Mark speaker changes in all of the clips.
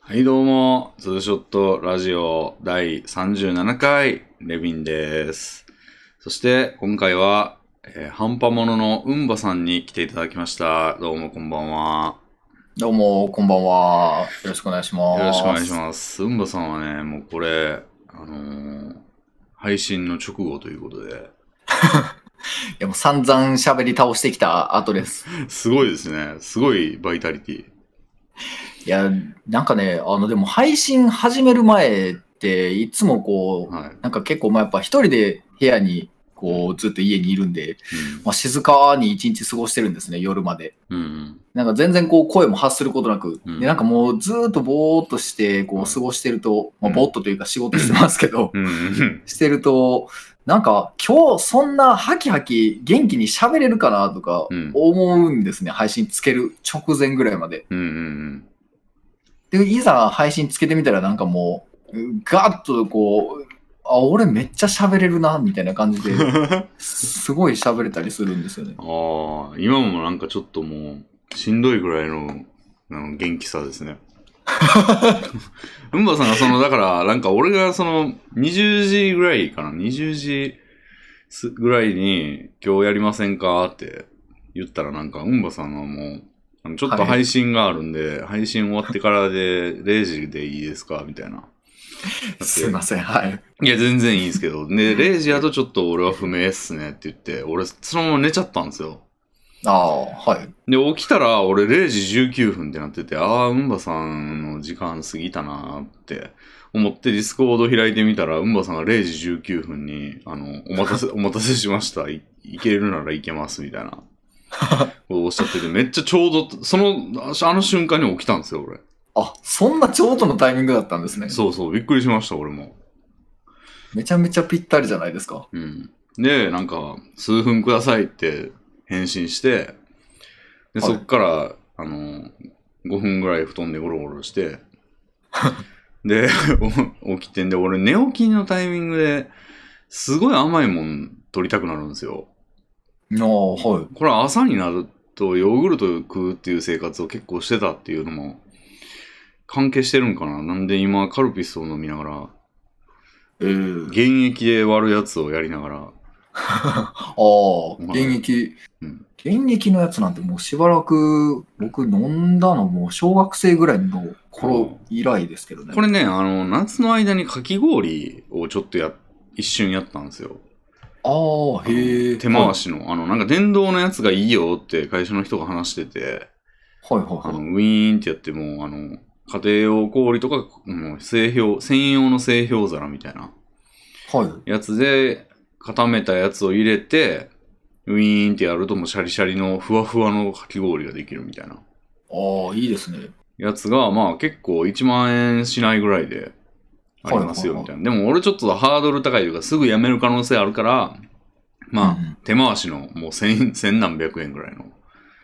Speaker 1: はい、どうも、ツーショットラジオ第37回、レビンです。そして、今回は、えー、半端者のうんばさんに来ていただきました。どうも、こんばんは。
Speaker 2: どうも、こんばんは。よろしくお願いします。
Speaker 1: よろしくお願いします。うんばさんはね、もうこれ、あのー配信の直後ということで、
Speaker 2: す。いや、もう散々喋り倒してきた後です。
Speaker 1: すごいですね。すごいバイタリティ。
Speaker 2: いや、なんかね、あの、でも配信始める前って、いつもこう、
Speaker 1: はい。うん
Speaker 2: なんか結構、まあやっぱ一人で部屋に、こう、ずっと家にいるんで、まあ、静かに一日過ごしてるんですね、夜まで。
Speaker 1: うん
Speaker 2: なんか全然こう声も発することなく、
Speaker 1: うん
Speaker 2: でなんかもうずーっとぼーっとしてこ
Speaker 1: はいう
Speaker 2: 過ごしてると、
Speaker 1: うん
Speaker 2: まあ、ぼーっとというか仕事してますけど、
Speaker 1: うん。うんうん。
Speaker 2: してると、なんか今日そんなハキハキ元気に喋れるかなとか
Speaker 1: うん
Speaker 2: 思うんですね、配信つける直前ぐらいまで。
Speaker 1: うんうん
Speaker 2: で、いざ配信つけてみたらなんかもう、ガッとこう、あ、俺めっちゃ喋れるな、みたいな感じで
Speaker 1: う、ん。
Speaker 2: すごい喋れたりするんですよね。
Speaker 1: ああ、今もなんかちょっともう、しんどいぐらいの、あの元気さですね。 うんばさんがその、だから、なんか俺がその、20時ぐらいかな、20時すぐらいに、今日やりませんかって言ったら、なんか、うんばさんがもう、あのちょっと
Speaker 2: はい
Speaker 1: 配信があるんで、配信終わってからで0時でいいですかみたいな。
Speaker 2: すいません、はい。
Speaker 1: いや、全然いいんですけど。で、0時やとちょっと俺は不明っすねって言って、俺、そのまま寝ちゃったんですよ。
Speaker 2: ああ、はい。
Speaker 1: で、起きたら、俺0時19分ってなってて、ああ、うんばさんの時間過ぎたなーって思って、ディスコード開いてみたら、うんばさんが0時19分に、あの、お待たせ、お待たせしました。いいけるならいけます、みたいな。おっしゃってて、めっちゃちょうど、その、ああの瞬間に起きたんですよ、俺。
Speaker 2: あ、そんなちょうどのタイミングだったんですね。
Speaker 1: そうそう、びっくりしました、俺も。
Speaker 2: めちゃめちゃぴったりじゃないですか。
Speaker 1: うん。で、なんか、数分くださいって返信して、で、
Speaker 2: はい
Speaker 1: そっから、あの、5分ぐらい布団でゴロゴロ して、で、 お起きてんで、俺寝起きのタイミングで、すごい甘いもん取りたくなるんですよ。
Speaker 2: ああ、はい。
Speaker 1: これ朝になるとヨーグルト食うっていう生活を結構してたっていうのも関係してるんかな。なんで今カルピスを飲みながら、
Speaker 2: えー、
Speaker 1: 現役で割るやつをやりながら、
Speaker 2: ああ、現役、
Speaker 1: うん
Speaker 2: 現役のやつなんてもうしばらく僕飲んだのもう小学生ぐらいの頃以来ですけどね。
Speaker 1: これね、あの、夏の間にかき氷をちょっとや、一瞬やったんですよ。
Speaker 2: ああ、へえ。
Speaker 1: 手回しの。あの、なんか電動のやつがいいよって会社の人が話してて、
Speaker 2: はい。はい
Speaker 1: あ
Speaker 2: はい
Speaker 1: の、
Speaker 2: はい。
Speaker 1: ウィーンってやってもう、あの、家庭用氷とか、もう製氷、専用の製氷皿みたいな
Speaker 2: はい。
Speaker 1: やつで、固めたやつを入れて、ウィーンってやるともうシャリシャリのふわふわのかき氷ができるみたいな
Speaker 2: ああ、いいですね。
Speaker 1: やつが、まあ結構1万円しないぐらいでありますよ
Speaker 2: はい
Speaker 1: み
Speaker 2: は
Speaker 1: たい
Speaker 2: い
Speaker 1: な。でも俺ちょっとハードル高いというか、すぐやめる可能性あるから、ま
Speaker 2: う
Speaker 1: あ
Speaker 2: ん
Speaker 1: 手回しのもう千千何百円ぐらいの、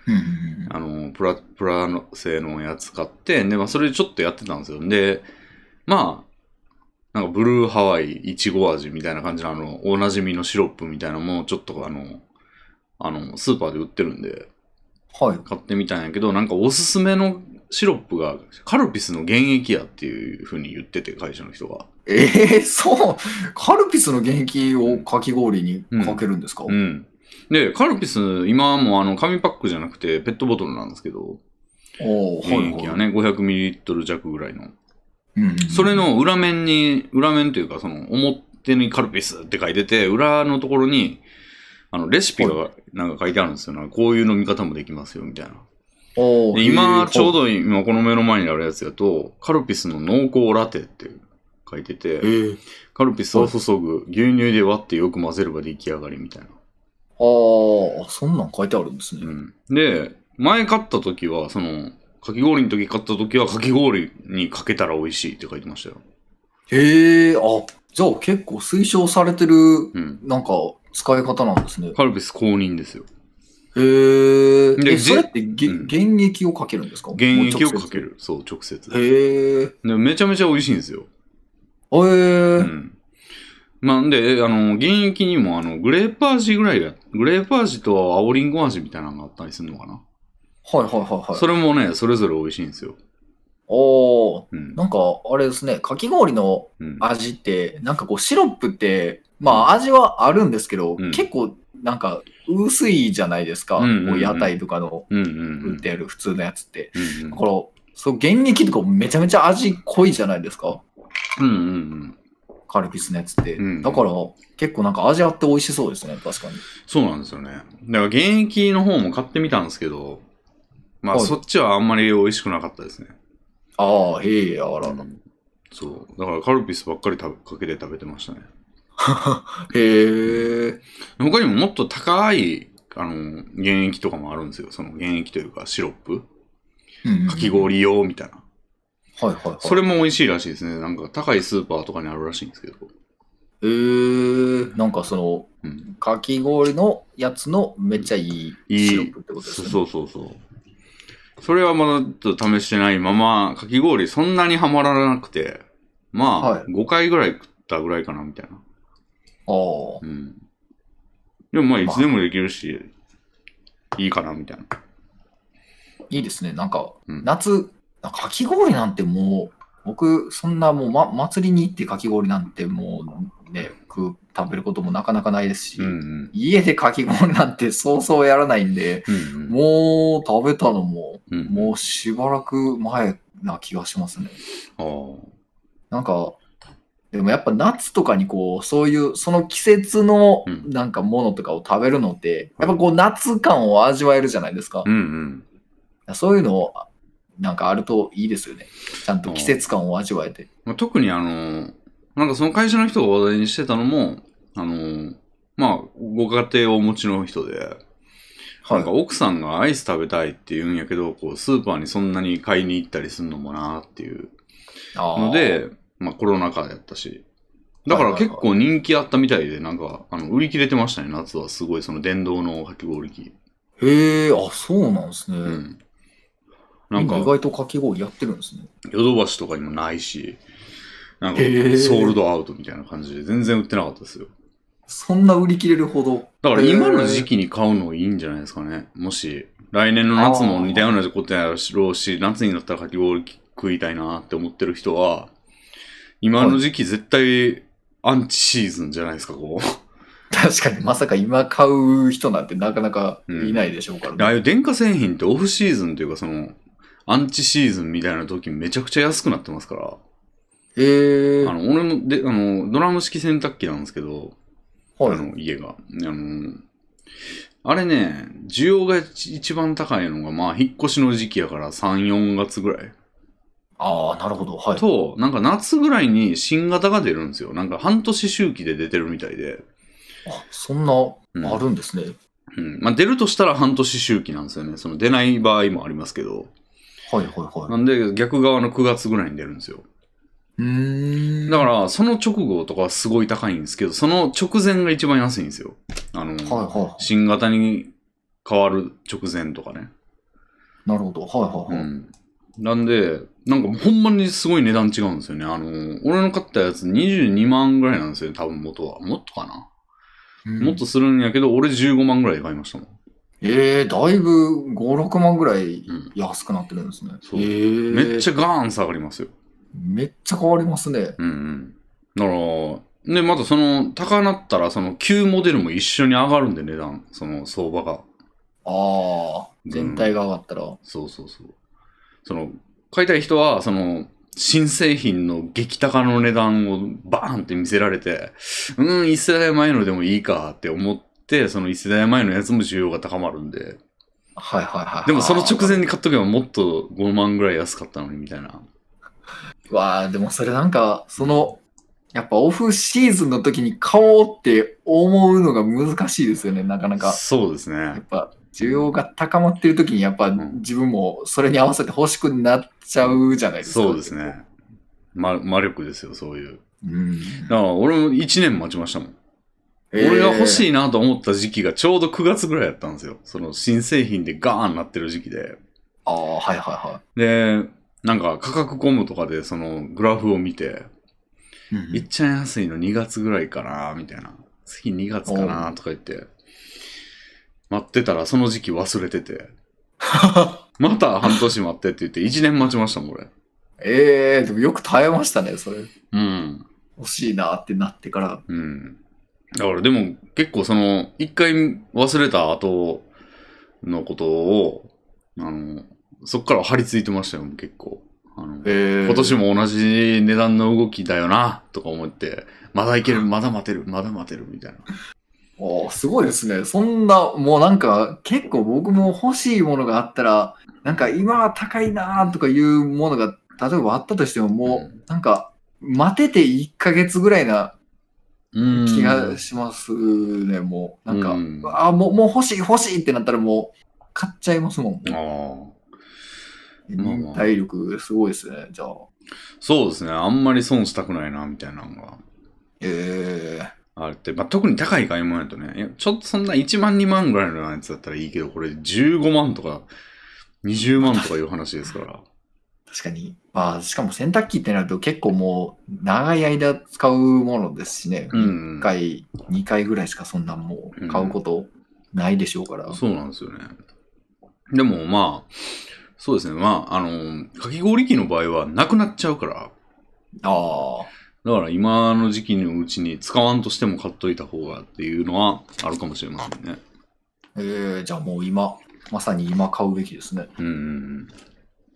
Speaker 2: うんうんうん。
Speaker 1: あの、プラ、プラの製のやつ買って、で、まあそれちょっとやってたんですよ。で、まあ、なんかブルーハワイいちご味みたいな感じのあの、おなじみのシロップみたいなのもちょっとあの、あの、スーパーで売ってるんで、
Speaker 2: はい。
Speaker 1: 買ってみたんやけど、なんかおすすめのシロップがカルピスの原液やっていうふうに言ってて、会社の人が。
Speaker 2: ええそう。カルピスの現役をかき氷にかけるんですか、
Speaker 1: うん。で、カルピス、今はもうあの紙パックじゃなくてペットボトルなんですけど、
Speaker 2: おー
Speaker 1: 原
Speaker 2: はい、
Speaker 1: 液
Speaker 2: は。
Speaker 1: はいね、500ml 弱ぐらいの。
Speaker 2: うんうんうん
Speaker 1: それ、の裏面に、裏面というか、その表にカルピスって書いてて、裏のところに、あの、レシピがなんか書いてあるんですよ。なんかこういう飲み方もできますよ、みたいな。
Speaker 2: おー
Speaker 1: で今、ちょう。
Speaker 2: へ
Speaker 1: ど今この目の前にあるやつやと、カルピスの濃厚ラテって書いてて、
Speaker 2: ええ
Speaker 1: カルピスを注ぐ、牛乳で割ってよく混ぜれば出来上がりみたいな。
Speaker 2: ああ、そんなん書いてあるんですね。
Speaker 1: うん、で、前買った時は、その、かき氷の時買った時は、かき氷にかけたら美味しいって書いてましたよ。
Speaker 2: へえ、あ、じゃあ結構推奨されてる、
Speaker 1: うん。
Speaker 2: なんか、使い方なんですね。
Speaker 1: カルピス公認ですよ。
Speaker 2: へえ、
Speaker 1: で
Speaker 2: え、
Speaker 1: じ
Speaker 2: それってげ、
Speaker 1: うん
Speaker 2: 原液をかけるんですか
Speaker 1: 原液をかけ
Speaker 2: る。
Speaker 1: る。そう、直接。で、
Speaker 2: へえ、へ
Speaker 1: めちゃめちゃ美味しいんですよ。う
Speaker 2: え、
Speaker 1: ん。まあ、で、あの、原液にも、あの、グレープ味ぐらいが、グレープ味と青リンゴ味みたいなのがあったりするのかな。
Speaker 2: はいはいはいはい。
Speaker 1: それもね、それぞれ美味しいんですよ。
Speaker 2: おー、
Speaker 1: うん。
Speaker 2: なんかあれですね、かき氷の
Speaker 1: うん。
Speaker 2: 味って、なんかこうシロップって、まあ味はあるんですけど、
Speaker 1: うん
Speaker 2: 結構なんか薄いじゃないですか、
Speaker 1: うんうんうん
Speaker 2: こう屋台とかの
Speaker 1: うんうんうん。
Speaker 2: 売ってある普通のやつって。
Speaker 1: うんうん
Speaker 2: だから、そう、現役とかめちゃめちゃ味濃いじゃないですか、
Speaker 1: うんうんうん。
Speaker 2: カルピスのやつって。
Speaker 1: うん
Speaker 2: だから、結構なんか味あって美味しそうですね、確かに。
Speaker 1: そうなんですよね。だから現役の方も買ってみたんですけど、まあ
Speaker 2: はい
Speaker 1: そっちはあんまり美味しくなかったですね。
Speaker 2: ああ、へえ、あらら。
Speaker 1: うんそう。だからカルピスばっかり食べかけて食べてましたね。
Speaker 2: へえ、
Speaker 1: 他にももっと高い、あの、原液とかもあるんですよ。その原液というかシロップ。
Speaker 2: うん
Speaker 1: かき。氷用みたいな。
Speaker 2: はいはいはい。
Speaker 1: それも美味しいらしいですね。なんか高いスーパーとかにあるらしいんですけど。
Speaker 2: えー、なんかその、
Speaker 1: うん。
Speaker 2: かき氷のやつのめっちゃいい
Speaker 1: いい
Speaker 2: シロップってことです
Speaker 1: そ
Speaker 2: ね。
Speaker 1: そうそうそう。それはまだちょっと試してないまま、かき氷そんなにはまらなくて、
Speaker 2: は
Speaker 1: まあ、
Speaker 2: い
Speaker 1: 5回ぐらい食ったぐらいかな、みたいな。
Speaker 2: あ
Speaker 1: うん。でもまあ、いつでもできるし、いいかな、みたいな。
Speaker 2: あ、いいですね。なんか、
Speaker 1: うん
Speaker 2: 夏、なんかかき氷なんてもう、僕、そんなもう、ま、祭りに行ってかき氷なんてもうね、食う食べることもなかなかないですし、
Speaker 1: うんうん。
Speaker 2: 家でかき氷なんてそうそうやらないんで、
Speaker 1: うんうん
Speaker 2: もう食べたのも、
Speaker 1: うん。
Speaker 2: もうしばらく前な気がしますね。
Speaker 1: あー
Speaker 2: なんか、でもやっぱ夏とかにこう、そういう、その季節の
Speaker 1: うん
Speaker 2: なんかものとかを食べるのって、やっぱこう夏感を味わえるじゃないですか
Speaker 1: う。んうん。
Speaker 2: そういうのを、なんかあるといいですよね。ちゃんと季節感を味わえて。
Speaker 1: まあ、特にあの、なんかその会社の人が話題にしてたのも、あの、まあ、ご家庭をお持ちの人で、
Speaker 2: は
Speaker 1: なんか
Speaker 2: い。
Speaker 1: 奥さんがアイス食べたいって言うんやけど、こうスーパーにそんなに買いに行ったりするのもなーっていう
Speaker 2: あー
Speaker 1: の、で、まあコロナ禍やったし。だから
Speaker 2: はいはい
Speaker 1: 結
Speaker 2: はい
Speaker 1: 構人気あったみたいで、なんか、あの、売り切れてましたね、夏は。すごい、その電動のかき氷機。
Speaker 2: へえ、あ、そうなんですね。
Speaker 1: うん。なん
Speaker 2: 今意
Speaker 1: か、
Speaker 2: 外とかき氷やってるんですね。
Speaker 1: ヨドバシとかにもないし、なんか、ソ
Speaker 2: へー
Speaker 1: ールドアウトみたいな感じで全然売ってなかったですよ。
Speaker 2: そんな売り切れるほど。
Speaker 1: だから今の時期に買うのいいんじゃないですかね。もし、来年の夏も似たようなことやろうし、夏になったらかき氷食いたいなって思ってる人は、今の時期絶対アンチシーズンじゃないですか、こう。
Speaker 2: 確かにまさか今買う人なんてなかなかいないでしょうから
Speaker 1: ああ
Speaker 2: ね。
Speaker 1: いう電化製品ってオフシーズンというか、その、アンチシーズンみたいな時めちゃくちゃ安くなってますから。
Speaker 2: へえ。
Speaker 1: あの、俺も、で、あの、ドラム式洗濯機なんですけど、
Speaker 2: はい
Speaker 1: あの、家が。あの、あれね、需要が一一番高いのが、まあ、引っ越しの時期やから3、4月ぐらい。
Speaker 2: ああ、なるほど。はい。
Speaker 1: と、なんか夏ぐらいに新型が出るんですよ。なんか半年周期で出てるみたいで。
Speaker 2: あそんな、
Speaker 1: うん、
Speaker 2: あるんですね。
Speaker 1: うん。まあ、出るとしたら半年周期なんですよね。その出ない場合もありますけど。
Speaker 2: はいはい
Speaker 1: な
Speaker 2: はい。
Speaker 1: んで、逆側の9月ぐらいに出るんですよ。
Speaker 2: うーん。
Speaker 1: だから、その直後とかはすごい高いんですけど、その直前が一番安いんですよ。あの、
Speaker 2: はいは
Speaker 1: 新型に変わる直前とかね。
Speaker 2: い。なるほど。はいはいはい。
Speaker 1: なんで、なんかほんまにすごい値段違うんですよね。あの、俺の買ったやつ22万ぐらいなんですよね、多分元は。もっとかな、
Speaker 2: うん
Speaker 1: もっとするんやけど、俺15万ぐらいで買いましたもん。
Speaker 2: ええだいぶ5、6万ぐらい
Speaker 1: うん
Speaker 2: 安くなってるんですね。
Speaker 1: そう
Speaker 2: ええ
Speaker 1: めっち
Speaker 2: ゃ。
Speaker 1: ゃガーン下がりますよ。
Speaker 2: めっちゃ変わりますね。
Speaker 1: うんうん。だから、で、またその、高なったら、その旧モデルも一緒に上がるんで、値段、その相場が。
Speaker 2: ああ、全体が上がったら。
Speaker 1: そうそうそう。その、買いたい人は、その、新製品の激高の値段をバーンって見せられて、うん、1世代前のでもいいかって思って、その1世代前のやつも需要が高まるんで、
Speaker 2: はいはいはい。
Speaker 1: でもその直前。に買っとけばもっと5万ぐらい安かったのにみたいな。
Speaker 2: わあ、でもそれなんか、その、やっぱオフシーズンの時に買おうって思うのが難しいですよね、なかなか。
Speaker 1: そうです
Speaker 2: や
Speaker 1: ね
Speaker 2: っ。ぱ需要が高まってる時にやっぱ
Speaker 1: ん
Speaker 2: 自分もそれに合わせて欲しくなっちゃうじゃないですか。
Speaker 1: そうです。ね。ま、魔力ですよ、そういう。
Speaker 2: うん。
Speaker 1: だから俺も1年待ちましたもん。俺が欲
Speaker 2: い。
Speaker 1: しいなと思った時期がちょうど9月ぐらいだったんですよ。その新製品でガーンなってる時期で。
Speaker 2: ああ、はいはいは
Speaker 1: で、なんか価格コムとかでそのグラフを見て、い
Speaker 2: い。
Speaker 1: っちゃい安いの2月ぐらいかな、みたいな。次2月かな、とか言って、待ってたらその時期忘れてて、また半年待ってって言って1年待ちましたもん、俺。
Speaker 2: ええでもよく耐えましたね、それ。
Speaker 1: うん。
Speaker 2: 欲しいなってなってから。
Speaker 1: うん。だからでも結構その、一回忘れた後のことを、あの、そっから張り付いてましたよ、結構。あの
Speaker 2: ええ
Speaker 1: 今年も同じ値段の動きだよな、とか思って、まだいける、まだ待てる、まだ待てる、みたいな。
Speaker 2: おーすごいですね。そんな、もうなんか、結構僕も欲しいものがあったら、なんか今は高いなーとかいうものが、例えばあったとしても、もう、なんか、待てて1ヶ月ぐらいな
Speaker 1: うん
Speaker 2: 気がしますね、もう。なんか、
Speaker 1: うん
Speaker 2: ああ、もう、もう欲しい欲しいってなったらもう、買っちゃいますも
Speaker 1: あ
Speaker 2: ん。
Speaker 1: あ。まあま
Speaker 2: 忍
Speaker 1: あ
Speaker 2: 耐力すごいですね、じゃあ。
Speaker 1: そうですね。あんまり損したくないな、みたいなのが
Speaker 2: ええ
Speaker 1: あって、まあ、特に高い買い物やとね、いやちょっとそんな1万、2万ぐらいのやつだったらいいけど、これ15万とか20万とかいう話ですから。
Speaker 2: 確かに。まあ、しかも洗濯機ってなると結構もう、長い間使うものですしね。
Speaker 1: うん
Speaker 2: 1。回、2回ぐらいしかそんなもう買うことないでしょうから。
Speaker 1: そうなんですよね。でもまあ、そうですね。まあ、あの、かき氷機の場合はなくなっちゃうから、
Speaker 2: ああ、
Speaker 1: だから今の時期のうちに使わんとしても買っといた方がっていうのはあるかもしれませんね。
Speaker 2: ええじゃあもう今、まさに今買うべきですね。
Speaker 1: うんうんうん。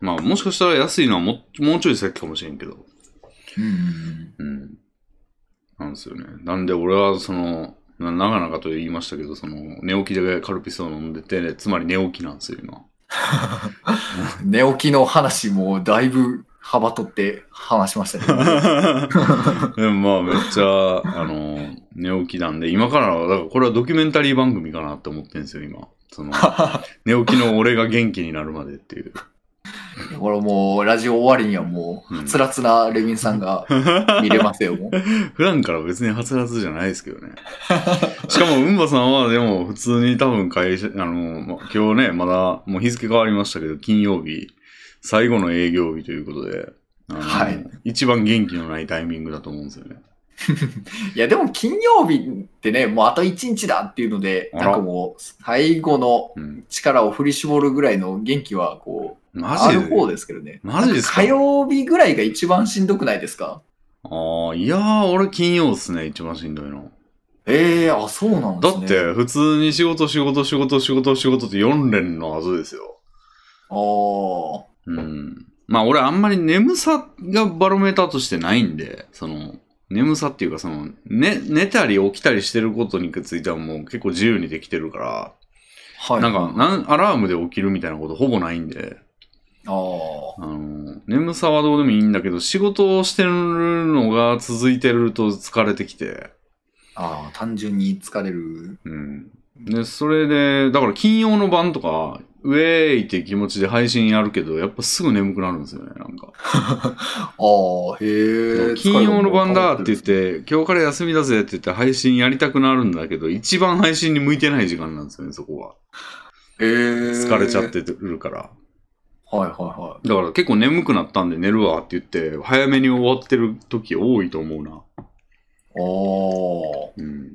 Speaker 1: まあもしかしたら安いのはももうちょい先かもしれんけど。
Speaker 2: うん。
Speaker 1: うん。なんですよね。なんで俺はその、な長々と言いましたけど、その、寝起きでカルピスを飲んでて、つまり寝起きなんですよ、今。
Speaker 2: 寝起きの話もだいぶ幅取って話しましたね。
Speaker 1: でもまあめっちゃ、あの、寝起きなんで、今からは、だからこれはドキュメンタリー番組かなって思ってんですよ、今。その、寝起きの俺が元気になるまでっていう。
Speaker 2: これもう、ラジオ終わりにはもう、
Speaker 1: うん
Speaker 2: はつらつなレビンさんが見れますよ、もう。
Speaker 1: 普段から別にはつらつじゃないですけどね。しかも、うんばさんは、でも、普通に多分会社、あの、ま今日ね、まだ、もう日付変わりましたけど、金曜日、最後の営業日ということで、あの
Speaker 2: はい
Speaker 1: 一番元気のないタイミングだと思うんですよね。
Speaker 2: いや、でも金曜日ってね、もうあと1日だっていうので、
Speaker 1: あら
Speaker 2: なんかもう、最後の
Speaker 1: うん。
Speaker 2: 力を振り絞るぐらいの元気は、こう、
Speaker 1: マ
Speaker 2: あ
Speaker 1: ジ
Speaker 2: る
Speaker 1: で
Speaker 2: 方ですけどね。
Speaker 1: マジですか
Speaker 2: 火曜日ぐらいが一番しんどくないですか
Speaker 1: ああ、いやー、俺金曜っすね、一番しんどいの。
Speaker 2: ええあ、そうなんで
Speaker 1: だ
Speaker 2: す
Speaker 1: っ
Speaker 2: ね。
Speaker 1: て、普通に仕事、仕事、仕事、仕事、仕事って4連のはずですよ。
Speaker 2: ああ、
Speaker 1: うん。まあ俺あんまり眠さがバロメーターとしてないんで、その、眠さっていうかその、ね、寝たり起きたりしてることについてはもう結構自由にできてるから、
Speaker 2: はい。
Speaker 1: なん
Speaker 2: あ
Speaker 1: か、なんアラームで起きるみたいなことほぼないんで、
Speaker 2: あ、
Speaker 1: あの、眠さはどうでもいいんだけど、仕事をしてるのが続いてると疲れてきて、
Speaker 2: ああ、単純に疲れる。
Speaker 1: うん。で、それで、だから金曜の晩とか、ウェーイって気持ちで配信やるけど、やっぱすぐ眠くなるんですよね、なんか。
Speaker 2: ああ、へえ。
Speaker 1: 金曜の晩だって
Speaker 2: 疲れ
Speaker 1: 言
Speaker 2: る
Speaker 1: って、今日から休みだぜって言って配信やりたくなるんだけど、一番配信に向いてない時間なんですよね、そこは。
Speaker 2: ええ
Speaker 1: 疲れちゃっ。てるから。
Speaker 2: はいはいは
Speaker 1: だから結構眠くなったんで寝るわって言って、早めに終わってる時多いと思うな。
Speaker 2: い。ああ。
Speaker 1: うん。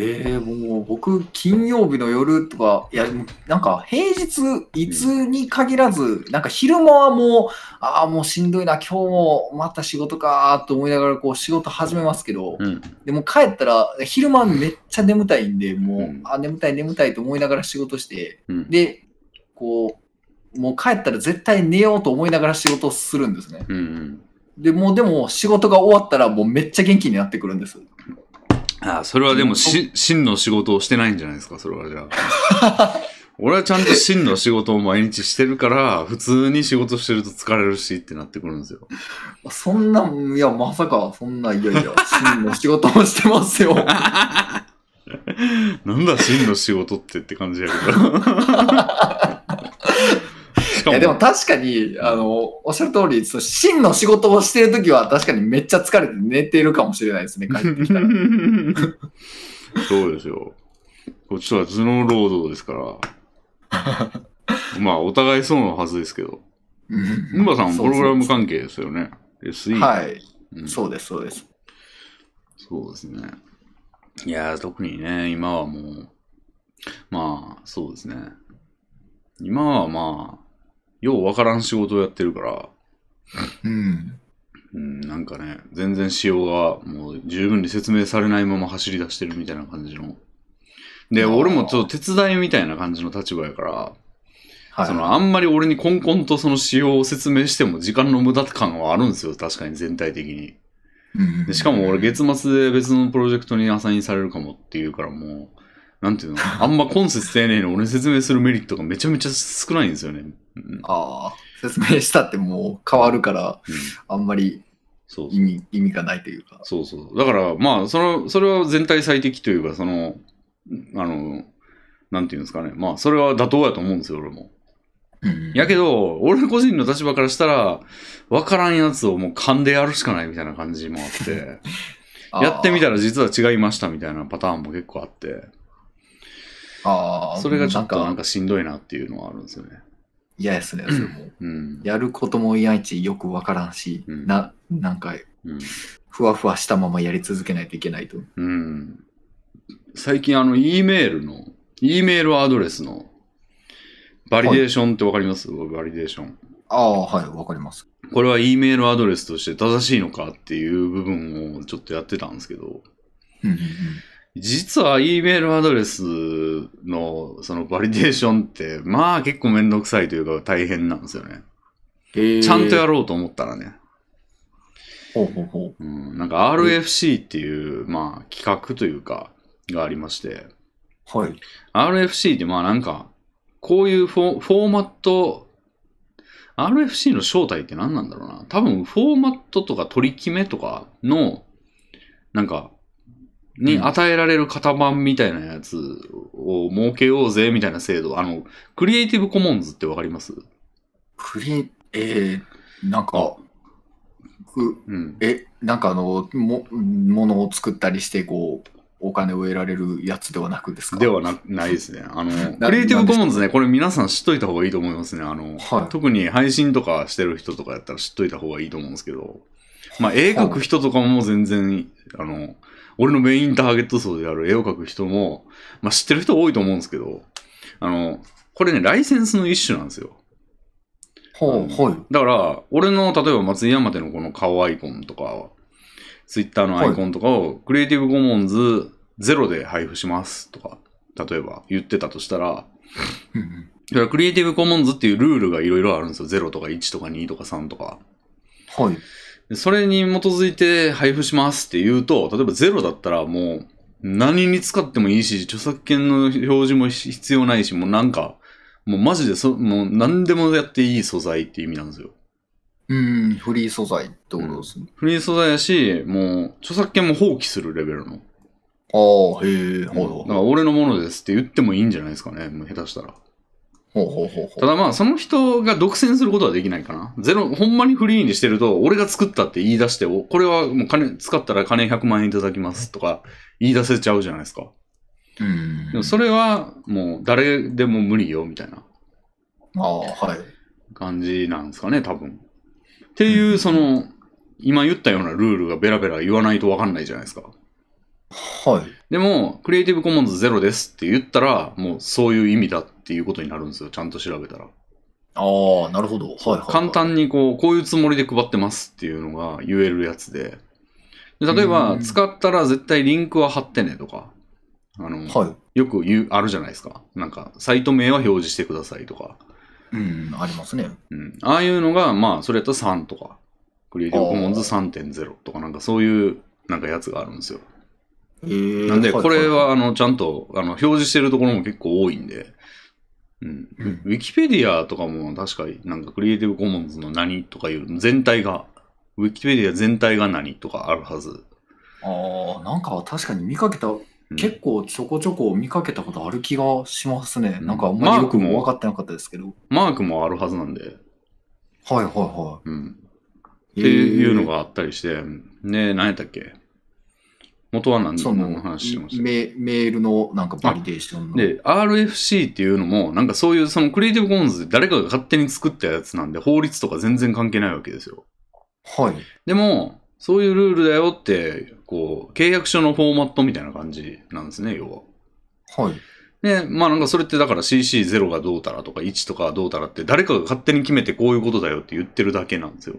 Speaker 2: ええもう僕、金曜日の夜とか、いや、もうなんか平日、いつに限らず、なんか昼間はもう、ああ、もうしんどいな、今日もまた仕事かーと思いながら、こう仕事始めますけど、
Speaker 1: うん。
Speaker 2: でも帰ったら、昼間めっちゃ眠たいんで、もう、
Speaker 1: うん
Speaker 2: あ、眠たい眠たいと思いながら仕事して、
Speaker 1: うん。
Speaker 2: で、こう、もう帰ったら絶対寝ようと思いながら仕事するんですね。
Speaker 1: うんうん。
Speaker 2: で、もうでも仕事が終わったら、もうめっちゃ元気になってくるんです。
Speaker 1: ああ、それはでもし、真の仕事をしてないんじゃないですか、それはじゃあ。 俺はちゃんと真の仕事を毎日してるから、普通に仕事してると疲れるしってなってくるんですよ。
Speaker 2: そんな、いや、まさか、そんな、いやいや、真の仕事もしてま すよ。
Speaker 1: なんだ真の仕事ってって感じや けど。しか
Speaker 2: い
Speaker 1: も
Speaker 2: や、でも確かに、あの、おっしゃる通り、その真の仕事をしてるときは、確かにめっちゃ疲れて寝てるかもしれないです ね、帰ってきたら。
Speaker 1: そうですよ。こっちは頭脳労働ですから。まあ、お互いそうのはずですけど。
Speaker 2: うん
Speaker 1: ムバさん、
Speaker 2: そ
Speaker 1: プ
Speaker 2: うそう
Speaker 1: ログラム関係ですよね。SE。
Speaker 2: はい、
Speaker 1: うん
Speaker 2: そうです、そうです。
Speaker 1: そうですね。いやー、特にね、今はもう、まあ、そうですね。今はまあ、ようわからん仕事をやってるから、
Speaker 2: うん。
Speaker 1: うん、なんかね、全然仕様がもう十分に説明されないまま走り出してるみたいな感じの。で、
Speaker 2: あー
Speaker 1: 俺もちょっと手伝いみたいな感じの立場やから、
Speaker 2: はい。
Speaker 1: そのあんまり俺にコンコンとその仕様を説明しても時間の無駄感はあるんですよ、確かに全体的に。
Speaker 2: うん
Speaker 1: でしかも俺月末で別のプロジェクトにアサインされるかもっていうからもう、なんていうの、あんま今節丁寧に俺に説明するメリットがめちゃめちゃ少ないんですよね。うん
Speaker 2: ああ、説明したってもう変わるから、
Speaker 1: うん
Speaker 2: あんまり
Speaker 1: そう
Speaker 2: 意味意味がないというか。
Speaker 1: そうそう。だから、まあ、その、それは全体最適というか、その、あの、なんていうんですかね。まあ、それは妥当やと思うんですよ、俺も。
Speaker 2: うん
Speaker 1: やけど、俺個人の立場からしたら、わからんやつをもう勘でやるしかないみたいな感じもあっ て、やってみた
Speaker 2: ら、
Speaker 1: ら実は違いましたみたいなパターンも結構あって、
Speaker 2: あー
Speaker 1: それがちょっと
Speaker 2: な
Speaker 1: なん
Speaker 2: んか
Speaker 1: かしんどいなっていうのはあるんですよね。
Speaker 2: 嫌ですね、それも。
Speaker 1: うん。
Speaker 2: やることもいやいちよくわからんし、
Speaker 1: うん
Speaker 2: ななんか
Speaker 1: うん。
Speaker 2: ふわふわしたままやり続けないといけないと。
Speaker 1: うん。最近、あの、E メールの、E メールアドレスの、バリデーションってわかります、バリデーション。
Speaker 2: ああ、はい、わかります。
Speaker 1: これは E メールアドレスとして正しいのかっていう部分をちょっとやってたんですけど、
Speaker 2: うんうん
Speaker 1: 実は E メールアドレスのそのバリデーションって、まあ結構めんどくさいというか大変なんですよね。
Speaker 2: うん、
Speaker 1: ちゃんとや
Speaker 2: る。
Speaker 1: ろうと思ったらね。
Speaker 2: ほうほうほう。
Speaker 1: うん、なんか RFC っていう、まあ企画というか、がありまして、
Speaker 2: はい。
Speaker 1: RFC ってまあなんか、こういうフォフォーマット、RFC の正体って何なんだろうな。多分フォーマットとか取り決めとかの、なんか、に
Speaker 2: うん
Speaker 1: 与えられる型番みたいなやつを設けようぜみたいな制度。あの、クリエイティブコモンズってわかります
Speaker 2: クリエイ、えー、なんか、く
Speaker 1: うん。
Speaker 2: え、なんかあの、も、ものを作ったりして、こう、お金を得られるやつではなくですか
Speaker 1: ではなないですね。あの、
Speaker 2: な
Speaker 1: クリエイティブコモンズね、これ皆さん知っといた方がいいと思いますね。あの、
Speaker 2: はい
Speaker 1: 特に配信とかしてる人とかやったら知っといた方がいいと思うんですけど、まあ、絵描く人とかも全然、あの、俺のメインターゲット層である絵を描く人も、まあ、知ってる人多いと思うんですけど、あの、これね、ライセンスの一種なんですよ。
Speaker 2: ほう、はい。
Speaker 1: だから、俺の、例えば松井山手のこの顔アイコンとか、ツイッターのアイコンとかを、クリエイティブコモンズゼロで配布しますとか、例えば言ってたとしたら、
Speaker 2: うんうん
Speaker 1: だからクリエイティブコモンズっていうルールがいろいろあるんですよ。0とか1とか2とか3とか。
Speaker 2: はい。
Speaker 1: でそれに基づいて配布しますって言うと、例えば0だったらもう何に使ってもいいし、著作権の表示も必要ないし、もうなんか、もうマジでそ、もう何でもやっていい素材って意味なんですよ。
Speaker 2: うん、フリー素材ってことですね。
Speaker 1: フリー素材やし、もう著作権も放棄するレベルの。
Speaker 2: ああ、へえ、
Speaker 1: だ
Speaker 2: ほうほう
Speaker 1: から
Speaker 2: ほう。
Speaker 1: 俺のものですって言ってもいいんじゃないですかね。もう下手したら。
Speaker 2: ほうほうほうほ
Speaker 1: ただまあ、その人が独占することはできないかな。ゼロ、ほんまにフリーにしてると、俺が作ったって言い出して、おこれはもう金、使ったら金100万円いただきますとか、言い出せちゃうじゃないですか。
Speaker 2: う。うん。
Speaker 1: でもそれは、もう誰でも無理よ、みたいな
Speaker 2: ああ、はい。
Speaker 1: 感じなんですかね、多分。っていうう、
Speaker 2: ん
Speaker 1: その、今言ったようなルールがベラベラ言わないとわかんないじゃないですか。
Speaker 2: はい。
Speaker 1: でも、クリエイティブコモンズゼロですって言ったら、もうそういう意味だっていうことになるんですよ、ちゃんと調べたら。
Speaker 2: ああ、なるほど。はいはい、はい。
Speaker 1: 簡。単にこう、こういうつもりで配ってますっていうのが言えるやつで。で例え
Speaker 2: う
Speaker 1: ば、
Speaker 2: ん
Speaker 1: 使ったら絶対リンクは貼ってねとか、あの、
Speaker 2: は
Speaker 1: よく言う、あるじゃないですか。なんか、サイト名は表示してくださいとか。
Speaker 2: い。うん、ありますね。
Speaker 1: うん。ああいうのが、まあ、それやったら3とか、クリエイティブコモンズ
Speaker 2: あ
Speaker 1: 3.0とか、なんかそういう、なんかやつがあるんですよ。
Speaker 2: ええ。
Speaker 1: なんで、これ
Speaker 2: い
Speaker 1: は、
Speaker 2: い
Speaker 1: あの、ちゃんと、あの、表示してるところも結構多いんで、うん。
Speaker 2: うん
Speaker 1: ウィキペディアとかも確かになんかクリエイティブコモンズの何とかいう全体が、ウィキペディア全体が何とかあるはず。
Speaker 2: ああ、なんか確かに見かけた、
Speaker 1: うん
Speaker 2: 結構ちょこちょこ見かけたことある気がしますね。
Speaker 1: うん
Speaker 2: なんかあんまりよく
Speaker 1: マークも
Speaker 2: も分かってなかったですけど。
Speaker 1: マークもあるはずなんで、
Speaker 2: はいはいは
Speaker 1: うん。
Speaker 2: い。
Speaker 1: っていうの
Speaker 2: が、
Speaker 1: があったりして、ね、何やったっけ元は何
Speaker 2: その
Speaker 1: 何の話してましたっ
Speaker 2: メ、メールのなんかバリデーションの。
Speaker 1: けで、RFC っていうのも、なんかそういうそのクリエイティブコモンズで誰かが勝手に作ったやつなんで、法律とか全然関係ないわけですよ。
Speaker 2: はい。
Speaker 1: でも、そういうルールだよって、こう、契約書のフォーマットみたいな感じなんですね、要は。
Speaker 2: はい。
Speaker 1: で、まあなんかそれってだから CC0 がどうたらとか1とかどうたらって誰かが勝手に決めてこういうことだよって言ってるだけなんですよ。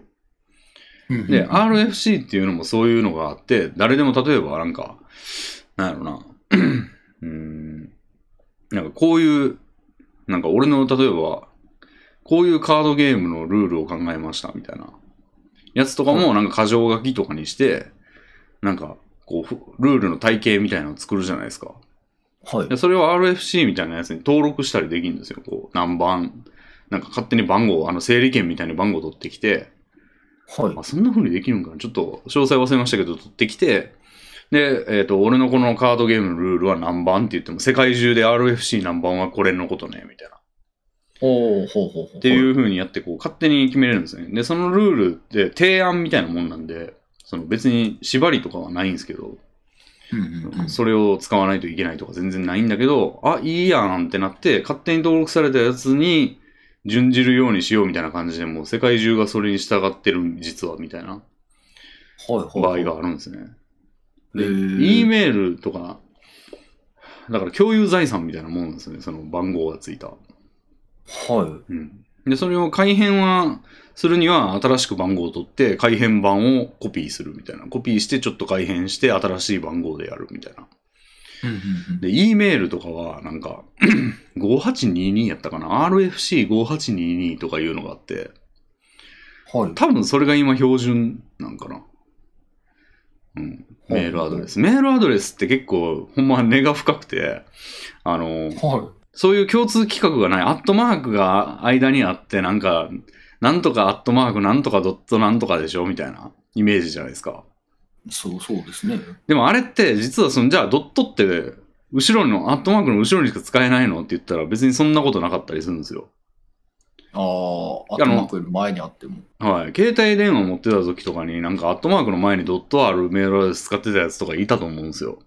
Speaker 1: で、RFC っていうのもそういうのがあって、誰でも例えばなんか、なんやろな、 うーん、なんかこういう、なんか俺の例えば、こういうカードゲームのルールを考えましたみたいなやつとかもなんか箇条書きとかにして、なんかこうふ、ルールの体系みたいなのを作るじゃないですか。
Speaker 2: はい
Speaker 1: で、。それを RFC みたいなやつに登録したりできるんですよ。こう、何番、なんか勝手に番号、あの整理券みたいに番号取ってきて、
Speaker 2: はい
Speaker 1: あ。そんな風にできるんかなちょっと詳細忘れましたけど、取ってきて、で、えっ、と、俺のこのカードゲームのルールは何番って言っても、世界中で RFC 何番はこれのことね、みたいな。
Speaker 2: おおほうほうほう。。
Speaker 1: っていうう風にやって、こう、勝手に決めれるんですね。で、そのルールって提案みたいなもんなんで、その別に縛りとかはないんですけど、
Speaker 2: うんうんうん、
Speaker 1: それを使わないといけないとか全然ないんだけど、あ、いいやんってなって、勝手に登録されたやつに準じるようにしようみたいな感じで、もう世界中がそれに従ってる、実は、みたいな
Speaker 2: はいはい
Speaker 1: 場
Speaker 2: は
Speaker 1: 合
Speaker 2: い。
Speaker 1: があるんですね。
Speaker 2: へー
Speaker 1: E メールとか、だから共有財産みたいなもんなんですよね、その番号がついた。
Speaker 2: は
Speaker 1: うん。で、それを改変は、するには新しく番号を取って、改変版をコピーするみたいな。コピーして、ちょっと改変して、新しい番号でやるみたいな。
Speaker 2: い。うんうんうん
Speaker 1: で、E メールとかは、なんか、5822やったかな ?RFC5822 とかいうのがあって、
Speaker 2: はい。
Speaker 1: 多分それが今標準なんかな。うん。メールアドレス。メールアドレスって結構、ほんま根が深くて、あの、
Speaker 2: は
Speaker 1: そういう共通規格がない、アットマークが間にあって、なんか、なんとかアットマークなんとかドットなんとかでしょみたいなイメージじゃないですか。
Speaker 2: い。そうそうですね。
Speaker 1: でもあれって、実はその、じゃあドットって、後ろの、アットマークの後ろにしか使えないのって言ったら別にそんなことなかったりするんですよ。
Speaker 2: ああ、アッ
Speaker 1: や
Speaker 2: ト
Speaker 1: あの
Speaker 2: マークより前にあっても。
Speaker 1: はい。携帯電話持ってた時とかになんかアットマークの前にドットあるメールアドレス使ってたやつとかいたと思うんですよ。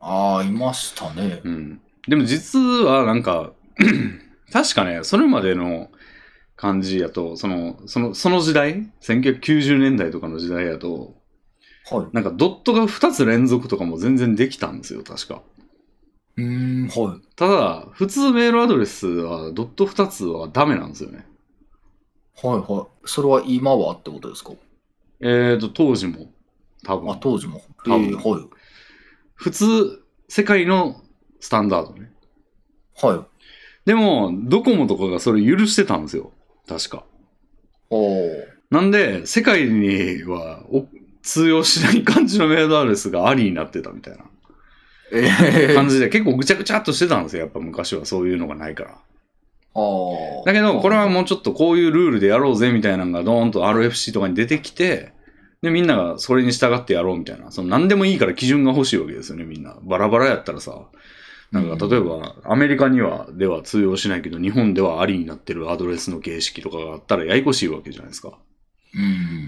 Speaker 2: ああ、いましたね。
Speaker 1: うん。でも実はなんか、 確かね、それまでの感じやと、その、その、その時代 ?1990 年代とかの時代やと、
Speaker 2: はい。
Speaker 1: なんかドットが2つ連続とかも全然できたんですよ、確か。
Speaker 2: うーん、はい。
Speaker 1: ただ、普通メールアドレスはドット2つはダメなんですよね。
Speaker 2: はいはい。それは今はってことですか
Speaker 1: えーと、当時も、多分
Speaker 2: あ、。当時も。え
Speaker 1: 多分
Speaker 2: ー、はい。
Speaker 1: 普通、世界のスタンダードね。
Speaker 2: はい。
Speaker 1: でも、ドコモとかがそれ許してたんですよ。確か。
Speaker 2: おー
Speaker 1: なんで、世界にはお通用しない感じのメールアドレスがありになってたみたいな
Speaker 2: ええ
Speaker 1: 感じで、結構ぐちゃぐちゃっとしてたんですよ。やっぱ昔はそういうのがないから。
Speaker 2: ああ。
Speaker 1: だけど、これはも
Speaker 2: う。
Speaker 1: うちょっとこういうルールでやろうぜみたいなのがドーンと RFC とかに出てきて、で、みんながそれに従ってやろうみたいな。その何でもいいから基準が欲しいわけですよね、みんな。バラバラやったらさ、なんか例えば、アメリカには、では通用しないけど、日本ではありになってるアドレスの形式とかがあったらややこしいわけじゃないですか。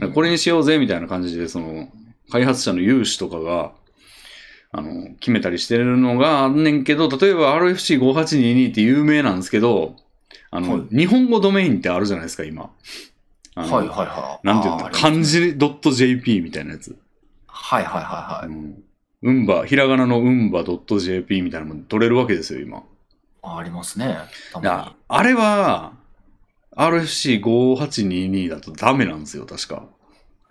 Speaker 2: うん。
Speaker 1: これにしようぜみたいな感じで、その、開発者の有志とかが、あの、決めたりしてるのがあんねんけど、例えば RFC5822 って有名なんですけど、あの、
Speaker 2: は
Speaker 1: 日本語ドメインってあるじゃないですか、今。あの
Speaker 2: はいはいはい。
Speaker 1: なんていうの
Speaker 2: あー
Speaker 1: 漢。字 .jp みたいなやつ。
Speaker 2: はいはいはいはい。
Speaker 1: うん。うんば、ひらがなのうんば .jp みたいなのも取れるわけですよ、今。
Speaker 2: あありますね。た
Speaker 1: だ
Speaker 2: ま
Speaker 1: あれは、RFC5822 だとダメなんですよ、確か。
Speaker 2: に。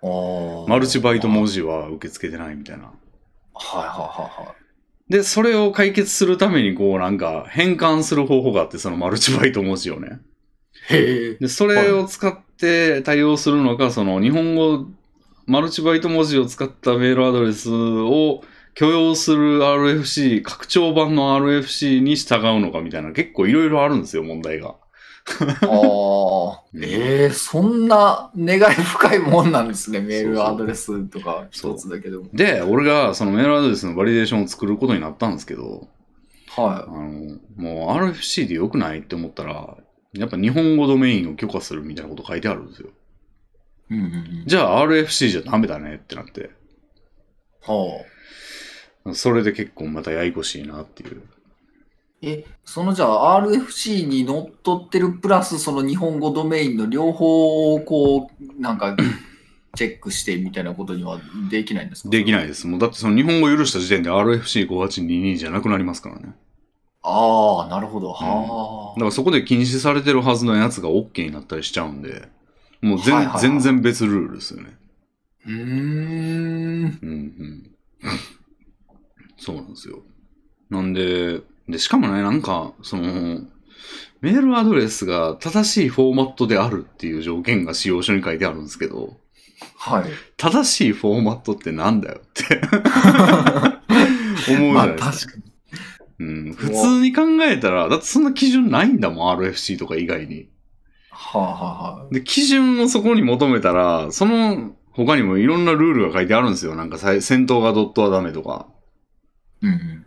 Speaker 2: おー
Speaker 1: マルチバイト文字は受け付けてないみたいな。
Speaker 2: はいはいはいはい。
Speaker 1: で、それを解決するために、こうなんか変換する方法があって、そのマルチバイト文字をね。
Speaker 2: へえ。
Speaker 1: で、それを使って対応するのか、その日本語、マルチバイト文字を使ったメールアドレスを許容する RFC、拡張版の RFC に従うのかみたいな、結構いろいろあるんですよ、問題が。
Speaker 2: ああ。
Speaker 1: うん
Speaker 2: ええ、そんな願い深いもんなんですね。メールアドレスとか
Speaker 1: そう
Speaker 2: 一つだけでも。
Speaker 1: で、俺がそのメールアドレスのバリデーションを作ることになったんですけど、あ
Speaker 2: は
Speaker 1: の、もう RFC で良くないって思ったら、やっぱ日本語ドメインを許可するみたいなこと書いてあるんですよ。
Speaker 2: い。うんうんうん。
Speaker 1: じゃあ RFC じゃダメだねってなって、
Speaker 2: はあ。
Speaker 1: それで結構またややこしいなっていう。
Speaker 2: え、そのじゃあ RFC にのっとってるプラスその日本語ドメインの両方をこうなんかチェックしてみたいなことにはできないんですか
Speaker 1: でき
Speaker 2: い。
Speaker 1: ないです。もうだってその日本語許した時点で RFC5822 じゃなくなりますからね。
Speaker 2: ああ、なるほど。は
Speaker 1: だからそこで禁止されてるはずのやつが OK になったりしちゃうんで、もう全,、
Speaker 2: はいはいはい
Speaker 1: 全然別ルールですよね。
Speaker 2: うーん。
Speaker 1: うんうん。 そうなんですよ。なんで、で、しかもね、なんか、その、メールアドレスが正しいフォーマットであるっていう条件が使用書に書いてあるんですけど、
Speaker 2: はい。
Speaker 1: 正しいフォーマットってなんだよって 思うじ
Speaker 2: ま
Speaker 1: ゃ
Speaker 2: あ
Speaker 1: ないですか。
Speaker 2: 確かに。
Speaker 1: うん、普通に考えたら、だってそんな基準ないんだもん、RFC とか以外に。
Speaker 2: はあ、はあはあ、
Speaker 1: で、基準をそこに求めたら、その他にもいろんなルールが書いてあるんですよ。なんかさい戦闘がドットはダメとか。
Speaker 2: うんうん。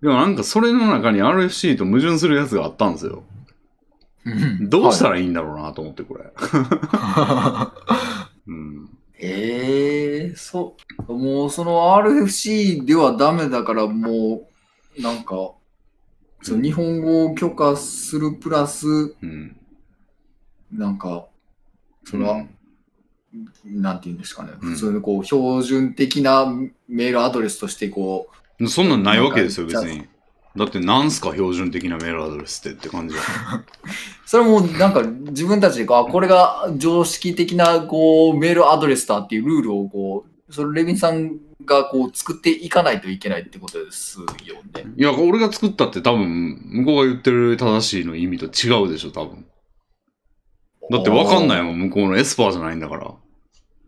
Speaker 1: でもなんかそれの中に RFC と矛盾するやつがあったんですよ。
Speaker 2: うん
Speaker 1: どうした
Speaker 2: ら、
Speaker 1: らいいんだろうなと思って、 これ。うん。
Speaker 2: ええそう。もうその RFC ではダメだからもう、なんか、その日本語を許可するプラス、
Speaker 1: うん。
Speaker 2: なんか、その、
Speaker 1: うん
Speaker 2: なんて言うんですかね、
Speaker 1: うん
Speaker 2: 普通のこう、標準的なメールアドレスとしてこう、
Speaker 1: そんなんないわけですよ、別
Speaker 2: なんか
Speaker 1: に。だって、なんすか標準的なメールアドレスってって感じだ。
Speaker 2: それもなんか自分たちでこう、あこれが常識的なこう、メールアドレスだっていうルールをこう、それレビンさんがこう、作っていかないといけないってことですよね。
Speaker 1: いや、俺が作ったって多分、向こうが言ってる正しいの意味と違うでしょ、多分。だってわかんないもん、向こうのエスパーじゃないんだから。
Speaker 2: はあ。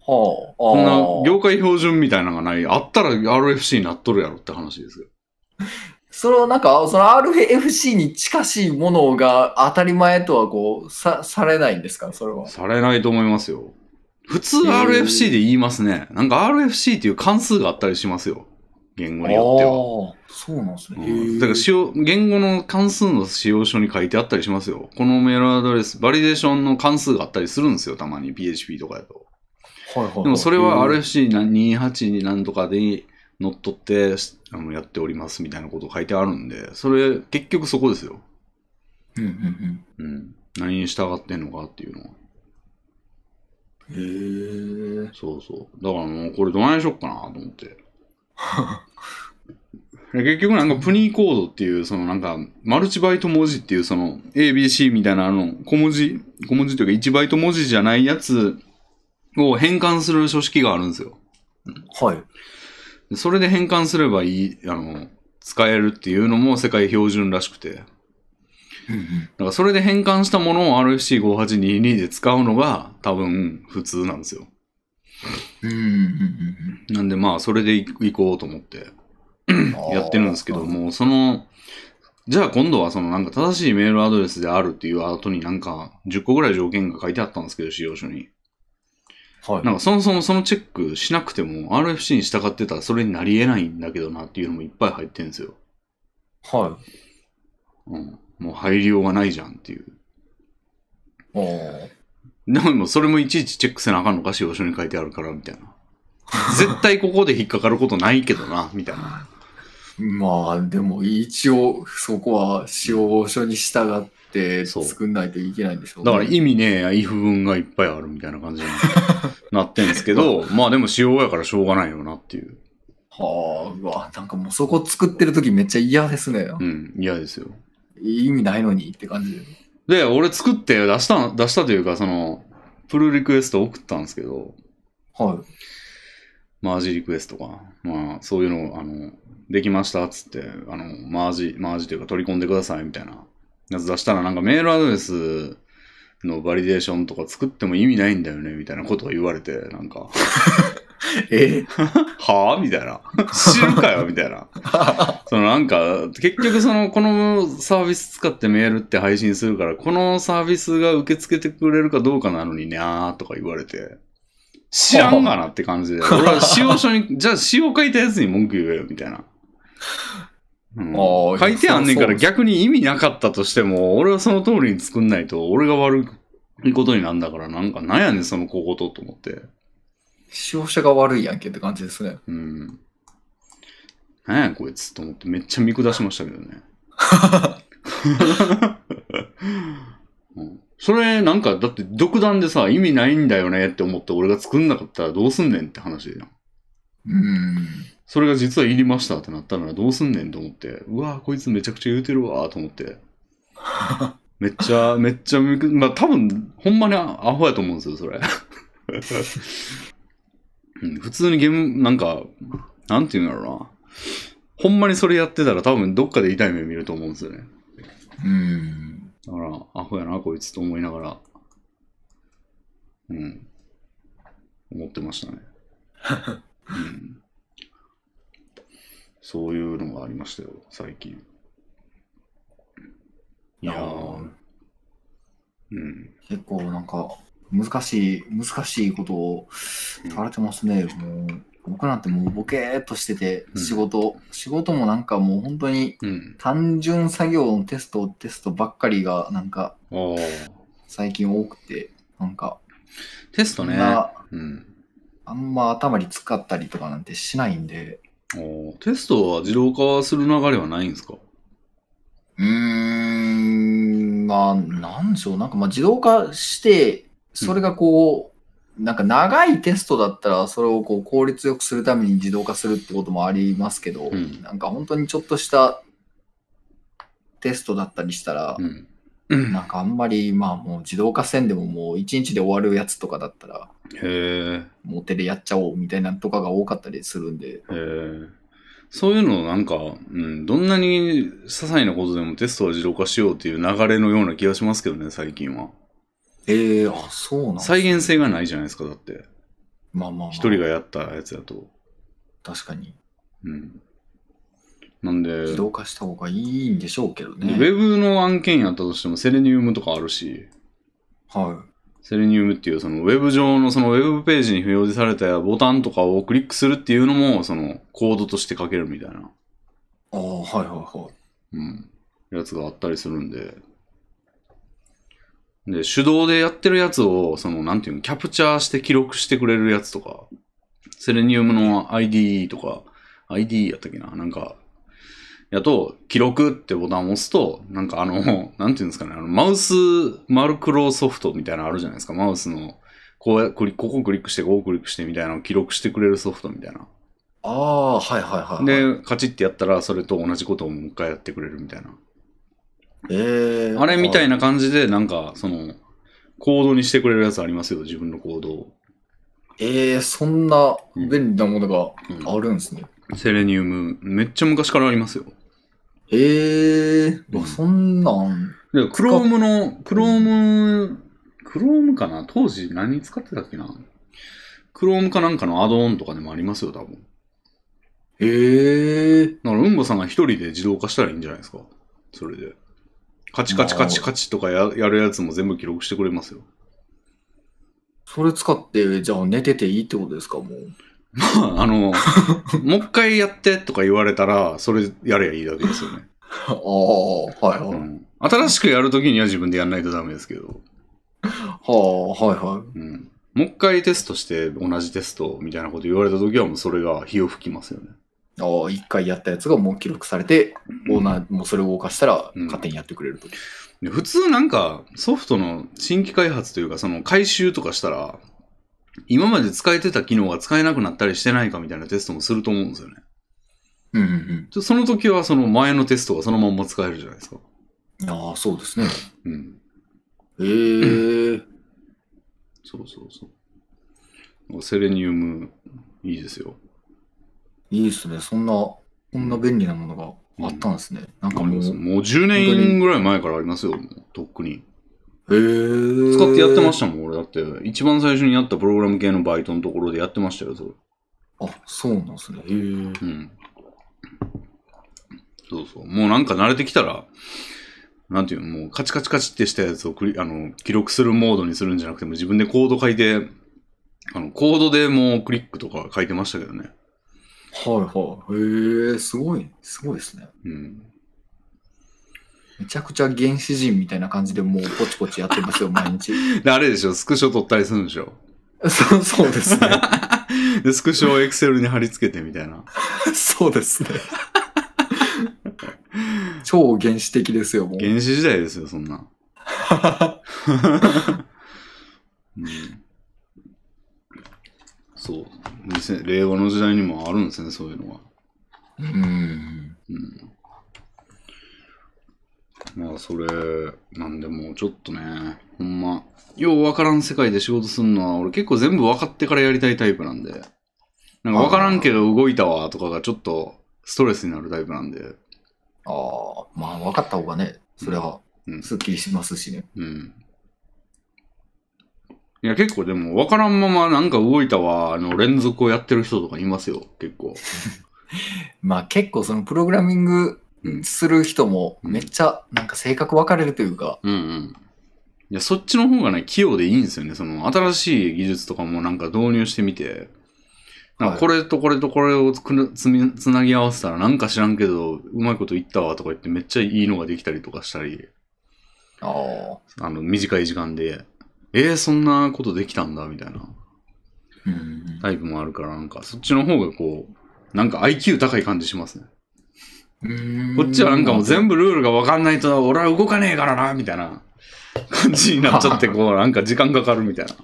Speaker 1: こんな
Speaker 2: ああ
Speaker 1: 業界標準みたいなのがない。あったら RFC になっとるやろって話ですよ。
Speaker 2: そのなんか、その RFC に近しいものが当たり前とはこう、さ、されないんですかそれは。
Speaker 1: されないと思いますよ。普通
Speaker 2: へー
Speaker 1: RFC で言いますね。なんか RFC っていう関数があったりしますよ。言語によっては。
Speaker 2: ああそうなんですね。
Speaker 1: う
Speaker 2: へえ
Speaker 1: ん、だから使用言語の関数の使用書に書いてあったりしますよ。このメールアドレス、バリデーションの関数があったりするんですよ、たまに PHP とかだと。
Speaker 2: はいはいはい
Speaker 1: でもそれは
Speaker 2: へ
Speaker 1: RFC28 に何とかで乗っ取ってしあのやっておりますみたいなこと書いてあるんで、それ結局そこですよ。
Speaker 2: えうんう
Speaker 1: う
Speaker 2: ん
Speaker 1: ん。何に従ってんのかっていうのは。
Speaker 2: うん。へえ。
Speaker 1: そうそう。だからもうこれどないしよっかなと思って。 で結局なんかプニーコードっていう、そのなんかマルチバイト文字っていうその ABC みたいなあの小文字、小文字というか1バイト文字じゃないやつを変換する書式があるんですよ。
Speaker 2: はい。
Speaker 1: でそれで変換すればいい、あの、使えるっていうのも世界標準らしくて。だ
Speaker 2: うんうん
Speaker 1: からそれで変換したものを RFC5822 で使うのが多分普通なんですよ。
Speaker 2: うんうんうん
Speaker 1: なんでまあそれでい行こうと思って
Speaker 2: うん
Speaker 1: やってるんですけど、
Speaker 2: あー
Speaker 1: もうその、じゃあ今度はそのなんか正しいメールアドレスであるっていう後になんか10個ぐらい条件が書いてあったんですけど、使用書に。
Speaker 2: はい。
Speaker 1: なんかそもそもそのチェックしなくても RFC に従ってたらそれになり得ないんだけどなっていうのもいっぱい入ってるんですよ。
Speaker 2: は
Speaker 1: うん。もう入りようがないじゃんっていう。
Speaker 2: い。あ
Speaker 1: でもそれもいちいちチェックせなあかんのか、使用書に書いてあるから、みたいな。絶対ここで引っかかることないけどな、みたいな。
Speaker 2: あ。まあ、でも一応、そこは使用書に従って
Speaker 1: そう
Speaker 2: 作んないといけないんでしょうね
Speaker 1: だから意味ねえや、if 文がいっぱいあるみたいな感じになってんですけど、まあでも使用やからしょうがないよなっていう。
Speaker 2: はあ、うわ、なんかもうそこ作ってる時めっちゃ嫌ですね。
Speaker 1: うん、嫌ですよ。
Speaker 2: 意味ないのにって感じで。
Speaker 1: で、俺作って出した、出したというか、その、プルリクエスト送ったんですけど、
Speaker 2: はい。
Speaker 1: マージリクエストか。まあ、そういうのを、あの、できましたっつって、あの、マージ、マージというか取り込んでくださいみたいなやつ出したら、なんかメールアドレスのバリデーションとか作っても意味ないんだよね、みたいなことを言われて、なんか、
Speaker 2: え
Speaker 1: はぁみたいな。知るかよみたいな。そのなんか、結局その、このサービス使ってメールって配信するから、このサービスが受け付けてくれるかどうかなのににゃーとか言われて、知らんがなって感 じで、俺は使用書に、じゃあ使用書いたやつに文句言えよ、みたいな。うん
Speaker 2: あー
Speaker 1: 書いてあんねんか
Speaker 2: そ
Speaker 1: ら
Speaker 2: うそう
Speaker 1: 逆に意味なかったとしても、俺はその通りに作んないと、俺が悪いことになんだから、なんか、なんやねん、その小言と思って。
Speaker 2: 使用者が悪いやんけって感じですね。
Speaker 1: うん。なんやこいつと思ってめっちゃ見下しましたけどね。うん、それなんかだって独断でさ意味ないんだよねって思って俺が作んなかったらどうすんねんって話じゃん。
Speaker 2: うん。
Speaker 1: それが実はいりましたってなったらどうすんねんと思って、うわこいつめちゃくちゃ言うてるわと思って。めっちゃ、めっちゃ見く、まあ多分、ほんまにアホやと思うんですよ、それ。うん普通にゲーム、なんか、なんていうんだろうな。ほんまにそれやってたら多分どっかで痛い目見ると思うんですよね。
Speaker 2: うん。
Speaker 1: だから、アホやな、こいつと思いながら、うん、思ってました ね。うん、そういうのがありましたよ、最近。いやー、うん。
Speaker 2: 結構なんか難しい難しいことを言われてますね、もう僕なんてもうボケーっとしてて
Speaker 1: うん
Speaker 2: 仕事、仕事もなんかもう本当に
Speaker 1: うん。
Speaker 2: 単純作業のテストテストばっかりがなんか
Speaker 1: ああ、
Speaker 2: 最近多くてなんか
Speaker 1: テスト
Speaker 2: そん
Speaker 1: ね。
Speaker 2: な
Speaker 1: うん。
Speaker 2: あんま頭に使ったりとかなんてしないんで
Speaker 1: おーテストは自動化する流れはないんですか
Speaker 2: うーんまあなんでしょうなんかまあ自動化してそれがこう、なんか長いテストだったらそれをこう効率よくするために自動化するってこともありますけど、
Speaker 1: うん
Speaker 2: なんか本当にちょっとしたテストだったりしたら、
Speaker 1: うん。うん、へ
Speaker 2: なんかあんまりまあもう自動化せんでももう一日で終わるやつとかだったら
Speaker 1: え。
Speaker 2: もう手でやっちゃおうみたいなのとかが多かったりするんで
Speaker 1: へえそういうのなんか、うん、どんなに些細なことでもテストは自動化しようっていう流れのような気がしますけどね、最近は。
Speaker 2: ええあそうなん
Speaker 1: 再現性がないじゃないですか、だって。
Speaker 2: まあまあ、まあ、
Speaker 1: 一人がやったやつだと。
Speaker 2: 確かに
Speaker 1: うん。なんで、ウ
Speaker 2: 自動化した方がいいんでしょうけどね
Speaker 1: ェブの案件やったとしても、セレニウムとかあるし、
Speaker 2: はい
Speaker 1: セレニウムっていう、そのウェブ上の、そのウェブページに表示されたボタンとかをクリックするっていうのも、そのコードとして書けるみたいな、
Speaker 2: ああ、はいはいはい。
Speaker 1: うん、やつがあったりするんで、で、手動でやってるやつを、その、なんていうの、キャプチャーして記録してくれるやつとか、セレニウムの IDE とか、IDE やったっけな、なんか、やと、記録ってボタンを押すと、なんかあの、なんていうんですかね、あのマウス丸クロソフトみたいなのあるじゃないですか、マウスの、こうやクリここクリックして、ここクリックしてみたいなのを記録してくれるソフトみたいな。
Speaker 2: ああ、はいはいはい。、
Speaker 1: で、カチッてやったら、それと同じことをもう一回やってくれるみたいな。
Speaker 2: ええ
Speaker 1: あれみたい
Speaker 2: な。
Speaker 1: な感じで、なんか、その、コードにしてくれるやつありますよ、自分のコードを。
Speaker 2: ええそんな便利なものが
Speaker 1: うん
Speaker 2: あるんですね。
Speaker 1: セレニウム、めっちゃ昔からありますよ。
Speaker 2: ええ
Speaker 1: うん
Speaker 2: そんなん、
Speaker 1: で、クロームの、クローム、クロームかな当時何使ってたっけなクロームかなんかのアドオンとかでもありますよ、多分。
Speaker 2: ええ
Speaker 1: だから、うんぼさんが一人で自動化したらいいんじゃないですか。それで。カチカチカチカチとかややるやつも全部記録してくれますよ。
Speaker 2: それ使って、じゃあ寝てていいってことですか、もう。
Speaker 1: まあ、あの、もう一回やってとか言われたら、それやればいいだけですよね。
Speaker 2: ああ、はいはい。
Speaker 1: うん新しくやるときには自分でやんないとダメですけど、
Speaker 2: はあ、はいはい。
Speaker 1: うん、もう一回テストして同じテストみたいなこと言われたときはもうそれが火を吹きますよね。
Speaker 2: ああ、一回やったやつがもう記録されて、オーナーもうそれを動かしたら、
Speaker 1: うん
Speaker 2: 勝手にやってくれると。
Speaker 1: で普通なんかソフトの新規開発というかその回収とかしたら、今まで使えてた機能が使えなくなったりしてないかみたいなテストもすると思うんですよね。
Speaker 2: うん、うん、
Speaker 1: ちょその時はその前のテストがそのまんま使えるじゃないですか。
Speaker 2: うん。ああ、そうですね。
Speaker 1: うん。
Speaker 2: ええ
Speaker 1: そうそうそう。セレニウムいいですよ。
Speaker 2: いいですね。そんな、こんな便利なものがあったんですね。なん
Speaker 1: あ
Speaker 2: か
Speaker 1: り
Speaker 2: も
Speaker 1: ま
Speaker 2: う、
Speaker 1: すもう10年ぐらい前からありますよ、もうとっくに。
Speaker 2: へー
Speaker 1: 使ってやってましたもん、俺だって。一番最初にやったプログラム系のバイトのところでやってましたよ、それ。
Speaker 2: あ、そうなんですね。へー
Speaker 1: うん。そうそう。もうなんか慣れてきたら、なんていうの、もうカチカチカチってしたやつをクリあの記録するモードにするんじゃなくても、自分でコード書いて、あの、コードでもうクリックとか書いてましたけどね。
Speaker 2: はいはい。へーすごい、すごいですね。
Speaker 1: うん。
Speaker 2: めちゃくちゃ原始人みたいな感じでもうポチポチやってますよ、毎 日。
Speaker 1: で、あれでしょ、スクショ撮ったりするんでしょ。
Speaker 2: そうそうですね。
Speaker 1: で、スクショをエクセルに貼り付けてみたいな。
Speaker 2: そうですね。超原始的ですよ、もう。
Speaker 1: 原始時代ですよ、そんな。 うん、そう。2000令和の時代にもあるんですね、そういうのは。
Speaker 2: うん。
Speaker 1: うん、まあ、それ、なんでもうちょっとね、ほんま、ようわからん世界で仕事すんのは、俺結構全部分かってからやりたいタイプなんで。なんか分からんけど動いたわとかがちょっとストレスになるタイプなんで。
Speaker 2: ああ、まあ分かった方がね、それは
Speaker 1: うん
Speaker 2: すっきりしますしね。
Speaker 1: うん。いや結構でも分からんままなんか動いたわの連続をやってる人とかいますよ、結構。
Speaker 2: まあ結構そのプログラミング
Speaker 1: うん
Speaker 2: する人も
Speaker 1: うん
Speaker 2: めっちゃなんか性格分かれるというか、
Speaker 1: うんうん。いや、そっちの方がね、器用でいいんですよね。その、新しい技術とかもなんか導入してみて、なん
Speaker 2: は
Speaker 1: か
Speaker 2: い
Speaker 1: これとこれとこれをつくるつみつなぎ合わせたらなんか知らんけど、うまいこといったわとか言ってめっちゃいいのができたりとかしたり、
Speaker 2: ああ、
Speaker 1: あの、短い時間で、えー、そんなことできたんだ、みたいな
Speaker 2: うん。
Speaker 1: タイプもあるから、なんかそっちの方がこう、なんか IQ 高い感じしますね。
Speaker 2: うん
Speaker 1: こっちはなんかもう全部ルールがわかんないと、俺は動かねえからな、みたいな感じになっちゃって、こう、なんか時間かかるみたいな。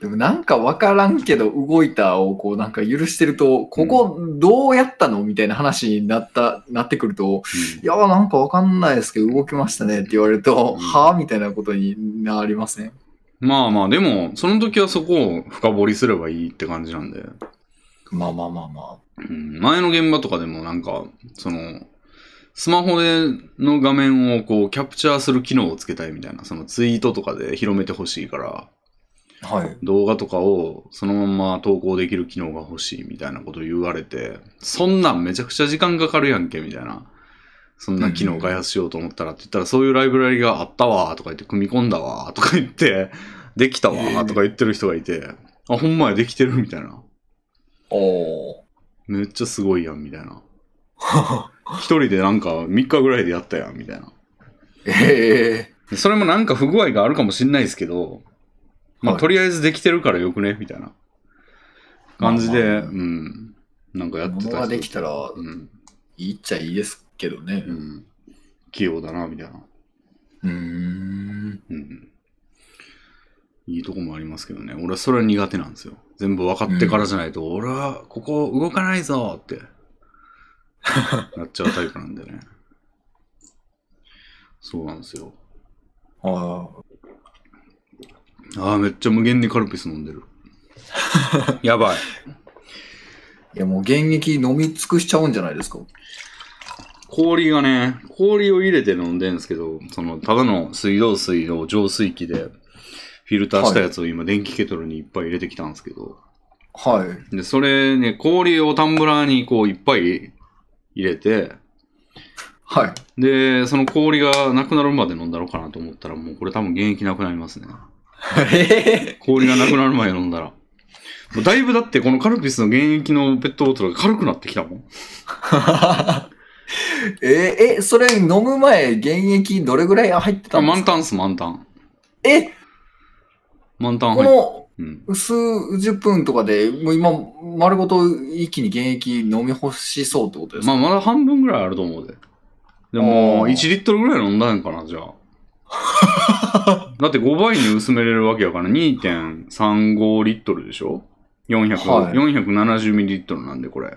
Speaker 2: でもなんか分からんけど動いたをこうなんか許してると、ここどうやったのみたいな話になった、なってくると、いやーなんか分かんないですけど動きましたねって言われると、
Speaker 1: うん
Speaker 2: はぁみたいなことになりますね。
Speaker 1: まあまあ、でも、その時はそこを深掘りすればいいって感じなんで。
Speaker 2: まあまあまあま
Speaker 1: うん前の現場とかでもなんか、その、スマホでの画面をこうキャプチャーする機能をつけたいみたいな、そのツイートとかで広めてほしいから、
Speaker 2: あ。はい。
Speaker 1: 動画とかをそのまま投稿できる機能が欲しいみたいなこと言われて、そんなんめちゃくちゃ時間かかるやんけみたいな。そんな機能開発しようと思ったらって言ったら、そういうライブラリがあったわーとか言って、組み込んだわーとか言って、できたわーとか言ってる人がいて、あ、ほんまやできてるみたいな。
Speaker 2: おー。
Speaker 1: めっちゃすごいやんみたいな。 一人でなんか3日ぐらいでやったやんみたいな。
Speaker 2: ええ
Speaker 1: でそれもなんか不具合があるかもしんないですけど、まあ、
Speaker 2: はい
Speaker 1: とりあえずできてるからよくねみたいな感じで、
Speaker 2: まあまあ
Speaker 1: うん。なんかやって
Speaker 2: 物
Speaker 1: た
Speaker 2: がで
Speaker 1: りす
Speaker 2: き
Speaker 1: る
Speaker 2: たら
Speaker 1: うん。
Speaker 2: いいっちゃいいですけどね
Speaker 1: う。ん。器用だな、みたいな。
Speaker 2: うーん。
Speaker 1: うん。いいとこもありますけどね。俺はそれは苦手なんですよ。全部分かってからじゃないと、俺はここ動かないぞって なっちゃうタイプなんでね。そうなんですよ。
Speaker 2: あ
Speaker 1: ああ、めっちゃ無限にカルピス飲んで る。やばい。
Speaker 2: ーいやもう現役飲み尽くしちゃうんじゃないですか。
Speaker 1: 氷がね、氷を入れて飲んでるんですけど、その、ただの水道水を浄水器で、フィルターしたやつを今、電気ケトルにいっぱい入れてきたんですけど、
Speaker 2: はい。
Speaker 1: で、それね、氷をタンブラーにこう、いっぱい入れて、
Speaker 2: はい。
Speaker 1: で、その氷がなくなるまで飲んだろうかなと思ったら、もうこれ多分現役なくなりますね。
Speaker 2: え
Speaker 1: 氷がなくなる前飲んだら。もうだいぶだって、このカルピスの現役のペットボトルが軽くなってきたもん。
Speaker 2: ええ、それ飲む前、現役どれぐらい入ってた
Speaker 1: あ
Speaker 2: んです
Speaker 1: 満
Speaker 2: か
Speaker 1: タンっす、満タン。
Speaker 2: え、
Speaker 1: 満タン
Speaker 2: こ
Speaker 1: 入っ
Speaker 2: の
Speaker 1: うん。
Speaker 2: 数十分とかで、もう今、丸ごと一気に現役飲み干しそうってことです
Speaker 1: ま
Speaker 2: か、
Speaker 1: あ、まだ半分ぐらいあると思うで。でも、
Speaker 2: あー
Speaker 1: 1リットルぐらい飲んだんかな、じゃあ。 だって5倍に薄めれるわけやから、2.35リットルでしょ ?400、
Speaker 2: はい
Speaker 1: 470ミリリットルなんで、これ。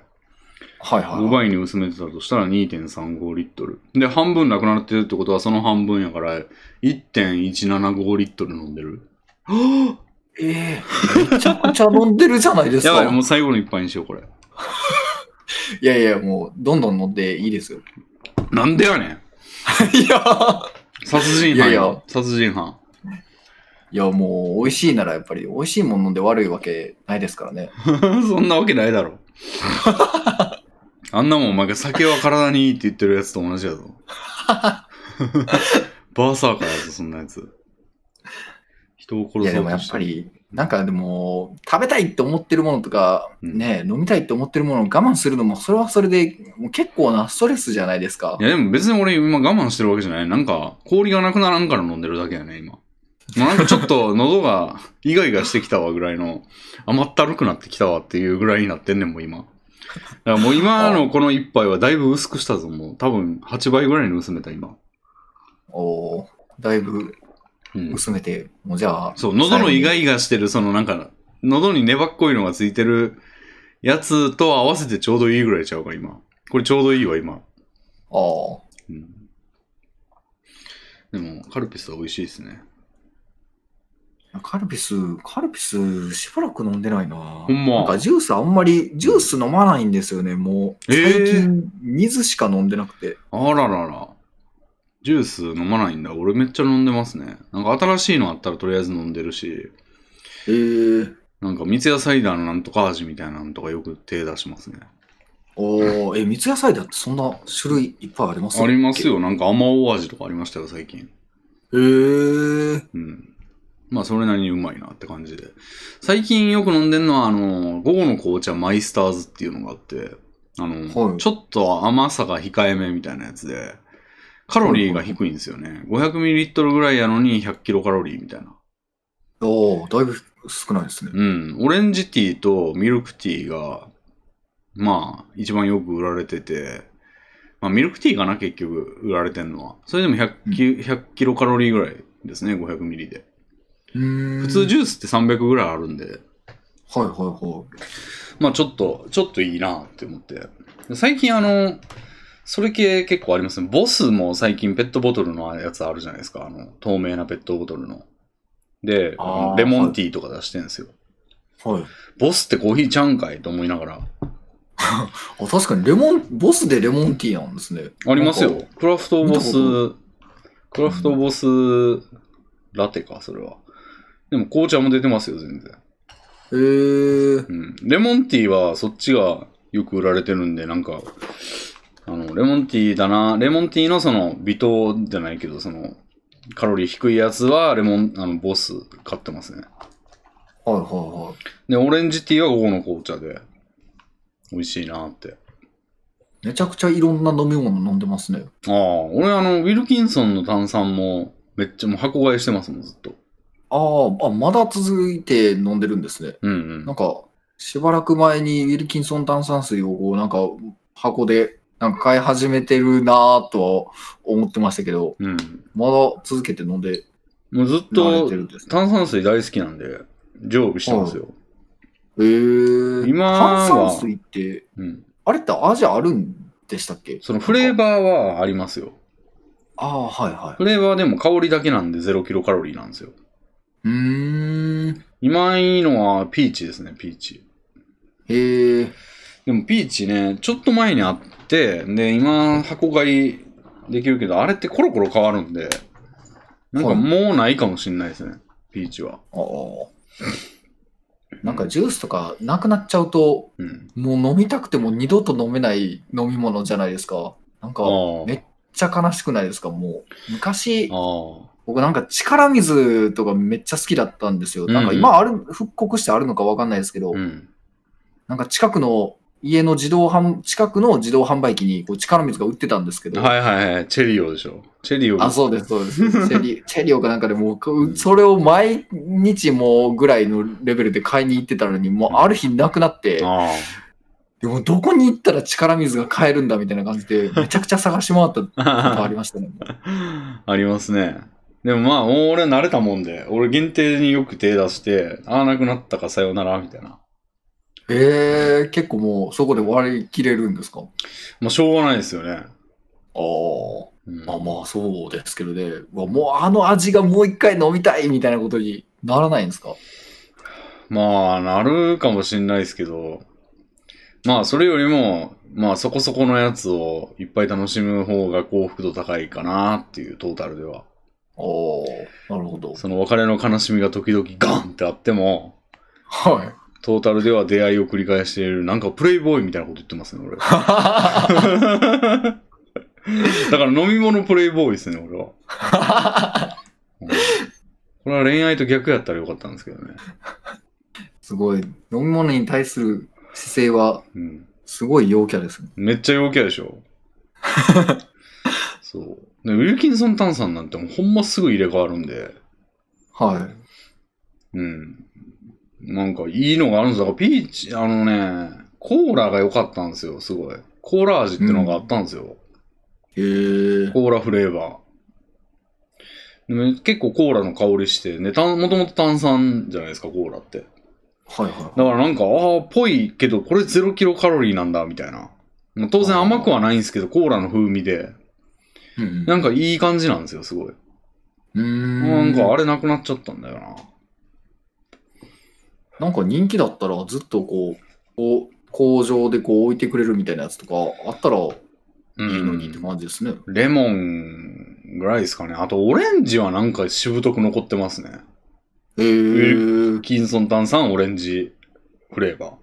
Speaker 2: はいはい
Speaker 1: 5
Speaker 2: はい。
Speaker 1: 倍に薄めてたとしたら2.35リットル。で、半分なくなってるってことは、その半分やから、1.175リットル飲んでる。
Speaker 2: ええめちゃくちゃ飲んでるじゃないです
Speaker 1: や
Speaker 2: か。
Speaker 1: ばい、もう最後の一杯にしよう、これ。
Speaker 2: いやいや、もう、どんどん飲んでい いですよ。
Speaker 1: なんでやねん
Speaker 2: いや、
Speaker 1: 殺人犯
Speaker 2: いやいや
Speaker 1: 殺人犯。
Speaker 2: いやもう、美味しいならやっぱり、美味しいもの飲んで悪いわけないですからね。
Speaker 1: そんなわけないだろ。あんなもんお前が酒は体にいいって言ってるやつと同じや ぞ。バーサーカーやぞ、そんなやつ。人を殺そう
Speaker 2: い
Speaker 1: として
Speaker 2: や、でもやっぱ。り、なんかでも、食べたいって思ってるものとか、
Speaker 1: うん
Speaker 2: ね、飲みたいって思ってるものを我慢するのも、それはそれで、もう結構なストレスじゃないですか
Speaker 1: い。やでも別に俺今我慢してるわけじゃない。なんか氷がなくならんから飲んでるだけやね、今。もうなんかちょっと喉がイガイガしてきたわぐらいの甘ったるくなってきたわっていうぐらいになってんねん、もう今。だからもう今のこの一杯はだいぶ薄くしたぞ、もう。多分8倍ぐらいに薄めた、今。
Speaker 2: おーだいぶ
Speaker 1: うん、
Speaker 2: 薄めて、もうじゃあ、
Speaker 1: そう、喉のイガイガしてる、そのなんか、喉に粘っこいのがついてるやつと合わせてちょうどいいぐらいちゃうか、今。これちょうどいいわ、今。
Speaker 2: あー
Speaker 1: うん、でも、カルピスは美味しいですね。
Speaker 2: カルピス、カルピス、しばらく飲んでないな。ほ
Speaker 1: んま
Speaker 2: なんかジュースあんまり、ジュース飲まないんですよね、もう。
Speaker 1: えー
Speaker 2: 最近、水しか飲んでなくて。
Speaker 1: あららら。ジュース飲まないんだ。俺めっちゃ飲んでますね。なんか新しいのあったらとりあえず飲んでるし、
Speaker 2: えー、
Speaker 1: なんか三ツ矢サイダーのなんとか味みたいなのとかよく手出しますね。
Speaker 2: おーえ、三ツ矢サイダーってそんな種類いっぱいあります
Speaker 1: あります。よ。なんか甘お味とかありましたよ、最近。
Speaker 2: えー、
Speaker 1: うん。まあ、それなりにうまいなって感じで。最近よく飲んでんのは、あの、午後の紅茶マイスターズっていうのがあって、あの、
Speaker 2: はい
Speaker 1: ちょっと甘さが控えめみたいなやつで、カロリーが低いんですよね。500ml ぐらいやのに 100kcal みたいな。
Speaker 2: おーだいぶ少ないですね。
Speaker 1: うん。オレンジティーとミルクティーが、まあ、一番よく売られてて、まあ、ミルクティーかな、結局、売られてんのは。それでも100キ100キロカロリーぐらいですね、500ミリで。
Speaker 2: 普
Speaker 1: 普通ジュースって300ぐらいあるんで、
Speaker 2: はいはいは
Speaker 1: まあちょっと、ちょっといいなって思って。で最近あの、それ系結構ありますね。ボスも最近ペットボトルのやつあるじゃないですか。あの、透明なペットボトルの。で、あ
Speaker 2: あ
Speaker 1: の
Speaker 2: ー
Speaker 1: レモンティーとか出してるんですよ。
Speaker 2: い。はい。
Speaker 1: ボスってコーヒーちゃうんかいと思いながら。
Speaker 2: あ、確かにレモン、ボスでレモンティーなんですね。
Speaker 1: あります
Speaker 2: なん
Speaker 1: よ。クラフトボス
Speaker 2: 見たこ、
Speaker 1: クラフトボスラテか、それは。でも紅茶も出てますよ、全然。
Speaker 2: えー、
Speaker 1: うん。レモンティーはそっちがよく売られてるんで、なんか、あの、レモンティーだな、レモンティーのその微糖じゃないけど、その、カロリー低いやつは、レモン、あの、ボス買ってますね。
Speaker 2: はいはいはい。
Speaker 1: で、オレンジティーは午後の紅茶で、美味しいなって。
Speaker 2: めちゃくちゃいろんな飲み物飲んでますね。
Speaker 1: ああ、俺あの、ウィルキンソンの炭酸も、めっちゃもう箱買いしてますもん、ずっと。
Speaker 2: あーあ、まだ続いて飲んでるんですね。
Speaker 1: うんうん
Speaker 2: なん。か、しばらく前にウィルキンソン炭酸水をこう、なんか、箱で、なんか買い始めてるなぁとは思ってましたけど、
Speaker 1: うん。
Speaker 2: まだ続けて飲んで
Speaker 1: もうずっ
Speaker 2: 慣れ
Speaker 1: と
Speaker 2: てるんですね。
Speaker 1: 炭酸水大好きなんで、常備してますよ。
Speaker 2: へー
Speaker 1: 今は
Speaker 2: 炭酸水って、
Speaker 1: うん。
Speaker 2: あれって味あるんでしたっけ
Speaker 1: そのフレーバーはありますよ。
Speaker 2: ああ、はいは
Speaker 1: フレーバーでも香りだけなんで0キロカロリーなんですよ。
Speaker 2: い。うーん。
Speaker 1: 今いいのはピーチですね、ピーチ。
Speaker 2: へえ。
Speaker 1: でもピーチね、ちょっと前にあって、で、今箱買いできるけど、あれってコロコロ変わるんで、なんか
Speaker 2: はい
Speaker 1: もうないかもしんないですね、ピーチは。
Speaker 2: ああ。なんかジュースとかなくなっちゃうと、
Speaker 1: うん。
Speaker 2: もう飲みたくても二度と飲めない飲み物じゃないですか。なんか、
Speaker 1: あ
Speaker 2: め
Speaker 1: ー
Speaker 2: っねちゃ悲しくないですか、もう。昔
Speaker 1: あ、ー。
Speaker 2: 僕なんか力水とかめっちゃ好きだったんですよ。
Speaker 1: うんうん
Speaker 2: なんか今ある、復刻してあるのかわかんないですけど、
Speaker 1: うん。
Speaker 2: なんか近くの家の自動販、近くの自動販売機にこう力水が売ってたんですけど、
Speaker 1: はいはいはい、チェリオでしょ。チェリオ。
Speaker 2: あ、そうです、そうです。チェ リ、チェリオかなんかでもうこう、それを毎日もうぐらいのレベルで買いに行ってたのに、もうある日なくなって、
Speaker 1: ああ。
Speaker 2: でもどこに行ったら力水が買えるんだみたいな感じ で、めちゃくちゃ探し回ったことありま したね。
Speaker 1: ありますね。でもまあ、もう俺慣れたもんで、俺限定によく手出して、ああ、なくなったかさよなら、みたいな。
Speaker 2: ええ結構もうそこで割り切れるんですか
Speaker 1: まあ、しょうがないですよね。
Speaker 2: ああ。
Speaker 1: うん
Speaker 2: まあまあそうですけどね。うわもうあの味がもう一回飲みたいみたいなことにならないんですか
Speaker 1: まあ、なるかもしんないですけど、まあ、それよりも、まあ、そこそこのやつをいっぱい楽しむ方が幸福度高いかなっていう、トータルでは。
Speaker 2: ああ、なるほど。
Speaker 1: その別れの悲しみが時々ガンってあっても、
Speaker 2: はい。
Speaker 1: トータルでは出会いを繰り返している、なんかプレイボーイみたいなこと言ってますね、俺。だから飲み物プレイボーイですね、俺は。うんこれは恋愛と逆やったらよかったんですけどね。
Speaker 2: すごい。飲み物に対する姿勢は
Speaker 1: うん。
Speaker 2: すごい陽キャですね。
Speaker 1: めっちゃ陽キャでしょ。そう。でウィルキンソン炭酸なんてもうほんますぐ入れ替わるんで、
Speaker 2: はい。
Speaker 1: うん。なんかいいのがあるんですよ。だからピーチ、あのね、コーラが良かったんですよ、すごい。コーラ味ってのがあったんですよ。
Speaker 2: へえ。
Speaker 1: コーラフレーバー。で結構コーラの香りして、ね、たもともと炭酸じゃないですか、コーラって。
Speaker 2: はいはい。
Speaker 1: だからなんか、ああ、ぽいけど、これ0キロカロリーなんだ、みたいな。まあ当然甘くはないんですけど、コーラの風味で、
Speaker 2: うん
Speaker 1: なんかいい感じなんですよ、すごい。
Speaker 2: うーん
Speaker 1: なんかあれなくなっちゃったんだよな。
Speaker 2: なんか人気だったらずっとこう、こう工場でこう置いてくれるみたいなやつとかあったらいいのにって感じですね。
Speaker 1: レモンぐらいですかね。あと、オレンジはなんかしぶとく残ってますね。
Speaker 2: へえ。
Speaker 1: キンソン炭酸オレンジフレーバ
Speaker 2: はい。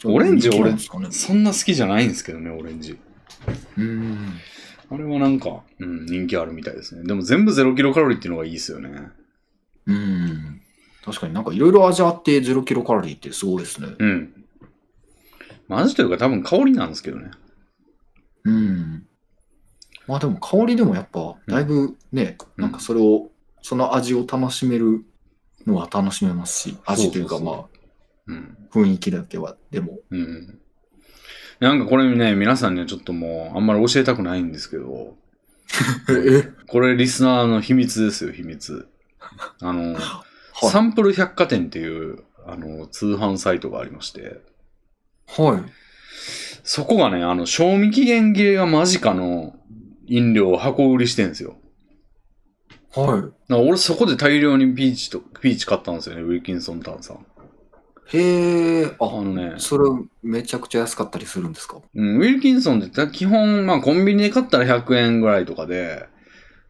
Speaker 2: じゃあ
Speaker 1: オレンジ
Speaker 2: 人気なんですかね
Speaker 1: ー。。そんな好きじゃないんですけどね、オレンジ。
Speaker 2: うん。
Speaker 1: あれはなんか、うん、人気あるみたいですね。でも全部0キロカロリーっていうのがいいですよね。
Speaker 2: うん。確かになんかいろいろ味あって0キロカロリーってすごいですね。
Speaker 1: うん。まあ味というか多分香りなんですけどね。
Speaker 2: うん。まあでも香りでもやっぱだいぶね、
Speaker 1: うん
Speaker 2: なんかそれを、その味を楽しめるのは楽しめますし、味というか
Speaker 1: そうそうそう
Speaker 2: ま
Speaker 1: うん。
Speaker 2: あ雰囲気だけは、でも。
Speaker 1: うん。なんかこれね、皆さんにはちょっともう、あんまり教えたくないんですけど、
Speaker 2: え
Speaker 1: これリスナーの秘密ですよ、秘密。あの、サンプル百貨店っていう、あの、通販サイトがありまして、
Speaker 2: はい。
Speaker 1: そこがね、あの、賞味期限切れが間近の飲料を箱売りしてんですよ。
Speaker 2: は
Speaker 1: だから俺そこで大量にピーチと、ピーチ買ったんですよね、ウィルキンソン炭酸。
Speaker 2: い。へえ。
Speaker 1: あ
Speaker 2: あ、
Speaker 1: のね、
Speaker 2: それめちゃくちゃ安かったりするんですか
Speaker 1: うん、ウィルキンソンって基本、まあコンビニで買ったら100円ぐらいとかで、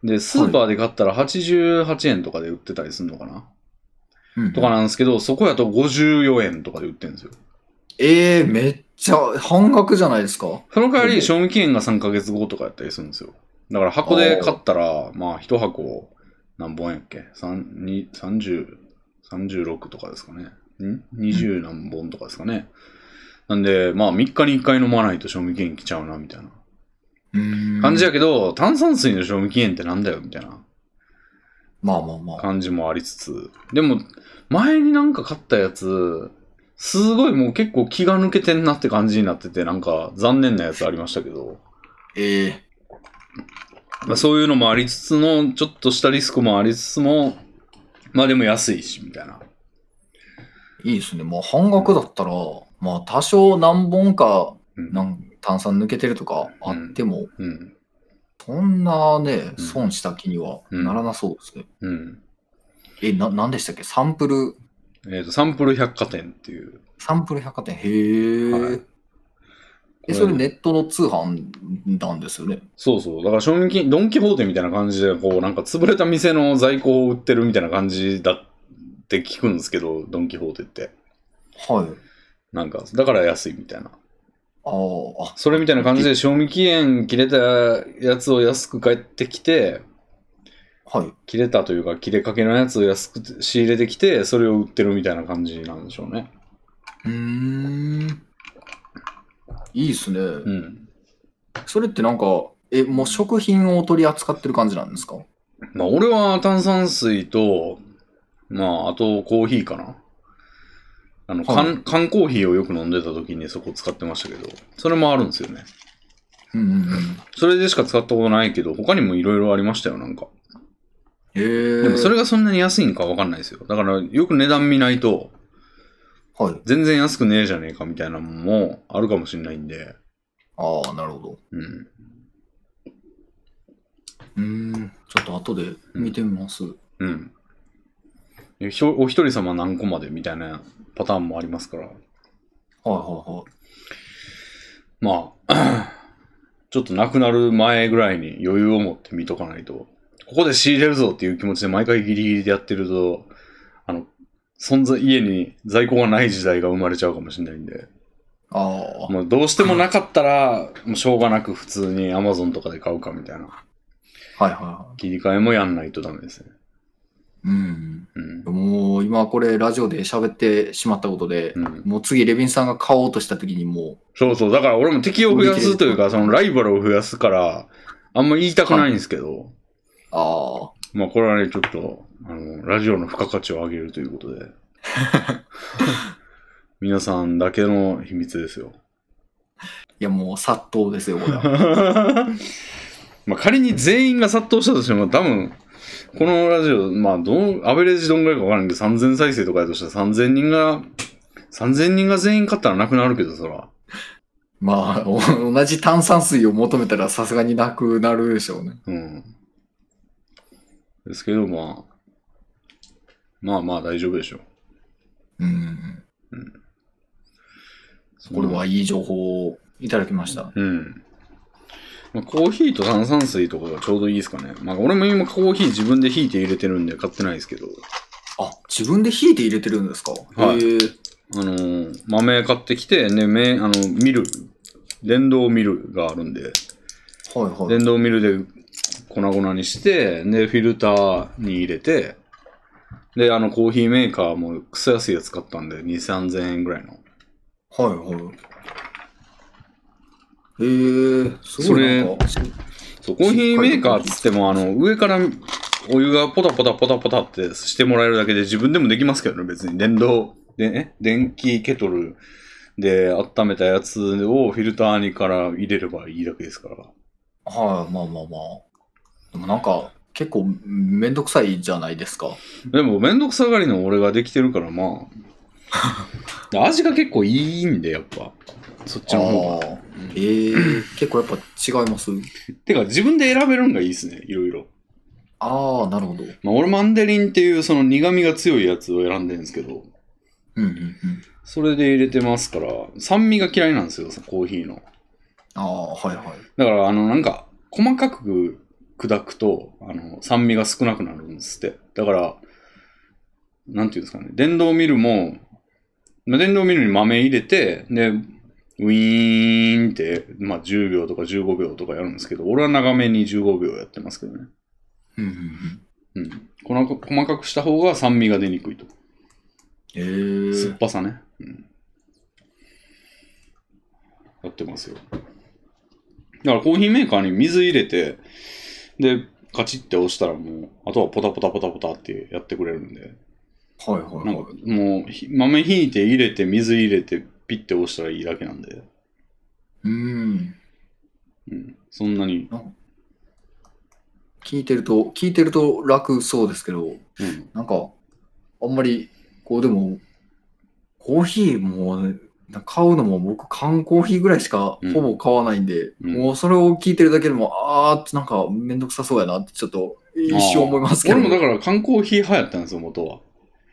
Speaker 1: で、スーパーで買ったら88円とかで売ってたりするのかな、
Speaker 2: うん
Speaker 1: とかなんですけど、そこやと54円とかで売ってるんですよ。
Speaker 2: ええめっちゃ半額じゃないですか
Speaker 1: その代わ
Speaker 2: うん
Speaker 1: り賞味期限が3ヶ月後とかやったりするんですよ。だから箱で買ったら、まあ1箱何本やっけ三二30 ?36 とかですかね。ん ?20 何本とかですかね。なんで、まあ3日に1回飲まないと賞味期限来ちゃうな、みたいな。感じや
Speaker 2: や
Speaker 1: けど、炭酸水の賞味期限ってなんだよみたいな
Speaker 2: まあまあまあ。
Speaker 1: 感じもありつつ。でも、前になんか買ったやつ、すごいもう結構気が抜けてんなって感じになってて、なんか残念なやつありましたけど、
Speaker 2: ええ
Speaker 1: まあ、そういうのもありつつの、ちょっとしたリスクもありつつも、まあでも安いし、みたいな。
Speaker 2: いいですね。まあ半額だったら、まあ多少何本か
Speaker 1: うん
Speaker 2: なん炭酸抜けてるとかあっても、
Speaker 1: うん。
Speaker 2: そんなね、
Speaker 1: うん
Speaker 2: 損した気にはならなそうですね。
Speaker 1: うん。
Speaker 2: え、な、なんでしたっけサンプル、
Speaker 1: えっ、と、サンプル百貨店っていう。
Speaker 2: サンプル百貨店。へえ、
Speaker 1: はい
Speaker 2: え、それネットの通販なんですよね。
Speaker 1: そうそう。だから賞味期限、ドン・キホーテみたいな感じで、こう、なんか潰れた店の在庫を売ってるみたいな感じだって聞くんですけど、ドン・キホーテって。
Speaker 2: はい。
Speaker 1: なんか、だから安いみたいな。
Speaker 2: あーあ、
Speaker 1: それみたいな感じで、賞味期限切れたやつを安く買ってきて、
Speaker 2: はい。
Speaker 1: 切れたというか、切れかけのやつを安く仕入れてきて、それを売ってるみたいな感じなんでしょうね。
Speaker 2: うーん。いいですね、
Speaker 1: うん。
Speaker 2: それってなんか、え、もう食品を取り扱ってる感じなんですか
Speaker 1: まあ、俺は炭酸水と、まあ、あとコーヒーかな。あの、
Speaker 2: はい
Speaker 1: 缶缶コーヒーをよく飲んでた時にそこ使ってましたけど、それもあるんですよね。
Speaker 2: うんうんうん。
Speaker 1: それでしか使ったことないけど、他にもいろいろありましたよ、なんか。
Speaker 2: へえ。
Speaker 1: でもそれがそんなに安いんかわかんないですよ。だからよく値段見ないと、
Speaker 2: はい。
Speaker 1: 全然安くねえじゃねえかみたいなのもあるかもしれないんで、
Speaker 2: ああ、なるほど。
Speaker 1: うん。
Speaker 2: うーん。ちょっと後で見てみます。
Speaker 1: うん。でひょお一人様何個までみたいなパターンもありますから、
Speaker 2: はいはいはい。
Speaker 1: まあ、 ちょっとなくなる前ぐらいに余裕を持って見とかないと、ここで仕入れるぞっていう気持ちで毎回ギリギリでやってると、あの、存在、家に在庫がない時代が生まれちゃうかもしれないんで、
Speaker 2: ああ、
Speaker 1: もうどうしてもなかったら、もうしょうがなく普通に Amazon とかで買うかみたいな
Speaker 2: はいはいは
Speaker 1: 切り替えもやんないとダメですね。
Speaker 2: い。うん。
Speaker 1: うん。
Speaker 2: もう今これラジオで喋ってしまったことで、
Speaker 1: うん、
Speaker 2: もう次レビンさんが買おうとした時にも
Speaker 1: そうそう、だから俺も敵を増やすというか、そのライバルを増やすから、あんま言いたくないんですけど、
Speaker 2: う、あ
Speaker 1: まあこれはね、ちょっと、あの、ラジオの付加価値を上げるということで。皆さんだけの秘密ですよ。
Speaker 2: あ、いやもう殺到ですよ、これは。
Speaker 1: まあ仮に全員が殺到したとしても、多分、このラジオ、まあどう、アベレージどんぐらいかわからんけど、3000再生とかやとしたら3000人が、3000人が全員勝ったらなくなるけど、そら。
Speaker 2: まあ、お同じ炭酸水を求めたらさすがになくなるでしょうね。
Speaker 1: うん。ですけど、まあ、まあまあ大丈夫でしょう。
Speaker 2: うん。
Speaker 1: そ
Speaker 2: これはいい情報をいただきました。
Speaker 1: うん。まあ、コーヒーと炭酸水とかがちょうどいいですかね。まあ、俺も今コーヒー自分でひいて入れてるんで買ってないですけど、
Speaker 2: あ、自分で引いて入れてるんですか
Speaker 1: はい
Speaker 2: へー
Speaker 1: あのー豆買ってきて、ね、め、あの、ミル、電動ミルがあるんで、
Speaker 2: はいはい。
Speaker 1: 電動ミルで粉々にして、で、フィルターに入れて、で、あの、コーヒーメーカーもクソ安いやつ買ったんで、2、3000円ぐらいの。
Speaker 2: はいはい。へーすごいなんか。
Speaker 1: そう、コーヒーメーカーっつっても、あの、上からお湯がポタポタポタポタってしてもらえるだけで自分でもできますけどね、別に。電動、で、ね、電気ケトルで温めたやつをフィルターにから入れればいいだけですから。
Speaker 2: はい、まあまあまあ。でもなんか、結構めんどくさいじゃないですか。
Speaker 1: でも、めんどくさがりの俺ができてるから、まあ。で味が結構いいんで、やっぱ。そっちの方が。
Speaker 2: あーえー、結構やっぱ違います
Speaker 1: てか、自分で選べるんがいいですね、いろいろ。
Speaker 2: ああ、なるほど。うん
Speaker 1: まあ、俺、マンデリンっていう、その苦味が強いやつを選んでるんですけど。
Speaker 2: うんうん。
Speaker 1: それで入れてますから、酸味が嫌いなんですよ、コーヒーの。
Speaker 2: ああ、はいはい。
Speaker 1: だから、あの、なんか、細かく砕くと、あの、酸味が少なくなるんですって。だから、なんていうんですかね、電動ミルも、まあ電動ミルに豆入れて、で、ウィーンって、まあ、10秒とか15秒とかやるんですけど、俺は長めに15秒やってますけどね。
Speaker 2: うんうんうん。
Speaker 1: うん。細か細かくした方が酸味が出にくいと。
Speaker 2: え
Speaker 1: 酸っ
Speaker 2: ー、
Speaker 1: ぱさね。うん。やってますよ。だからコーヒーメーカーに水入れて、で、カチッて押したらもう、あとはポタポタポタポタってやってくれるんで、
Speaker 2: はいはい
Speaker 1: なん
Speaker 2: は
Speaker 1: かもうひ豆引いて入れて水入れてピッて押したらいいだけなんで、
Speaker 2: い。うん。
Speaker 1: うん、そんなに、
Speaker 2: 聞いてると、聞いてると楽そうですけど、
Speaker 1: うん、
Speaker 2: なんか、あんまり、こうでも、コーヒーもね、買うのも僕缶コーヒーぐらいしか
Speaker 1: うん
Speaker 2: ほぼ買わないんで、
Speaker 1: うん
Speaker 2: もうそれを聞いてるだけでも、あーってなんかめんどくさそうやなってちょっと一瞬思いますけど。
Speaker 1: 俺もだから缶コーヒー派やったんですよ、元は。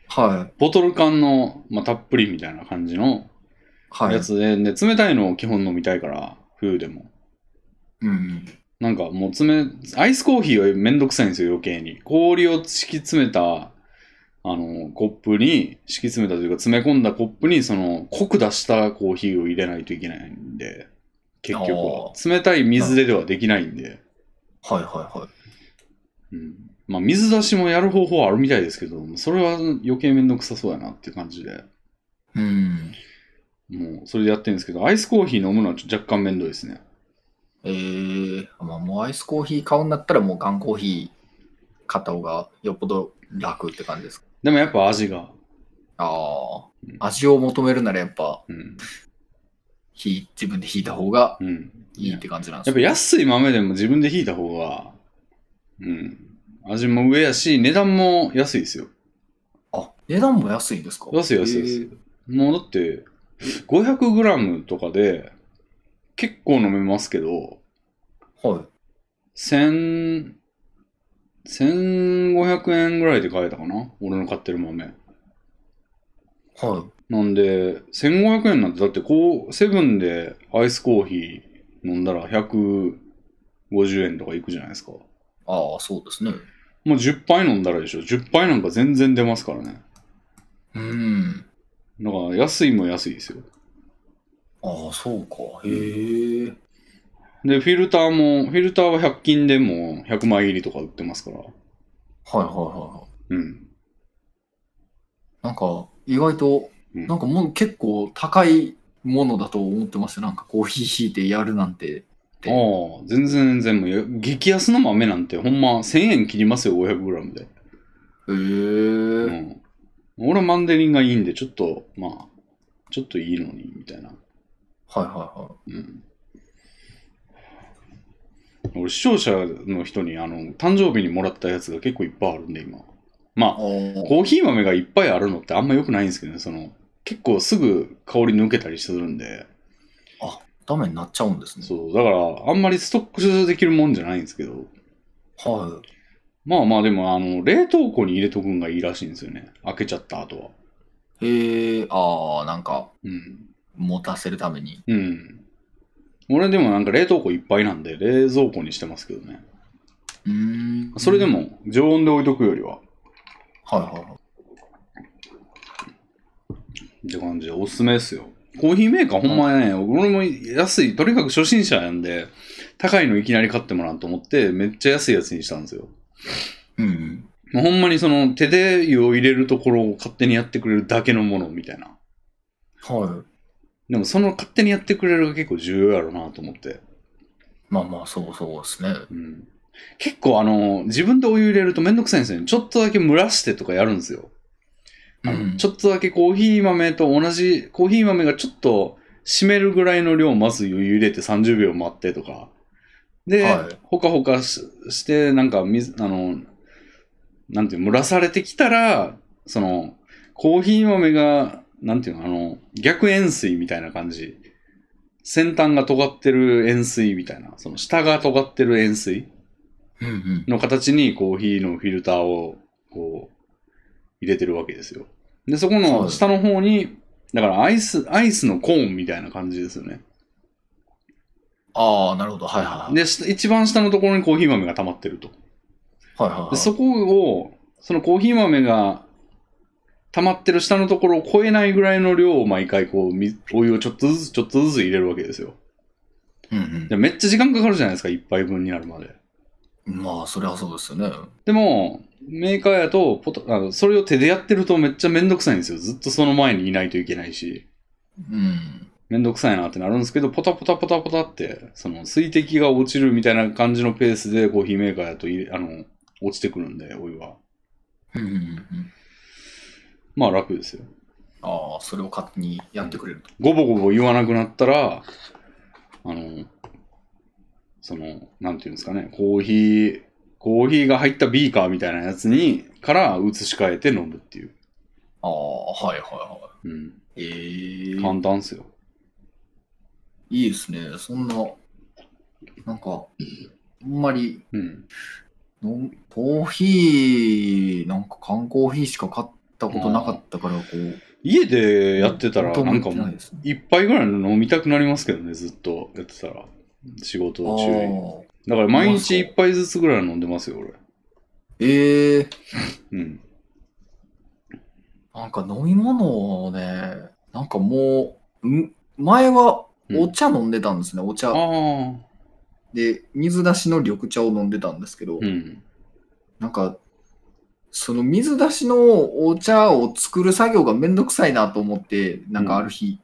Speaker 2: はい。
Speaker 1: ボトル缶の、まあ、たっぷりみたいな感じの
Speaker 2: はい
Speaker 1: や。つで、で冷たいのを基本飲みたいから、冬でも。
Speaker 2: うん。
Speaker 1: なんかもう詰め、アイスコーヒーはめんどくさいんですよ、余計に。氷を敷き詰めた、あの、コップに、敷き詰めたというか、詰め込んだコップに、その、濃く出したコーヒーを入れないといけないんで、結局は
Speaker 2: あ。
Speaker 1: 冷たい水でではできないんで、
Speaker 2: はいはいはい。
Speaker 1: うん。まあ、水出しもやる方法はあるみたいですけど、それは余計めんどくさそうやなっていう感じで、
Speaker 2: うん。
Speaker 1: もう、それでやってるんですけど、アイスコーヒー飲むのはちょ若干めんどいですね。
Speaker 2: えー、まあもうアイスコーヒー買うんだったらもう缶コーヒー買った方がよっぽど楽って感じですか。
Speaker 1: でもやっぱ味が、
Speaker 2: あ
Speaker 1: うん
Speaker 2: あ、味を求めるならやっぱ、
Speaker 1: うん。
Speaker 2: ひ自分で引いた方が
Speaker 1: うん。
Speaker 2: いいって感じなんで
Speaker 1: や
Speaker 2: す
Speaker 1: っぱ安
Speaker 2: ね。
Speaker 1: い豆でも自分でひいた方が、うん。味も上やし、値段も安いですよ。
Speaker 2: あ、値段も安いんですか
Speaker 1: 安い安い安い
Speaker 2: えー
Speaker 1: もうだって、500g とかで、結構飲めますけど、
Speaker 2: はい。
Speaker 1: 1000、1500円ぐらいで買えたかな俺の買ってる豆。
Speaker 2: はい。
Speaker 1: なんで、1500円なんて、だってこう、セブンでアイスコーヒー飲んだら150円とかいくじゃないですか。
Speaker 2: ああ、そうですね。
Speaker 1: もう10杯飲んだらでしょ。10杯なんか全然出ますからね。
Speaker 2: うん。
Speaker 1: だから安いも安いですよ。
Speaker 2: ああ、そうか。へえ。
Speaker 1: で、フィルターも、フィルターは100均でも100枚入りとか売ってますから。
Speaker 2: はいはいはいは
Speaker 1: うん。
Speaker 2: い。なんか、意外と、
Speaker 1: うん
Speaker 2: なんかもう結構高いものだと思ってました。なんかコーヒー引いてやるなんて。
Speaker 1: ああ、全然全然もうや、激安の豆なんてほんま1000円切りますよ、500g で。
Speaker 2: へえ。
Speaker 1: うん。俺はマンデリンがいいんで、ちょっと、まあ、ちょっといいのに、みたいな。
Speaker 2: はいはい
Speaker 1: う
Speaker 2: はい。
Speaker 1: ん。俺、視聴者の人に、あの、誕生日にもらったやつが結構いっぱいあるんで、今。まあ、
Speaker 2: あ
Speaker 1: コーヒー豆がいっぱいあるのってあんま良くないんですけどね、その、結構すぐ香り抜けたりするんで、
Speaker 2: あ、ダメになっちゃうんですね。
Speaker 1: そう、だからあんまりストックできるもんじゃないんですけど、
Speaker 2: はい。
Speaker 1: まあまあでも、あの、冷凍庫に入れとくんがいいらしいんですよね、開けちゃった後は。
Speaker 2: へえ、ああ、なんか、
Speaker 1: うん。
Speaker 2: 持たせるために。
Speaker 1: うん。俺でもなんか冷凍庫いっぱいなんで冷蔵庫にしてますけどね。
Speaker 2: うーん。
Speaker 1: それで。も常温で置いとくよりは。
Speaker 2: はいはいはい。
Speaker 1: って感じでおすすめですよ。コーヒーメーカーほんまね、俺も安い、とにかく初心者なんで、高いのいきなり買ってもらうと思って、めっちゃ安いやつにしたんですよ。
Speaker 2: うん。
Speaker 1: もうほんまにその手で湯を入れるところを勝手にやってくれるだけのものみたいな。
Speaker 2: は
Speaker 1: でもその勝手にやってくれるが結構重要やろうなと思って。
Speaker 2: い。まあまあ、そうそうですね。
Speaker 1: うん、結構あの、自分でお湯入れるとめんどくさいんですよね。ちょっとだけ蒸らしてとかやるんですよ。あのち
Speaker 2: ょっ
Speaker 1: ょっとだけコーヒー豆と同じ、コーヒー豆がちょっと湿るぐらいの量まず湯入れて30秒待ってとか。で、
Speaker 2: はい
Speaker 1: ほかほかしして、なんか水、あの、なんていうの、蒸らされてきたら、その、コーヒー豆が、なんていうの、あの、逆円錐みたいな感じ。先端が尖ってる円錐みたいな、その下が尖ってる円錐
Speaker 2: と。うんうん。
Speaker 1: の形にコーヒーのフィルターをこう入れてるわけですよ。で、そこ
Speaker 2: は
Speaker 1: の
Speaker 2: い
Speaker 1: 下の方に、だからアイス、アイスのコーンみたいな感じですよね。
Speaker 2: ああ、なるほど。はいはいはい。
Speaker 1: で、下一番下のところにコーヒー豆が溜まってると。
Speaker 2: はいはいはい。
Speaker 1: で、そこを、そのコーヒー豆が溜まってる下のところを超えないぐらいの量を毎回こう、みお湯をちょっとずつちょっとずつ入れるわけですよ。
Speaker 2: うんうん
Speaker 1: で、めっちゃ時間かかるじゃないですか、一杯分になるまで。
Speaker 2: まあ、それはそうですよね。
Speaker 1: でも、メーカーやとポトあの、それを手でやってるとめっちゃめんどくさいんですよ。ずっとその前にいないといけないし、
Speaker 2: うん。
Speaker 1: めんどくさいなってなるんですけど、ポタポタポタポタって、その水滴が落ちるみたいな感じのペースでコーヒーメーカーやといあの落ちてくるんで、お湯は。
Speaker 2: うんうんうん。
Speaker 1: まあ楽ですよ。
Speaker 2: ああ、それを勝手にやってくれると。
Speaker 1: ゴボゴボ言わなくなったら、あの、その、なんていうんですかね、コーヒー、コーヒーが入ったビーカーみたいなやつに、から移し替えて飲むっていう。
Speaker 2: ああ、はいはいはい。
Speaker 1: うん。
Speaker 2: ええ
Speaker 1: 簡単っすよ。
Speaker 2: いいですね。そんな、なんか、あんまり
Speaker 1: うん。
Speaker 2: のん、コーヒー、なんか缶コーヒーしか買ったことなかったから、こう。
Speaker 1: 家でやってたら、
Speaker 2: 本当
Speaker 1: なんか
Speaker 2: 向いて
Speaker 1: も、
Speaker 2: ないうですね
Speaker 1: 一杯ぐらいの飲みたくなりますけどね、ずっとやってたら。仕事
Speaker 2: あ
Speaker 1: 中に。
Speaker 2: ー
Speaker 1: だから毎日
Speaker 2: うま
Speaker 1: 一
Speaker 2: そう
Speaker 1: 杯ずつぐらい飲んでますよ、俺。
Speaker 2: ええ
Speaker 1: うん。
Speaker 2: なんか飲み物をね、なんかもう、ん前はお茶飲んでたんですね、お茶
Speaker 1: あ。あ。
Speaker 2: で、水出しの緑茶を飲んでたんですけど、
Speaker 1: うん。
Speaker 2: なんか、その水出しのお茶を作る作業がめんどくさいなと思って、なんかある日、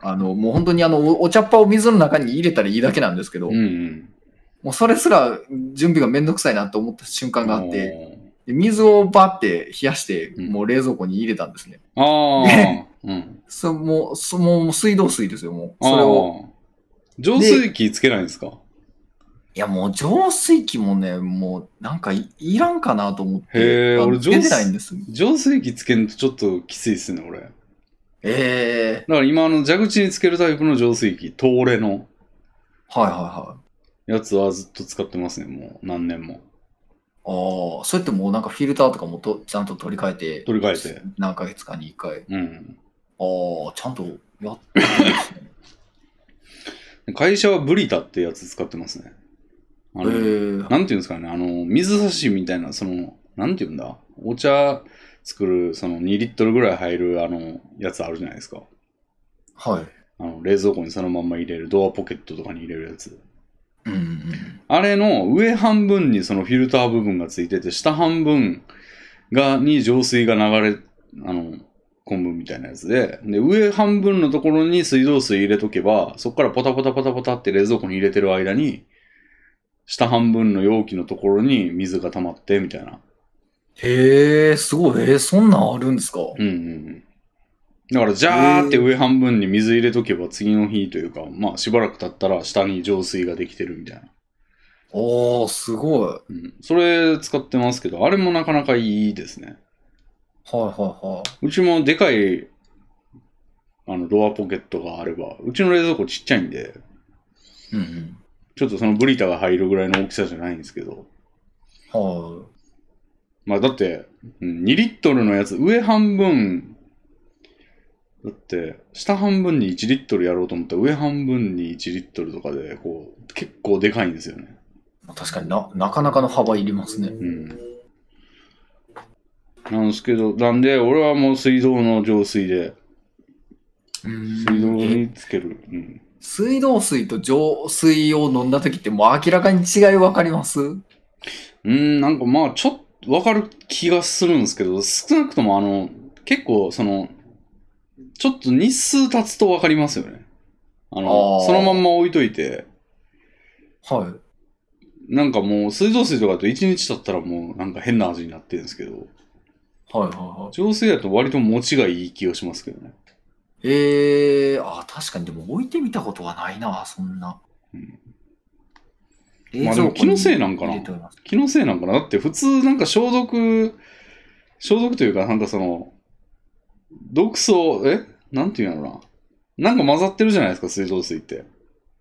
Speaker 2: あの、もう本当にあの、おお茶っ葉を水の中に入れたらいいだけなんですけど、
Speaker 1: うんうん。
Speaker 2: もうそれすら準備がめんどくさいなと思った瞬間があって、
Speaker 1: て。
Speaker 2: で水をバーって冷やして、
Speaker 1: うん
Speaker 2: もう冷蔵庫に入れたんですね。
Speaker 1: ああ。うん。
Speaker 2: そもう、そもう水道水ですよ、も
Speaker 1: あ
Speaker 2: う。それを。
Speaker 1: あ。浄水器つけないんですか
Speaker 2: いや、もう浄水器もね、もうなんかいいらんかなと思って。
Speaker 1: へー
Speaker 2: あの
Speaker 1: 俺浄
Speaker 2: 出てないんです。
Speaker 1: 浄水器つけんとちょっときついっすね、俺。だか
Speaker 2: ええ
Speaker 1: ら今、あの、蛇口につけるタイプの浄水器、東レの
Speaker 2: はいはいはい。
Speaker 1: やつはずっと使ってますね、もう何年も。
Speaker 2: ああ、そうやってもうなんかフィルターとかもとちゃんと取り替えて。
Speaker 1: 取り替えて。
Speaker 2: 何ヶ月かに1回。
Speaker 1: うん。
Speaker 2: ああ、ちゃんとやってるんですね。
Speaker 1: 会社はブリタってやつ使ってますね。あ
Speaker 2: え
Speaker 1: の、
Speaker 2: ー、
Speaker 1: なんていうんですかね、あの、水差しみたいな、その、なんていうんだ、お茶作る、その2リットルぐらい入る、あの、やつあるじゃないですか。
Speaker 2: はい。
Speaker 1: あの、冷蔵庫にそのまんま入れる、ドアポケットとかに入れるやつ。
Speaker 2: うんうん。
Speaker 1: あれの上半分にそのフィルター部分がついてて、下半分が、に浄水が流れ、あの、昆布みたいなやつで、で、上半分のところに水道水入れとけば、そこからポタポタポタポタって冷蔵庫に入れてる間に、下半分の容器のところに水が溜まって、みたいな。
Speaker 2: へえ、すごい。えー、そんなんあるんですか、
Speaker 1: うんうんうん。だから、ジャーって上半分に水入れとけば、次の日というか、まあ、しばらく経ったら下に浄水ができてるみたいな。
Speaker 2: おー、すごい。はい
Speaker 1: うん。それ使ってますけど、あれもなかなかいいですね。
Speaker 2: はいは
Speaker 1: うちもでかい、あの、ドアポケットがあれば、うちの冷蔵庫ちっちゃいんで、
Speaker 2: い。うん
Speaker 1: ちょっとそのブリタが入るぐらいの大きさじゃないんですけど、
Speaker 2: うん。はい。
Speaker 1: まあだって、うん2リットルのやつ、上半分、だって、下半分に1リットルやろうと思ったら、上半分に1リットルとかで、こう、結構でかいんですよね。
Speaker 2: 確かにな、なかなかの幅いりますね。
Speaker 1: うん。なんですけど、なんで、俺はもう水道の浄水で、
Speaker 2: 水
Speaker 1: 水道につける。うん。
Speaker 2: 水道水と浄水を飲んだ時ってもう明らかに違い分かります
Speaker 1: うん、なんかまあ、ちょっとわかる気がするんですけど、少なくともあの、結構その、ちょっと日数経つとわかりますよね。あの
Speaker 2: あー
Speaker 1: そのまんま置いといて、
Speaker 2: はい。
Speaker 1: なんかもう水道水とかだと1日経ったらもうなんか変な味になってるんですけど、
Speaker 2: はいはいはい。
Speaker 1: 浄水だと割と持ちがいい気がしますけどね。
Speaker 2: えー、あ、確かにでも置いてみたことはないな、そんな。
Speaker 1: うん
Speaker 2: 冷
Speaker 1: まあでも気のせいなんかな
Speaker 2: 入れております
Speaker 1: 気のせいなんかなだって普通なんか消毒、消毒というかなんかその、毒素、えなんていうんやろな。なんか混ざってるじゃないですか、水道水って。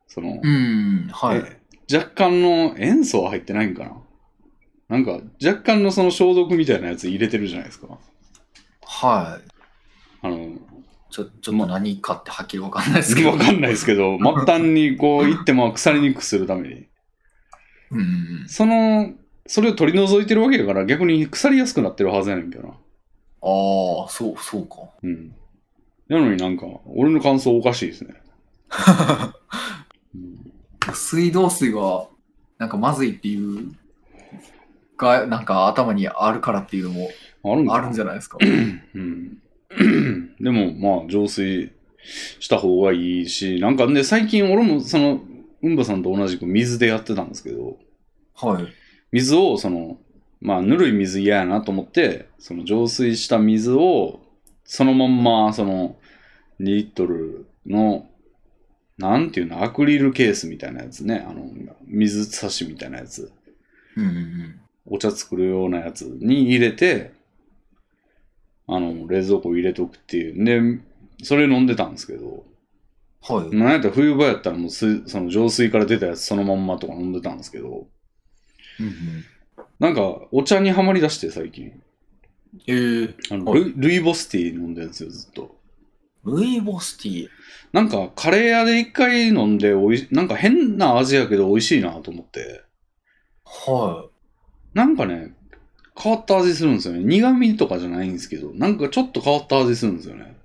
Speaker 1: その、
Speaker 2: うん、はい。
Speaker 1: え若干の塩素は入ってないんかな。なんか若干のその消毒みたいなやつ入れてるじゃないですか。
Speaker 2: はい。
Speaker 1: あの、
Speaker 2: ちょ、ちょっと何かってはっきり分かんないですけど。
Speaker 1: わかんないですけど、末端にこう、一手間腐りにくくするために。
Speaker 2: うんうん。
Speaker 1: その、それを取り除いてるわけやから、逆に腐りやすくなってるはずやねんけどな。
Speaker 2: ああ、そう、そうか。
Speaker 1: うん。なのになんか、俺の感想おかしい ですね。うん
Speaker 2: 水道水はなんかまずいっていうがなんか頭にあるからっていうのも
Speaker 1: あるんか
Speaker 2: あ
Speaker 1: な
Speaker 2: るんじゃないですか。
Speaker 1: うん。 でも、まあ、浄水した方がいいし、なんかね、最近俺もその、うんばさんと同じく水でやってたんですけど、
Speaker 2: はい。
Speaker 1: 水をその、まあ、ぬるい水嫌やなと思って、その浄水した水を、そのまんま、その、2リットルの、なんていうの、アクリルケースみたいなやつね、あの、水差しみたいなやつ。
Speaker 2: うんうんうん。
Speaker 1: お茶作るようなやつに入れて、あの、冷蔵庫入れとくっていう。で、それ飲んでたんですけど、
Speaker 2: はい。
Speaker 1: なんやったら冬場やったらもうす、その浄水から出たやつそのまんまとか飲んでたんですけど、
Speaker 2: うんうん、
Speaker 1: なんかお茶にはまりだして最近。
Speaker 2: えー、
Speaker 1: あの
Speaker 2: はい
Speaker 1: ルイルイボスティー飲んでるんですよ、ずっと。
Speaker 2: ルイボスティー。
Speaker 1: なんかカレー屋で一回飲んでおい、なんか変な味やけど美味しいなと思って、
Speaker 2: は
Speaker 1: なんかね、変わった味するんですよね。苦味とかじゃないんですけど、なんかちょっと変わった味するんですよね。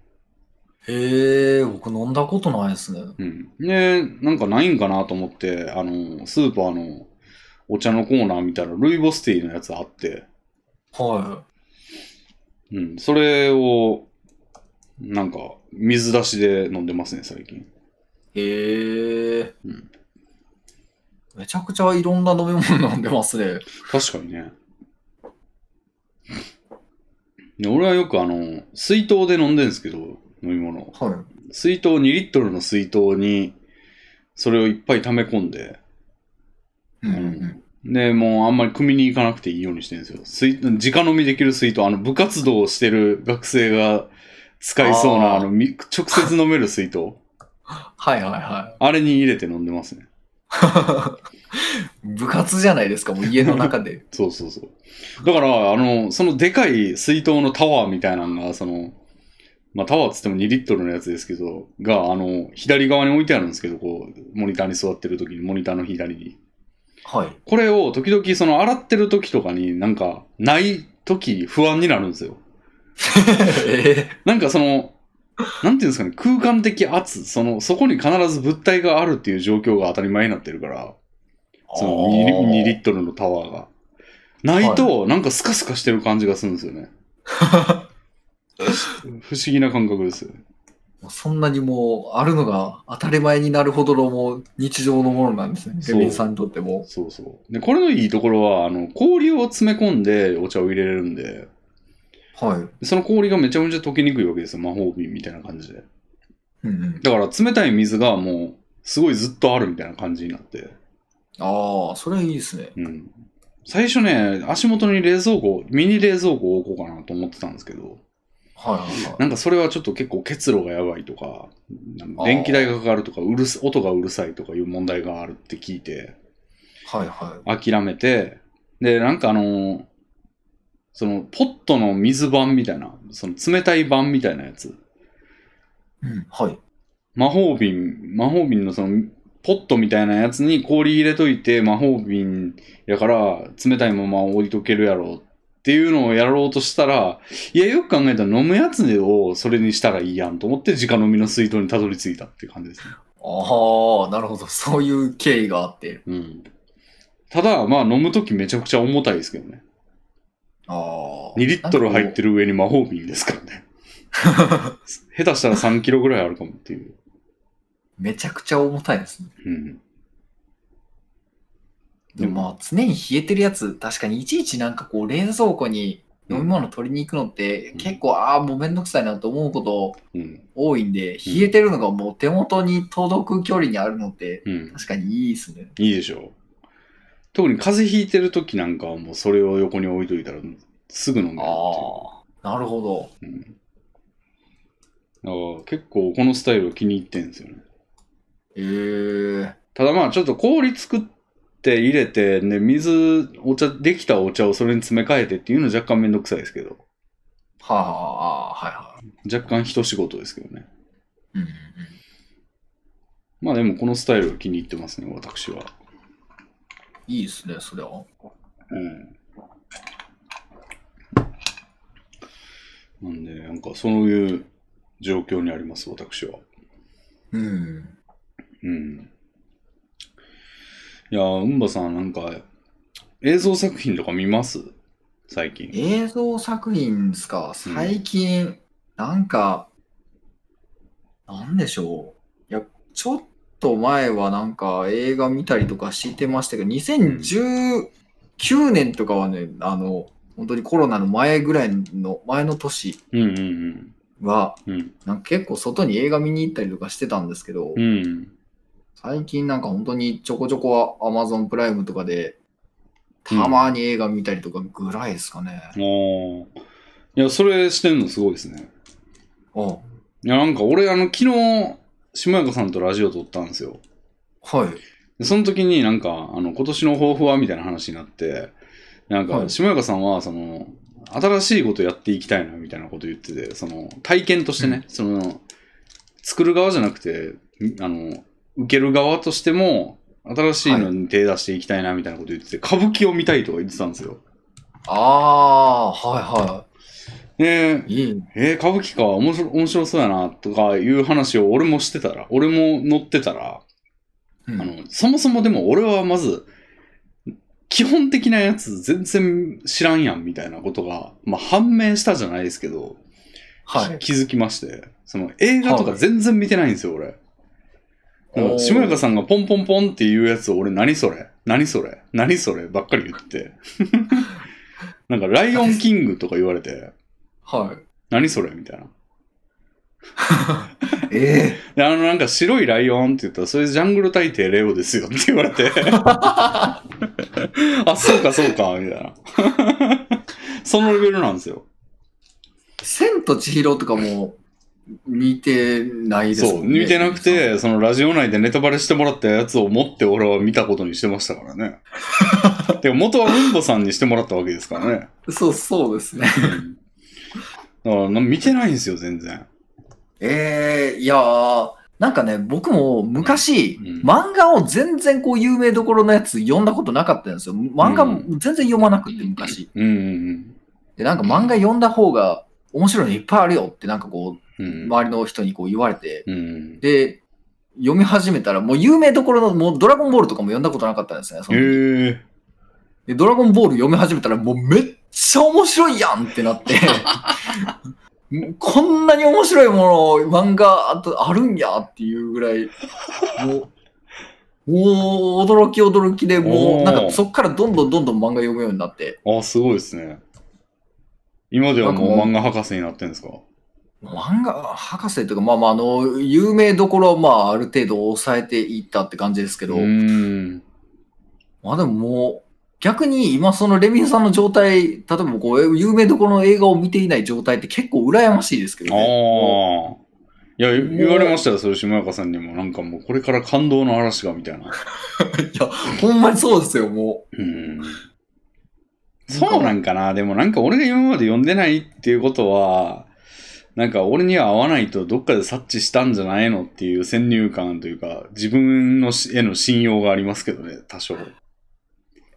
Speaker 2: い。へえー、僕飲んだことないですね。
Speaker 1: うん。で、なんかないんかなと思って、あの、スーパーのお茶のコーナー見たら、ルイボスティーのやつあって、
Speaker 2: は
Speaker 1: うん、それを、なんか、水出しで飲んでますね、最近。
Speaker 2: い。へえー。
Speaker 1: うん
Speaker 2: めちゃくちゃいろんな飲み物飲んでますね。
Speaker 1: 確かにね。で俺はよくあの、水筒で飲んでるんですけど、飲み物を。
Speaker 2: は
Speaker 1: 水筒2リットルの水筒に、それをいっぱい溜め込んで、
Speaker 2: い。うんうん
Speaker 1: で、もうあんまり組みに行かなくていいようにしてるんですよ。水直飲みできる水筒、あの、部活動をしてる学生が使いそうな、
Speaker 2: あ
Speaker 1: あ
Speaker 2: ー
Speaker 1: の、み直接飲める水筒。
Speaker 2: はいはいは
Speaker 1: あれに入れて飲んでますね。
Speaker 2: い。部活じゃないですか、もう家の 中で。
Speaker 1: そうそうそう。だから、あの、そのでかい水筒のタワーみたいなのが、その、まあタワーっつっても2リットルのやつですけど、が、あの、左側に置いてあるんですけど、こう、モニターに座ってる時に、モニターの左に。
Speaker 2: はい。
Speaker 1: これを時々、その、洗ってる時とかになんか、ない時不安になるんですよ。
Speaker 2: え
Speaker 1: なんかその、なんていうんですかね、空間的圧、その、そこに必ず物体があるっていう状況が当たり前になってるから、
Speaker 2: ー、
Speaker 1: その 2, リットルのタワーが。ないと、なんかスカスカしてる感じがするんですよね。不思議な感覚ですよね。
Speaker 2: もう そんなにもう、あるのが当たり前になるほどのもう日常のものなんですね。
Speaker 1: そう
Speaker 2: レビンさんにとっても。
Speaker 1: そうそう。で、これのいいところは、あの、氷を詰め込んでお茶を入れれるんで、
Speaker 2: はい。
Speaker 1: その氷がめちゃめちゃ溶けにくいわけですよ。魔法瓶みたいな感じで。
Speaker 2: うんうん、
Speaker 1: だから、冷たい水がもう、すごいずっとあるみたいな感じになって。
Speaker 2: ああ、それはいいですね。
Speaker 1: うん。最初ね、足元に冷蔵庫、ミニ冷蔵庫を置こうかなと思ってたんですけど、
Speaker 2: はいはいはい。
Speaker 1: なんかそれはちょっと結構結露がやばいとか、なんか電気代がかかるとか、うるす音がうるさいとかいう問題があるって聞いて、
Speaker 2: はいはい。
Speaker 1: 諦めて、で、なんかあの、その、ポットの水版みたいな、その冷たい版みたいなやつ。
Speaker 2: うん、はい。
Speaker 1: 魔法瓶、魔法瓶のその、ポットみたいなやつに氷入れといて、魔法瓶やから冷たいまま置いとけるやろうっていうのをやろうとしたら、いや、よく考えたら飲むやつをそれにしたらいいやんと思って、直飲みの水筒にたどり着いたって感じですね。
Speaker 2: ああ、なるほど。そういう経緯があって。
Speaker 1: うん。ただ、まあ飲むときめちゃくちゃ重たいですけどね。
Speaker 2: ああ。
Speaker 1: 2リットル入って
Speaker 2: る。
Speaker 1: る上に魔法瓶ですから ね。下手したら3キロぐらいあるかもっていう。
Speaker 2: めちゃくちゃ重たいですね。
Speaker 1: うん。
Speaker 2: でもまあ、常に冷えてるやつ、確かにいちいちなんかこう、冷蔵庫に飲み物取りに行くのって、
Speaker 1: うん
Speaker 2: 結構、ああ、もうめんどくさいなと思うこと
Speaker 1: うん。
Speaker 2: 多いんで、冷えてるのがもう手元に届く距離にあるのって、
Speaker 1: うん。
Speaker 2: 確かにいいですね。
Speaker 1: いいでしょう。特に風邪ひいてる時なんかはもうそれを横に置いといたらすぐ飲んでる
Speaker 2: ああ、なるほど。
Speaker 1: っていう。うん。だから結構このスタイルを気に入ってんですよね。
Speaker 2: ええ
Speaker 1: ただまあちょっと氷作って入れて、ね、水、お茶、できたお茶をそれに詰め替えてっていうのは若干めんどくさいですけど、
Speaker 2: はあ、はいは
Speaker 1: 若干一仕事ですけどね。
Speaker 2: い。うんうんうん
Speaker 1: まあでもこのスタイルを気に入ってますね、私は。
Speaker 2: いいですね、それは。
Speaker 1: うん。なんで、なんかそういう状況にあります、私は。
Speaker 2: うん。
Speaker 1: うん。いやー、うんばさん、なんか、映像作品とか見ます最近。
Speaker 2: 映像作品ですか、最近、なんか、なんでしょう。いや、ちょっと前はなんか映画見たりとかしてましたけど、2019年とかはね、あの、本当にコロナの前ぐらいの、前の年
Speaker 1: うんうん
Speaker 2: は、
Speaker 1: うん。うん。
Speaker 2: なんか結構外に映画見に行ったりとかしてたんですけど、
Speaker 1: うん。
Speaker 2: 最近なんか本当にちょこちょこは Amazon プライムとかで、たまに映画見たりとかぐらいですかね。
Speaker 1: もう、いや、それしてんのすごいですね。
Speaker 2: あ、
Speaker 1: いや、なんか俺、あの、昨日、下山さんとラジオ撮ったんですよ。
Speaker 2: はい。
Speaker 1: でその時になんか、あの、今年の抱負はみたいな話になって、なん
Speaker 2: は
Speaker 1: か、
Speaker 2: い
Speaker 1: 下中さんは、その、新しいことやっていきたいな、みたいなこと言ってて、その、体験としてね、その、作る側じゃなくて、んあの、受ける側としても、新しいのに手出していきたいな、みたいなこと言ってて、歌舞伎を見たいとか言ってたんですよ。
Speaker 2: ああー、はいは
Speaker 1: で、
Speaker 2: い。いい。
Speaker 1: えー、歌舞伎か、面白面白そうやな、とかいう話を俺もしてたら、俺も乗ってたら、
Speaker 2: うん
Speaker 1: あの、そもそもでも俺はまず、基本的なやつ全然知らんやんみたいなことが、まあ判明したじゃないですけど、
Speaker 2: はい。
Speaker 1: 気づきまして、その映画とか全然見てないんですよ、俺。なんか、下中
Speaker 2: さ
Speaker 1: さんがポンポンポンっていうやつを俺何それ何それ何そればっかり言って。 なんか、ライオンキングとか言われて、
Speaker 2: ん。はい。
Speaker 1: 何それみたいな。
Speaker 2: え
Speaker 1: で、あの、なんか白いライオンって言ったら、それジャングル大帝レオですよって言われ て。あ、そうかそうか、みたいな。そのレベルなんですよ。
Speaker 2: え千と千尋とかも見てないです
Speaker 1: そう、
Speaker 2: もんね
Speaker 1: 見てなくて、。そのラジオ内でネタバレしてもらったやつを持って俺は見たことにしてましたから ね。でも元はうんぼさんにしてもらったわけですからね。
Speaker 2: そう、そうですね。
Speaker 1: だからな見てないんですよ、全然。
Speaker 2: ええいやー、なんかね、僕も昔、
Speaker 1: うん
Speaker 2: 漫画を全然こう有名どころのやつ読んだことなかったんですよ。漫画も全然読まなくて、昔。
Speaker 1: うんうん
Speaker 2: で、なんか漫画読んだ方が面白いのいっぱいあるよって、なんかこう、
Speaker 1: うん。うん
Speaker 2: 周りの人にこう言われて、
Speaker 1: うん。
Speaker 2: で、読み始めたら、もう有名どころの、もうドラゴンボールとかも読んだことなかったんですね。そ
Speaker 1: へ
Speaker 2: の時
Speaker 1: え
Speaker 2: で、ドラゴンボール読み始めたら、もうめっちゃ面白いやんってなって、 もうこんなに面白いもの、漫画あとあるんやっていうぐらい、もう、もう驚き驚きで、も
Speaker 1: お
Speaker 2: う
Speaker 1: ー
Speaker 2: なんかそっからどんどんどんどん漫画読むようになって、
Speaker 1: あ、すごいですね。今ではもう漫画博士になってんですか
Speaker 2: 漫画博士というか、まあまあ、あの、有名どころはまあある程度抑えていったって感じですけど、
Speaker 1: うーん。
Speaker 2: まあでももう、逆に今そのレミンさんの状態、例えばこう、有名どころの映画を見ていない状態って結構羨ましいですけどね。
Speaker 1: ああ。いや、言言われましたよ、それ、下中さんにも。なんかもう、これから感動の嵐が、みたいな。
Speaker 2: いや、ほんまにそうですよ、も
Speaker 1: うん。そうなんかなでもなんか俺が今まで読んでないっていうことは、なんか俺には合わないとどっかで察知したんじゃないのっていう先入観というか、自分のしへの信用がありますけどね、多少。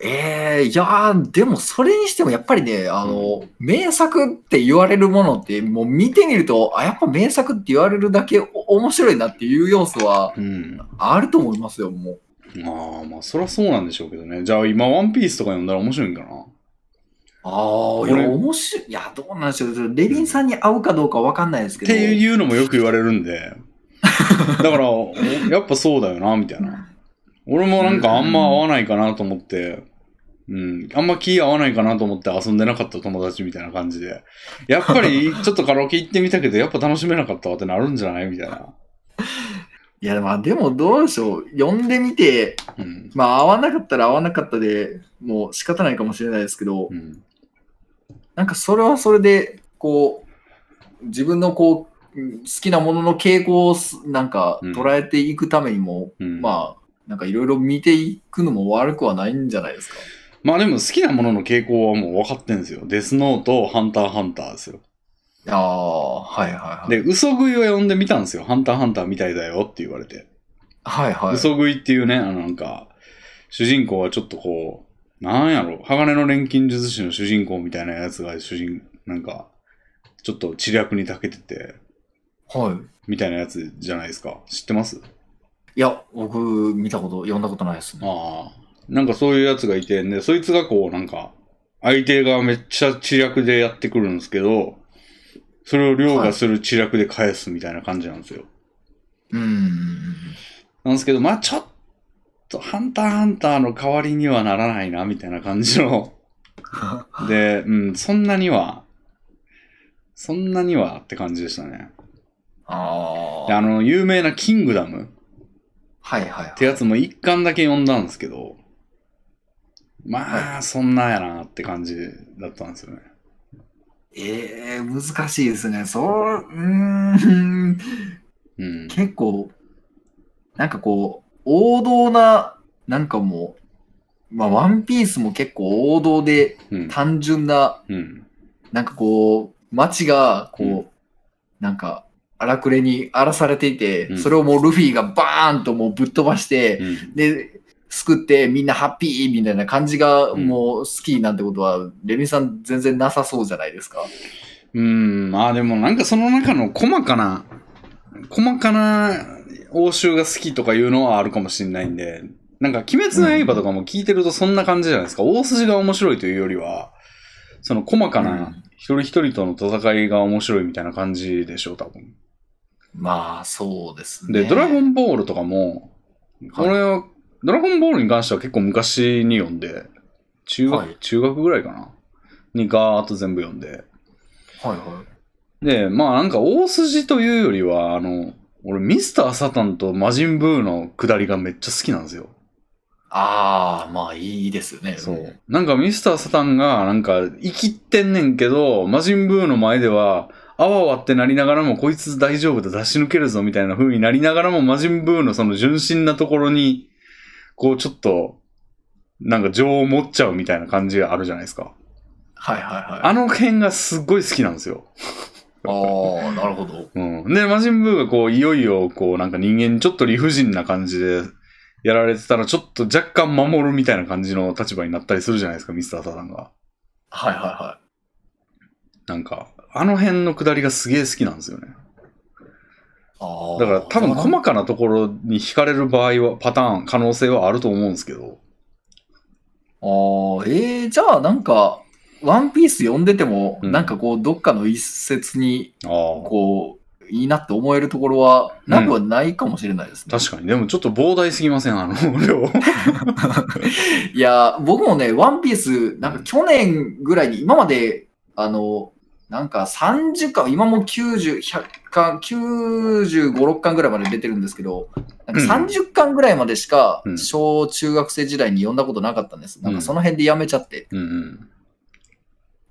Speaker 2: ええいやー、でもそれにしてもやっぱりね、あの、名作って言われるものって、もう見てみると、あ、やっぱ名作って言われるだけお面白いなっていう要素は
Speaker 1: うん。
Speaker 2: あると思いますよ、もう。
Speaker 1: まあまあ、そりゃそうなんでしょうけどね。じゃあ今、ワンピースとか読んだら面白いんかな
Speaker 2: ああ、い
Speaker 1: 俺
Speaker 2: や、面白い。いや、どうなんでしょう。レビンさんに合うかどうかわかんないですけ
Speaker 1: っ
Speaker 2: ど。
Speaker 1: ていうのもよく言われるん で。だから、おやっぱそうだよな、みたいな。俺もなんかあんま合わないかなと思って、うん、あんま気合わないかなと思って遊んでなかった友達みたいな感じで、やっぱりちょっとカラオケ行ってみたけど、やっぱ楽しめなかったわってなるんじゃないみたいな。
Speaker 2: いや、まあでもどうでしょう。読んでみて、
Speaker 1: うん。
Speaker 2: まあ合わなかったら合わなかったでもう仕方ないかもしれないですけど
Speaker 1: う、ん。
Speaker 2: なんかそれはそれで、こう、自分のこう、うん好きなものの傾向をすなんか
Speaker 1: うん
Speaker 2: 捉えていくためにも、
Speaker 1: うん、まあ。
Speaker 2: まあ、なんかいろいろ見ていくのも悪くはないんじゃないですか。
Speaker 1: でも好きなものの傾向はもう分かってんですよ。デスノート、ハンターハンターですよ。
Speaker 2: ああ、はいはいはい。
Speaker 1: で、嘘食いを読んでみたんですよ。ハンターハンターみたいだよって言われて。
Speaker 2: はいはい。
Speaker 1: 嘘食いっていうね、あのなんか、主人公はちょっとこう、なんやろ、鋼の錬金術師の主人公みたいなやつが主人、なんか、ちょっと知略に長けてて、
Speaker 2: はい。
Speaker 1: みたいなやつじゃないですか。知ってます
Speaker 2: いや、僕、見たこと、読んだことないですね。
Speaker 1: ああ。なんかそういうやつがいて、ね、そいつがこう、なんか、相手がめっちゃ知略でやってくるんですけど、それを凌駕する知略で返すみたいな感じなんですよ。
Speaker 2: うん。
Speaker 1: なんですけど、まあちょっと、ハンターハンターの代わりにはならないな、みたいな感じの。で、うん、そんなには、そんなにはって感じでしたね。
Speaker 2: あ
Speaker 1: で
Speaker 2: あ。
Speaker 1: あの、有名なキングダムっ
Speaker 2: はいはいはい。
Speaker 1: てやつも一巻だけ読んだんですけど、まあ、そんなやなって感じだったんですよね。
Speaker 2: ええ難しいですね。そう、うーん。
Speaker 1: うん。
Speaker 2: 結構、なんかこう、王道な、なんかもう、まあ、ワンピースも結構王道で
Speaker 1: うん。
Speaker 2: 単純な、
Speaker 1: うん。
Speaker 2: なんかこう、街が、こう、
Speaker 1: うん
Speaker 2: なんか、荒くれに荒らされていて、
Speaker 1: うん
Speaker 2: それをもうルフィがバーンともうぶっ飛ばして、
Speaker 1: うん。
Speaker 2: で、救ってみんなハッピーみたいな感じが
Speaker 1: うん
Speaker 2: もう好きなんてことは、レミさん全然なさそうじゃないですか。
Speaker 1: うん、まあでもなんかその中の細かな、細かな応酬が好きとかいうのはあるかもしれないんで、なんか鬼滅の刃とかも聞いてるとそんな感じじゃないですか。大筋が面白いというよりは、その細か
Speaker 2: う
Speaker 1: なん一人一人との戦いが面白いみたいな感じでしょう、多分。
Speaker 2: まあ、そうですね。
Speaker 1: で、ドラゴンボールとかも、
Speaker 2: はい
Speaker 1: 俺は、ドラゴンボールに関しては結構昔に読んで、中学、
Speaker 2: はい
Speaker 1: 中学ぐらいかな。にガーッと全部読んで。
Speaker 2: はいは
Speaker 1: で、まあなんか大筋というよりは、あの、俺ミスター・サタンと魔人ブーの下りがめっちゃ好きなんですよ。
Speaker 2: い。ああ、まあいいですよね。
Speaker 1: そう。なんかミスター・サタンがなんか生きってんねんけど、魔人ブーの前では、あわあわってなりながらもこいつ大丈夫だ、出し抜けるぞみたいな風になりながらも魔人ブーのその純真なところに、こうちょっと、なんか情を持っちゃうみたいな感じがあるじゃないですか。
Speaker 2: はいはいはい。
Speaker 1: あの辺がすっごい好きなんですよ。
Speaker 2: ああ、なるほど。
Speaker 1: うん。で、魔人ブーがこう、いよいよ、こう、なんか人間にちょっと理不尽な感じでやられてたら、ちょっと若干守るみたいな感じの立場になったりするじゃないですか、ミスター・サタンが。
Speaker 2: はいはいは
Speaker 1: なんか、あの辺のくだりがすげえ好きなんですよね。
Speaker 2: い。ああ。
Speaker 1: だから多分細かなところに惹かれる場合は、パターン、可能性はあると思うんですけど。
Speaker 2: ああ、ええじゃあなんか、ワンピース読んでても、
Speaker 1: うん
Speaker 2: なんかこう、どっかの一節に、
Speaker 1: ああ。
Speaker 2: こう、いいなって思えるところは、なくはないかもしれないですね。
Speaker 1: 確かに。でもちょっと膨大すぎません、あの 量。
Speaker 2: いや、僕もね、ワンピース、なんか去年ぐらいに、今まで、あの、なんか30巻、今も90、100巻、95、6巻ぐらいまで出てるんですけど、なんか
Speaker 1: うん
Speaker 2: 30巻ぐらいまでしか
Speaker 1: う、ん
Speaker 2: 小中学生時代に読んだことなかったんです。なん
Speaker 1: うん
Speaker 2: かその辺でやめちゃって。
Speaker 1: うんうん。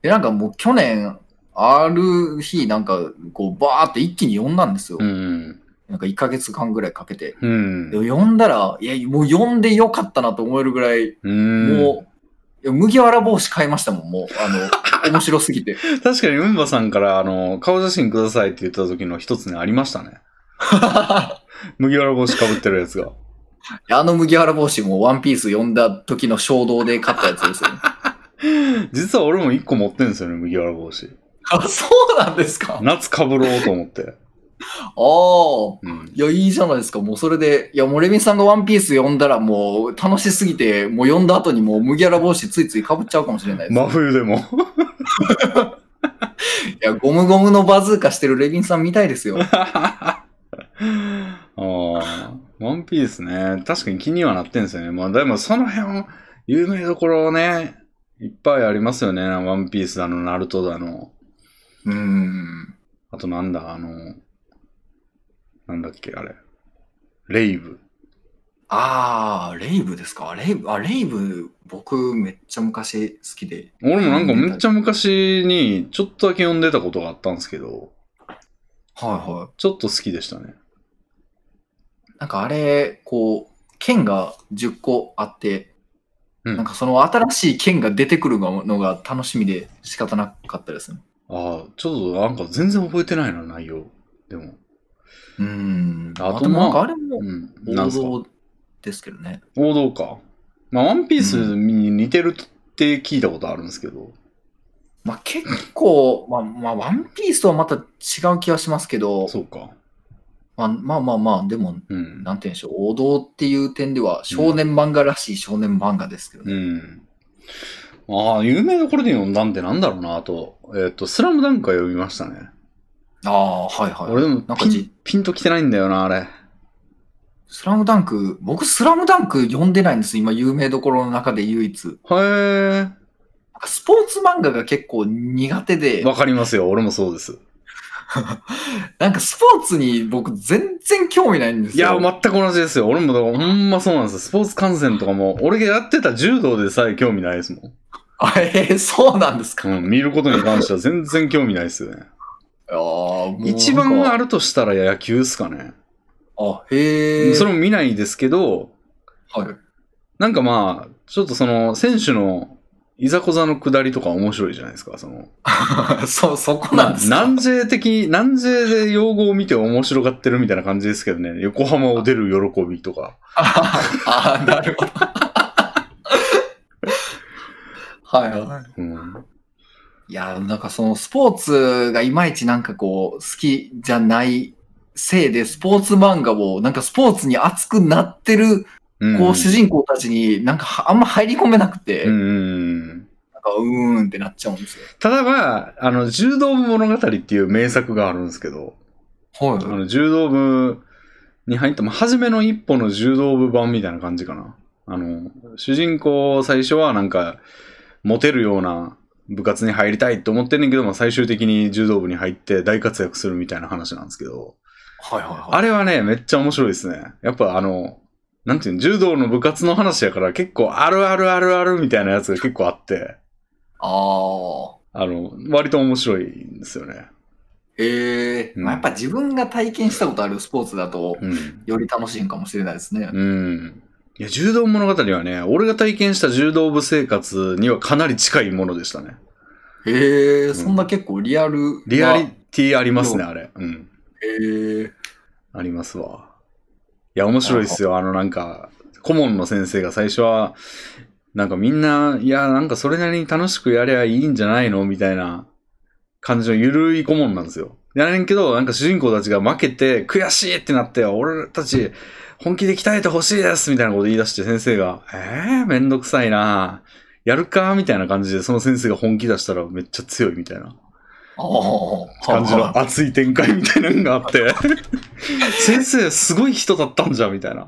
Speaker 2: で、なんかもう去年、ある日、なんか、こう、バーって一気に読んだんですよ
Speaker 1: う。ん
Speaker 2: なんか1ヶ月間ぐらいかけて。
Speaker 1: うん。
Speaker 2: で読んだら、いや、もう読んでよかったなと思えるぐらい、
Speaker 1: うん。
Speaker 2: もう、や麦わら帽子買いましたもん、もう。あ の、面白すぎて。
Speaker 1: 確かに、うんばさんから、あの、顔写真くださいって言った時の一つにありましたね。
Speaker 2: あ
Speaker 1: 麦わら帽子かぶってるやつが。
Speaker 2: の麦わら帽子もワンピース読んだ時の衝動で買ったやつですよね。
Speaker 1: 実は俺も一個持ってんですよね、麦わら帽子。
Speaker 2: あ、そうなんですか
Speaker 1: 夏かぶろうと思って。
Speaker 2: ああ。
Speaker 1: うん。
Speaker 2: いや、いいじゃないですか。もうそれで、いや、もうレミさんがワンピース読んだらもう楽しすぎて、もう読んだ後にもう麦わら帽子ついつい被っちゃうかもしれないです。
Speaker 1: 真冬でも。
Speaker 2: いや、ゴムゴムのバズーカしてるレビンさんみたいですよ。
Speaker 1: ああ、ワンピースね。確かに気にはなってんですよね。まあでもその辺、有名どころね、いっぱいありますよね。ワンピースだの、ナルトだの。
Speaker 2: うん。
Speaker 1: あとなんだ、あの、なんだっけ、あれ。レイブ。
Speaker 2: あー、レイブですかレイブ、あ、レイブ、僕めっちゃ昔好きで。
Speaker 1: 俺もなんかめっちゃ昔にちょっとだけ読んでたことがあったんですけど、
Speaker 2: はいは
Speaker 1: ちょっと好きでしたね。
Speaker 2: い。なんかあれ、こう、剣が10個あって、
Speaker 1: うん
Speaker 2: なんかその新しい剣が出てくるのが楽しみで仕方なかったですね。
Speaker 1: ああ、ちょっとなんか全然覚えてないな、内容。でも。
Speaker 2: うん。
Speaker 1: あと
Speaker 2: あと
Speaker 1: まあ
Speaker 2: なんかあれも
Speaker 1: うん。なん
Speaker 2: 王
Speaker 1: すか
Speaker 2: 道ですけどね。
Speaker 1: 王道か。まあ、ワンピースに似てるって聞いたことあるんですけど。
Speaker 2: まあ結構、まあ、まあ、ワンピースとはまた違う気はしますけど、
Speaker 1: そうか。
Speaker 2: まあ、まあまあまあ、でも、
Speaker 1: うん。
Speaker 2: なんて言うんでしょう、王道っていう点では、少年漫画らしい少年漫画ですけどね。
Speaker 1: うん。ああ、有名どころで読んだんってなんだろうな、あと。えっ、と、スラムダンクは読みましたね。
Speaker 2: ああ、はいはい。
Speaker 1: 俺でも
Speaker 2: なん
Speaker 1: ピ
Speaker 2: か
Speaker 1: ン
Speaker 2: じ、
Speaker 1: ピンときてないんだよな、あれ。
Speaker 2: スラムダンク、僕、スラムダンク読んでないんです、今、有名どころの中で唯一。なん
Speaker 1: へ
Speaker 2: かスポーツ漫画が結構苦手
Speaker 1: え。
Speaker 2: で、
Speaker 1: わかりますよ、俺もそうです。
Speaker 2: なんかスポーツに僕、全然興味ないんで
Speaker 1: い
Speaker 2: すよ。
Speaker 1: や、全く同じですよ。俺もだから、ほんまそうなんですよ。スポーツ観戦とかも、俺がやってた柔道でさえ興味ないですもん。
Speaker 2: あえーそうなんですか。
Speaker 1: うん、見ることに関しては全然興味ないですよね。
Speaker 2: ああ、 もうなんか
Speaker 1: 一番あるとしたら野球っすかね。
Speaker 2: あ、へえ。
Speaker 1: それも見ないですけど、
Speaker 2: はい。
Speaker 1: なんかまあ、ちょっとその、選手のいざこざの下りとか面白いじゃないですか、その。
Speaker 2: そ、そこなんですか。
Speaker 1: 南西的、南西で用語を見て面白がってるみたいな感じですけどね。横浜を出る喜びとか。
Speaker 2: ああ、なるほど。 はいは
Speaker 1: うん。
Speaker 2: い。いや、なんかそのスポーツがいまいちなんかこう、好きじゃないせいで、スポーツ漫画を、なんかスポーツに熱くなってる、
Speaker 1: うん
Speaker 2: こう、主人公たちになんかはあんま入り込めなくて、
Speaker 1: う
Speaker 2: なん
Speaker 1: んうんうん。
Speaker 2: かうーんってなっちゃうんですよ。
Speaker 1: ただまあ、あの、柔道部物語っていう名作があるんですけど、あ
Speaker 2: は
Speaker 1: の、柔道部に入った、まあ、初めの一歩の柔道部版みたいな感じかな。あの、主人公最初はなんか、モテるような部活に入りたいと思ってんねんけど、まあ、最終的に柔道部に入って大活躍するみたいな話なんですけど、
Speaker 2: はいはいは
Speaker 1: あ
Speaker 2: い。
Speaker 1: れはね、めっちゃ面白いですね。やっぱあの、なんていうの、柔道の部活の話やから結構あるあるあるあるみたいなやつが結構あって、
Speaker 2: ああ。
Speaker 1: あの、割と面白いんですよね。
Speaker 2: ええ
Speaker 1: うん
Speaker 2: まあ、やっぱ自分が体験したことあるスポーツだと、
Speaker 1: うん。
Speaker 2: より楽しいんかもしれないですね。
Speaker 1: うん。いや、柔道物語はね、俺が体験した柔道部生活にはかなり近いものでしたね。
Speaker 2: へえ、そんな結構リアル。
Speaker 1: リアリティありますね、あれ。うん。
Speaker 2: へえ。
Speaker 1: ありますわ。いや、面白いっすよ。あの、なんか、顧問の先生が最初は、なんかみんな、いや、なんかそれなりに楽しくやりゃいいんじゃないのみたいな感じのゆるい顧問なんですよ。やれんけど、なんか主人公たちが負けて、悔しいってなって、俺たち、本気で鍛えてほしいですみたいなこと言い出して、先生が、えー、めんどくさいなやるかみたいな感じで、その先生が本気出したらめっちゃ強いみたいな。
Speaker 2: ああ、
Speaker 1: 感じ
Speaker 2: は
Speaker 1: の熱い展開みたいなのがあって、先生すごい人だったんじゃんみたいな。
Speaker 2: い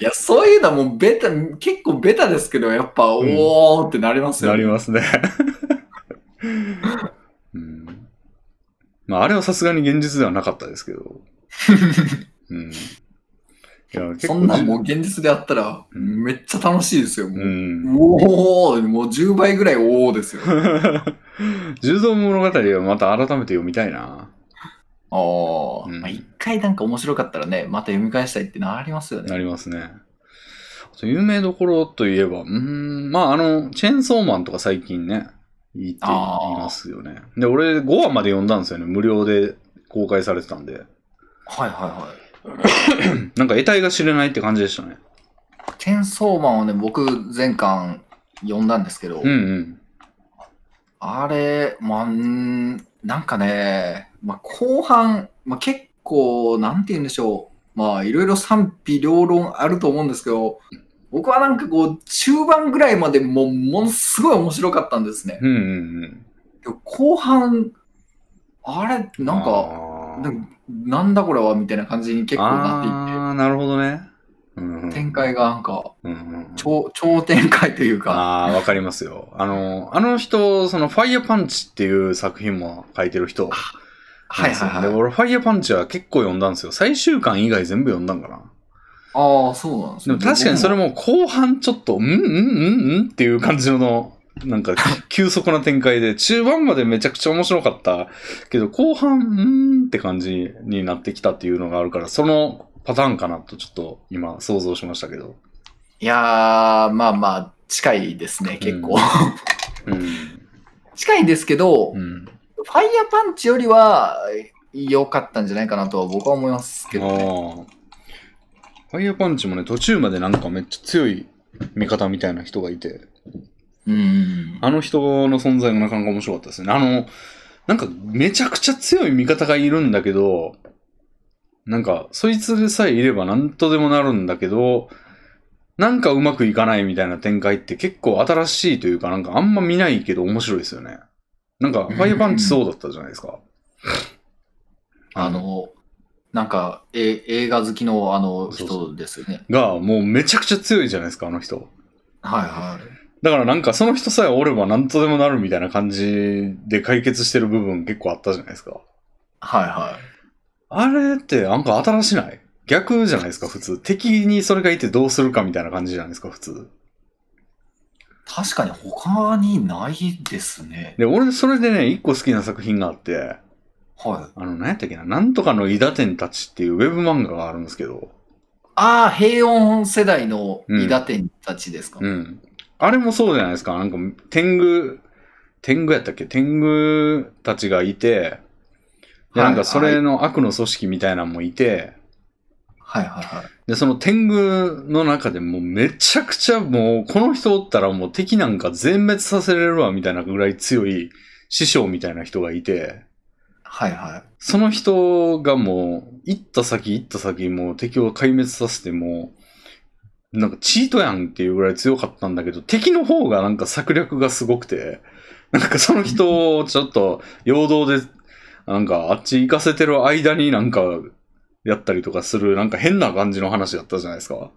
Speaker 2: いや、そういうのはもうベタ、結構ベタですけど、やっぱ、
Speaker 1: ん
Speaker 2: おーってなります
Speaker 1: な
Speaker 2: よ
Speaker 1: り
Speaker 2: ね。
Speaker 1: ますね。 うん。まあ、あれはさすがに現実ではなかったですけ ど。うん。いや、結
Speaker 2: そんなんも
Speaker 1: じ
Speaker 2: う現実であったら、
Speaker 1: うん
Speaker 2: めっちゃ楽しいですよ。も
Speaker 1: う
Speaker 2: う、
Speaker 1: ん。
Speaker 2: おーもう10倍ぐらいおーですよ。あ
Speaker 1: 柔道物語はまた改めて読みたいな。
Speaker 2: あ、
Speaker 1: うん
Speaker 2: まあ一回なんか面白かったらね、また読み返したいってなりますよね。
Speaker 1: なりますね。有名どころといえば、うーん、まあ、あの、チェーンソーマンとか最近ね、言っていますよね。で、俺5話まで読んだんですよね。無料で公開されてたんで。
Speaker 2: はいはいはい。
Speaker 1: なんか得体が知れないって感じでしたね。
Speaker 2: チェンソーマンをね、僕、前巻読んだんですけど、
Speaker 1: うんうん。
Speaker 2: あれ、まあ、うーんなんかね、まあ、後半、まあ、結構、なんて言うんでしょう。まあ、いろいろ賛否両論あると思うんですけど、僕はなんかこう、中盤ぐらいまでもう、ものすごい面白かったんですね。
Speaker 1: うんうんうん。
Speaker 2: でも後半、あれ、なんか、
Speaker 1: あー
Speaker 2: なんなんだこれはみたいな感じに結構なってい
Speaker 1: あー、なるほどね。うんうん
Speaker 2: って、展開がなんか、
Speaker 1: うんうんうん
Speaker 2: 超、超展開というか、
Speaker 1: ああ、わかりますよ。あの、あの人、その、ファイヤーパンチっていう作品も書いてる人なんですよ。
Speaker 2: はいはいは
Speaker 1: で、
Speaker 2: い。
Speaker 1: 俺、ファイヤーパンチは結構読んだんですよ。最終巻以外全部読んだんかな。
Speaker 2: ああ、そうなんです
Speaker 1: でも確かにそれ
Speaker 2: も。
Speaker 1: も後半ちょっと、うんうんうんうんっていう感じの、なんか、急速な展開で、中盤までめちゃくちゃ面白かったけど、後半、うんって感じになってきたっていうのがあるから、そのパターンかなとちょっと今想像しましたけど。
Speaker 2: いやー、まあまあ、近いですね、結構。
Speaker 1: ううん。
Speaker 2: 近いですけど、
Speaker 1: うん。
Speaker 2: ファイヤーパンチよりは良かったんじゃないかなとは僕は思いますけどね、
Speaker 1: ああ。ファイヤーパンチもね、途中までなんかめっちゃ強い味方みたいな人がいて、
Speaker 2: うん。
Speaker 1: あの人の存在がなかなか面白かったですね。あの、なんかめちゃくちゃ強い味方がいるんだけど、なんかそいつさえいれば何とでもなるんだけど、なんかうまくいかないみたいな展開って結構新しいというか、なんかあんま見ないけど面白いですよね。なんか、ファイヤーパンチそうだったじゃないですか。
Speaker 2: あの、なんか、え映画好きのあの
Speaker 1: そうそ
Speaker 2: 人ですよね。
Speaker 1: が、もうめちゃくちゃ強いじゃないですか、あの人。
Speaker 2: はいはい。
Speaker 1: だからなんかその人さえおれば何とでもなるみたいな感じで解決してる部分結構あったじゃないですか。
Speaker 2: はいはい。
Speaker 1: あれってなんか新しない逆じゃないですか、普通。敵にそれがいてどうするかみたいな感じじゃないですか、普通。
Speaker 2: 確かに他にないですね。
Speaker 1: で、俺それでね、一個好きな作品があって、
Speaker 2: はい。
Speaker 1: あの、何やったっけな、なんとかの伊達天たちっていうウェブ漫画があるんですけど、
Speaker 2: ああ、平穏世代の伊達天たちですか。
Speaker 1: うん。あれもそうじゃないですか。なんか、天狗、天狗やったっけ天狗たちがいて、でなんかそれの悪の組織みたいなのもいて、
Speaker 2: はいはいはい。
Speaker 1: で、その天狗の中でもうめちゃくちゃもう、この人おったらもう敵なんか全滅させれるわみたいなぐらい強い師匠みたいな人がいて、
Speaker 2: はいはい。
Speaker 1: その人がもう、行った先行った先もう敵を壊滅させてもう、なんかチートやんっていうぐらい強かったんだけど、敵の方がなんか策略がすごくて、 なんかその人をちょっと陽動で、なんかあっち行かせてる間になんかやったりとかする、なんか変な感じの話だったじゃないですか。
Speaker 2: はい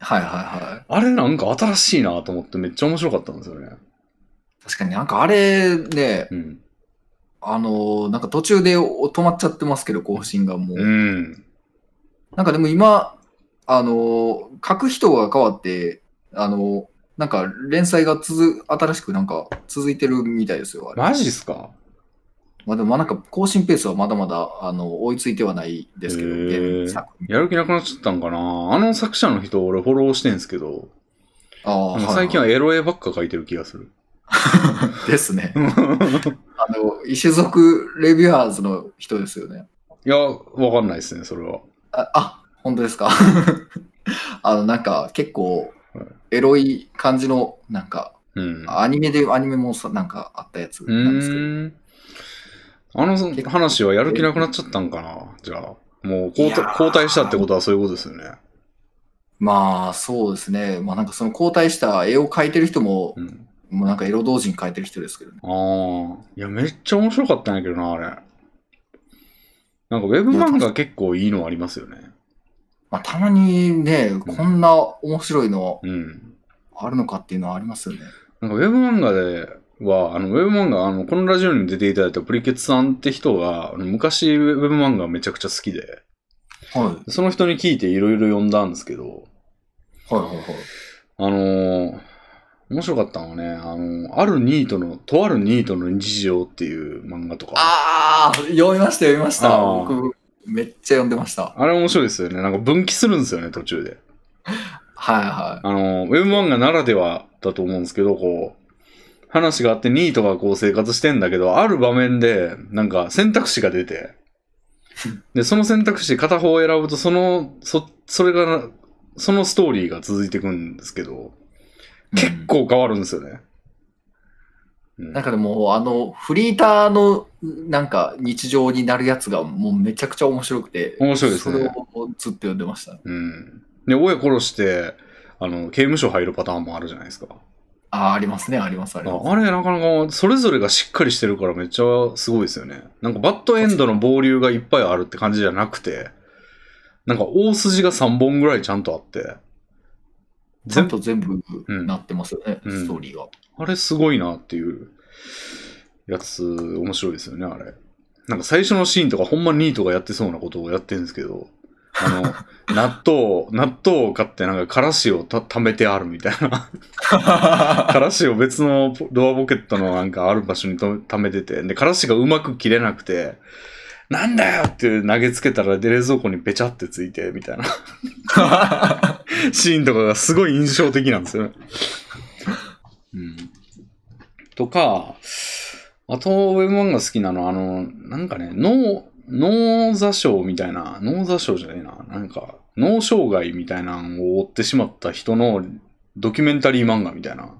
Speaker 2: はいはい。
Speaker 1: あれなんか新しいなと思ってめっちゃ面白かったんですよね。
Speaker 2: 確かになんかあれね、
Speaker 1: うん。
Speaker 2: あのーなんか途中でお止まっちゃってますけど、更新がもう。
Speaker 1: うん。
Speaker 2: なんかでも今、あのー書く人が変わって、あのーなんか連載が続、新しくなんか続いてるみたいですよ、あれ。
Speaker 1: マジっすか
Speaker 2: まあでもまあなんか更新ペースはまだまだ、あの、追いついてはないですけど、
Speaker 1: へ
Speaker 2: ゲ
Speaker 1: ー
Speaker 2: ーム作品
Speaker 1: やる気なくなっちゃったんかなあの作者の人俺フォローしてんすけど、
Speaker 2: ああ、
Speaker 1: なんか最近
Speaker 2: は
Speaker 1: はエロ絵ばっか描いてる気がする。
Speaker 2: いです ね。あの、異種族レビュアーズの人ですよね。
Speaker 1: いや、わかんないですね、それは。
Speaker 2: あ、あ本当ですか。 あの、なんか結構
Speaker 1: はい、
Speaker 2: エロい感じの、なんか、
Speaker 1: うん。
Speaker 2: アニメで、アニメもさなんかあったやつ
Speaker 1: う
Speaker 2: なんですけど。
Speaker 1: ーん。あの
Speaker 2: 結構
Speaker 1: 話はやる気なくなっちゃったんかなじゃあ。もう
Speaker 2: い
Speaker 1: 交
Speaker 2: や
Speaker 1: 代
Speaker 2: ー
Speaker 1: 交代したってことはそういうことですよね。
Speaker 2: まあ、そうですね。まあなんかその交代した絵を描いてる人も、
Speaker 1: うん。
Speaker 2: もうなんかエロ同人描いてる人ですけどね。
Speaker 1: ああ。いや、めっちゃ面白かったんやけどな、あれ。なんかウェブ漫画結構いいのありますよね。
Speaker 2: まあたまにね、こんな面白いの
Speaker 1: うん。
Speaker 2: あるのかっていうのはありますよね。
Speaker 1: なんかウェブ漫画では、あのウェブ漫画、あのこのラジオにも出ていただいたプリケツさんって人が、あの昔ウェブ漫画めちゃくちゃ好きで、
Speaker 2: はい。
Speaker 1: その人に聞いていろいろ読んだんですけど、
Speaker 2: はいはいはい。
Speaker 1: あのー面白かったのはね、あのーあるニートの、とあるニートの日常っていう漫画とか、
Speaker 2: ああ、読みました読みました。
Speaker 1: あー
Speaker 2: 僕、めっちゃ読んでました。
Speaker 1: あれ面白いですよね。なんか分岐するんですよね、途中で。
Speaker 2: はいは
Speaker 1: あの、M1 がならではだと思うんですけど、こう、話があってニートがこう生活してんだけど、ある場面で、なんか選択肢が出 て、で、その選択肢片方を選ぶと、その、そ、それが、そのストーリーが続いていくんですけど、
Speaker 2: い。
Speaker 1: 結構変わるんですよね。うん
Speaker 2: なんかでも、あの、フリーターの、なんか、日常になるやつが、もうめちゃくちゃ面白くて。
Speaker 1: 面白いですね
Speaker 2: それをずっと読んでました。
Speaker 1: うん。で、親殺して、あの、刑務所入るパターンもあるじゃないですか。
Speaker 2: ああ、ありますね、あります、あります。
Speaker 1: ああれ、なかなか、それぞれがしっかりしてるからめっちゃすごいですよね。なんか、バッドエンドの暴流がいっぱいあるって感じじゃなくて、なんか、大筋が3本ぐらいちゃんとあって、
Speaker 2: ちゃんと全部
Speaker 1: うん
Speaker 2: なってますよね、
Speaker 1: うん
Speaker 2: ストーリーが。
Speaker 1: あれすごいなっていうやつ、面白いですよね、あれ。なんか、最初のシーンとか、ほんまニートがやってそうなことをやってるんですけど、あの、納豆、納豆を買って、なんか、からしをた溜めてあるみたいな。 からしを別のポドアポケットのなんかある場所にと溜めてて、で、からしがうまく切れなくて、なんだよって投げつけたらで冷蔵庫にべちゃってついて、みたいなシーンとかがすごい印象的なんですよね。うん。とか、あと、M1 が好きなのは、あの、なんかね、脳、脳座症みたいな、脳座症じゃないな、なんか、脳障害みたいなのを追ってしまった人のドキュメンタリー漫画みたいな。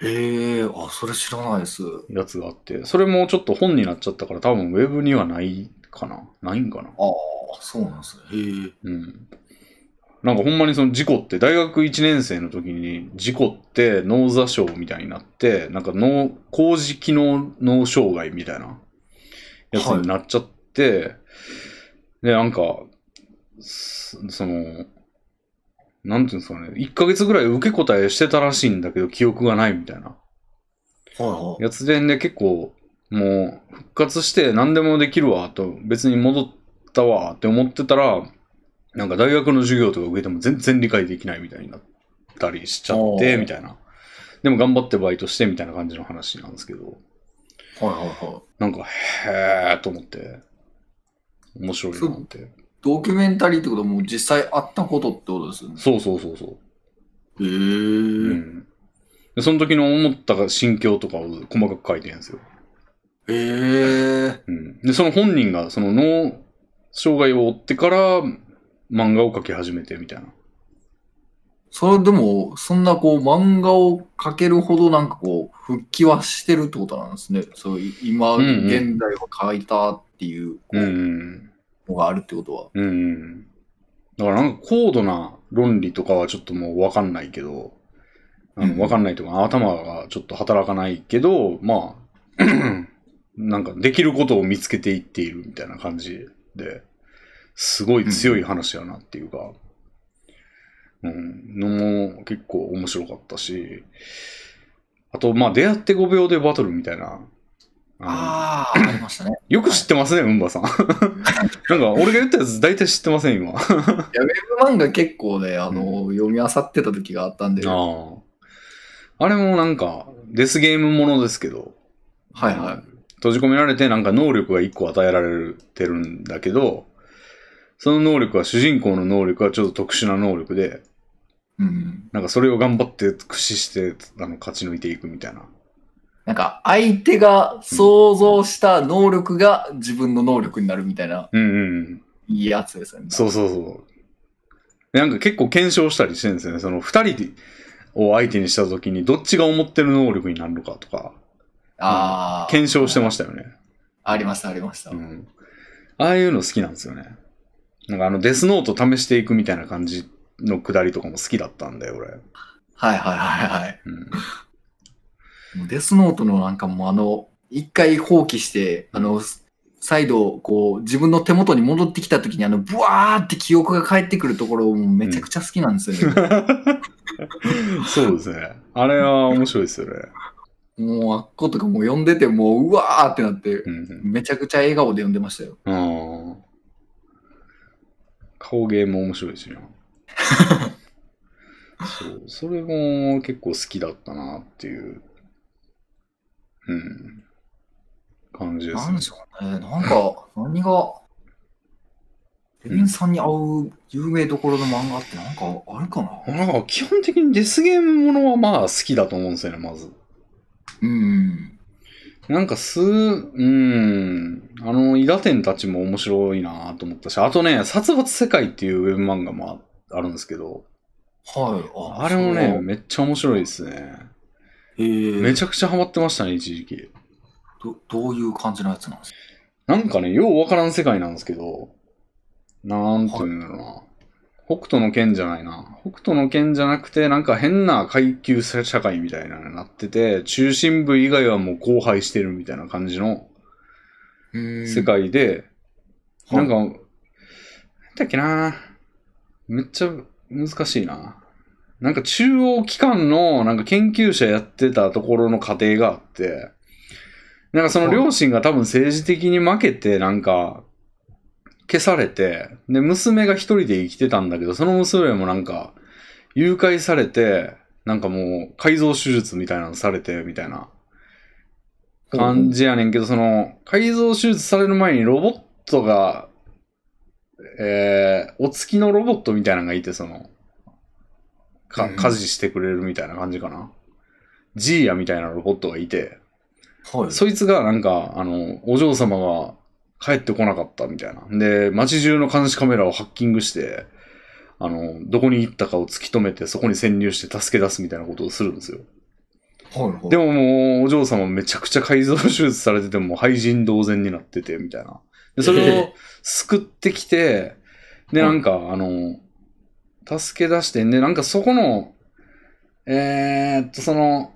Speaker 2: ええあ、それ知らないです。
Speaker 1: やつがあって、それもちょっと本になっちゃったから多分ウェブにはないかなないんかな
Speaker 2: ああ、そうなんですね。へえ。
Speaker 1: うん。なんかほんまにその事故って、大学1年生の時に事故って脳挫傷みたいになって、なんか脳、工事機能脳障害みたいなやつになっちゃって、で、なんか、すその、なんていうんですかね、1ヶ月ぐらい受け答えしてたらしいんだけど記憶がないみたいな。
Speaker 2: はいはい。
Speaker 1: やつでね、結構、もう、復活して何でもできるわ、と、別に戻ったわ、って思ってたら、なんか大学の授業とか受けても全然理解できないみたいになったりしちゃっ
Speaker 2: あ
Speaker 1: て、
Speaker 2: ー
Speaker 1: みたいな。でも頑張ってバイトして、みたいな感じの話なんですけど、
Speaker 2: はいはいはい。
Speaker 1: なんか、へーと思って、面白いなって。
Speaker 2: ドキュメンタリーってことはもう実際あったことってことですよね。
Speaker 1: そうそうそうそう。
Speaker 2: へえ。
Speaker 1: うん。でその時の思った心境とかを細かく書いてるんですよ。
Speaker 2: へえ。
Speaker 1: うん、でその本人がその脳障害を負ってから漫画を描き始めてみたいな
Speaker 2: それでも、そんなこう漫画を描けるほどなんかこう、復帰はしてるってことなんですね。そういう、今、
Speaker 1: うんうん
Speaker 2: 現代を描いたっていうこ
Speaker 1: うん
Speaker 2: うのがあるってことは。
Speaker 1: うんうんだからなんか高度な論理とかはちょっともう分かんないけどあ
Speaker 2: う
Speaker 1: の
Speaker 2: ん
Speaker 1: 分かんないとか頭がちょっと働かないけどまあ なんかできることを見つけていっているみたいな感じですごい強い話やなっていうか、うん、のも結構面白かったしあとまあ出会って5秒でバトルみたいなあの
Speaker 2: ああ、ありましたね。
Speaker 1: よく知ってますね、うんばさん。 なんか、俺が言ったやつ大体知ってません、今。ああ。
Speaker 2: 漫画結構ね、あの、読み漁ってた時があったんで、はい
Speaker 1: あれもなんか、デスゲームものですけど、
Speaker 2: はい。
Speaker 1: 閉じ込められてなんか能力が1個与えられてるんだけど、その能力は、主人公の能力はちょっと特殊な能力で、
Speaker 2: うん。
Speaker 1: なんかそれを頑張って駆使して、あの、勝ち抜いていくみたいな。
Speaker 2: なんか、相手が想像した能力が自分の能力になるみたいな、
Speaker 1: うんうん。
Speaker 2: いいやつですよね。
Speaker 1: そうそうそう。でなんか結構検証したりしてるんですよね。その二人でを相手にした時にどっちが思ってる能力になるのかとか、
Speaker 2: ああ、
Speaker 1: 検証してましたよね。
Speaker 2: ありました、ありました。
Speaker 1: うん。ああいうの好きなんですよね。なんかあのデスノート試していくみたいな感じのくだりとかも好きだったんだよ、俺。
Speaker 2: はいはいはいはい。
Speaker 1: うん。
Speaker 2: もうデスノートのなんかもうあの、一回放棄して、あの、再度、こう、自分の手元に戻ってきた時に、あの、ブワーって記憶が返ってくるところ、もうめちゃくちゃ好きなんですよね。
Speaker 1: そうですね。あれは面白いですよね。
Speaker 2: もう、あっことかもう読んでて、もう、うわーってなって、
Speaker 1: うん。
Speaker 2: めちゃくちゃ笑顔で読んでましたよ。
Speaker 1: ああ。顔芸も面白いしな。そう、それも結構好きだったなっていう、うん、感じです
Speaker 2: なん
Speaker 1: ね
Speaker 2: で。しょうね。なんか、何が、レビンさんに合う有名どころの漫画ってなんかあるかな
Speaker 1: なんか基本的にデスゲームものはまあ好きだと思うんですよね、まず。
Speaker 2: うん。
Speaker 1: なんかす、うん、あの、イダテンたちも面白いなと思ったし、あとね、殺伐世界っていうウェブ漫画もああるんですけど、
Speaker 2: はい。
Speaker 1: あれもね、めっちゃ面白いですね。
Speaker 2: そうへえ
Speaker 1: めちゃくちゃハマってましたね、一時期。
Speaker 2: どどういう感じのやつなんですか
Speaker 1: なんかね、ようわからん世界なんですけど、なんていうんだろうな。北斗の剣じゃないな。北斗の剣じゃなくて、なんか変な階級社会みたいなのになってて、中心部以外はもう荒廃してるみたいな感じの世界で、
Speaker 2: は
Speaker 1: な
Speaker 2: い
Speaker 1: んか、なんだっけなめっちゃ難しいな。なんか中央機関のなんか研究者やってたところの家庭があって、なんかその両親が多分政治的に負けて、なんか消されて、で、娘が一人で生きてたんだけど、その娘もなんか誘拐されて、なんかもう改造手術みたいなのされて、みたいな。感じやねんけど、その、改造手術される前にロボットが、えー、お付きのロボットみたいなのがいて、その、か、
Speaker 2: うん
Speaker 1: 家事してくれるみたいな感じかな。ジーヤみたいなロボットがいて、
Speaker 2: はい。
Speaker 1: そいつがなんか、あの、お嬢様が帰ってこなかったみたいな。で、街中の監視カメラをハッキングして、あの、どこに行ったかを突き止めて、そこに潜入して助け出すみたいなことをするんですよ。
Speaker 2: はいはい、
Speaker 1: でももう、お嬢様めちゃくちゃ改造手術されてて、もう廃人同然になってて、みたいな。で、それを救ってきて、で、なんか、あの、助け出して、で、なんかそこの、えーっと、その、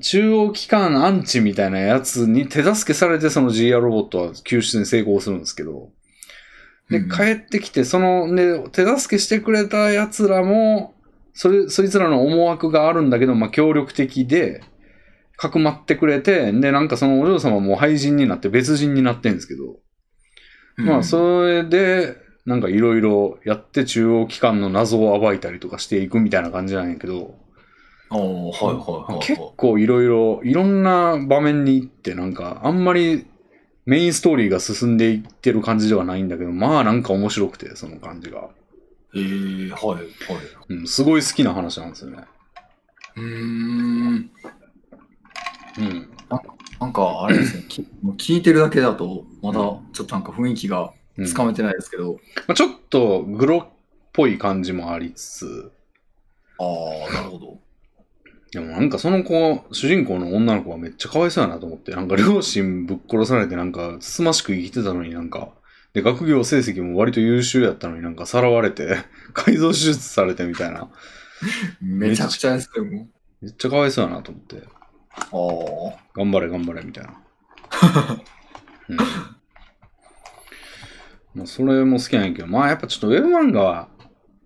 Speaker 1: 中央機関アンチみたいなやつに手助けされて、その GR ロボットは救出に成功するんですけど、で、
Speaker 2: うん
Speaker 1: 帰ってきて、その、で、手助けしてくれたやつらも、それ、そいつらの思惑があるんだけど、まあ、協力的で、かくまってくれて、で、なんかそのお嬢様も廃人になって別人になってんですけど、
Speaker 2: うん
Speaker 1: まあ、それで、なんかいろいろやって中央機関の謎を暴いたりとかしていくみたいな感じなんやけど、
Speaker 2: ああ、はいはいはい、はい。
Speaker 1: 結構いろいろ、いろんな場面に行って、なんかあんまりメインストーリーが進んでいってる感じではないんだけど、まあなんか面白くて、その感じが。
Speaker 2: えー、はいはい。
Speaker 1: うん、すごい好きな話なんですよね。
Speaker 2: うーん。
Speaker 1: うん。
Speaker 2: なんか、あれですね、きもう聞いてるだけだと、まだちょっとなんか雰囲気が
Speaker 1: うん
Speaker 2: つかめてないですけど、
Speaker 1: まあ、ちょっとグロっぽい感じもありつつ、
Speaker 2: ああ、なるほど。
Speaker 1: でもなんかその子、主人公の女の子はめっちゃかわいそうやなと思って、なんか両親ぶっ殺されてなんか、つつましく生きてたのになんか、で、学業成績も割と優秀やったのになんかさらわれて、改造手術されてみたいな。
Speaker 2: めちゃくちゃですけども。
Speaker 1: めっちゃかわいそうやなと思って、
Speaker 2: ああ、
Speaker 1: 頑張れ頑張れみたい な。うん。まあ、それも好きなんやけど、まあやっぱちょっとウェブ漫画は、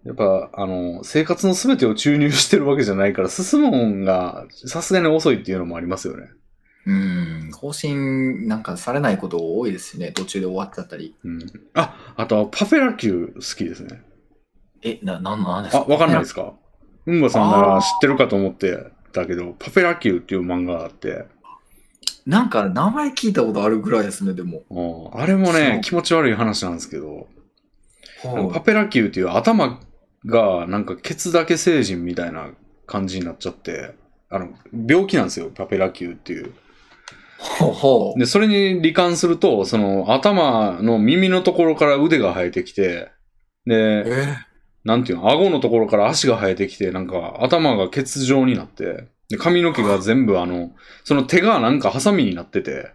Speaker 1: やっぱあの、生活の全てを注入してるわけじゃないから、進むもんがさすがに遅いっていうのもありますよね。
Speaker 2: うん、更新なんかされないこと多いですしね、途中で終わっちゃったり。
Speaker 1: うん。あ、あとはパフェラキュー好きですね。
Speaker 2: え、な、なんなんです
Speaker 1: あ、
Speaker 2: か。
Speaker 1: わかんないですすかうんばさんなら知ってるかと思ってたけど、パフェラキューっていう漫画があって、
Speaker 2: なんか、名前聞いたことあるぐらいですね、でも。
Speaker 1: うんあれも
Speaker 2: そう
Speaker 1: ね、気持ち悪い話なんですけど、パペラ級っていう頭がなんかケツだけ成人みたいな感じになっちゃって、あの、病気なんですよ、パペラ級っていう。
Speaker 2: ほうほう。
Speaker 1: で、それに罹患すると、その頭の耳のところから腕が生えてきて、
Speaker 2: え
Speaker 1: で、
Speaker 2: ー
Speaker 1: なんていうの、顎のところから足が生えてきて、なんか頭がケツ状になって、で、髪の毛が全部あの、その手がなんかハサミになってて、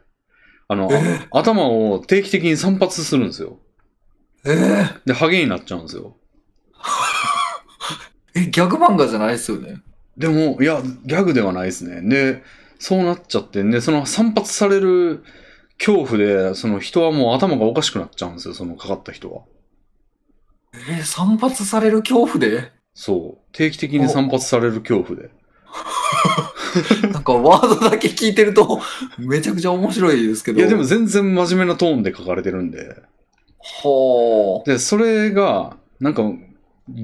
Speaker 1: あの、
Speaker 2: え
Speaker 1: 頭を定期的に散髪するんですよ。
Speaker 2: えー
Speaker 1: で、ハゲになっちゃうんですよ。
Speaker 2: え、ギャグ漫画じゃないですよね。
Speaker 1: でも、いや、ギャグではないですね。で、そうなっちゃって、ね、その散髪される恐怖で、その人はもう頭がおかしくなっちゃうんですよ、そのかかった人は。
Speaker 2: えー散髪される恐怖で
Speaker 1: そう。定期的に散髪される恐怖で。
Speaker 2: なんかワードだけ聞いてるとめちゃくちゃ面白いですけど。
Speaker 1: いや、でも全然真面目なトーンで書かれてるんで。
Speaker 2: ほ
Speaker 1: で、それが、なんか、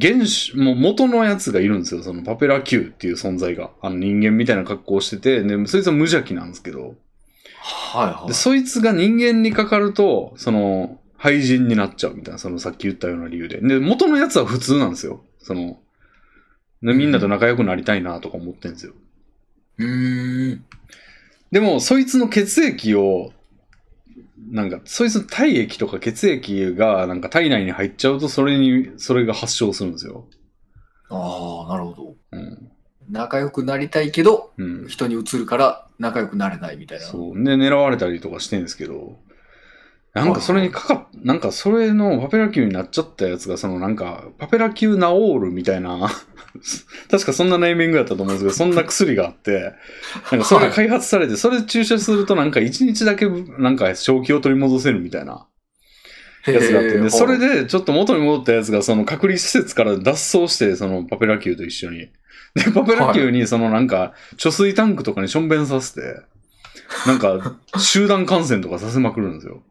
Speaker 1: 原始、もう元のやつがいるんですよ、そのパペラ Q っていう存在が。あの人間みたいな格好をしてて、で、そいつは無邪気なんですけど。
Speaker 2: う。はいは
Speaker 1: でそいつが人間にかかるとその廃人になっちゃうみたいな、そのさっき言ったような理由で。で、元のやつは普通なんですよ。その、ねみんなと仲良くなりたいなとか思ってんですよ。
Speaker 2: うーん。
Speaker 1: でも、そいつの血液を、なんか、そいつの体液とか血液が、なんか体内に入っちゃうと、それに、それが発症するんですよ。
Speaker 2: ああ、なるほど。
Speaker 1: うん。
Speaker 2: 仲良くなりたいけど、
Speaker 1: うん。
Speaker 2: 人に移るから仲良くなれないみたいな。
Speaker 1: そう。で、狙われたりとかしてんですけど、なんかそれにかかっ、なんかそれのパペラ級になっちゃったやつが、そのなんか、パペラ級ナオールみたいな、 確かそんなネーミングだったと思うんですけど、そんな薬があって、なんかそれが開発されて、それ注射するとなんか一日だけなんか正気を取り戻せるみたいなやつがあって、
Speaker 2: へ
Speaker 1: で
Speaker 2: ー
Speaker 1: それ、でちょっと元に戻ったやつがその隔離施設から脱走して、そのパペラ級と一緒に。で、パペラ級にそのなんか、貯水タンクとかにしょんべんさせて、なんか、集団感染とかさせまくるんですよ。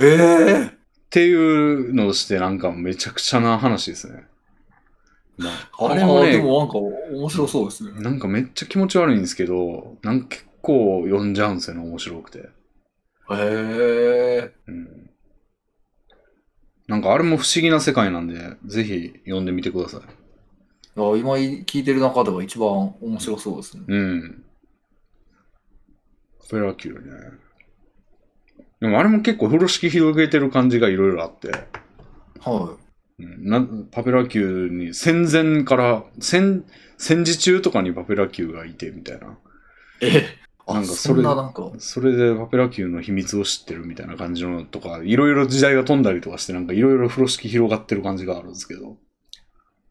Speaker 2: ええ
Speaker 1: っていうのをして、なんかめちゃくちゃな話ですね。まあ
Speaker 2: あ
Speaker 1: あ
Speaker 2: れ
Speaker 1: れも
Speaker 2: はで
Speaker 1: ね、
Speaker 2: もなんか面白そうですね。
Speaker 1: なんかめっちゃ気持ち悪いんですけど、なんか結構読んじゃうんですよね、面白くて。
Speaker 2: へえ。
Speaker 1: うん。なんかあれも不思議な世界なんで、ぜひ読んでみてください。
Speaker 2: いや今聞いてる中では一番面白そうですね。
Speaker 1: うん。フェラキューね。でもあれも結構風呂敷広げてる感じがいろいろあって、
Speaker 2: は。
Speaker 1: うん、なパペラキューに戦前から戦戦時中とかにパペラキューがいてみたいない
Speaker 2: えあ
Speaker 1: なんか
Speaker 2: そ
Speaker 1: それ
Speaker 2: んななんか、
Speaker 1: それでパペラキューの秘密を知ってるみたいな感じのとかいろいろ時代が飛んだりとかしてなんかいろいろ風呂敷広がってる感じがあるんですけど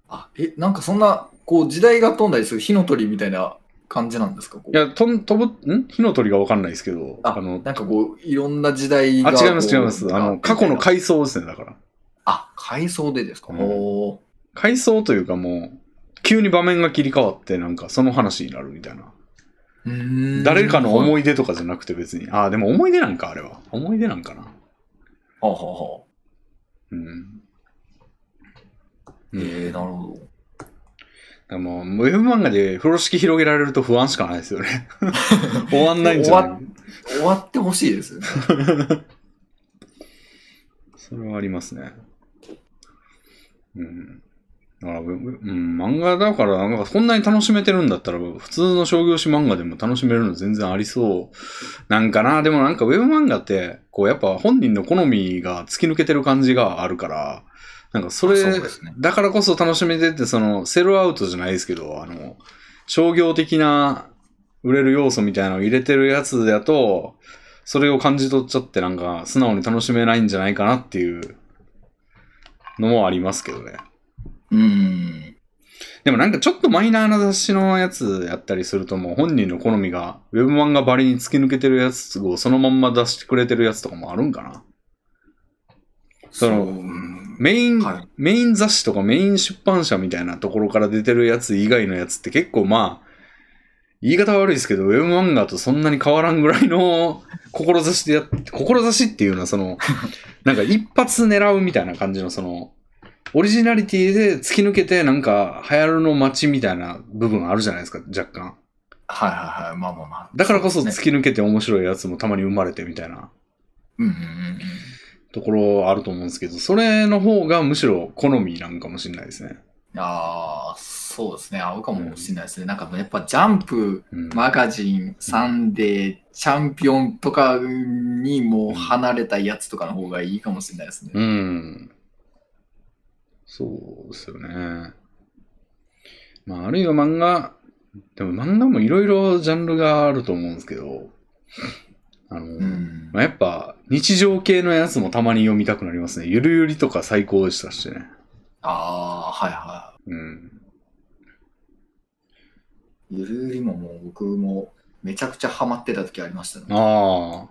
Speaker 2: あ、え、なんかそんな、こう時代が飛んだりする火の鳥みたいな感じなんですかこう
Speaker 1: いやとん飛ぶん火の鳥がわかんないですけど
Speaker 2: あ
Speaker 1: の
Speaker 2: なんかこう、いろんな時代
Speaker 1: あ
Speaker 2: が。
Speaker 1: 違います違います
Speaker 2: こう
Speaker 1: あの過去の。
Speaker 2: みたいな
Speaker 1: 回想ですねだから
Speaker 2: あ、回想でですか。
Speaker 1: うん
Speaker 2: おー
Speaker 1: 回想というかもう急に場面が切り替わってなんかその話になるみたいな
Speaker 2: うーん
Speaker 1: 誰かの
Speaker 2: はい。
Speaker 1: 思い出とかじゃなくて別にああでも思い出なんかあれは思い出なんかな
Speaker 2: はあはあはあ
Speaker 1: うん
Speaker 2: ええ、なるほど。
Speaker 1: でも、ウェブ漫画で風呂敷広げられると不安しかないですよ ね。終わんないんじゃない
Speaker 2: 終わってほしいですよね。
Speaker 1: それはありますね。うん。だから、ううん、漫画だから、なんかこんなに楽しめてるんだったら、普通の商業誌漫画でも楽しめるの全然ありそうなんかな。でもなんかウェブ漫画って、こうやっぱ本人の好みが突き抜けてる感じがあるから、なんかそれ、
Speaker 2: あそうですね
Speaker 1: だからこそ楽しめてって、その、セルアウトじゃないですけど、あの、商業的な売れる要素みたいなのを入れてるやつだと、それを感じ取っちゃってなんか素直に楽しめないんじゃないかなっていうのもありますけどね。
Speaker 2: うーん。
Speaker 1: でもなんかちょっとマイナーな雑誌のやつやったりするともう本人の好みがウェブ漫画ばりに突き抜けてるやつをそのまんま出してくれてるやつとかもあるんかな。その
Speaker 2: ううん
Speaker 1: メイン、
Speaker 2: はい
Speaker 1: メイン雑誌とかメイン出版社みたいなところから出てるやつ以外のやつって結構まあ、言い方悪いですけど、ウェブ漫画とそんなに変わらんぐらいの 志でやっ、志っていうのはそ の、なんか一発狙うみたいな感じのその、オリジナリティで突き抜けてなんか流行るの街みたいな部分あるじゃないですか、若干。
Speaker 2: はいはいはい。まあまあまあ。
Speaker 1: だからこそ
Speaker 2: そうです
Speaker 1: 突き抜けて面白いやつもたまに生まれてみたいな。
Speaker 2: ねうんうんうんうん。
Speaker 1: ところあると思うんですけど、それの方がむしろ好みなんかもしれないですね。
Speaker 2: ああ、そうですね。合うかもしれないですね。なんかやっぱジャンプ、
Speaker 1: うん
Speaker 2: マガジン、サンデー、チャンピオンとかにもう離れたやつとかの方がいいかもしれないですね。
Speaker 1: うん。そうですよね。まあ、あるいは漫画、でも漫画もいろいろジャンルがあると思うんですけど、あの、
Speaker 2: うん。
Speaker 1: まあ、やっぱ日常系のやつもたまに読みたくなりますね。ゆるゆりとか最高でしたしね。
Speaker 2: ああー、はいは
Speaker 1: うん。
Speaker 2: い。ゆるゆりももう僕もめちゃくちゃハマってた時ありましたね。
Speaker 1: ああ、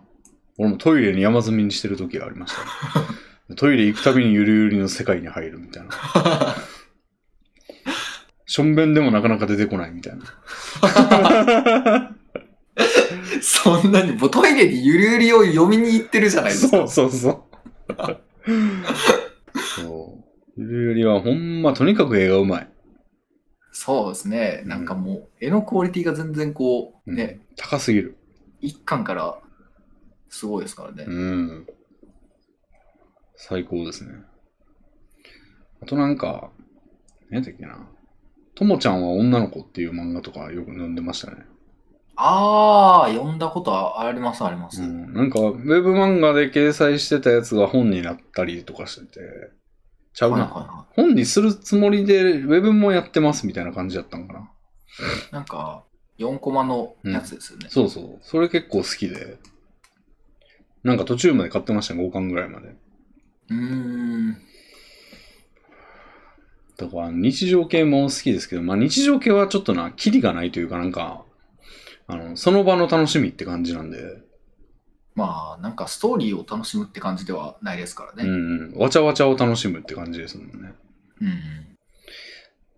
Speaker 1: 俺もトイレに山積みにしてる時がありました、 ね。トイレ行くたびにゆるゆりの世界に入るみたいな。しょんべんでもなかなか出てこないみたいな。
Speaker 2: そんなに、もうトイレにゆるゆりを読みに行ってるじゃないですか。
Speaker 1: そうそうそう。そう。ゆるゆりはほんま、とにかく絵がうまい。
Speaker 2: そうですね。なんかもう絵のクオリティが全然こう、
Speaker 1: うん
Speaker 2: ね、
Speaker 1: 高すぎる。
Speaker 2: 一巻からすごいですからね。
Speaker 1: うん。最高ですね。あとなんか、何やったっけな。ともちゃんは女の子っていう漫画とかよく読んでましたね。
Speaker 2: ああ、読んだことはあります、あります。
Speaker 1: うん、なんか、ウェブ漫画で掲載してたやつが本になったりとかしてて、ちゃうな。
Speaker 2: はいはいは
Speaker 1: 本にするつもりで、ウェブもやってますみたいな感じだったんかな。
Speaker 2: い。なんか、4コマのやつですよね。
Speaker 1: そうそう。それ結構好きで。なんか途中まで買ってましたね、5巻ぐらいまで。
Speaker 2: うーん。
Speaker 1: だから日常系も好きですけど、まあ日常系はちょっとな、キリがないというかなんか、あの、その場の楽しみって感じなんで、
Speaker 2: まあ、なんかストーリーを楽しむって感じではないですから
Speaker 1: うん
Speaker 2: ね。
Speaker 1: うん、わちゃわちゃを楽しむって感じですもんね。
Speaker 2: うん。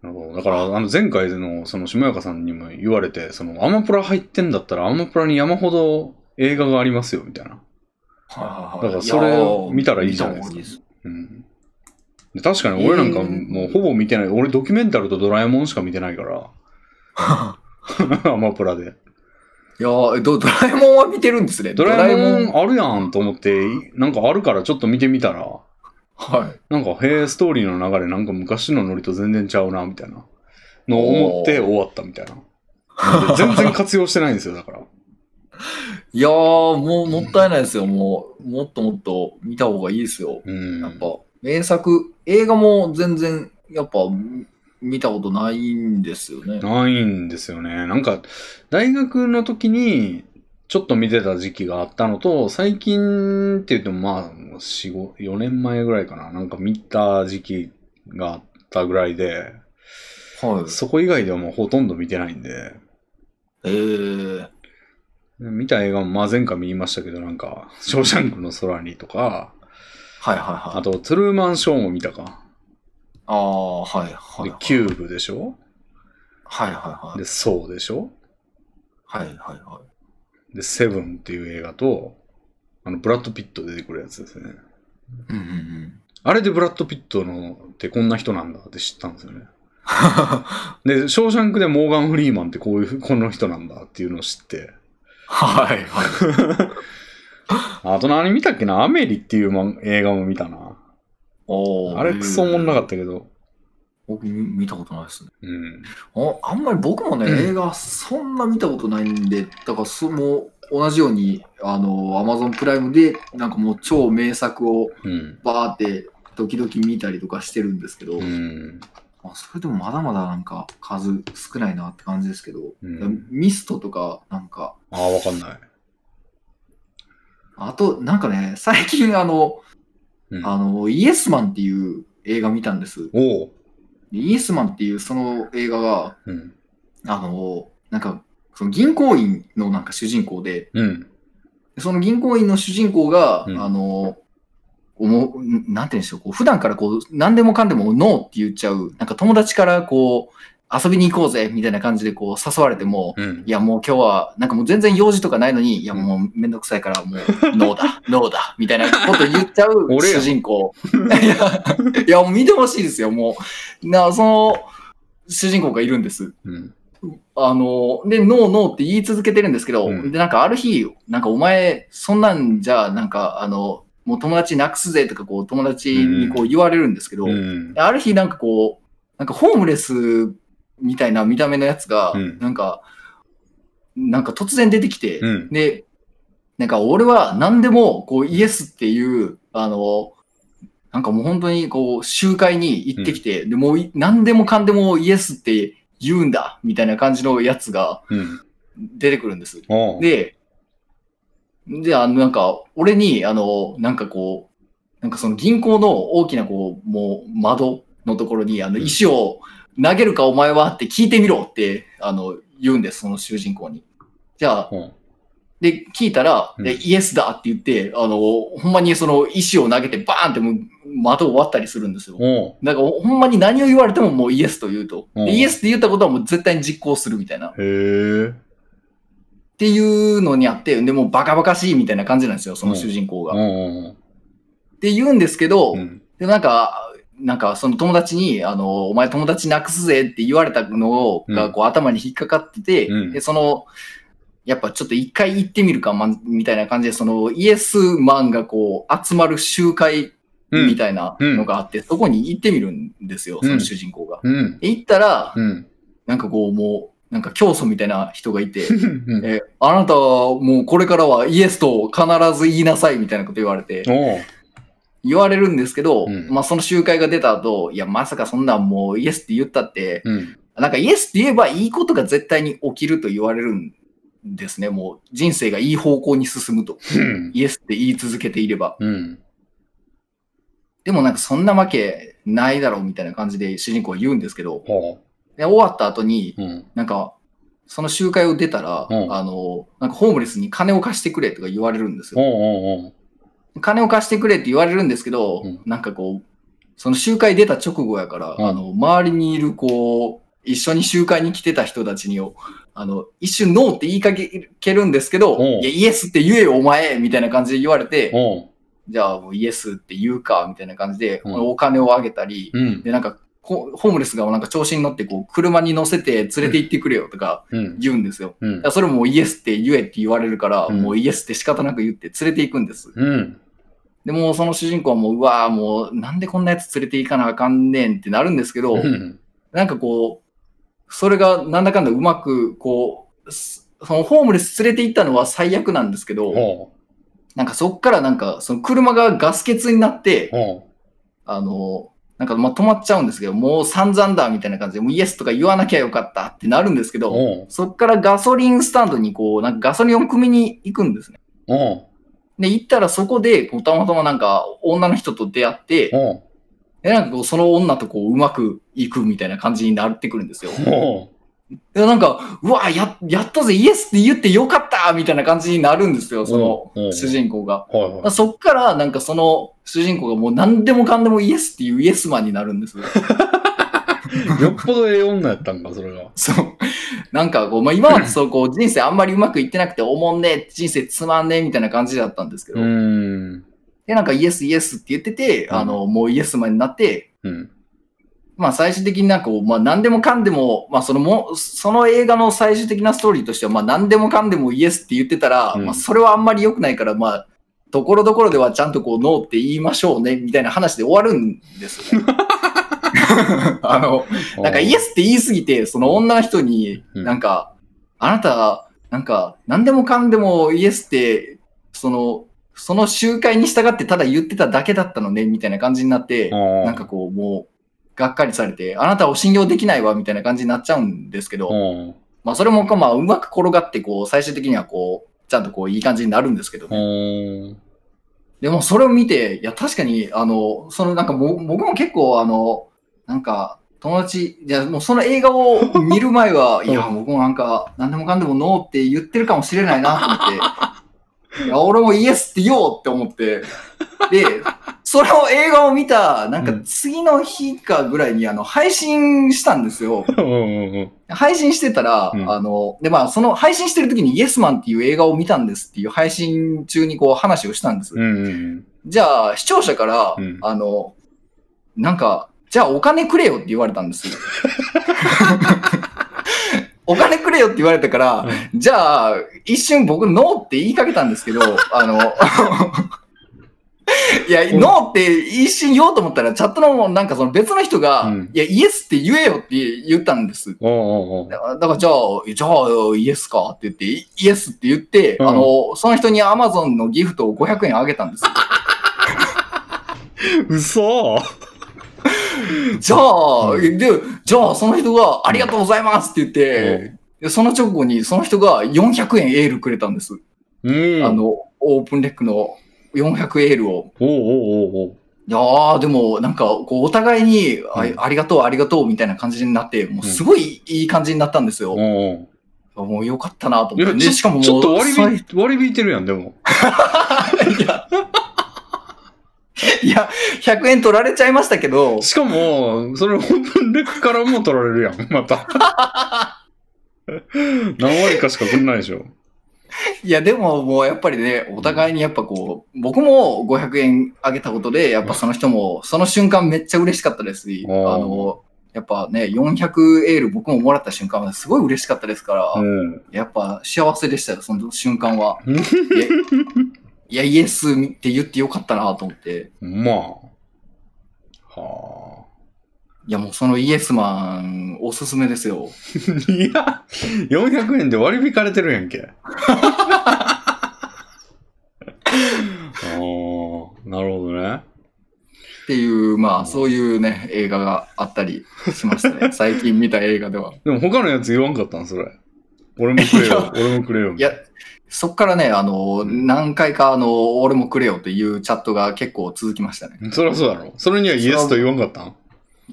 Speaker 1: なるほど。だから、あの、前回の、その、下中さんにも言われて、その、アマプラ入ってんだったら、アマプラに山ほど映画がありますよ、みたいな。
Speaker 2: はいはいはい
Speaker 1: だからそれを見たらいいじゃないですか
Speaker 2: やー見た方が
Speaker 1: うん。で確かに俺なんか
Speaker 2: えー
Speaker 1: もうほぼ見てない。俺ドキュメンタルとドラえもんしか見てないから。 アマプラで。
Speaker 2: いいやード、ドラえもんは見てるんですね。
Speaker 1: ドラえ
Speaker 2: ドラ
Speaker 1: も
Speaker 2: えもん
Speaker 1: んあるやんと思って、なんかあるからちょっと見てみたら、
Speaker 2: はい。
Speaker 1: なんか、へえ、ストーリーの流れなんか昔のノリと全然ちゃうな、みたいな。のを思って
Speaker 2: おー
Speaker 1: 終わったみたいな。なんで全然活用してないんですよ、だから。
Speaker 2: いやー、もうもったいないですよ。もう、もっともっと見た方がいいですよ。
Speaker 1: うん。
Speaker 2: やっぱ、名作、映画も全然、やっぱ、み見たことないんですよね。
Speaker 1: ないんですよね。なんか、大学の時に、ちょっと見てた時期があったのと、最近って言ってもまあ、4、5 4年前ぐらいかな。なんか見た時期があったぐらいで、
Speaker 2: はい。
Speaker 1: そこ以外ではもうほとんど見てないんで、
Speaker 2: えー、
Speaker 1: 見た映画も、まあ前回も言いましたけど、なんか、ショーシャンクの空にとか、
Speaker 2: はいはいはい。
Speaker 1: あと、トゥルーマンショーも見たか。
Speaker 2: ああ、はいはい、
Speaker 1: で
Speaker 2: は、い。
Speaker 1: キューブでしょ
Speaker 2: はいはいはい。
Speaker 1: で、ソーでしょ
Speaker 2: はいはいはい。
Speaker 1: で、セブンっていう映画と、あの、ブラッド・ピット出てくるやつですね。
Speaker 2: うんうんうん。
Speaker 1: あれでブラッド・ピットのってこんな人なんだって知ったんですよね。で、ショーシャンクでモーガン・フリーマンってこういう、この人なんだっていうのを知って。
Speaker 2: はいはい。
Speaker 1: あと何見たっけなアメリっていうまん映画も見たな。
Speaker 2: おー
Speaker 1: あれクソおもんなかっ
Speaker 2: え
Speaker 1: た
Speaker 2: ー
Speaker 1: けど。
Speaker 2: 僕見見たことないですね。
Speaker 1: うん。
Speaker 2: ああんまり僕もね、
Speaker 1: うん
Speaker 2: 映画そんな見たことないんで、だからそもう同じように、あの、アマゾンプライムで、なんかもう超名作を
Speaker 1: うん。
Speaker 2: バーって時々見たりとかしてるんですけど、
Speaker 1: うん。
Speaker 2: まあ、それでもまだまだなんか数少ないなって感じですけど、
Speaker 1: うん
Speaker 2: ミストとかなんか、
Speaker 1: ああ、わかんない。
Speaker 2: あとなんかね、最近あの、
Speaker 1: うん、
Speaker 2: あの、イエスマンっていう映画見たんです。
Speaker 1: おう。
Speaker 2: イエスマンっていうその映画が、
Speaker 1: うん。
Speaker 2: あの、なんか、その銀行員のなんか主人公で、
Speaker 1: うん。
Speaker 2: その銀行員の主人公が、
Speaker 1: うん
Speaker 2: あの、おもなんて言うんでしょう、こう普段からこう、何でもかんでもノーって言っちゃう、なんか友達からこう、遊びに行こうぜ、みたいな感じでこう誘われても、
Speaker 1: うん
Speaker 2: い。やもう今日は、なんかもう全然用事とかないのに、いやもうめんどくさいか らもう、ノーだ、ノーだ、みたいなこと言っちゃう
Speaker 1: 俺や
Speaker 2: 主人公。 いや、いやもう見てほしいですよ、もう。な、その、主人公がいるんです。
Speaker 1: うん。
Speaker 2: あの、で、ノーノーって言い続けてるんですけど、
Speaker 1: うん
Speaker 2: で、なんかある日、なんかお前、そんなんじゃ、なんか、あの、もう友達なくすぜとか、こう、友達にこう言われるんですけど、
Speaker 1: うん
Speaker 2: で。ある日、なんかこう、なんかホームレスみたいな見た目のやつが、
Speaker 1: うん
Speaker 2: なんか、なんか突然出てきて、
Speaker 1: うん。
Speaker 2: で、なんか俺は何でもこうイエスっていう、あの、なんかもう本当にこう集会に行ってきて、でもうい何でもかんでもイエスって言うんだ、みたいな感じのやつが
Speaker 1: うん。
Speaker 2: 出てくるんです。
Speaker 1: おう。
Speaker 2: で、で、あの、なんか、俺に、あの、なんかこう、なんかその銀行の大きなこう、もう窓のところに、あの、
Speaker 1: うん
Speaker 2: 石を投げるかお前はって聞いてみろって、あの、言うんです、その主人公に。じゃあ、
Speaker 1: おう
Speaker 2: で、聞いたら、で
Speaker 1: うん
Speaker 2: イエスだって言って、あの、ほんまにその石を投げてバーンってもう窓を割ったりするんですよ。
Speaker 1: おう。
Speaker 2: だからほんまに何を言われてももうイエスと言うと。
Speaker 1: うん
Speaker 2: でイエスって言ったことはもう絶対に実行するみたいな。っ
Speaker 1: へえ。
Speaker 2: ていうのにあって、でもうバカバカしいみたいな感じなんですよ、その主人公が。
Speaker 1: おう
Speaker 2: っ
Speaker 1: おう
Speaker 2: て言うんですけど、
Speaker 1: おう。うん。
Speaker 2: でなんか、なんかその友達に、あの、お前友達なくすぜって言われたの
Speaker 1: う
Speaker 2: が
Speaker 1: ん
Speaker 2: こう頭に引っかかってて、
Speaker 1: うん
Speaker 2: でその、やっぱちょっと一回行ってみるか、ま、みたいな感じで、そのイエスマンがこう集まる集会
Speaker 1: うん
Speaker 2: みたいなのがあって、そこに行ってみるんですよ、
Speaker 1: うん
Speaker 2: その主人公が。
Speaker 1: うん。
Speaker 2: 行ったら、
Speaker 1: うん。
Speaker 2: なんかこう、もう、なんか教祖みたいな人が いて、
Speaker 1: うん
Speaker 2: えあなたはもうこれからはイエスと必ず言いなさいみたいなこと言われて、
Speaker 1: おう
Speaker 2: 言われるんですけど、
Speaker 1: うん
Speaker 2: まあその集会が出た後、いや、まさかそんなんもうイエスって言ったって、
Speaker 1: うん。
Speaker 2: なんかイエスって言えばいいことが絶対に起きると言われるんですね。もう人生がいい方向に 進むと。
Speaker 1: うん。
Speaker 2: イエスって言い続けていれば。
Speaker 1: うん。
Speaker 2: でもなんかそんなわけないだろうみたいな感じで主人公は言うんですけど、
Speaker 1: ほ
Speaker 2: で終わった後に、
Speaker 1: う。うん。
Speaker 2: なんか、その集会を出たら、
Speaker 1: うん
Speaker 2: あの、なんかホームレスに金を貸してくれとか言われるんですよ。
Speaker 1: おうおうおう。
Speaker 2: 金を貸してくれって言われるんですけど、
Speaker 1: うん
Speaker 2: なんかこう、その集会出た直後やから、
Speaker 1: うん
Speaker 2: あの、周りにいるこう、一緒に集会に来てた人たちにを、あの、一瞬ノーって言いかけるんですけど、
Speaker 1: うん
Speaker 2: いや、イエスって言えよ、お前みたいな感じで言われて、
Speaker 1: おう。
Speaker 2: じゃあもうイエスって言うか、みたいな感じで、
Speaker 1: うん
Speaker 2: お金をあげたり、
Speaker 1: うん。
Speaker 2: で、なんか、こうホームレスがなんか調子に乗って、こう、車に乗せて連れて行ってくれよとか
Speaker 1: うん。
Speaker 2: 言うんですよ。
Speaker 1: う
Speaker 2: だ
Speaker 1: ん
Speaker 2: か。らそれもイエスって言えって言われるから、
Speaker 1: うん
Speaker 2: もうイエスって仕方なく言って連れて行くんです。
Speaker 1: うん。
Speaker 2: でもうその主人公はもう、うわーもう、なんでこんなやつ連れて行かなあかんねんってなるんですけど、
Speaker 1: うん。
Speaker 2: なんかこう、それがなんだかんだうまく、こう、すそのホームレス連れて行ったのは最悪なんですけど、
Speaker 1: おう。
Speaker 2: なんかそっからなんか、その車がガス欠になって、
Speaker 1: おう。
Speaker 2: あの、なんかまあ止まっちゃうんですけど、もう散々だみたいな感じで、もうイエスとか言わなきゃよかったってなるんですけど、
Speaker 1: おう。
Speaker 2: そっからガソリンスタンドにこう、なんかガソリンを汲みに行くんですね。
Speaker 1: おう。
Speaker 2: で、行ったらそこで、こうたまたまなんか女の人と出会って、
Speaker 1: おう。
Speaker 2: で、なんかこう、その女とこう、うまくいくみたいな感じになってくるんですよ。
Speaker 1: おう。
Speaker 2: で、なんか、うわや、やったぜ、イエスって言ってよかったみたいな感じになるんですよ、そ
Speaker 1: うんう
Speaker 2: の
Speaker 1: ん
Speaker 2: 主人公が。
Speaker 1: はい
Speaker 2: だからそっから、なんかその主人公がもう何でもかんでもイエスっていうイエスマンになるんですよ。
Speaker 1: はい。よっぽどええ女やったんか、それが。
Speaker 2: そう。なんかこう、まあ今までそう、こう、人生あんまりうまくいってなくて、おもんねえ、人生つまんねえ、みたいな感じだったんですけ
Speaker 1: う
Speaker 2: ど。
Speaker 1: ーん。
Speaker 2: で、なんかイエスイエスって言ってて、
Speaker 1: うん
Speaker 2: あの、もうイエスマンになって、
Speaker 1: うん。
Speaker 2: まあ最終的になんかこう、まあ何でもかんでも、まあそのも、その映画の最終的なストーリーとしては、まあ何でもかんでもイエスって言ってたら、
Speaker 1: うん
Speaker 2: まあそれはあんまり良くないから、まあ、ところどころではちゃんとこう、ノーって言いましょうね、みたいな話で終わるんです よね。あの、なんかイエスって言いすぎて、その女の人に、
Speaker 1: うん
Speaker 2: なんか、あなた、なんか、何でもかんでもイエスって、その、その集会に従ってただ言ってただけだったのね、みたいな感じになって、
Speaker 1: おう、
Speaker 2: なんかこう、もう、がっかりされて、あなたを信用できないわ、みたいな感じになっちゃうんですけど、
Speaker 1: おう、
Speaker 2: まあ、それも、まあ、うまく転がって、こう、最終的には、こう、ちゃんとこう、いい感じになるんですけどね。
Speaker 1: おう、
Speaker 2: でも、それを見て、いや、確かに、あの、その、なんかもう、僕も結構、あの、なんか、友達、いや、もうその映画を見る 前は、
Speaker 1: ん
Speaker 2: いや、僕もなんか、何でもかんでもノーって言ってるかもしれないな、と思 って、いや、俺もイエスって言おうって思って、で、それを映画を見た、なんか
Speaker 1: うん
Speaker 2: 次の日かぐらいに、あの、配信したんですよ。
Speaker 1: うんうん
Speaker 2: 配信してたら、
Speaker 1: うん
Speaker 2: あの、で、まあ、その配信してる時にイエスマンっていう映画を見たんですっていう配信中にこう話をしたんです。
Speaker 1: うんうん
Speaker 2: じゃあ、視聴者から、
Speaker 1: うん
Speaker 2: あの、なんか、じゃあお金くれよって言われたんです よ。お金くれよって言われたから、じゃあ、一瞬僕、ノーって言いかけたんですけど、 あの、いや、
Speaker 1: うん
Speaker 2: ノーって一瞬言おうと思ったら、チャットのなんかその別の人が、
Speaker 1: うん
Speaker 2: いや、イエスって言えよって言ったんです。
Speaker 1: おうおうおう
Speaker 2: だだから、じゃあ、じゃあ、イエスかって言って、イイエスって言って、
Speaker 1: うん
Speaker 2: あの、その人に Amazon のギフトを500円あげたんです。
Speaker 1: 嘘
Speaker 2: じゃあ、
Speaker 1: うん
Speaker 2: で、じゃあ、その人が、ありがとうございますって言って、でその直後に、その人が400円エールくれたんです。
Speaker 1: うん。
Speaker 2: あの、オープンレックの400エールを。
Speaker 1: おうおうおうおう
Speaker 2: いやー、でも、なんか、こう、お互いに、あ
Speaker 1: うん
Speaker 2: ありがとう、ありがとう、みたいな感じになって、もう、すごいいい感じになったんですよ。
Speaker 1: おう
Speaker 2: もう、よかったなと
Speaker 1: おうい
Speaker 2: 思っ
Speaker 1: や
Speaker 2: て。
Speaker 1: ち
Speaker 2: でしかももう、
Speaker 1: ちょっと割
Speaker 2: その
Speaker 1: り引割り引いてるやん、でも。
Speaker 2: いや、いや100円取られちゃいましたけど、
Speaker 1: しかも、それオープンレックからも取られるやん、ま た。何割かしかくんないでしょ。
Speaker 2: いや、でももうやっぱりね、お互いにやっぱこう、僕も500円あげたことで、やっぱその人も、その瞬間めっちゃ嬉しかったですし、あ
Speaker 1: おー
Speaker 2: の、やっぱね、400エール僕ももらった瞬間はすごい嬉しかったですから、
Speaker 1: うん。
Speaker 2: やっぱ幸せでしたよ、その瞬 間は。いや、いやイエスって言ってよかったなと思って。
Speaker 1: まあ。はあ。
Speaker 2: いや、もうそのイエスマン、おすすめですよ。
Speaker 1: いや、400円で割り引かれてるやん け。ああ、なるほどね。
Speaker 2: っていう、ま
Speaker 1: うん
Speaker 2: あ、そういうね、映画があったりしましたね。最近見た映画では。
Speaker 1: でも他のやつ言わんかったんそれ。俺もくれ
Speaker 2: い
Speaker 1: よ
Speaker 2: や。
Speaker 1: 俺もくれよ。
Speaker 2: いや、そっからね、あの、何回か、あの、俺もくれよっていうチャットが結構続きましたね。
Speaker 1: そりゃそうだろ。それにはイエスと言わんかったん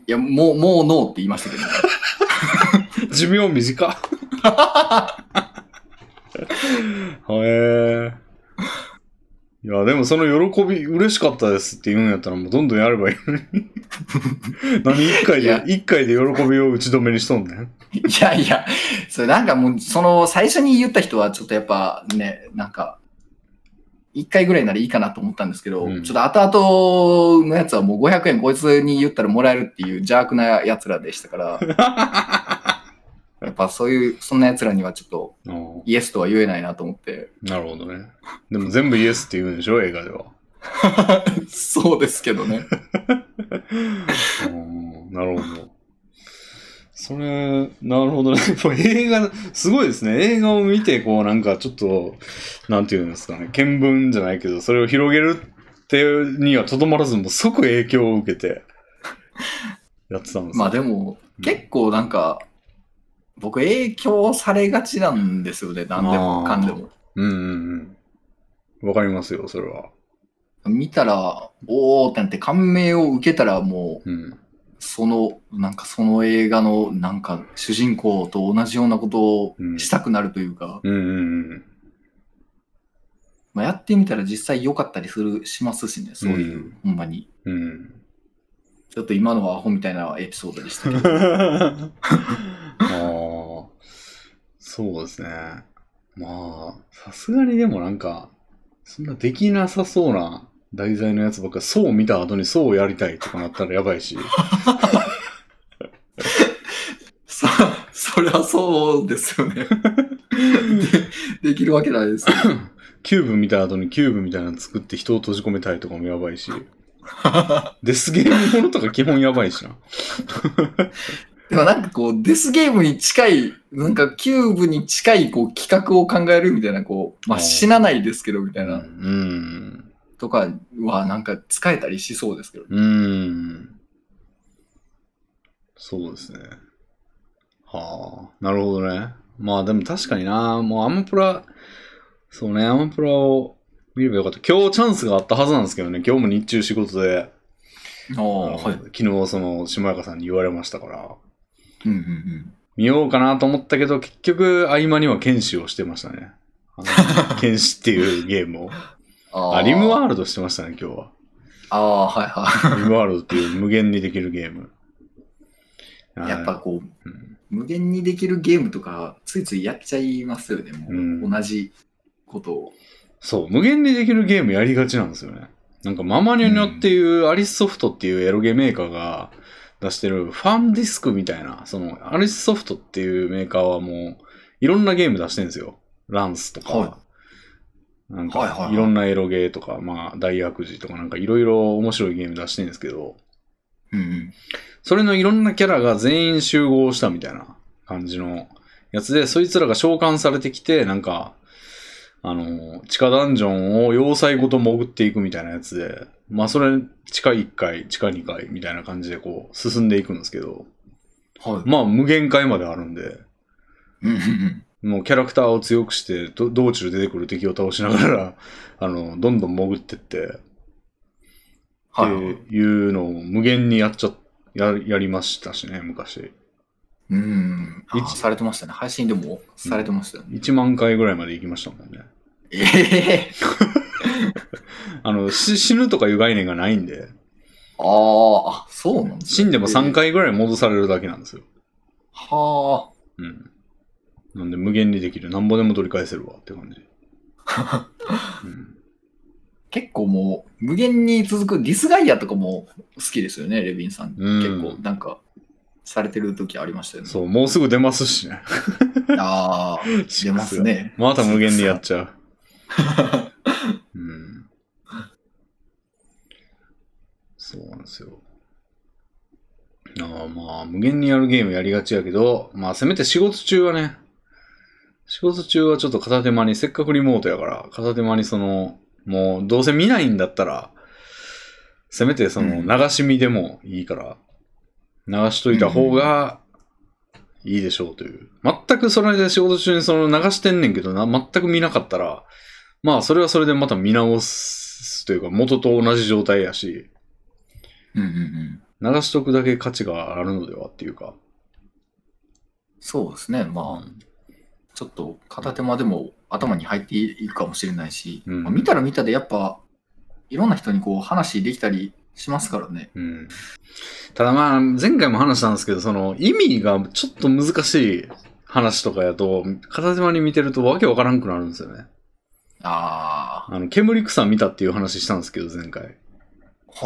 Speaker 2: いや、もう、もうノーって言いましたけど、 ね、
Speaker 1: 寿命短っ。へえ。いや、でもその喜び、嬉しかったですって言うんやったら、もうどんどんやればいいのに。何一回
Speaker 2: い
Speaker 1: で
Speaker 2: や、
Speaker 1: 一回で喜びを打ち止めにしとんねん。
Speaker 2: いやいや、それなんかもう、その、最初に言った人は、ちょっとやっぱね、なんか、一回ぐらいならいいかなと思ったんですけど、
Speaker 1: うん
Speaker 2: ちょっと後々のやつはもう500円こいつに言ったらもらえるっていう邪悪なやつらでした から、やっぱそういう、そんなやつらにはちょっと
Speaker 1: あー
Speaker 2: イエスとは言えないなと思って、
Speaker 1: なるほどね。でも全部イエスって言うんでしょ、映画では。
Speaker 2: そうですけどね。
Speaker 1: うんなるほど。それ、なるほどね。やっぱ映画、すごいですね。映画を見て、こう、なんかちょっと、なんていうんですかね、見聞じゃないけど、それを広げるっていうにはとどまらず、もう即影響を受けて、やってたんですよ
Speaker 2: まあでも
Speaker 1: うん、
Speaker 2: 結構なんか、僕影響されがちなんですよね、何でもかんでも。
Speaker 1: うんうんうん。わかりますよ、それは。
Speaker 2: 見たら、おーってなって感銘を受けたらもう、
Speaker 1: うん。
Speaker 2: その、なんかその映画の、なんか主人公と同じようなことをしたくなるというか、
Speaker 1: うんうんうん。
Speaker 2: まあ、やってみたら実際良かったりする、しますしね、そういう、
Speaker 1: うん
Speaker 2: ほんまに。
Speaker 1: うん。
Speaker 2: ちょっと今のはアホみたいなエピソードでしたけど。
Speaker 1: ああ、そうですね。まあ、さすがにでもなんか、そんなできなさそうな題材のやつばっかり、そう見た後にそうやりたいとかなったらやばいし。
Speaker 2: そ、 そりゃそうです よね。でできるわけないですよ。
Speaker 1: キューブ見た後にキューブみたいなの作って人を閉じ込めたいとかもやばいし。デスゲームものとか基本やばいしな。
Speaker 2: でもなんかこう、デスゲームに近い、なんかキューブに近いこう企画を考えるみたいな、こう、まあ
Speaker 1: うん
Speaker 2: 死なないですけどみたいな、
Speaker 1: うん。
Speaker 2: とかはなんか使えたりしそうですけど。
Speaker 1: うん。そうですね。はあ、なるほどね。まあでも確かにな、もうアマプラ、そうね、アマプラを見ればよかった。今日チャンスがあったはずなんですけどね、今日も日中仕事で、
Speaker 2: あ
Speaker 1: あ
Speaker 2: あ
Speaker 1: の昨。日その、下中さんに言われましたから、
Speaker 2: うんうんうん。
Speaker 1: 見ようかなと思ったけど、結局合間には剣士をしてましたね。あの 剣士っていうゲームを。
Speaker 2: あ
Speaker 1: あ、リムワ
Speaker 2: ー
Speaker 1: ールドしてましたね、今日は。
Speaker 2: ああ、はいは
Speaker 1: リムワールドっていう無限にできるゲーム。
Speaker 2: い。やっぱこう、
Speaker 1: うん
Speaker 2: 無限にできるゲームとか、ついついやっちゃいますよね、もう。
Speaker 1: うん
Speaker 2: 同じことを。
Speaker 1: そう、無限にできるゲームやりがちなんですよね。なんかママニョニョっていうアリスソフトっていうエロゲメーカーが出してるファンディスクみたいな、そのアリスソフトっていうメーカーはもういろんなゲーム出してるんですよ。ランスとか、
Speaker 2: は
Speaker 1: なん
Speaker 2: はいはい
Speaker 1: か
Speaker 2: はい
Speaker 1: いろんなエロゲーとか、まあ大悪事とかなんかいろいろ面白いゲーム出してるんですけど、
Speaker 2: うんうん。
Speaker 1: それのいろんなキャラが全員集合したみたいな感じのやつで、そいつらが召喚されてきて、なんか、あの、地下ダンジョンを要塞ごと潜っていくみたいなやつで、まあそれ、地下1回、地下2回みたいな感じでこう、進んでいくんですけど、
Speaker 2: はい。
Speaker 1: まあ無限回まであるんで、
Speaker 2: うんうんうん。
Speaker 1: もうキャラクターを強くして、ど道中出てくる敵を倒しながら、 あの、どんどん潜ってって、って
Speaker 2: はいはい。
Speaker 1: いうのを無限にやっちゃ、ややりましたしね、昔。
Speaker 2: うん。あー
Speaker 1: 一
Speaker 2: されてましたね。配信でもされてましたよね。
Speaker 1: 1万回ぐらいまで行きましたもんね。
Speaker 2: ええ
Speaker 1: あの、し死ぬとかいう概念がないんで、
Speaker 2: ああ、そうなんです
Speaker 1: 死
Speaker 2: ね
Speaker 1: んでも3。回ぐらい戻されるだけなんですよ。
Speaker 2: は
Speaker 1: うん。なんで無限にできる。なんぼでも取り返せるわって感 じ。
Speaker 2: あ。
Speaker 1: うん、
Speaker 2: 結構もう、無限に続くディスガイアとかも好きですよね、レビンさん。
Speaker 1: うん
Speaker 2: 結構、なんか、されてる時ありましたよね。
Speaker 1: そう、もうすぐ出ますしね。
Speaker 2: ああ、 出ますね。
Speaker 1: また無限にやっちゃう。うん。そうなんですよ。あーまあ、無限にやるゲームやりがちやけど、まあ、せめて仕事中はね、仕事中はちょっと片手間に、せっかくリモートやから、片手間にその、もう、どうせ見ないんだったら、せめてその、
Speaker 2: うん
Speaker 1: 流し見でもいいから、流しといた方がいいでしょうという。全くそれで仕事中にその流してんねんけどな、全く見なかったら、まあ、それはそれでまた見直すというか、元と同じ状態やし、
Speaker 2: うんうんうん。
Speaker 1: 流しとくだけ価値があるのではっていうか。
Speaker 2: そうですね。まあ、ちょっと片手間でも頭に入っていくかもしれないし、
Speaker 1: うん
Speaker 2: まあ見たら見たでやっぱ、いろんな人にこう話できたりしますからね。
Speaker 1: うん。ただまあ、前回も話したんですけど、その意味がちょっと難しい話とかやと、片手間に見てるとわけわからんくなるんですよね。
Speaker 2: あ
Speaker 1: あの、煙草見たっていう話したんですけど、前回。
Speaker 2: あ、はい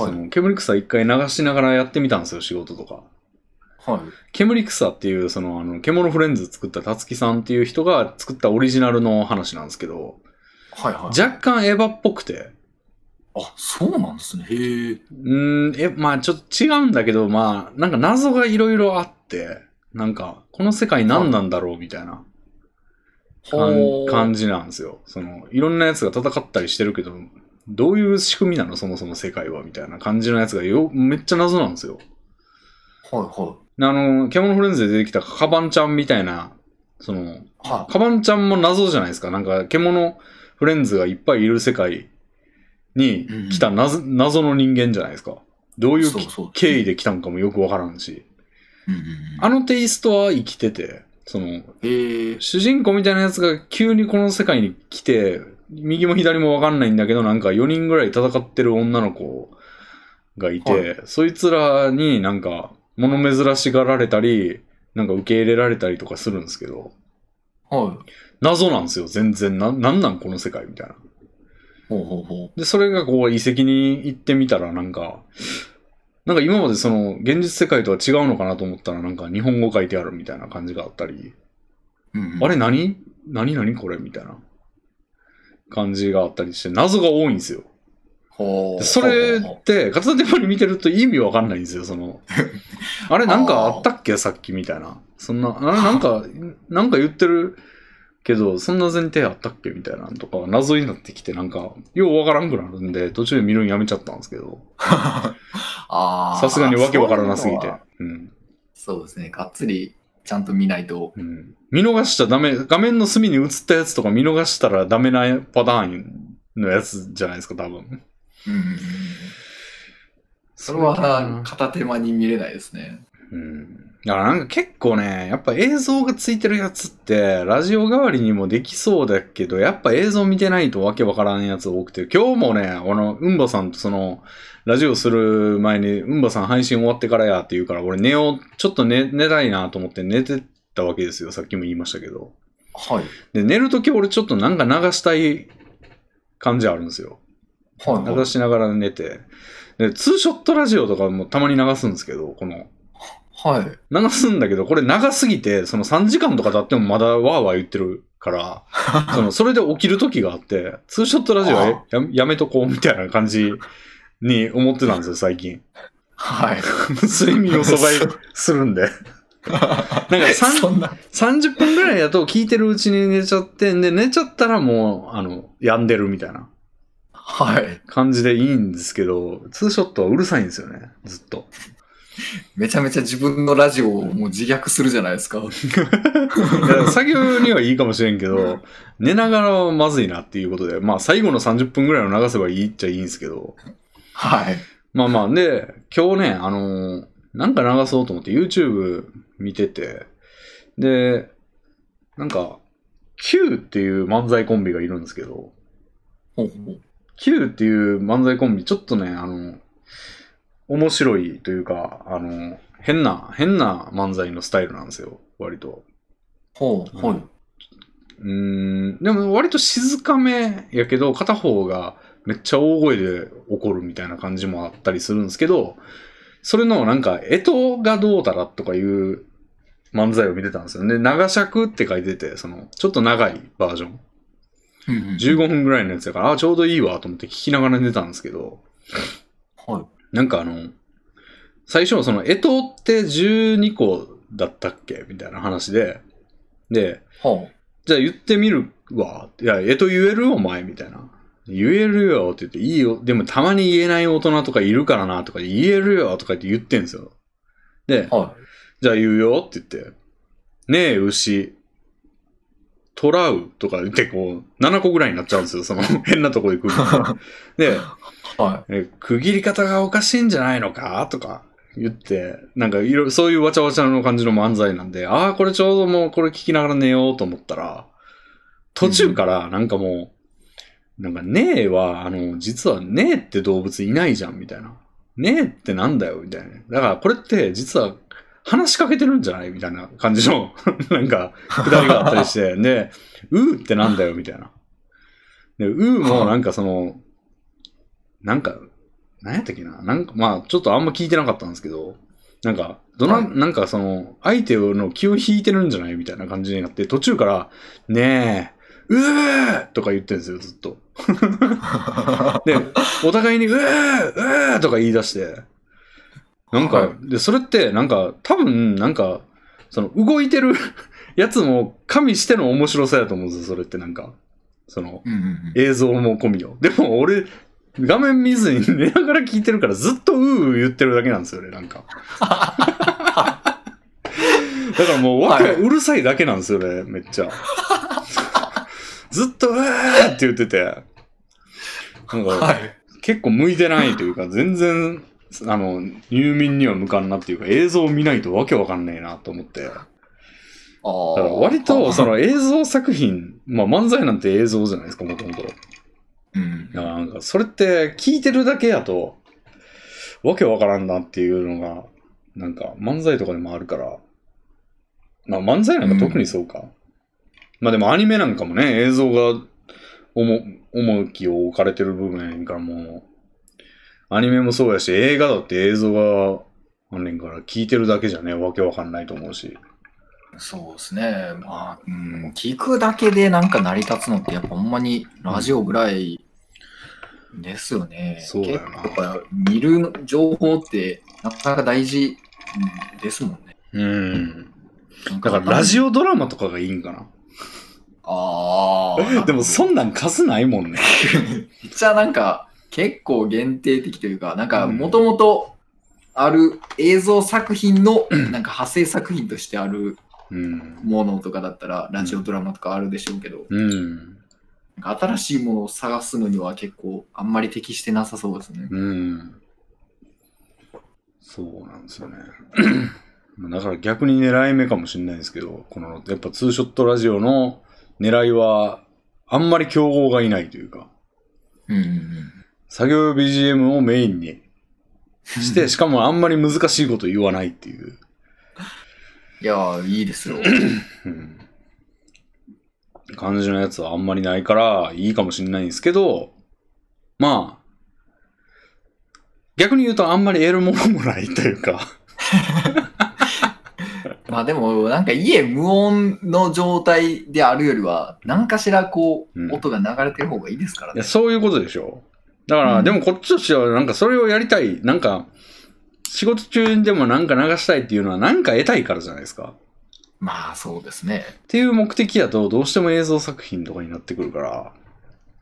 Speaker 1: そ。の煙草一回流しながらやってみたんですよ、仕事とか。
Speaker 2: はい。
Speaker 1: 煙草っていう、その、あの、獣フレンズ作ったたつきさんっていう人が作ったオリジナルの話なんですけど、
Speaker 2: はいはい。
Speaker 1: 若干エヴァっぽくて、
Speaker 2: あ、そうなんですね。へえ。
Speaker 1: うーん、え、まあちょっと違うんだけど、まあなんか謎がいろいろあって、なんか、この世界何なんだろうみたいな感感
Speaker 2: じ。
Speaker 1: じなんですよ。その、いろんなやつが戦ったりしてるけど、どういう仕組みなのそもそも世界はみたいな感じのやつがよ、めっちゃ謎なんですよ。
Speaker 2: はいは
Speaker 1: あの、獣フレンズで出てきたカバンちゃんみたいな、その、
Speaker 2: い。は
Speaker 1: カバンちゃんも謎じゃないですか。なんか、獣フレンズがいっぱいいる世界に来た謎,、謎の人間じゃないですか。どう
Speaker 2: い。
Speaker 1: いう
Speaker 2: そうそう。
Speaker 1: 経緯で来たんかもよくわからんし、
Speaker 2: うんうんうん。
Speaker 1: あのテイストは生きてて、その、
Speaker 2: へえ。
Speaker 1: 主人公みたいなやつが急にこの世界に来て、右も左もわかんないんだけど、なんか4人ぐらい戦ってる女の子がいて、
Speaker 2: は
Speaker 1: そいつらになんか物珍しがられたり、なんか受け入れられたりとかするんですけど、
Speaker 2: はい。
Speaker 1: 謎なんですよ、全然。な、なんなんこの世界みたいな。
Speaker 2: ほうほうほう。
Speaker 1: で、それがこう遺跡に行ってみたらなんか、なんか今までその現実世界とは違うのかなと思ったらなんか日本語書いてあるみたいな感じがあったり、
Speaker 2: うんうん、
Speaker 1: あれ何何何これみたいな感じがあったりして謎が多いんですよ。
Speaker 2: ほ
Speaker 1: で
Speaker 2: う
Speaker 1: それ
Speaker 2: ほうほうほ
Speaker 1: っ
Speaker 2: う
Speaker 1: て片手間に見てると意味わかんないんですよ、そ の。あれなんかあったっけさっきみたいな。そんな、あれなんか、なんか言ってるけど、そんな前提あったっけみたいなのとかが謎になってきてなんか、ようわからんくなるんで、途中で見るんやめちゃったんですけど。
Speaker 2: あー
Speaker 1: さすがにわけわからなすぎ
Speaker 2: そういう
Speaker 1: て
Speaker 2: のは。
Speaker 1: うん。
Speaker 2: そうですね。がっつりちゃんと見ないと。
Speaker 1: うん。見逃しちゃダメ、画面の隅に映ったやつとか見逃したらダメなパターンのやつじゃないですか、多分。
Speaker 2: うんうんうん、それは片手間に見れないですね。
Speaker 1: うん。だからなんか結構ね、やっぱ映像がついてるやつって、ラジオ代わりにもできそうだけど、やっぱ映像見てないとわけわからんやつ多くて、今日もね、あの、うんばさんとその、ラジオする前に、うんばさん配信終わってからやって言うから、俺寝よう、ちょっと寝、寝たいなと思って寝てたわけですよ。さっきも言いましたけど。
Speaker 2: はい。
Speaker 1: で、寝るとき俺ちょっとなんか流したい感じあるんですよ。
Speaker 2: はい、はい
Speaker 1: 流。しながら寝て。で、ツーショットラジオとかもたまに流すんですけど、この、
Speaker 2: はい。
Speaker 1: 流すんだけど、これ長すぎて、その3時間とか経ってもまだわーわー言ってるから、そのそれで起きる時があって、ツーショットラジオはえややめとこうみたいな感じに思ってたんですよ、最近。
Speaker 2: はい。
Speaker 1: 睡眠を阻害するんで。 なんかさん
Speaker 2: そんな。
Speaker 1: 30分ぐらいだと聞いてるうちに寝ちゃって、で、寝ちゃったらもう、あの、病んでるみたいな
Speaker 2: はい。
Speaker 1: 感じでいいんですけど、ツーショットはうるさいんですよね、ずっと。
Speaker 2: めちゃめちゃ自分のラジオをもう自虐するじゃないですか。
Speaker 1: いや作業にはいいかもしれんけど、寝ながらはまずいなっていうことで、まあ最後の30分ぐらいを流せばいいっちゃいいんですけど、
Speaker 2: はい。
Speaker 1: まあまあ、で、今日ね、あのーなんか流そうと思って YouTube 見てて、で、なんか、Q っていう漫才コンビがいるんですけど、
Speaker 2: ほうほう
Speaker 1: Q っていう漫才コンビ、ちょっとね、あの、面白いというか、あの、変な、変な漫才のスタイルなんですよ、割と。
Speaker 2: ほう。はい。
Speaker 1: うーん、でも割と静かめやけど、片方がめっちゃ大声で怒るみたいな感じもあったりするんですけど、それのなんか、えとがどうたらとかいう漫才を見てたんですよね。長尺って書いてて、その、ちょっと長いバージョン。
Speaker 2: うんうん
Speaker 1: 15分ぐらいのやつだから、あ、ちょうどいいわと思って聞きながら寝てたんですけど、
Speaker 2: はい。
Speaker 1: なんかあの、最初、その、えとって12個だったっけみたいな話で、で、
Speaker 2: ほ
Speaker 1: じゃあ言ってみるわ。いや、えと言えるお前みたいな。言えるよって言って、いいよ。でもたまに言えない大人とかいるからなとか、言えるよとか言って言ってんですよ。で
Speaker 2: う。、は
Speaker 1: じゃあ言うよって言って、ねえ、牛、トラウとか言ってこう、7個ぐらいになっちゃうんですよ。その変なとこで来るの。で、
Speaker 2: い。は
Speaker 1: え区切り方がおかしいんじゃないのかとか言って、なんかいろいろそういうわちゃわちゃの感じの漫才なんで、ああ、これちょうどもうこれ聞きながら寝ようと思ったら、途中からなんかもう、なんかねえは、あの、実はねえって動物いないじゃんみたいな。ねえってなんだよみたいな。だからこれって実は話しかけてるんじゃないみたいな感じの、 なんか、くだりがあったり して、で、うーってなんだよ、みたいな。で、うーもなんかその、なんか、なんやったっけな、なんか、まあ、ちょっとあんま聞いてなかったんですけど、なんか、どな、
Speaker 2: はい
Speaker 1: なんかその、相手の気を引いてるんじゃないみたいな感じになって、途中から、ねえ、うーとか言ってるんですよ、ずっと。で、お互いに、うーうーとか言い出して、なんか、
Speaker 2: はい
Speaker 1: で、それって、なんか、多分、なんか、その、動いてる やつも加味しての面白さやと思うんですよ、それってなんか。その、
Speaker 2: い。うんうんうん。
Speaker 1: 映像も込みよ。でも、俺、画面見ずに寝ながら聞いてるから、ずっとうーうー言ってるだけなんですよね、なん か。だからもう、わけ、
Speaker 2: はいう
Speaker 1: るさいだけなんですよね、めっちゃ。ずっと、うーって言ってて。なんか、
Speaker 2: はい。
Speaker 1: 結構向いてないというか、全然、あの、入眠には向かんなっていうか、映像を見ないとわけわかんねえなと思って。だか
Speaker 2: ああ。
Speaker 1: ら割と、その映像作品、まあ漫才なんて映像じゃないですか、もともと。だか
Speaker 2: うん。
Speaker 1: らなんか、それって聞いてるだけやと、わけわからんなっていうのが、なんか漫才とかでもあるから、まあ漫才なんか特にそうか。まあでもアニメなんかもね、映像が重重きを置かれてる部分やねんからもう、アニメもそうやし、映画だって映像があんねんから、聞いてるだけじゃね、わけわかんないと思うし。
Speaker 2: そうですね。まあ、うん、聞くだけでなんか成り立つのって、やっぱほんまにラジオぐらいですよね。
Speaker 1: そうだよな
Speaker 2: 結構やっぱ見る情報ってなかなか大事うんですもんね。
Speaker 1: うん。だからラジ
Speaker 2: オ
Speaker 1: オドラマとかがいいんか
Speaker 2: あ
Speaker 1: な。
Speaker 2: あ。
Speaker 1: でもそんなん数ないもんね。
Speaker 2: めっちゃなんか結構限定的というか、なんかもともとある映像作品 のなんか派生作品としてある
Speaker 1: うん。
Speaker 2: ものとかだったら、ラジオドラマとかあるでしょうけど、
Speaker 1: うん。
Speaker 2: なんか新しいものを探すのには結構あんまり適してなさそうですね。
Speaker 1: うん。そうなんですよね。 まあだから逆に狙い目かもしれないんですけど、この、やっぱツーショットラジオの狙いは、あんまり競合がいないというか、
Speaker 2: うんうんうん。
Speaker 1: 作業用 BGM をメインにして、しかもあんまり難しいこと言わないっていう。
Speaker 2: いやー、いいですよ。
Speaker 1: うん感じのやつはあんまりないからいいかもしれないんですけど、まあ、逆に言うとあんまり得るものもないというか、
Speaker 2: まあでも、なんか家無音の状態であるよりは、何かしらこ
Speaker 1: うん
Speaker 2: う、音が流れてる方がいいですから
Speaker 1: いや
Speaker 2: ね。
Speaker 1: そういうことでしょ。だから、
Speaker 2: うん
Speaker 1: でもこっちとしては、なんかそれをやりたい、なんか、仕事中にでもなんか流したいっていうのは、なんか得たいからじゃないですか。
Speaker 2: まあそうですね。
Speaker 1: っていう目的やと、どうしても映像作品とかになってくるから、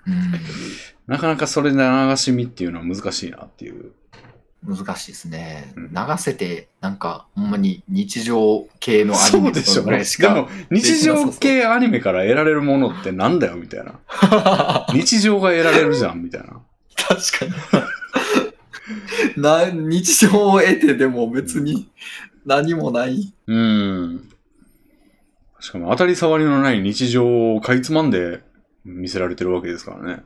Speaker 2: う
Speaker 1: なかなかそれで流し見っていうのは難しいなっていう。
Speaker 2: ん。難しいですね。
Speaker 1: うん
Speaker 2: 流せて、なんか、ほんまに日常系のアニメとかぐらいし
Speaker 1: で
Speaker 2: か。
Speaker 1: も、日常系アニメから得られるものってなんだよ、みたいな。日常が得られるじゃん、みたいな。
Speaker 2: 確かに な。日常を得てでも別に何もない。
Speaker 1: うん。しかも当たり障りのない日常をかいつまんで見せられてるわけですからね。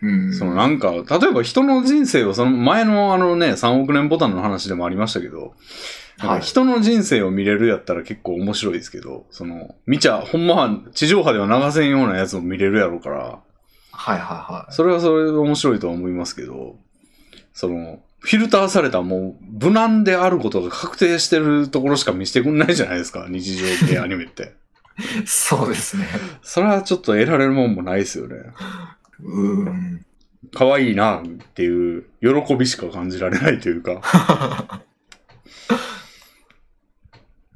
Speaker 2: うん
Speaker 1: そのなんか、例えば人の人生を、その前のあのね、3億年ボタンの話でもありましたけど、なんか
Speaker 2: はい
Speaker 1: 人の人生を見れるやったら結構面白いですけど、その、見ちゃ、ほんまは地上波では流せんようなやつも見れるやろうから、
Speaker 2: はいはいはい。
Speaker 1: それはそれで面白いとは思いますけど、その、フィルターされたもう無難であることが確定してるところしか見せてくんないじゃないですか、日常系アニメっ て。
Speaker 2: そうですね。
Speaker 1: それはちょっと得られるもんもないですよね。
Speaker 2: うん。
Speaker 1: 可愛いなっていう喜びしか感じられないというか。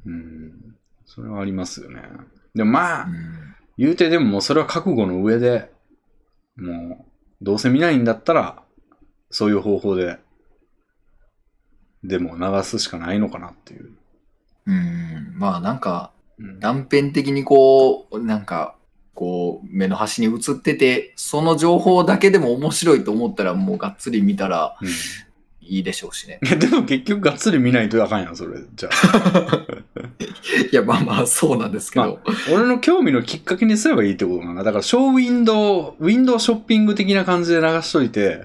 Speaker 1: うん。それはありますよね。でもまあ、言うてでももうそれは覚悟の上で、もう、どうせ見ないんだったら、そういう方法で、でも流すしかないのかなっていう。
Speaker 2: うん。うん。まあなんか、
Speaker 1: うん
Speaker 2: 断片的にこう、なんか、こう、目の端に映ってて、その情報だけでも面白いと思ったら、もうがっつり見たら
Speaker 1: うん
Speaker 2: いいでしょうしね。
Speaker 1: いやでも結局がっつり見ないとあかんやん、それ。じゃあ。
Speaker 2: いや、まあまあ、そうなんですけど。
Speaker 1: 俺の興味のきっかけにすればいいってことかな。だから、ショーウィンドウ、ウィンドウショッピング的な感じで流しといて、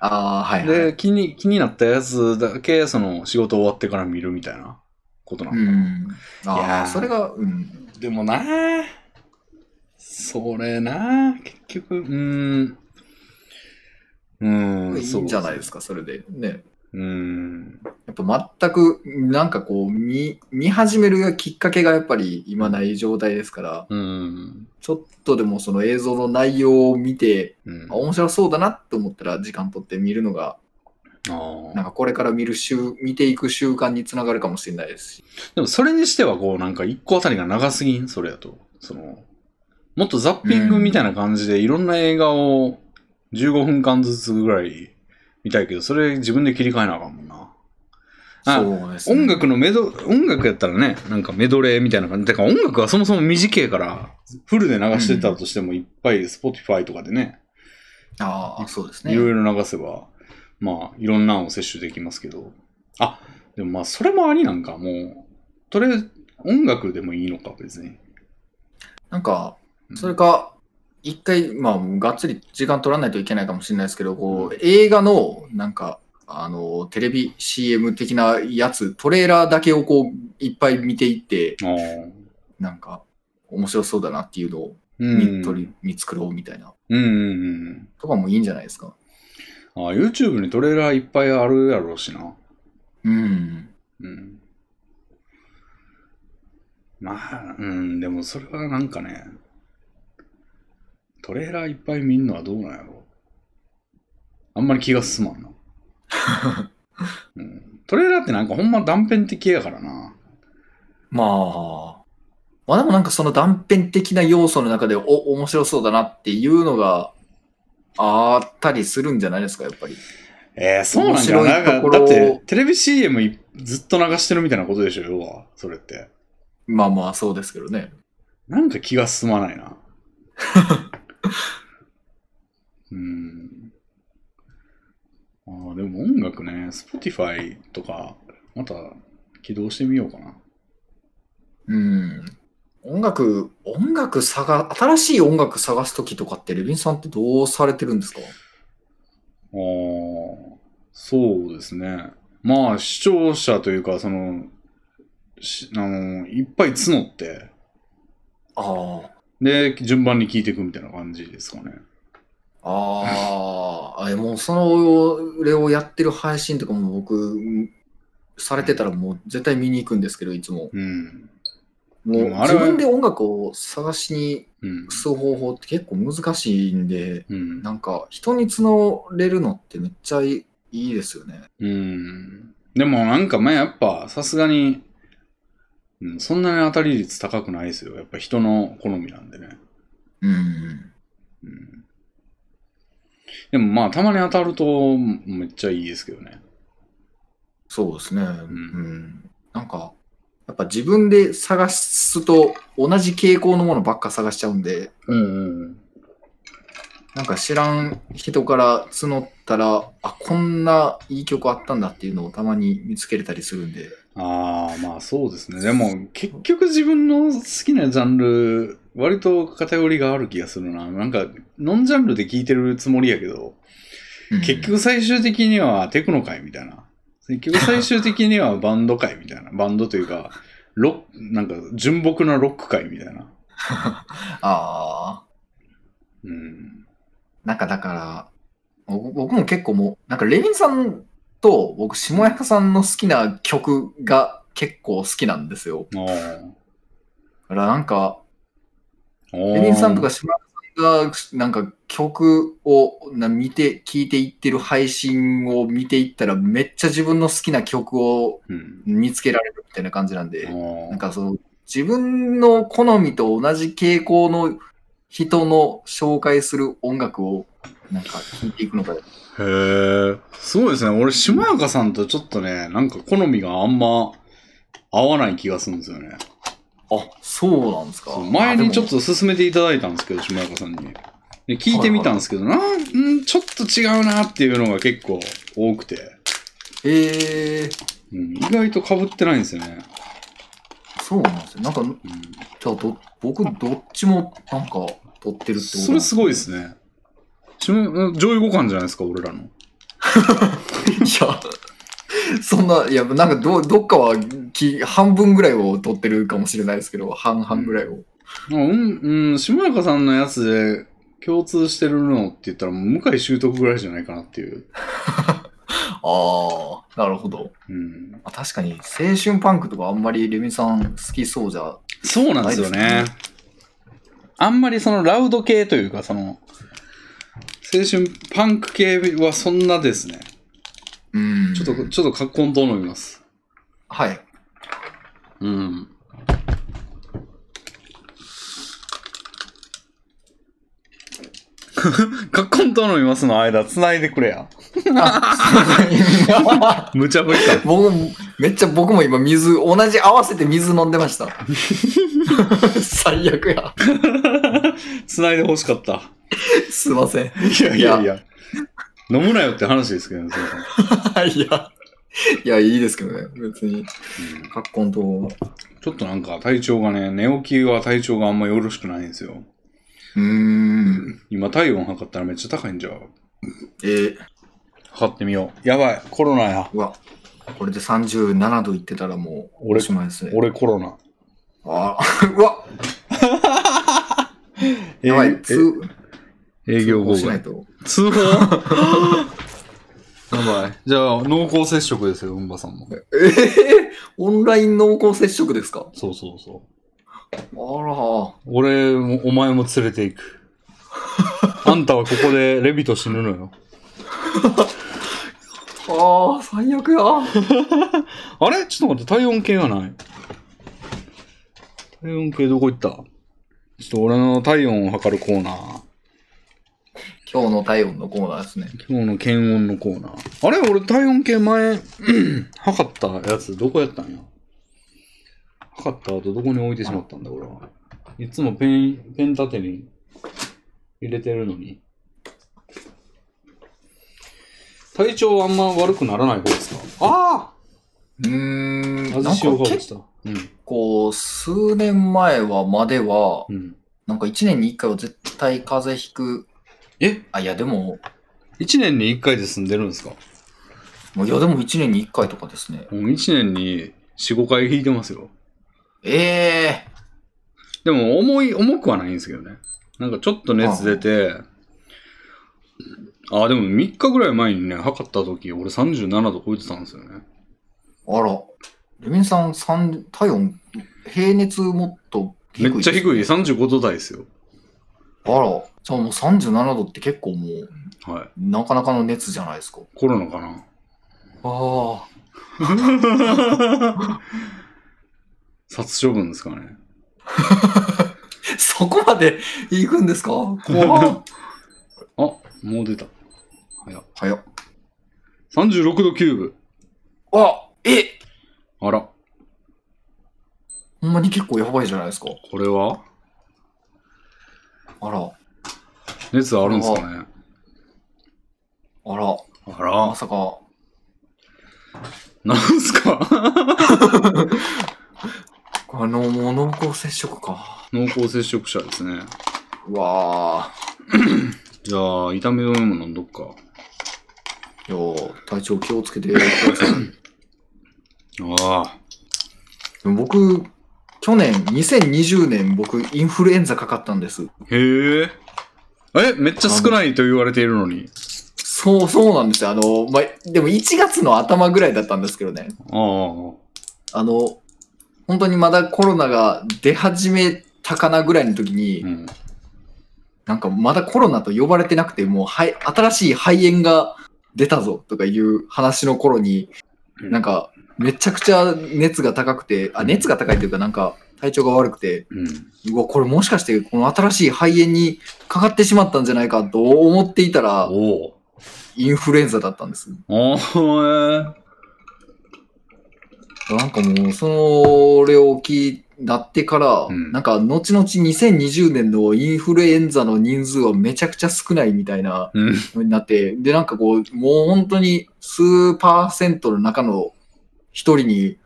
Speaker 2: ああ、はいはい。
Speaker 1: で、気に、気になったやつだけ、その、仕事終わってから見るみたいなことなの
Speaker 2: う
Speaker 1: かな。
Speaker 2: ん。
Speaker 1: い
Speaker 2: あ
Speaker 1: や
Speaker 2: あ、
Speaker 1: ー
Speaker 2: それが、うん。
Speaker 1: でもなあそれなあ結局、うーん。うーん、
Speaker 2: いいんじゃないです
Speaker 1: か。
Speaker 2: か、それで。ね。
Speaker 1: うーん。
Speaker 2: やっぱ全く、なんかこう、見、見始めるきっかけがやっぱり今ない状態ですから、
Speaker 1: うん。
Speaker 2: ちょっとでもその映像の内容を見て、
Speaker 1: うん
Speaker 2: あ、面白そうだなって思ったら時間取って見るのが
Speaker 1: あ
Speaker 2: なん
Speaker 1: あ
Speaker 2: かこれから見る習見ていく習慣につながるかもしれないですし。
Speaker 1: でも、それにしては、こう、なんか、一個あたりが長すぎんそれだと。その、もっとザッピングみたいな感じで、いろんな映画を15分間ずつぐらい見たいけど、それ自分で切り替えなあかんもんな。あ
Speaker 2: そうですね
Speaker 1: 音楽のメド、音楽やったらね、なんかメドレーみたいな感じ。だから音楽はそもそも短いから、フルで流してたとしてもいっぱい Spotify とかでね、
Speaker 2: ああ、そうですね。
Speaker 1: いろいろ流せば、まあ、いろんなのを摂取できますけど。あ、でもまあ、それもありなんか、もう、とりあえず音楽でもいいのか、別に。
Speaker 2: なんか、
Speaker 1: うん
Speaker 2: それか、一回、まあ、がっつり時間取らないといけないかもしれないですけど、こう、映画の、なんか、あの、テレビ CM 的なやつ、トレーラーだけをこう、いっぱい見ていって、
Speaker 1: ああ。
Speaker 2: なんか、面白そうだなっていうのを
Speaker 1: うん。
Speaker 2: 見,、取り見繕うみたいな、
Speaker 1: うんうんうん。
Speaker 2: とかもいいんじゃないですか。
Speaker 1: ああ、YouTube にトレーラーいっぱいあるやろうしな。
Speaker 2: うん。
Speaker 1: うんまあ、うん、でもそれはなんかね、トレーラーいっぱい見んのはどうなんやろあんまり気が進まんな、 うん。トレーラーってなんかほんま断片的やからな。
Speaker 2: まあ、まあでもなんかその断片的な要素の中で、お、面白そうだなっていうのがあったりするんじゃないですか、やっぱり。
Speaker 1: えー、そうなんじゃ
Speaker 2: 面白
Speaker 1: ないいなん
Speaker 2: とこ
Speaker 1: か
Speaker 2: ろ
Speaker 1: だ
Speaker 2: を
Speaker 1: ってテレビ CM いずっと流してるみたいなことでしょ、要は、それって。
Speaker 2: まあまあ、そうですけどね。
Speaker 1: なんか気が進まないな。うん。ああ、でも音楽ね、Spotify とか、また起動してみようかな。
Speaker 2: うん。音楽、音楽探、新しい音楽探すときとかって、レビンさんってどうされてるんですか
Speaker 1: ああ、そうですね。まあ、視聴者というか、その、しあの、いっぱい募って、
Speaker 2: あ
Speaker 1: で、順番に聞いていくみたいな感じですかね。
Speaker 2: あ、ああ、え、もうその、それをやってる配信とかも僕、されてたらもう絶対見に行くんですけど、いつも。
Speaker 1: うん。
Speaker 2: もう
Speaker 1: でもあれ
Speaker 2: 自
Speaker 1: は
Speaker 2: 分で音楽を探しに
Speaker 1: うん。
Speaker 2: そう方法って結構難しいんで、
Speaker 1: うん
Speaker 2: な。んか人に募れるのってめっちゃいいですよね。
Speaker 1: うん。でもなんかまあやっぱさすがに、うん、そんなに当たり率高くないですよ。やっぱ人の好みなんでね。
Speaker 2: うん。
Speaker 1: うん。でもまあたまに当たるとめっちゃいいですけどね。
Speaker 2: そうですね。うんん。なんか、やっぱ自分で探すと同じ傾向のものばっか探しちゃうんで、
Speaker 1: うんうん。
Speaker 2: なんか知らん人から募ったら、あ、こんないい曲あったんだっていうのをたまに見つけれたりするんで。
Speaker 1: ああ、まあそうですね。でも結局自分の好きなジャンル、割と偏りがある気がするな。なんか、ノンジャンルで聴いてるつもりやけど、
Speaker 2: うん
Speaker 1: 結局最終的にはテクノ界みたいな。結局最終的に はバンド界みたいな。バンドというか、ロック、なんか純朴なロック界みたいな。
Speaker 2: ああ。
Speaker 1: うん。
Speaker 2: なんかだから、僕僕も結構もう、なんかレミンさんと僕、下役さんの好きな曲が結構好きなんですよ。
Speaker 1: ああ。
Speaker 2: だからなんか、
Speaker 1: レ
Speaker 2: レミンさんとか下役が、なんか曲をな見て、聴いていってる配信を見ていったら、めっちゃ自分の好きな曲を
Speaker 1: うん。
Speaker 2: 見つけられるみたいな感じなんで、なん
Speaker 1: あ
Speaker 2: かその、自分の好みと同じ傾向の人の紹介する音楽を、なんか聴いていくのが、
Speaker 1: ーへえ。すごいですね。俺、しもやかさんとちょっとね、なんか好みがあんま合わない気がするんですよね。
Speaker 2: あ、そうなんですか
Speaker 1: そう。前にちょっ
Speaker 2: あ
Speaker 1: と勧めていただいたんですけど、しもやかさんに。で聞いてみたんですけど、なんんちょっと違うなっていうのが結構多くて、
Speaker 2: でもえー、
Speaker 1: うん、意外と被ってないんですよね。
Speaker 2: そうなんですよ。なんか、
Speaker 1: うん
Speaker 2: じゃあど、僕、どっちも、なんか、撮ってるってこと
Speaker 1: それすごいですね。ちむ上位互換じゃないですか、俺らの。
Speaker 2: いや、そんな、いや、なんかど、どっかはき、半分ぐらいを取ってるかもしれないですけど、半々ぐらいを。
Speaker 1: あうん、うん、しもやかさんのやつで共通してるのって言ったら、向井修徳ぐらいじゃないかなっていう。
Speaker 2: ああ、なるほど。
Speaker 1: うん。
Speaker 2: あ確かに、青春パンクとかあんまりレミさん好きそうじゃ、
Speaker 1: そうなんですよ
Speaker 2: ない
Speaker 1: ね
Speaker 2: で。
Speaker 1: あんまりそのラウド系というか、その、青春パンク系はそんなですね。
Speaker 2: うん
Speaker 1: ちょっと、ちょっと格好んと飲みます。
Speaker 2: はい。
Speaker 1: うん。 格好んと飲みますの間、繋いでくれや。
Speaker 2: あ
Speaker 1: 無茶ぶりか。
Speaker 2: 僕も、めっちゃ僕も今水、同じ合わせて水飲んで ました。最悪や。
Speaker 1: 繋いで欲しかった。
Speaker 2: すいません。
Speaker 1: いやいやいや。飲むなよって話ですけどね、すいません
Speaker 2: いや、いや、いいですけどね、別に。カッコンと。
Speaker 1: ちょっとなんか体調がね、寝起きは体調があんまよろしくないんですよ。
Speaker 2: うーん。
Speaker 1: 今体温測ったらめっちゃ高いんじゃう。
Speaker 2: えー
Speaker 1: 測ってみよう。やばい、コロナや。
Speaker 2: うわ、これで37度いってたらもう
Speaker 1: 俺
Speaker 2: おしまいですね。
Speaker 1: 俺コロナ。
Speaker 2: あーうわ、やば
Speaker 1: え
Speaker 2: い、
Speaker 1: ー
Speaker 2: 通
Speaker 1: え営業
Speaker 2: 報
Speaker 1: 妨
Speaker 2: しな
Speaker 1: 害
Speaker 2: い。と。
Speaker 1: 通 報やばい。じゃあ、濃厚接触ですよ、うんばさんも。
Speaker 2: えー、オンライン濃厚接触ですか
Speaker 1: そうそうそう。
Speaker 2: あら、
Speaker 1: 俺も、お前も連れてい く。あんたはここでレビと死ぬのよ。
Speaker 2: ああ、最悪や。
Speaker 1: あれちょっと待って、体温計がない。体温計どこ行ったちょっと俺の体温を測るコーナー。
Speaker 2: 今日の体温のコーナーですね。
Speaker 1: 今日の検温のコーナー。あれ俺体温計前、 測ったやつどこやったんや測った後どこに置いてしまったんだ俺は。いつもペン、ペン立てに入れてるのに。体調はあんま悪くならない方ですかあ
Speaker 2: うーん、
Speaker 1: あ
Speaker 2: な
Speaker 1: 外
Speaker 2: んか
Speaker 1: しようが落
Speaker 2: 結
Speaker 1: ちた。うん。
Speaker 2: 構数年前はまでは、
Speaker 1: うん。
Speaker 2: なんか1年に1回は絶対風邪ひく。
Speaker 1: え
Speaker 2: あ、いやでも、
Speaker 1: 一年に一回で住んでるんですか
Speaker 2: もういやでも1年に1回とかですね。
Speaker 1: もう一年に四五回引いてますよ。
Speaker 2: ええ
Speaker 1: でも重い、重くはないんですけどね。なんかちょっと熱出て、ああ、でも3日ぐらい前にね、測った時、俺37度超えてたんですよね。
Speaker 2: あら、レミンさん、さん体温、平熱もっと低
Speaker 1: め
Speaker 2: い。
Speaker 1: っちゃ低い、。35度台ですよ。
Speaker 2: あら、じゃあもう37度って結構もう、
Speaker 1: はい。
Speaker 2: なかなかの熱じゃないですか。
Speaker 1: コロナかな。
Speaker 2: あ
Speaker 1: 殺処分ですかね。
Speaker 2: あ。そこまで行くんですか怖っ
Speaker 1: あ、もう出た。早っ。
Speaker 2: 早っ。
Speaker 1: 36度キューブ。
Speaker 2: あ、え、
Speaker 1: あら、
Speaker 2: ほんまに結構やばいじゃないですか。
Speaker 1: これは
Speaker 2: あら、
Speaker 1: 熱あるんですかね。
Speaker 2: あら、
Speaker 1: あ
Speaker 2: ま
Speaker 1: ら、
Speaker 2: さか、
Speaker 1: なんすか
Speaker 2: あの、もう濃厚接触か。
Speaker 1: 濃厚接触者ですね。
Speaker 2: うわあ。
Speaker 1: じゃあ、炒め止めも飲んどっか。
Speaker 2: いやー体調気をつけてください。
Speaker 1: ああ。
Speaker 2: でも僕、去年、2020年、僕、インフルエンザかかったんです。
Speaker 1: へえ。え、めっちゃ少ないと言われているのに。
Speaker 2: そうそうなんですよ。あの、まあ、でも1月の頭ぐらいだったんですけどね。
Speaker 1: ああ。
Speaker 2: あの、本当にまだコロナが出始めたかなぐらいの時に、
Speaker 1: うん。
Speaker 2: なんかまだコロナと呼ばれてなくて、もう、はい、新しい肺炎が出たぞとかいう話の頃に、なん、か、めちゃくちゃ熱が高くて、あ、熱が高いというか、なんか、体調が悪くて、
Speaker 1: うん。
Speaker 2: うわ、これもしかして、この新しい肺炎にかかってしまったんじゃないかと思っていたら、
Speaker 1: おう
Speaker 2: インフルエンザだったんです。
Speaker 1: おー
Speaker 2: なんかもう、それを聞いなってから、
Speaker 1: うん
Speaker 2: なんか、後々2020年のインフルエンザの人数はめちゃくちゃ少ないみたいな、
Speaker 1: えうん。
Speaker 2: になって、で、なんかこう、もう本当に数パーセントの中の一人に、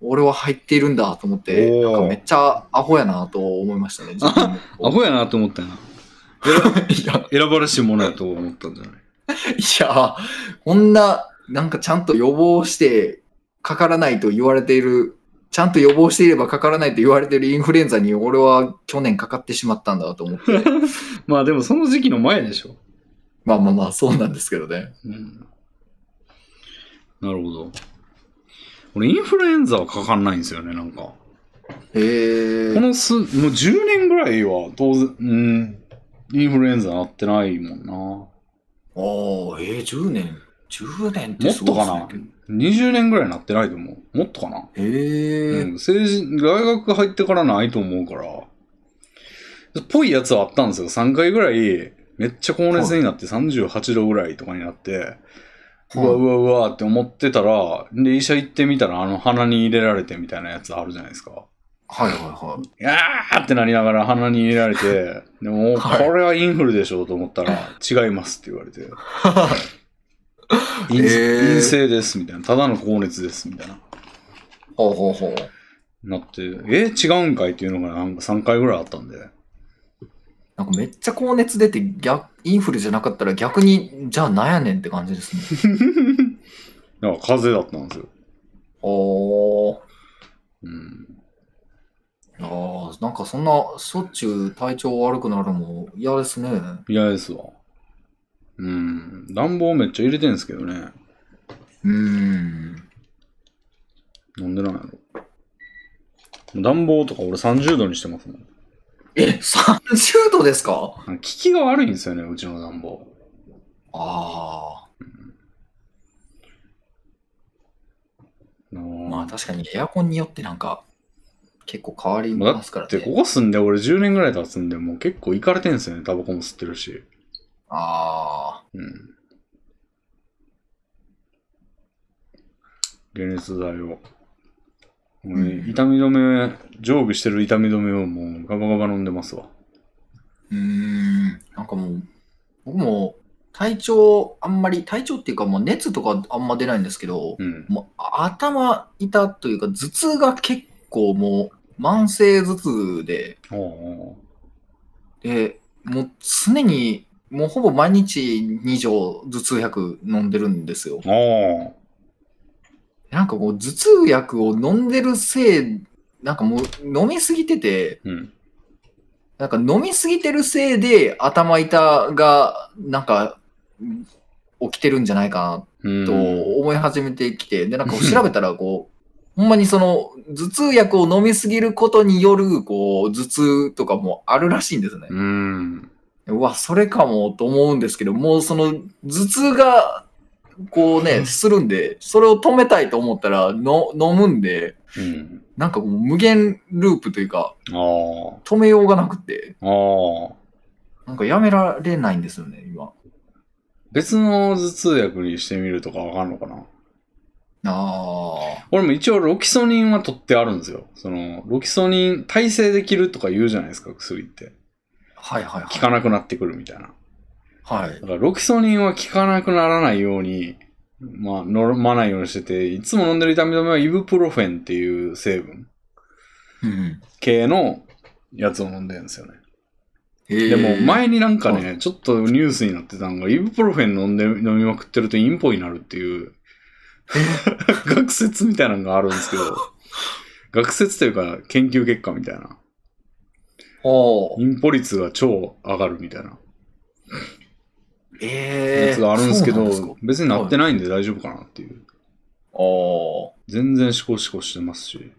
Speaker 2: 俺は入っているんだと思って、
Speaker 1: おー
Speaker 2: なんかめっちゃアホやなと思いましたね、自分 も
Speaker 1: アホやなと思ったよな。
Speaker 2: いや、
Speaker 1: 選ばれし者やと思ったんじゃない
Speaker 2: いや、こんな、なんかちゃんと予防して、かからないと言われている、ちゃんと予防していればかからないと言われているインフルエンザに、俺は去年かかってしまったんだと思って。
Speaker 1: まあでもその時期の前でしょ。
Speaker 2: まあまあまあ、そうなんですけどね。
Speaker 1: うん。なるほど。俺、インフルエンザはかかんないんですよね、なんか。こ
Speaker 2: へー
Speaker 1: のす、もう10年ぐらいは当然、うん、インフルエンザなってないもんな。も
Speaker 2: あー、えー、10年。10年って
Speaker 1: っ
Speaker 2: すご
Speaker 1: と
Speaker 2: いで
Speaker 1: か
Speaker 2: すね
Speaker 1: な。20年ぐらいなってないと思う。もっとかな。
Speaker 2: へえ、
Speaker 1: うん、成人、大学入ってからないと思うから、ぽいやつはあったんですよ。3回ぐらい、めっちゃ高熱になって38度ぐらいとかになって、うわうわうわって思ってたら、で、医者行ってみたら、あの、鼻に入れられてみたいなやつあるじゃないですか。
Speaker 2: はいはいはい
Speaker 1: やーってなりながら鼻に入れられて、でも、
Speaker 2: はい
Speaker 1: これはインフルでしょうと思ったら、違いますって言わ れて、陰
Speaker 2: えー
Speaker 1: 陰性ですみたいな、ただの高熱ですみたいな。
Speaker 2: い。ほうほうほう。
Speaker 1: なって、えー、違うんかいっていうのがなんか3回ぐらいあったんで。
Speaker 2: なんかめっちゃ高熱出て逆、インフルじゃなかったら逆に、じゃあなんやねんって感じですね。
Speaker 1: なんか風邪だったんですよ。
Speaker 2: おー。
Speaker 1: うん。
Speaker 2: あーなんかそんな、しょっちゅう体調悪くなるのも嫌ですね。
Speaker 1: 嫌ですわ。うん。暖房めっちゃ入れてんですけどね。
Speaker 2: うーん。
Speaker 1: なんでなんやろ。暖房とか俺30度にしてますもん。
Speaker 2: え、30度ですか
Speaker 1: 効きが悪いんですよね、うちの暖房。
Speaker 2: あ
Speaker 1: な
Speaker 2: あ。まあ
Speaker 1: あ
Speaker 2: 確かにエアコンによってなんか、結構変わりますから
Speaker 1: で、こ
Speaker 2: ね。
Speaker 1: こ住んで俺10年ぐらい経つんで、もう結構行かれてんすよね。タバコも吸ってるし。
Speaker 2: ああ。
Speaker 1: うん。解熱剤を。もうね
Speaker 2: うん
Speaker 1: 痛み止め、上下してる痛み止めをもうガバガバ飲んでますわ。
Speaker 2: うーん。なんかもう、僕も体調、あんまり、体調っていうかもう熱とかあんま出ないんですけど、
Speaker 1: うん。
Speaker 2: もう頭痛というか頭痛が結構もう慢性頭痛で、
Speaker 1: ああ。
Speaker 2: で、もう常にもうほぼ毎日2錠頭痛薬飲んでるんですよ。
Speaker 1: ああ。
Speaker 2: なんかもう頭痛薬を飲んでるせい、なんかもう飲みすぎてて、
Speaker 1: うん。
Speaker 2: なんか飲みすぎてるせいで頭痛がなんかうん起きてるんじゃないかな
Speaker 1: うん。
Speaker 2: と思い始めてきて、で、なんか調べたら、こう、ほんまにその、頭痛薬を飲みすぎることによる、こう、頭痛とかもあるらしいんですね。
Speaker 1: うん。
Speaker 2: うわ、それかもと思うんですけど、もうその、頭痛が、こうね、するんで、それを止めたいと思ったら、の、飲むんで、
Speaker 1: うん。
Speaker 2: なんかもう無限ループというか、
Speaker 1: あ
Speaker 2: 止めようがなくて、
Speaker 1: あ。ああ。
Speaker 2: なんかやめられないんですよね、今。
Speaker 1: 別の頭痛薬にしてみるとかわかんのかな
Speaker 2: あ
Speaker 1: 俺も一応ロキソニンは取ってあるんですよ。その、ロキソニン、耐性できるとか言うじゃないですか、薬って。
Speaker 2: あ、はいはい
Speaker 1: 効
Speaker 2: は
Speaker 1: かなくなってくるみたいな。
Speaker 2: い。はい
Speaker 1: だ。からロキソニンは効かなくならないように、まあ、飲まないようにしてて、いつも飲んでる痛み止めはイブプロフェンっていう成分
Speaker 2: うん。
Speaker 1: 系のやつを飲んでるんですよね。
Speaker 2: で
Speaker 1: でも、前になんかね、ちょっとニュースになってたのが、イブプロフェン飲んで、飲みまくってるとインポになるって いう、学説みたいなのがあるんですけど、学説というか研究結果みたいな。
Speaker 2: おー
Speaker 1: インポ率が超上がるみたいな
Speaker 2: ええ
Speaker 1: やつがあるんですけど、
Speaker 2: そうなんですか
Speaker 1: 別になってないんで大丈夫かなっていう。
Speaker 2: お
Speaker 1: 全然シコシコしてますし。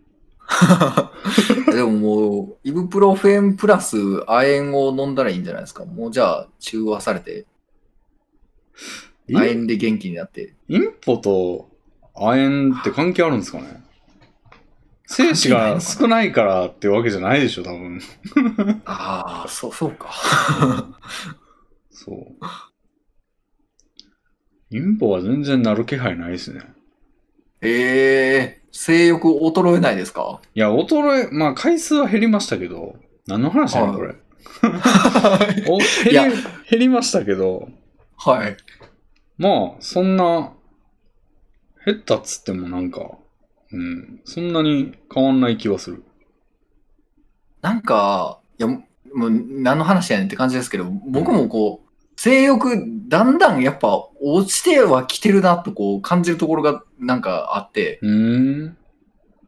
Speaker 2: でももう、イブプロフェンプラス亜鉛を飲んだらいいんじゃないですか。もうじゃあ、中和されて、
Speaker 1: え
Speaker 2: 亜鉛で元気になって。
Speaker 1: インポと亜鉛って関係あるんですかね精子が少ないからってわけじゃないでしょ、多分。
Speaker 2: ああ、そう、そうか。
Speaker 1: そう。インポは全然なる気配ないですね。
Speaker 2: ええ性欲衰えないですか
Speaker 1: いや、衰え、まあ回数は減りましたけど、何の話やねん、これ。
Speaker 2: は
Speaker 1: お
Speaker 2: いや
Speaker 1: 減り減りましたけど、
Speaker 2: い。
Speaker 1: まあ、そんな、減ったっつってもなんか、うん、そんなに変わんない気はする。
Speaker 2: なんか、いや、もう、何の話やねんって感じですけど、僕もこう、性欲、だんだんやっぱ落ちてはきてるなとこう感じるところがなんかあって、
Speaker 1: うーん。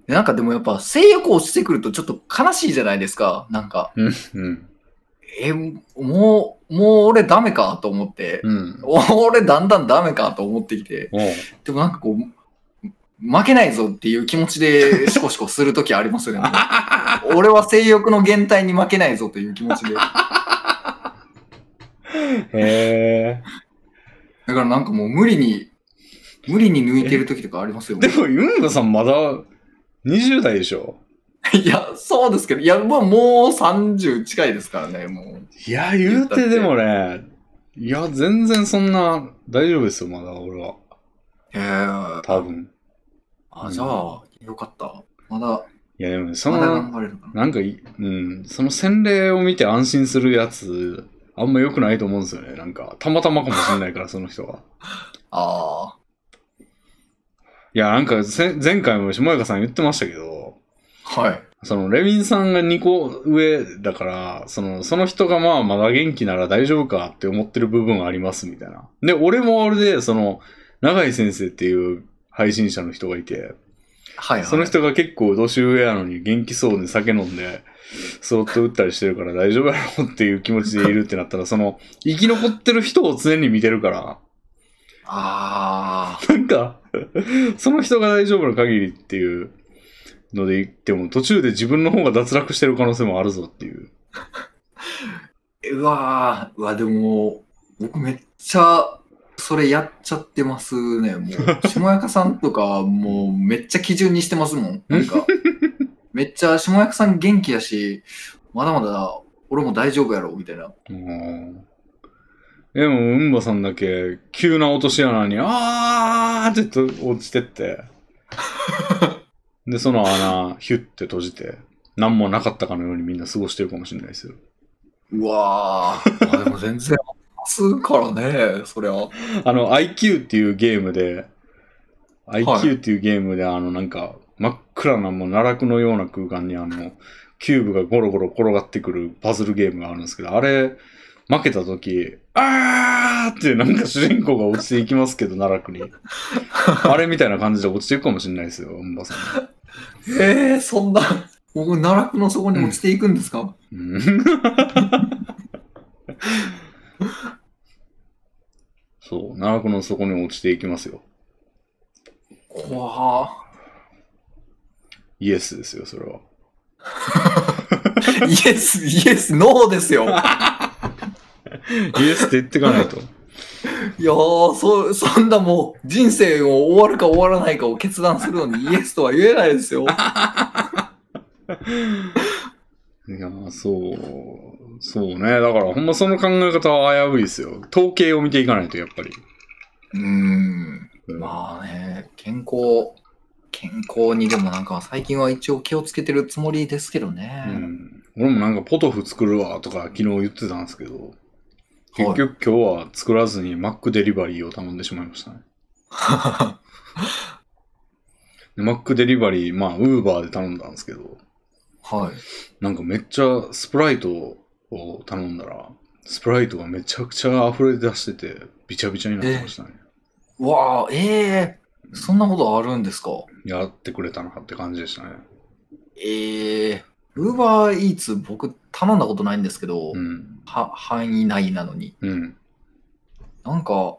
Speaker 2: でなんかでもやっぱ性欲落ちてくるとちょっと悲しいじゃないですか、なんか。
Speaker 1: うん、うん、
Speaker 2: え、もう、もう俺ダメかと思って、
Speaker 1: うん。
Speaker 2: 俺だんだんダメかと思ってきて、
Speaker 1: おう
Speaker 2: でもなんかこう、負けないぞっていう気持ちでシコシコするときありますよね。俺は性欲の減退に負けないぞという気持ちで。だか
Speaker 1: へえ。
Speaker 2: らなんかもう無理に、無理に抜いてるときとかありますよ
Speaker 1: で
Speaker 2: ね。
Speaker 1: も、ユンガさんまだ20代でしょ
Speaker 2: いや、そうですけど、いや、もうもう30近いですからね、もう。
Speaker 1: いや、言うてでもね、いや、全然そんな、大丈夫ですよ、まだ俺は。
Speaker 2: へえ。
Speaker 1: 多分。
Speaker 2: あ、じゃあ、よかった。まだ、
Speaker 1: いや、でもね、そ
Speaker 2: まだ頑
Speaker 1: の、
Speaker 2: 張れるかな。
Speaker 1: なんかい、うん、その洗礼を見て安心するやつ、あんま良くないと思うんですよね。なんか、たまたまかもしれないから、その人が。
Speaker 2: あ
Speaker 1: いや、なんかせ、前回も下中さん言ってましたけど、
Speaker 2: あ、はい。
Speaker 1: そのレヴィンさんが2個上だから、そのその人がまあまだ元気なら大丈夫かって思ってる部分はありますみたいな。で、俺もあれで、その、永井先生っていう配信者の人がいて、
Speaker 2: はい、はい。
Speaker 1: その人が結構年上やのに元気そうに酒飲んで、そーっと打ったりしてるから大丈夫やろっていう気持ちでいるってなったら、その、生き残ってる人を常に見てるから、
Speaker 2: ああ、
Speaker 1: なんか、その人が大丈夫な限りっていうので言っても、途中で自分の方が脱落してる可能性もあるぞっていう。
Speaker 2: うわーうわ、でも、僕めっちゃ、それやっちゃってますね、も う。下やかさんとか、もうめっちゃ基準にしてますもん。なん か、めっちゃ下やかさん元気やし、まだまだ俺も大丈夫やろ、みたいな。
Speaker 1: うんでも、うんばさんだけ、急な落とし穴に、あーって言って落ちてって。で、その穴、ヒュッて閉じて、何もなかったかのようにみんな過ごしてるかもしれないですよ。
Speaker 2: うわー、まあでも全然、ますからね、そりゃ。
Speaker 1: あの、IQ っていうゲームで、
Speaker 2: はい
Speaker 1: IQ っていうゲームで、あの、なんか、真っ暗な、もう奈落のような空間に、あの、キューブがゴロゴロ転がってくるパズルゲームがあるんですけど、あれ、負けた時あーってなんか主人公が落ちていきますけど、奈落 に。あれみたいな感じで落ちていくかもしれないですよ、うんばさん。
Speaker 2: えー、そんな、僕、奈落の底に落ちていくんですか、
Speaker 1: うん そう、奈落の底に落ちていきますよ。
Speaker 2: 怖ー。
Speaker 1: イエスですよ、それは。
Speaker 2: イエス、イエス、ノーですよ。
Speaker 1: イエスって言ってかないと。
Speaker 2: いやーそ、そんなもう、人生を終わるか終わらないかを決断するのにイ エスとは言えないですよ。
Speaker 1: いやー、そう、そうね。だから、ほんまその考え方は危ういですよ。統計を見ていかないと、やっぱり。
Speaker 2: うーん。まあね、健康、健康にでもなんか最近は一応気をつけてるつもりですけどね。
Speaker 1: うん。俺もなんか、ポトフ作るわとか、昨日言ってたんですけど、結
Speaker 2: はい
Speaker 1: 局今日は作らずにマックデリバリーを頼んでしまいま したね。でマックデリバリー、まあ、ウーバーで頼んだんですけど、
Speaker 2: はい。
Speaker 1: なんかめっちゃスプライトを頼んだら、スプライトがめちゃくちゃ溢れ出してて、びちゃびちゃになってましたね。
Speaker 2: うわー、えー、そんなことあるんですか
Speaker 1: やってくれたなって感じでしたね。
Speaker 2: えー、ウーバーイーツ僕頼んだことないんですけど、
Speaker 1: うん。
Speaker 2: は範囲内なのに。
Speaker 1: うん。
Speaker 2: なんか、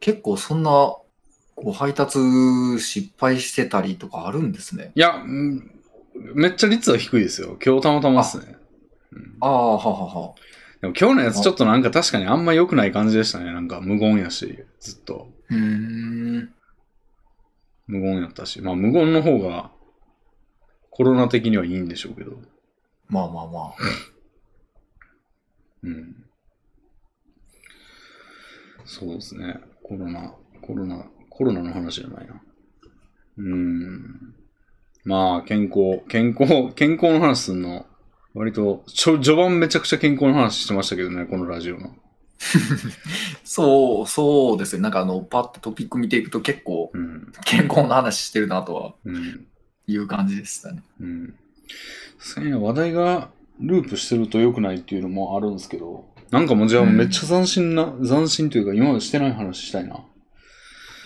Speaker 2: 結構そんな、こう配達失敗してたりとかあるんですね。
Speaker 1: いや、うんめっちゃ率は低いですよ。今日たまたまっすね。
Speaker 2: ああ、ははは。
Speaker 1: でも今日のやつちょっとなんか確かにあんま良くない感じでしたね。なんか無言やし、ずっと。
Speaker 2: うーん。
Speaker 1: 無言やったし。まあ無言の方がコロナ的にはいいんでしょうけど。
Speaker 2: まあまあまあ。
Speaker 1: うん。そうですね。コロナ、コロナ、コロナの話じゃないな。うーん。まあ、健康、健康、健康の話すんの。割と、ちょ、序盤めちゃくちゃ健康の話してましたけどね、このラジオの。
Speaker 2: そう、そうですね。なんかあの、パッとトピック見ていくと結構
Speaker 1: うん。
Speaker 2: 健康の話してるなとは
Speaker 1: うん。
Speaker 2: いう感じでしたね。
Speaker 1: うん。せや話題がループしてると良くないっていうのもあるんですけど、なんかもうじゃあめっちゃ斬新な、斬新というか今までしてない話したいな。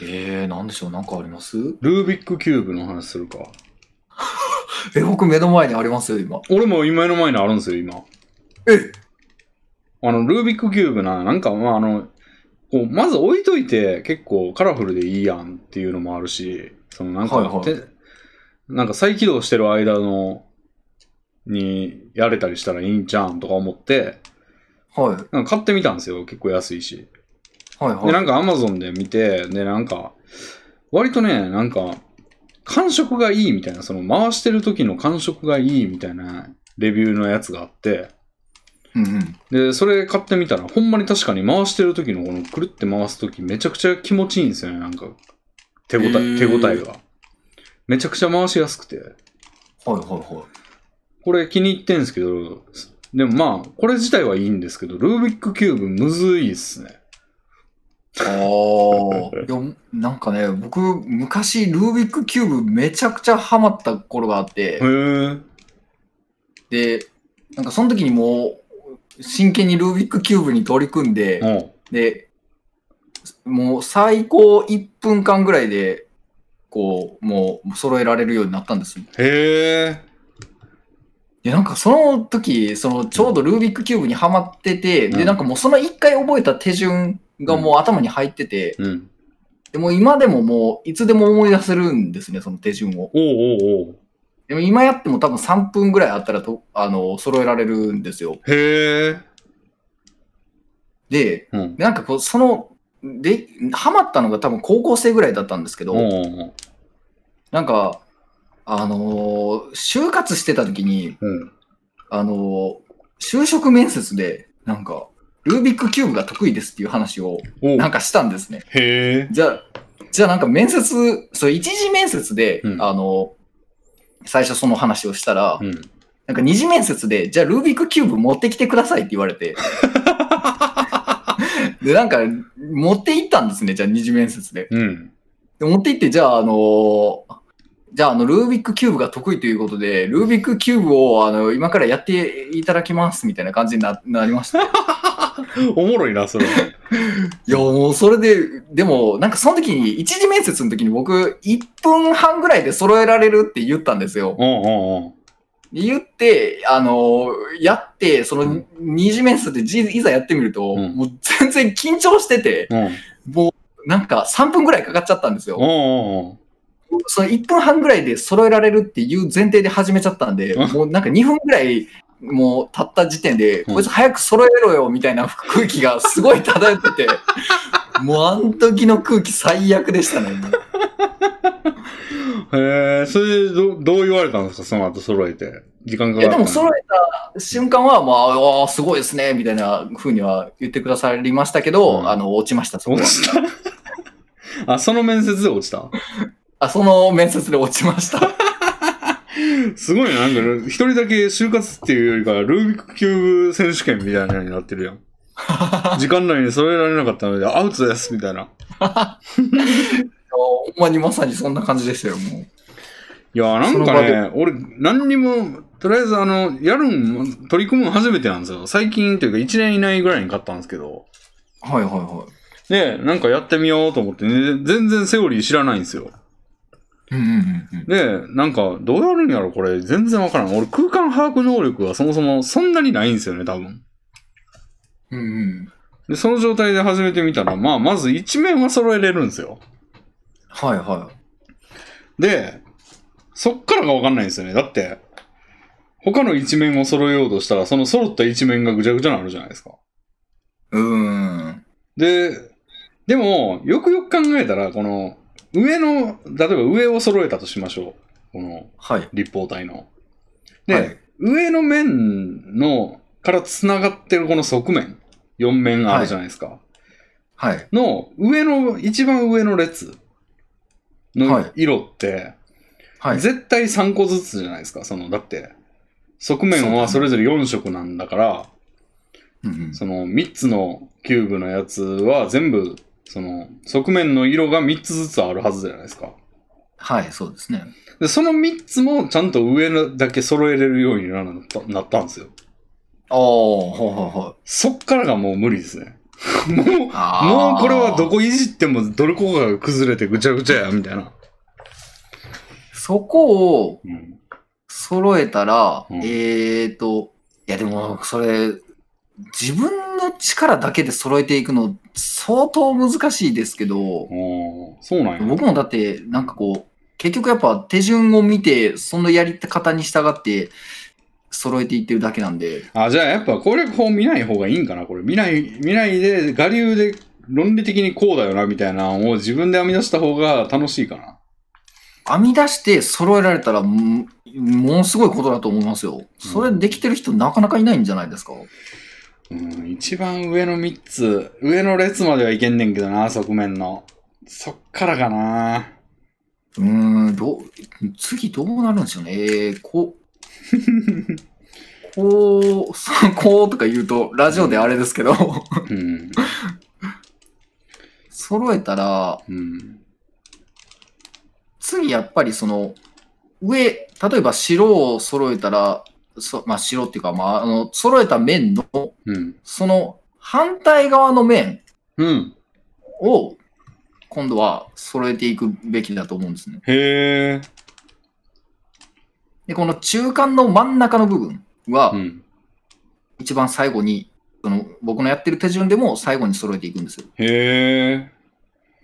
Speaker 2: ええー、なんでしょう、なんかあります
Speaker 1: ルービックキューブの話するか。
Speaker 2: え、僕目の前にありますよ、今。
Speaker 1: 俺も今の前にあるんですよ、今。
Speaker 2: え
Speaker 1: あの、ルービックキューブな、なんか、まあ、あの、こう、まず置いといて、結構カラフルでいいやんっていうのもあるし、その、なんか、
Speaker 2: はいはい
Speaker 1: てなんか再起動してる間の、に、やれたりしたらいいんじゃうんとか思って、
Speaker 2: はい、
Speaker 1: なんか買ってみたんですよ、結構安いし。
Speaker 2: はい、
Speaker 1: で、
Speaker 2: は。
Speaker 1: ないんかアマゾンで見て、で、なんか、割とね、なんか、感触がいいみたいな、その回してる時の感触がいいみたいなレビューのやつがあって、
Speaker 2: うんうん。
Speaker 1: で、それ買ってみたら、ほんまに確かに回してる時のこのくるって回す時めちゃくちゃ気持ちいいんですよね、なんか。手応え、
Speaker 2: へー
Speaker 1: 手応えが。めちゃくちゃ回しやすくて。
Speaker 2: はい、はい、はい。
Speaker 1: これ気に入ってんですけど、でもまあ、これ自体はいいんですけど、ルービックキューブむずいっすね。
Speaker 2: ああ、いや、なんかね、僕、昔、ルービックキューブめちゃくちゃハマった頃があっ
Speaker 1: へ
Speaker 2: て、
Speaker 1: ー。
Speaker 2: で、なんかその時にもう、真剣にルービックキューブに取り組んで、
Speaker 1: おう
Speaker 2: で、もう最高1分間ぐらいで、こう、もう揃えられるようになったんですよ。
Speaker 1: へー。
Speaker 2: で、なんかその時、そのちょうどルービックキューブにはまってて、
Speaker 1: う
Speaker 2: で、
Speaker 1: ん
Speaker 2: なんかもうその1回覚えた手順がもう頭に入ってて、
Speaker 1: うん。
Speaker 2: でもう今でももういつでも思い出せるんですね、その手順を。
Speaker 1: おうおうおう
Speaker 2: でも今やっても多分3分ぐらいあったらと、あの、揃えられるんですよ。
Speaker 1: へえ。
Speaker 2: で、
Speaker 1: うん。
Speaker 2: なんかこう、その、で、ハマったのが多分高校生ぐらいだったんですけど、
Speaker 1: おうおう
Speaker 2: なんか、あのー就活してた時に、
Speaker 1: おう
Speaker 2: あのー就職面接で、なんか、ルービックキューブが得意ですっていう話を、
Speaker 1: おう
Speaker 2: なんかしたんですね。
Speaker 1: へえ。
Speaker 2: じゃあ、じゃあなんか面接、そう、一次面接で、
Speaker 1: うん
Speaker 2: あのー最初その話をしたら、
Speaker 1: うん。
Speaker 2: なんか二次面接で、じゃあルービックキューブ持ってきてくださいって言われて。で、なんか、持って行ったんですね、じゃあ二次面接で。
Speaker 1: うん。
Speaker 2: で持って行って、じゃあ、あのじゃあ、あの、ルービックキューブが得意ということで、ルービックキューブを、あの、今からやっていただきます、みたいな感じにななりました。い
Speaker 1: おもろいな、それ。
Speaker 2: や、もう、それで、でも、なんか、その時に、一次面接の時に僕、1分半ぐらいで揃えられるって言ったんですよ。
Speaker 1: おうんうん
Speaker 2: で言って、あのやって、その、二次面接でじ、いざやってみると、
Speaker 1: うん
Speaker 2: もう、全然緊張してて、
Speaker 1: うん。
Speaker 2: もう、なんか、3分ぐらいかかっちゃったんですよ
Speaker 1: お。うんうん
Speaker 2: その1分半ぐらいで揃えられるっていう前提で始めちゃったんで、
Speaker 1: うん
Speaker 2: もうなんか2分ぐらいもう経った時点で、
Speaker 1: うん
Speaker 2: こいつ早く揃えろよみたいな 空気がすごい漂ってて、もうあの時の空気最悪でしたね。
Speaker 1: へえ、それでど、どう言われたんですか、その後揃えて。時間
Speaker 2: い
Speaker 1: かか
Speaker 2: や
Speaker 1: った
Speaker 2: で
Speaker 1: の
Speaker 2: も揃えた瞬間は、まあ、あーすごいですね、みたいな風には言ってくださりましたけど、
Speaker 1: うん
Speaker 2: あの、落ちました、そこは
Speaker 1: 落ちたあ、その面接で落ちた
Speaker 2: あ、その面接で落ちました。
Speaker 1: すごいな、なんか、一人だけ就活っていうよりか、ルービックキューブ選手権みたいなのになってる やん。時間内に揃えられなかったので、アウトです、みたいな。
Speaker 2: ほんまにまさにそんな感じでしたよ、もう。
Speaker 1: いやーなん
Speaker 2: その
Speaker 1: か
Speaker 2: 場で
Speaker 1: ね、俺、何にも、とりあえず、あの、やるん、取り組むの初めてなんですよ。最近というか、1年以内ぐらいに買ったんですけど。
Speaker 2: はいはいは
Speaker 1: で、なんかやってみようと思って、ね、全然セオリー知らないんですよ。
Speaker 2: い。うんうんうんうん。
Speaker 1: で、なんか、どうやるんやろ、これ。全然わからん。俺、空間把握能力がそもそもそんなにないんですよね、多分。
Speaker 2: うんうん。
Speaker 1: で、その状態で始めてみたら、まあ、まず一面は揃えれるんですよ。
Speaker 2: はいはい。
Speaker 1: で、そっからがわかんないんですよね。だって、他の一面を揃えようとしたら、その揃った一面がぐちゃぐちゃになるじゃないですか。
Speaker 2: うーん。
Speaker 1: で、でも、よくよく考えたら、この、上の、例えば上を揃えたとしましょう。この、
Speaker 2: はい。
Speaker 1: 立方体の。で、
Speaker 2: はい
Speaker 1: 上の面の、から繋がってるこの側面、4面あるじゃないですか。
Speaker 2: はい。
Speaker 1: の、上の、一番上の列
Speaker 2: は
Speaker 1: の
Speaker 2: い
Speaker 1: 色って、
Speaker 2: はい。
Speaker 1: 絶対3個ずつじゃないですか。その、だって、側面はそれぞれ4色なんだから、
Speaker 2: うんうん
Speaker 1: その3つのキューブのやつは全部、その、側面の色が3つずつあるはずじゃないですか。
Speaker 2: はい、そうですね。
Speaker 1: で、その3つもちゃんと上のだけ揃えれるようになったなったんですよ。
Speaker 2: ああ、ほうほうほう。
Speaker 1: そっからがもう無理です ね。もう、もう
Speaker 2: あー
Speaker 1: これはどこいじってもどれこかが崩れてぐちゃぐちゃや、みたいな。
Speaker 2: そこを
Speaker 1: うん。
Speaker 2: 揃えたら、
Speaker 1: うん
Speaker 2: えーと、いやでも、それ、自分の力だけで揃えていくの、相当難しいですけど、
Speaker 1: おーそうなんや。
Speaker 2: 僕もだって、なんかこう、結局やっぱ手順を見て、そのやり方に従って、揃えていってるだけなんで、
Speaker 1: あ、じゃあやっぱ攻略法見ない方がいいんかなこれ見ない、見ないで、我流で論理的にこうだよなみたいなのを自分で編み出した方が楽しいかな。
Speaker 2: 編み出して揃えられたら、もものすごいことだと思いますよ。それできてる人なかなかいないんじゃないですか。
Speaker 1: うん、一番上の3つ、上の列まではいけんねんけどな、側面の。そっからかな。
Speaker 2: うーん、どう、次どうなるんでしょうね。えー、こう、こう、 そうこうとか言うと、ラジオであれですけど、
Speaker 1: うん。
Speaker 2: 揃えたら、
Speaker 1: うん。
Speaker 2: 次やっぱりその、上、例えば白を揃えたら、そまあ白っていうか、まあ、あの、揃えた面の、
Speaker 1: うん。
Speaker 2: その反対側の面
Speaker 1: うん。
Speaker 2: を、今度は揃えていくべきだと思うんですね。
Speaker 1: へえ。
Speaker 2: で、この中間の真ん中の部分は、
Speaker 1: うん。
Speaker 2: 一番最後に、その僕のやってる手順でも最後に揃えていくんですよ。
Speaker 1: へえ。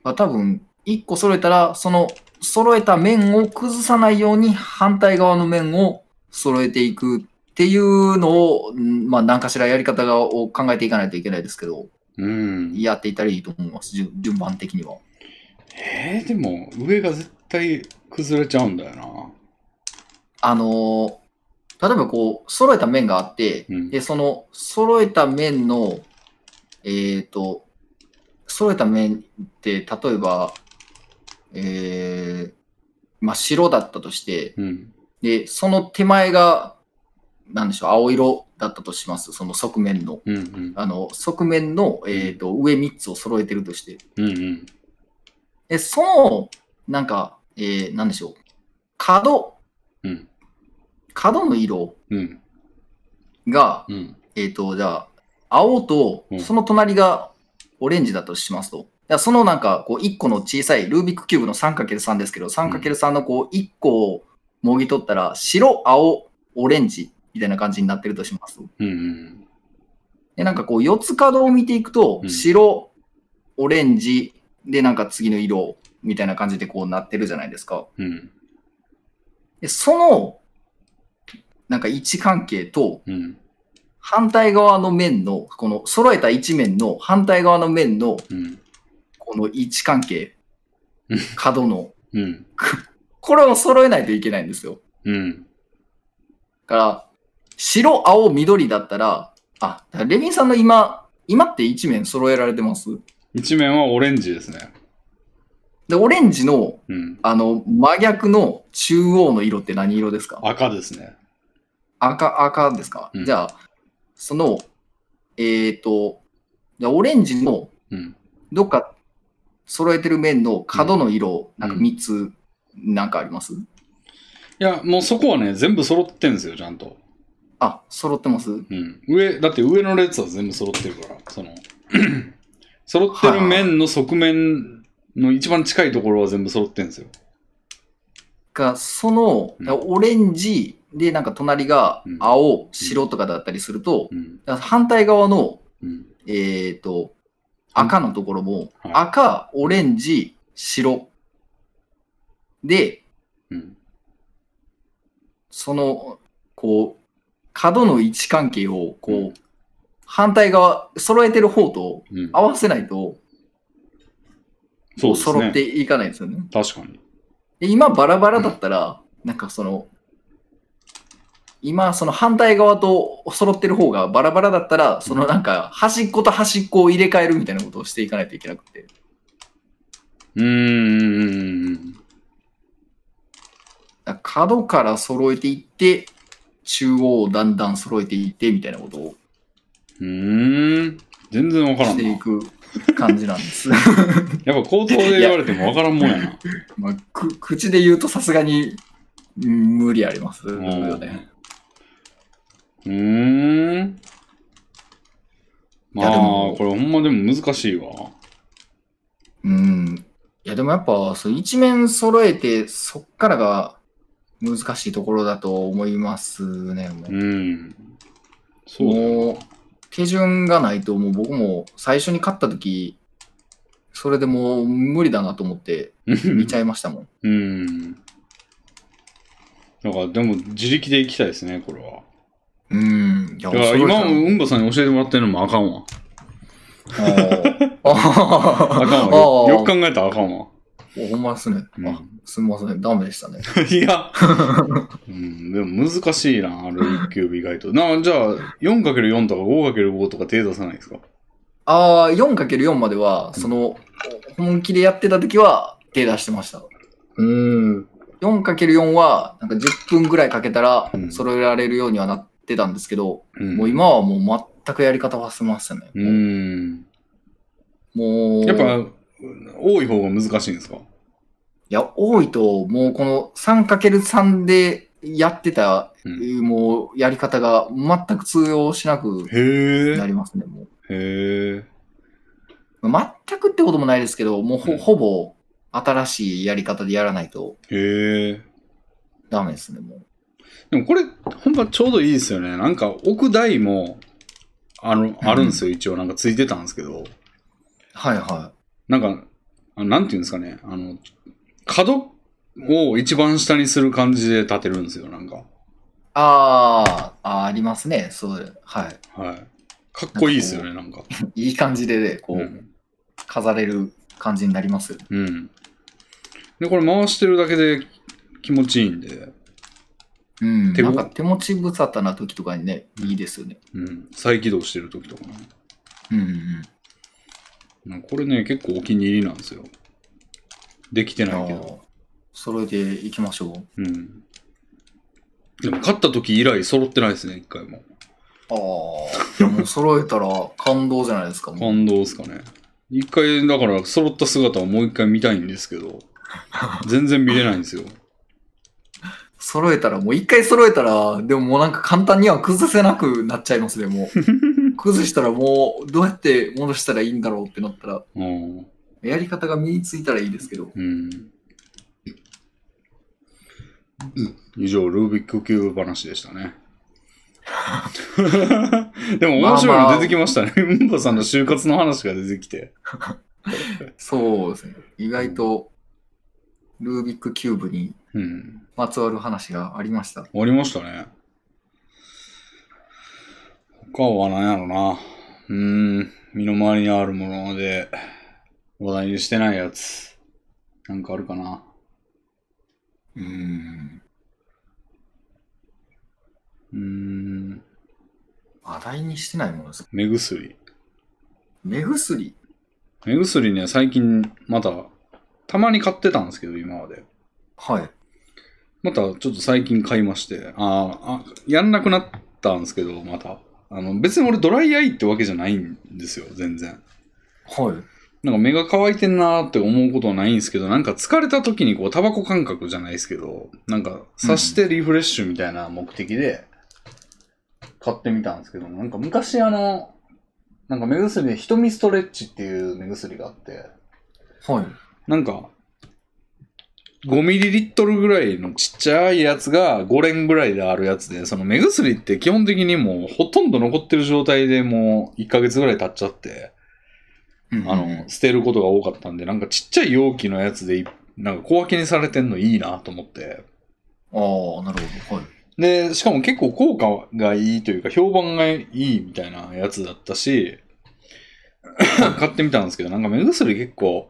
Speaker 2: まあ、多分、一個揃えたら、その揃えた面を崩さないように反対側の面を揃えていくっていうのを、んまあ何かしらやり方がを考えていかないといけないですけど、
Speaker 1: うん。
Speaker 2: やっていったらいいと思います、順順番的には。
Speaker 1: えー、でも、上が絶対崩れちゃうんだよな。
Speaker 2: あのー例えばこう、揃えた面があって、
Speaker 1: うん。
Speaker 2: で、その揃えた面の、えっ、と、揃えた面って、例えば、えー、まあ、白だったとして、
Speaker 1: うん。
Speaker 2: で、その手前が、なんでしょう、青色だったとします。その側面の。
Speaker 1: うん。うん。
Speaker 2: あの、側面の、えっ、と、上3つを揃えてるとして。
Speaker 1: うん。うん。
Speaker 2: で、その、なんか、えー、なんでしょう、角、
Speaker 1: うん。
Speaker 2: 角の色
Speaker 1: うん。
Speaker 2: が、
Speaker 1: うん。
Speaker 2: えっ、と、じゃあ、青と
Speaker 1: うん、
Speaker 2: その隣がオレンジだとしますと。じゃあそのなんか、こう、1個の小さい、ルービックキューブの 3×3 ですけど、3×3 のこう、1個をもぎ取ったら、白、青、オレンジ、みたいな感じになってるとしますと。
Speaker 1: うんうん
Speaker 2: で、なんかこう、4つ角を見ていくと
Speaker 1: う、ん
Speaker 2: 白、オレンジ、で、なんか次の色、みたいな感じでこうなってるじゃないですか。
Speaker 1: うん
Speaker 2: で、その、なんか位置関係と、
Speaker 1: うん
Speaker 2: 反対側の面の、この揃えた一面の反対側の面の
Speaker 1: うん
Speaker 2: この位置関係
Speaker 1: うん、
Speaker 2: 角の、
Speaker 1: うん
Speaker 2: これを揃えないといけないんですよ。
Speaker 1: うん
Speaker 2: だから、白、青、緑だったら、あ、だからレミンさんの今、今って一面揃えられてます
Speaker 1: 一面はオレンジですね。
Speaker 2: で、オレンジの、
Speaker 1: うん。
Speaker 2: あの、真逆の中央の色って何色ですか
Speaker 1: 赤ですね。
Speaker 2: 赤、赤ですか、
Speaker 1: うん
Speaker 2: じゃあ、その、えっ、と、じゃあオレンジの
Speaker 1: うん。
Speaker 2: どっか揃えてる面の角の色、
Speaker 1: うん
Speaker 2: なんか3つ、なんかあります
Speaker 1: いや、もうそこはね、全部揃ってんですよ、ちゃんと。
Speaker 2: あ、揃ってます
Speaker 1: うん。上、だって上の列は全部揃ってるから、その、揃ってる面の側面の一番近いところは全部揃ってんですよ。
Speaker 2: が、その、
Speaker 1: うん
Speaker 2: オレンジで、なんか隣が
Speaker 1: うん
Speaker 2: 青、白とかだったりすると、
Speaker 1: うん。
Speaker 2: だから反対側の、
Speaker 1: うん。
Speaker 2: えっ、と、赤のところも、
Speaker 1: はい
Speaker 2: 赤、オレンジ、白。で、
Speaker 1: うん。
Speaker 2: その、こう、角の位置関係を、こう、
Speaker 1: うん
Speaker 2: 反対側、揃えてる方と
Speaker 1: うん
Speaker 2: 合わせないと、
Speaker 1: そうです
Speaker 2: 揃っ
Speaker 1: ね。
Speaker 2: ていかないですよね。
Speaker 1: 確かに。
Speaker 2: で今、バラバラだったら、なんかその、今、その反対側と揃ってる方がバラバラだったら、そのなんか、端っこと端っこを入れ替えるみたいなことをしていかないといけなくて。
Speaker 1: うーん。
Speaker 2: だから角から揃えていって、中央をだんだん揃えていってみたいなことを
Speaker 1: うーん。全然わから
Speaker 2: し
Speaker 1: ん
Speaker 2: て
Speaker 1: な。
Speaker 2: いく感じなんです。
Speaker 1: やっぱ口頭で言われてもわからんもんやな。
Speaker 2: まあ、く口で言うとさすがにうん無理ありますよね。
Speaker 1: うーん。ま
Speaker 2: いや
Speaker 1: あ
Speaker 2: でも、
Speaker 1: これほんまでも難しいわ。
Speaker 2: うん。いやでもやっぱそう一面揃えてそっからが難しいところだと思いますね。もう
Speaker 1: うん。そうだ
Speaker 2: も
Speaker 1: よ
Speaker 2: う手順がないともう僕も最初に買った時それでもう無理だなと思って
Speaker 1: な。
Speaker 2: 見ちゃいましたもん。
Speaker 1: うん。だから、でも自力で行きたいですね、これは。
Speaker 2: うん。い
Speaker 1: だ
Speaker 2: や
Speaker 1: から
Speaker 2: 恐ろしい
Speaker 1: 今、うんばさんに教えてもらってるのもあかんわ。
Speaker 2: ああ
Speaker 1: あ かんわ。よよく考えたらあかんわ。
Speaker 2: ほんまですね。
Speaker 1: うん
Speaker 2: あすみません。ダメでしたね。
Speaker 1: いや、うん、でも難しいな、あれ1キューブ意外と。なじゃあ、4×4 とか 5×5 とか手出さないですか
Speaker 2: ああ、4×4 までは、その、本気でやってた時は手出してました。
Speaker 1: うん。
Speaker 2: 4×4 は、なんか10分ぐらいかけたら
Speaker 1: う、ん
Speaker 2: 揃えられるようにはなってたんですけど、
Speaker 1: うん。
Speaker 2: もう今はもう全くやり方忘れましたね。
Speaker 1: うん。
Speaker 2: もう、
Speaker 1: やっぱ、多い方が難しいんですか
Speaker 2: いや、多いと、もうこの 3×3 でやってた、
Speaker 1: うん
Speaker 2: もうやり方が全く通用しなく
Speaker 1: へえ
Speaker 2: な。りますね、もう。
Speaker 1: へえ。
Speaker 2: 全くってこともないですけど、もうほ,、
Speaker 1: うん
Speaker 2: ほぼ新しいやり方でやらないと
Speaker 1: へえ。
Speaker 2: ダメですね、もう。
Speaker 1: でもこれ、ほんまちょうどいいですよね。なんか、奥台も、あの、あるんですよ、一応。なんかついてたんですけど、
Speaker 2: はいは
Speaker 1: なんか、あなんていうんですかね、あの、角を一番下にする感じで立てるんですよ、なんか。
Speaker 2: い。あーあー、ありますね、そう、は
Speaker 1: はい。かっこいいですよね、なんか。
Speaker 2: い。いい感じでね、こう、
Speaker 1: うん。
Speaker 2: 飾れる感じになりますよね。
Speaker 1: うん。で、これ回してるだけで気持ちいいんで、
Speaker 2: うん。
Speaker 1: 手ご
Speaker 2: なんか手持ち無沙汰な時とかにね、いいですよね。
Speaker 1: うん。再起動してる時とかね。
Speaker 2: うんうん。
Speaker 1: なんかこれね、結構お気に入りなんですよ。できて
Speaker 2: あ
Speaker 1: ないけど。
Speaker 2: ー揃えていきましょう。
Speaker 1: うん。でも、勝った時以来揃ってないですね、一回も。
Speaker 2: ああ、いやもう揃えたら感動じゃないですか、もう。
Speaker 1: 感動ですかね。一回、だから、揃った姿をもう一回見たいんですけど、全然見れないんですよ。
Speaker 2: 揃えたら、もう一回揃えたら、でももうなんか簡単には崩せなくなっちゃいますね、もう。崩したらもうどうやって戻したらいいんだろうってなったら、
Speaker 1: うん。
Speaker 2: やり方が身についたらいいですけど。
Speaker 1: うん。以上、ルービックキューブ話でしたね。 でも面白いの出てきましたね。ムンバさんの就活の話が出てきて。
Speaker 2: そうですね。意外と、ルービックキューブに
Speaker 1: うん。
Speaker 2: まつわる話がありました。
Speaker 1: ありましたね。他は何やろな。うーん、身の回りにあるもので、話題にしてないやつ。なんかあるかな。
Speaker 2: うん。
Speaker 1: うーん、
Speaker 2: 話題にしてないものですか。
Speaker 1: 目薬。
Speaker 2: 目薬
Speaker 1: 目薬ね、最近また、たまに買ってたんですけど、今まで。
Speaker 2: はい。
Speaker 1: またちょっと最近買いまして、あーあ、やんなくなったんですけど、また。あの、別に俺ドライアイってわけじゃないんですよ、全然。
Speaker 2: はい。
Speaker 1: なんか目が乾いてんなーって思うことはないんですけど、なんか疲れた時にこうタバコ感覚じゃないですけど、なんか刺してリフレッシュみたいな目的で買ってみたんですけど、なんか昔あの、なんか目薬で瞳ストレッチっていう目薬があって、
Speaker 2: はい。
Speaker 1: なんか5ミリリットルぐらいのちっちゃいやつが5連ぐらいであるやつで、その目薬って基本的にもうほとんど残ってる状態でもう1ヶ月ぐらい経っちゃって、
Speaker 2: うん
Speaker 1: あの、捨てることが多かったんで、なんかちっちゃい容器のやつでい、なんか小分けにされてんのいいなと思って、
Speaker 2: ああ、なるほど。はい。
Speaker 1: で、しかも結構効果がいいというか、評判がいいみたいなやつだったし、 買ってみたんですけど、なんか目薬結構、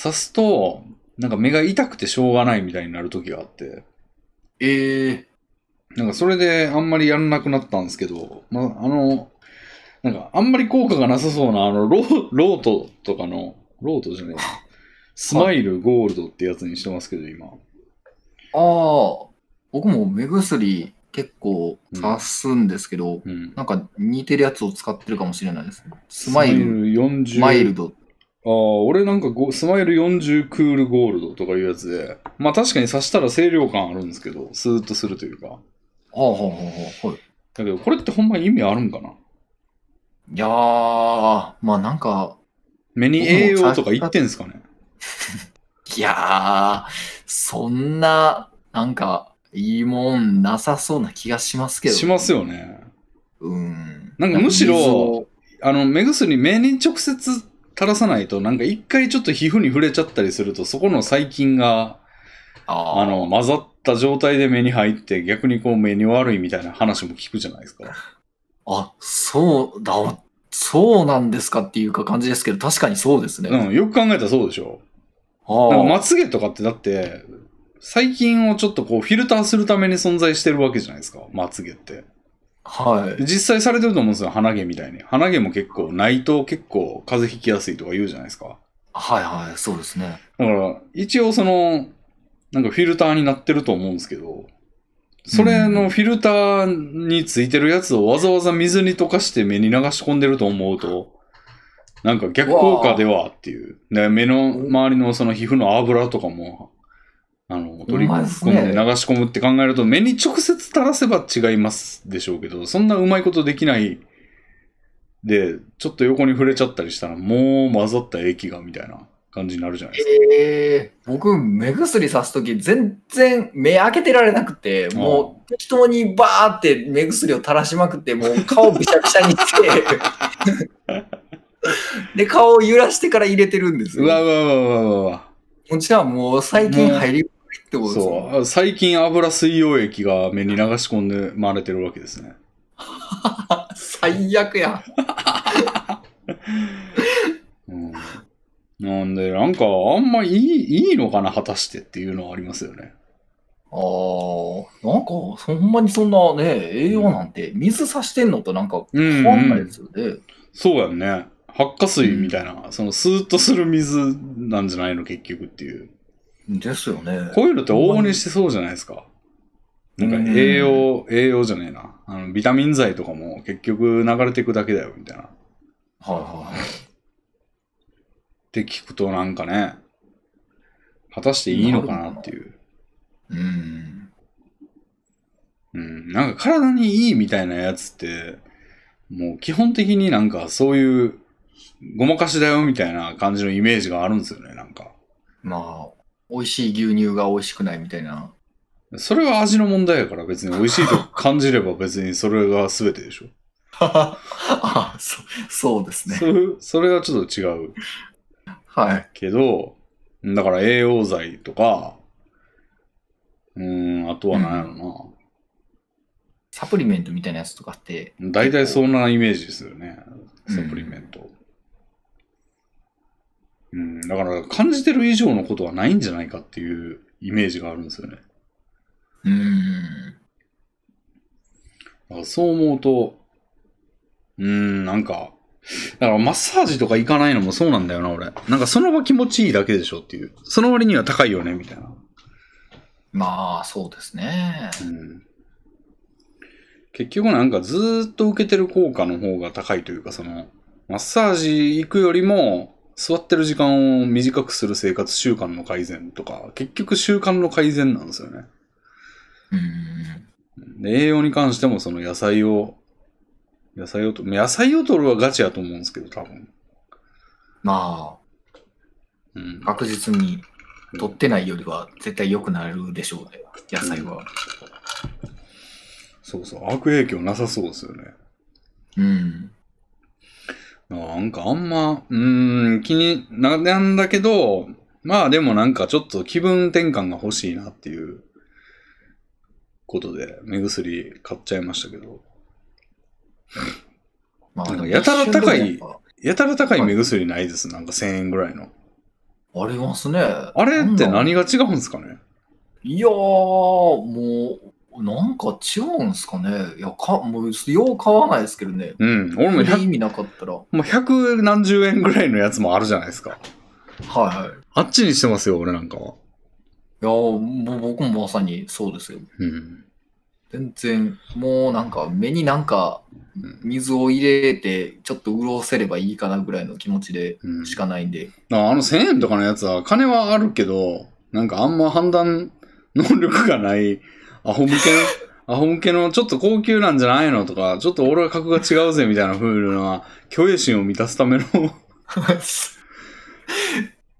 Speaker 1: 刺すと、なんか目が痛くてしょうがないみたいになる時があって、
Speaker 2: ええ
Speaker 1: なんかそれであんまりやらなくなったんですけど、まあ、あの、なんかあんまり効果がなさそうな、あの、ローロートとかの、ロートじゃない、スマイルゴールドってやつにしてますけど、今。
Speaker 2: ああ、僕も目薬結構足すんですけど、
Speaker 1: うん。
Speaker 2: なんか似てるやつを使ってるかもしれないですね。スマイル、
Speaker 1: 40。
Speaker 2: マイルド。
Speaker 1: ああ、俺なんかごスマイル40クールゴールドとかいうやつで、まあ確かに刺したら清涼感あるんですけど、スーッとするというか。
Speaker 2: はあはあはあはあはい。
Speaker 1: だけど、これってほんま意味あるんかない
Speaker 2: やー、まあなんか、
Speaker 1: 目に栄養とか言ってんすかね
Speaker 2: いやー、そんな、なんか、いいもんなさそうな気がしますけど。
Speaker 1: しますよね。
Speaker 2: うん。
Speaker 1: なんかむしろ
Speaker 2: 水を
Speaker 1: あの、目薬、目に直接垂らさないと、なんか一回ちょっと皮膚に触れちゃったりすると、そこの細菌が、
Speaker 2: あー
Speaker 1: あの、混ざった状態で目に入って、逆にこう目に悪いみたいな話も聞くじゃないですか。
Speaker 2: あ、そうだ、そうなんですかっていうか感じですけど、確かにそうですね。
Speaker 1: うん、よく考えたらそうでしょ。なんか
Speaker 2: ああ、
Speaker 1: まつげとかってだって、細菌をちょっとこうフィルターするために存在してるわけじゃないですか、まつげって。
Speaker 2: はい。
Speaker 1: 実際されてると思うんですよ、鼻毛みたいに。鼻毛も結構、ないと結構風邪ひきやすいとか言うじゃないですか。
Speaker 2: はいはい、そうですね。
Speaker 1: だから、一応その、なんかフィルターになってると思うんですけど、それのフィルターについてるやつをわざわざ水に溶かして目に流し込んでると思うと、なんか逆効果ではっていう。ね目の周りのその皮膚の油とかも、あの、取り
Speaker 2: うまい
Speaker 1: 込
Speaker 2: っすね
Speaker 1: んで流し込むって考えると、目に直接垂らせば違いますでしょうけど、そんなうまいことできないで、ちょっと横に触れちゃったりしたら、もう混ざった液がみたいな感じになるじゃないですか。
Speaker 2: えー、僕、目薬さすとき、全然目開けてられなくて、もう適当にバーって目薬を垂らしまくって、もう顔びしゃびしゃに して、で、顔を揺らしてから入れてるんです
Speaker 1: うわう
Speaker 2: よ。
Speaker 1: わうわうわうわうわ。
Speaker 2: もちろんもう最近入り込みってことです
Speaker 1: そ
Speaker 2: ね。
Speaker 1: う。最近油水溶液が目に流し込んでまれてるわけですね。
Speaker 2: 最悪や。
Speaker 1: うん。なんで、なんか、あんまいい、いいのかな、果たしてっていうのはありますよね。
Speaker 2: あー、なんか、ほんまにそんなね、栄養なんて、水さしてんのとなんか
Speaker 1: うん、
Speaker 2: 変
Speaker 1: う
Speaker 2: わんないで
Speaker 1: ん。
Speaker 2: すよね。
Speaker 1: そうやんね。発火水みたいな、そのスーッとする水なんじゃないの、結局っていう。
Speaker 2: ですよね。
Speaker 1: こういうのって往々にしてそうじゃないですか。なんか栄養、栄養じゃねえな。あの、ビタミン剤とかも結局流れていくだけだよ、みたいな。っ
Speaker 2: はいはいはい。
Speaker 1: て聞くとなんかね、果たしていいのかなっていう。
Speaker 2: うん。
Speaker 1: うん、なんか体にいいみたいなやつって、もう基本的になんかそういうごまかしだよみたいな感じのイメージがあるんですよね、なんか。
Speaker 2: まあ、美味しい牛乳が美味しくないみたいな。
Speaker 1: それは味の問題やから別に美味しいと感じれば別にそれが全てでしょ。
Speaker 2: あそそうですね。
Speaker 1: それそれはちょっと違う
Speaker 2: はい。
Speaker 1: けど、だから栄養剤とか、うん、あとは何やろ
Speaker 2: サプリメントみたいなやつとかって、
Speaker 1: な。大体そんなイメージですよね、
Speaker 2: うん
Speaker 1: サプリメント。うん、だから感じてる以上のことはないんじゃないかっていうイメージがあるんですよね。
Speaker 2: うーん。
Speaker 1: だからそう思うと、うーん、なんか、だからマッサージとか行かないのもそうなんだよな、俺。なんかその場気持ちいいだけでしょっていう。その割には高いよね、みたいな。
Speaker 2: まあ、そうですね。
Speaker 1: うん。結局なんかずーっと受けてる効果の方が高いというか、その、マッサージ行くよりも、座ってる時間を短くする生活習慣の改善とか、結局習慣の改善なんですよね。
Speaker 2: うーん。
Speaker 1: で栄養に関してもその野菜を、野菜をと、野菜を取るはガチやと思うんですけど、多分。
Speaker 2: ま
Speaker 1: うん
Speaker 2: あ、。確実に取ってないよりは絶対良くなるでしょうね。野菜は。
Speaker 1: そうそう。悪影響なさそうですよね。
Speaker 2: うん。
Speaker 1: なんかあんま、うーん、気にな、なんだけど、まあでもなんかちょっと気分転換が欲しいなっていうことで、目薬買っちゃいましたけど、
Speaker 2: ま
Speaker 1: なんかやたら高い
Speaker 2: 一瞬でもやっ
Speaker 1: やたら高い目薬ないです、なんか1000円ぐらいの。
Speaker 2: ぱありますね。
Speaker 1: あれって
Speaker 2: なんだ
Speaker 1: 何が違うんですかね
Speaker 2: いやー、もう、なんか違うんすかね。いや、かもう、よう買わないですけどね。
Speaker 1: うん、俺も
Speaker 2: それで
Speaker 1: 100
Speaker 2: 意味なかったら。は
Speaker 1: まあ100何十円ぐらいのやつもあるじゃないですか。
Speaker 2: いはい。い
Speaker 1: あっちにしてますよ、俺なんかは。
Speaker 2: やー、もう僕もまさにそうですよ。
Speaker 1: うん。
Speaker 2: 全然、もうなんか目になんか
Speaker 1: うん
Speaker 2: 水を入れて、ちょっと潤せればいいかなぐらいの気持ちで
Speaker 1: うん、
Speaker 2: しかないんで。
Speaker 1: ああの1000円とかのやつは金はあるけど、なんかあんま判断能力がないア ホ向けの、アホ向けのちょっと高級なんじゃないのとか、ちょっと俺は格が違うぜみたいな風な虚栄心を満たすための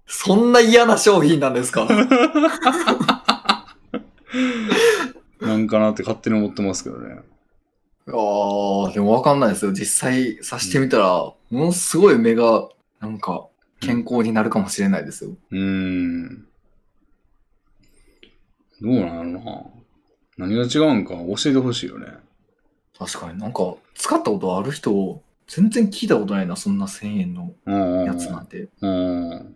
Speaker 2: そんな嫌な商品な んですか
Speaker 1: なんかなって勝手に思ってますけどね。
Speaker 2: あー、でもわかんないですよ。実際さしてみたら、ものすごい目が、なんか、健康になるかもしれないですよ。
Speaker 1: うーん。どうなのな何が違うんか教えてほしいよね。
Speaker 2: 確かになんか、使ったことある人、全然聞いたことないな、そんな1000円の
Speaker 1: うんうんうん。
Speaker 2: やつなんて。
Speaker 1: うん。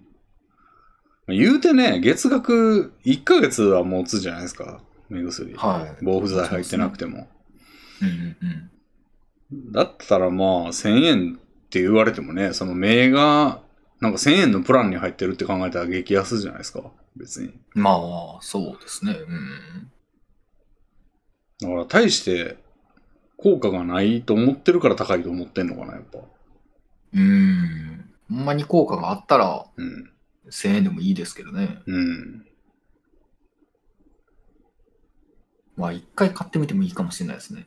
Speaker 1: 言うてね、月額1ヶ月は持つじゃないですか、目薬。
Speaker 2: はい。
Speaker 1: 防腐剤入ってなくても。
Speaker 2: うんうんうん。
Speaker 1: だったらまあ、1000円って言われてもね、その名が、なんか1000円のプランに入ってるって考えたら激安じゃないですか、別に。
Speaker 2: まあ、そうですね。う
Speaker 1: だ
Speaker 2: ん。
Speaker 1: から、大して効果がないと思ってるから高いと思ってんのかな、やっぱ。
Speaker 2: うん。ほんまに効果があったら、
Speaker 1: うん。
Speaker 2: 1000円でもいいですけどね。
Speaker 1: うん。
Speaker 2: まあ、一回買ってみてもいいかもしれないですね。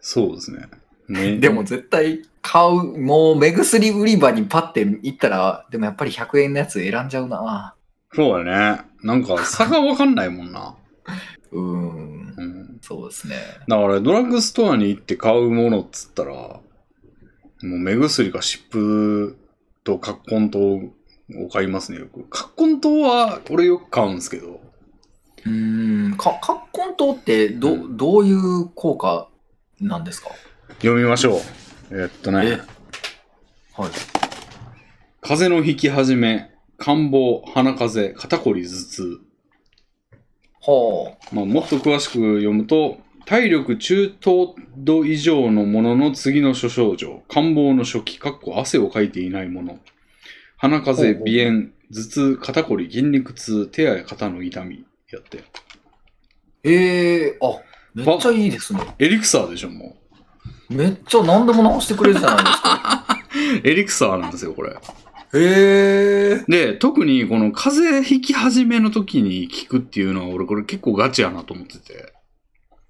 Speaker 1: そうですね。ね
Speaker 2: でも、絶対買う、もう目薬売り場にパッて行ったら、でもやっぱり100円のやつ選んじゃうな。
Speaker 1: そうだね。なんか差がわかんないもんな。
Speaker 2: うん。
Speaker 1: うん。
Speaker 2: そうですね。
Speaker 1: だからドラッグストアに行って買うものっつったら、もう目薬か湿布とカッコン糖を買いますね、よく。カッコン糖は俺よく買うんですけど、
Speaker 2: うん。か、カッコン糖って、ど、
Speaker 1: う
Speaker 2: どういう効果なんですか
Speaker 1: 読みましょう。えっとね、
Speaker 2: はい。
Speaker 1: 風邪の引き始め、感冒、鼻風邪、肩こり、頭痛。
Speaker 2: は
Speaker 1: まあ、もっと詳しく読むと、体力中等度以上のものの次の諸症状、感冒の初期、かっこ汗をかいていないもの、鼻風
Speaker 2: ほうほ
Speaker 1: 邪、
Speaker 2: う
Speaker 1: 鼻炎、頭痛、肩こり、筋肉痛、手や肩の痛み、やって。
Speaker 2: あ。ええあ、めっちゃいいですね。
Speaker 1: エリクサーでしょ、も
Speaker 2: めっちゃ何でも治してくれるじゃないですか。
Speaker 1: う。エリクサーなんですよ、これ。
Speaker 2: へえ。
Speaker 1: で、特にこの風邪引き始めの時に効くっていうのは、俺これ結構ガチやなと思ってて。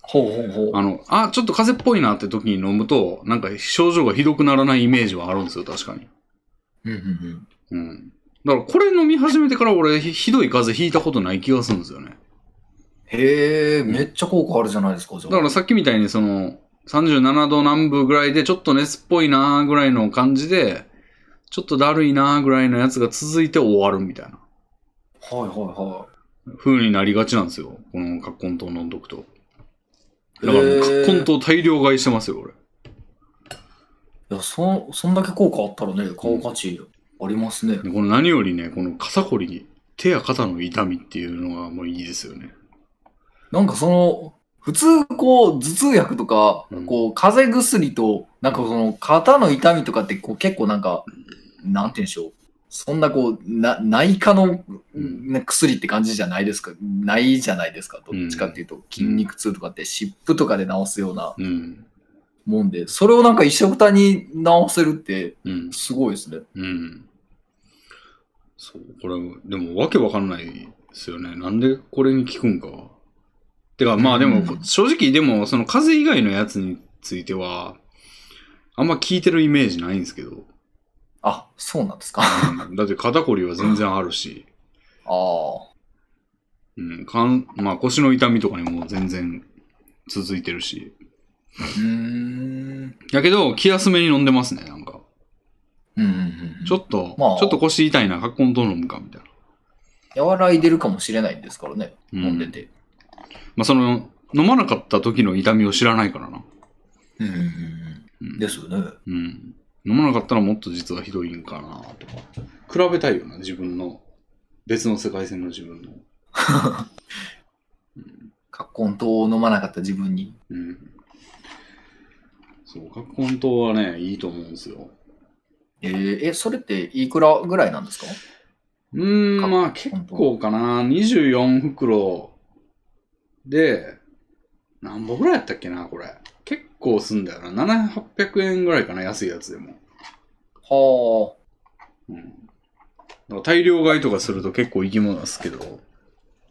Speaker 2: ほうほうほう。
Speaker 1: あの、あ、ちょっと風邪っぽいなって時に飲むと、なんか症状がひどくならないイメージはあるんですよ、確かに。
Speaker 2: うんうんうん。
Speaker 1: うん。だからこれ飲み始めてから俺ひひどい風邪ひいたことない気がするんですよね。
Speaker 2: へえ、めっちゃ効果あるじゃないですか、じゃ
Speaker 1: だ
Speaker 2: あ。
Speaker 1: からさっきみたいにその37度南部ぐらいでちょっと熱っぽいなーぐらいの感じで、ちょっとだるいなーぐらいのやつが続いて終わるみたいな
Speaker 2: はいはいは
Speaker 1: 風になりがちなんですよ。このカッコン糖飲んどくと。
Speaker 2: い。
Speaker 1: だからもうカ
Speaker 2: へえ
Speaker 1: ッコン糖大量買いしてますよ、俺。
Speaker 2: いや、そ、そんだけ効果あったらね、買う価値ありますね。
Speaker 1: でこの何よりね、この肩こりに手や肩の痛みっていうのがもういいですよね。
Speaker 2: なんかその、普通こう、頭痛薬とか、
Speaker 1: うん
Speaker 2: こう、風邪薬と、なんかその、肩の痛みとかって、こう、結構なんか、なんて言うんでしょう。そんなこう、な内科の
Speaker 1: うん
Speaker 2: ね薬って感じじゃないですか。ないじゃないですか。どっちかっていうと、筋肉痛とかって湿布とかで治すような
Speaker 1: うん。
Speaker 2: もんで、それをなんか一緒くたに治せるって、
Speaker 1: うん。
Speaker 2: すごいですね。
Speaker 1: うん。そう、これ、でも、わけわかんないですよね。なんでこれに効くんかは。てか、まあでも、
Speaker 2: うん
Speaker 1: 正直、でも、その風邪以外のやつについては、あんま効いてるイメージないんですけど。
Speaker 2: あ、そうなんですか。 あ
Speaker 1: うんだって肩こりは全然あるし、
Speaker 2: あ。
Speaker 1: うん、かんまあ腰の痛みとかにも全然続いてるし。
Speaker 2: うーん。
Speaker 1: だけど、気休めに飲んでますね、なんか。
Speaker 2: うんうんうんうん
Speaker 1: ちょっと、
Speaker 2: まあ
Speaker 1: ちょっと腰痛いな、カッコンと飲むか、みたいな。
Speaker 2: 和らいでるかもしれないんですからね、
Speaker 1: うん
Speaker 2: 飲んでて。
Speaker 1: まあ、その、飲まなかった時の痛みを知らないからな。
Speaker 2: うんうんうん
Speaker 1: うん
Speaker 2: ですよね。
Speaker 1: うん。飲まなかったらもっと実はひどいんかなとか。比べたいよな、自分の。別の世界線の自分の。
Speaker 2: 葛根糖を飲まなかった自分に。
Speaker 1: うん。そう、カッコン糖はね、いいと思うんですよ。
Speaker 2: えーえ、それっていくらぐらいなんですか
Speaker 1: うーん、
Speaker 2: か
Speaker 1: まあ結構かな。24袋で、何本ぐらいやったっけな、これ。結構すんだよな。7、800円ぐらいかな、安いやつでも。
Speaker 2: は
Speaker 1: うん。だから大量買いとかすると結構生き物ですけど。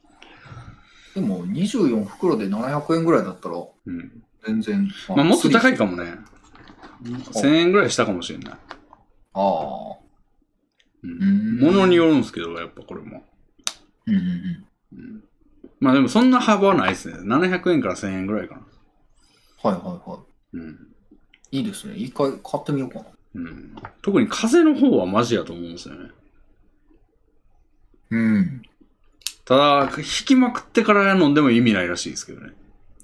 Speaker 2: あ。でも24袋で700円ぐらいだったら
Speaker 1: うん。
Speaker 2: 全然。
Speaker 1: まあもっと高いか
Speaker 2: も。
Speaker 1: もね。1000円ぐらいしたかもしれない。
Speaker 2: ああ。
Speaker 1: う
Speaker 2: うー
Speaker 1: ん。
Speaker 2: ん。
Speaker 1: ものによるんですけど、やっぱこれも。
Speaker 2: うんうんうん。
Speaker 1: うん。まあでもそんな幅はないですね。700円から1000円ぐらいかな。
Speaker 2: はいはいは
Speaker 1: うん。
Speaker 2: い。いいですね。一回買ってみようかな。
Speaker 1: うん特に風の方はマジやと思うんですよね。
Speaker 2: うん。
Speaker 1: ただ、引きまくってから飲んでも意味ないらしいですけどね。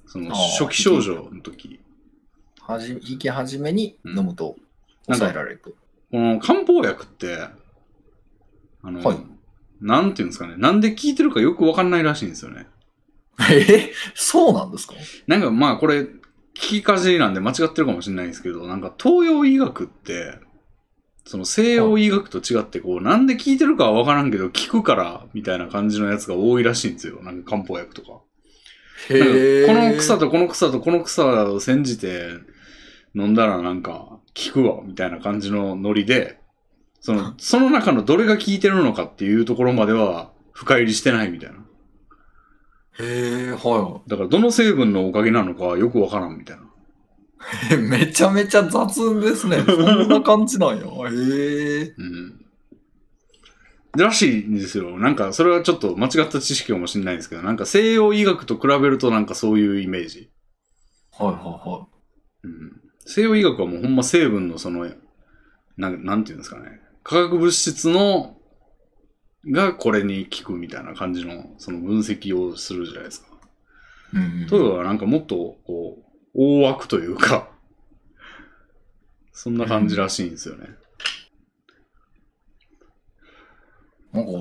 Speaker 1: その
Speaker 2: あー
Speaker 1: 初期症状の時。
Speaker 2: はじ、引き始めに飲むと抑えられると。
Speaker 1: この漢方薬って、あの、
Speaker 2: はい
Speaker 1: なんていうんですかね。なんで効いてるかよくわかんないらしいんですよね。
Speaker 2: えそうなんですか
Speaker 1: なんかまあこれ、聞きかじりなんで間違ってるかもしれないんですけど、なんか東洋医学って、その西洋医学と違ってこう、なんで効いてるかはわからんけど、効くから、みたいな感じのやつが多いらしいんですよ。なんか漢方薬とか。
Speaker 2: へ
Speaker 1: この草
Speaker 2: と。
Speaker 1: とこの草とこの草を煎じて飲んだらなんか効くわみたいな感じのノリで、その、その中のどれが効いてるのかっていうところまでは深入りしてないみたいな。
Speaker 2: へえ、は
Speaker 1: だからどの成分のおかげなのかはよくわからんみたいな。
Speaker 2: い。 めちゃめちゃ雑で すね。そんな感じなんや。へえ。
Speaker 1: うん。らしいんですよ。なんかそれはちょっと間違った知識かもしれないんですけど、なんか西洋医学と比べるとなんかそういうイメージ。
Speaker 2: はいはいはい。
Speaker 1: うん西洋医学はもうほんま成分のそのなんなんていうんですかね化学物質のがこれに効くみたいな感じのその分析をするじゃないですか。
Speaker 2: うん
Speaker 1: というはなんかもっとこう大枠というかそんな感じらしいんですよね。
Speaker 2: なんか、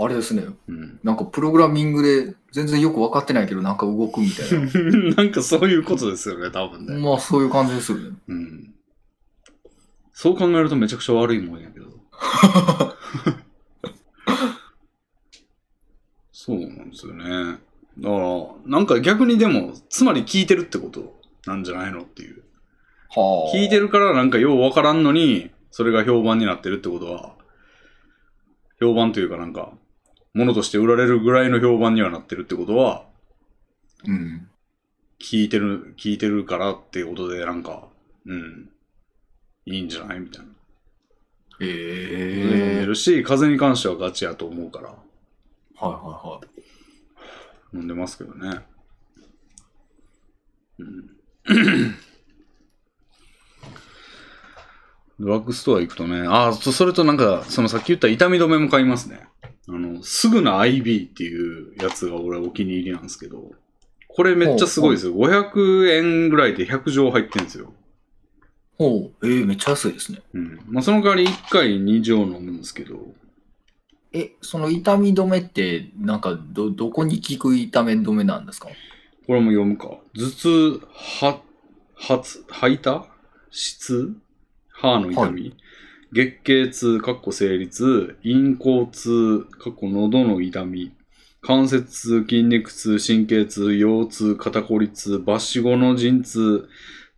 Speaker 2: あれですね。
Speaker 1: うん、
Speaker 2: なんかプログラミングで全然よく分かってないけど、なんか動くみたい
Speaker 1: なんかそういうことですよね多分
Speaker 2: な。
Speaker 1: ね、
Speaker 2: まあそういう感じですよね。
Speaker 1: うん。そう考えるとめちゃくちゃ悪いもんやけど。そうなんですよね。だから、なんか逆にでも、つまり聞いてるってことなんじゃないのっていう。
Speaker 2: はあ。
Speaker 1: 聞いてるからなんかようわからんのに、それが評判になってるってことは、評判というかなんか、ものとして売られるぐらいの評判にはなってるってことは、
Speaker 2: うん。
Speaker 1: 聞いてる、聞いてるからってことでなんか、うん、いいんじゃないみたいな。
Speaker 2: へ
Speaker 1: え
Speaker 2: え。
Speaker 1: るし、風邪に関してはガチやと思うから、
Speaker 2: はいは
Speaker 1: 飲んでますけどね。うん。ドラッグストア行くとね、ああ、そそれとなんか、そのさっき言った痛み止めも買いますね。あの、すぐな IB っていうやつが俺お気に入りなんですけど、これめっちゃすごいですよ。500円ぐらいで100錠入ってんですよ。
Speaker 2: いはい。ほう。えー、めっちゃ安いですね。
Speaker 1: うん。まあ、その代わり1回2錠飲むんですけど、
Speaker 2: え、その痛み止めって、なんかど、どこに効く痛み止めな んですか
Speaker 1: これも読むか。頭痛、は、発、吐いた質歯の痛み、月経痛、かっこ生理痛、咽喉痛、かっこ喉の痛み、関節痛、筋肉痛、神経痛、腰痛、肩こり痛、抜歯後の陣痛、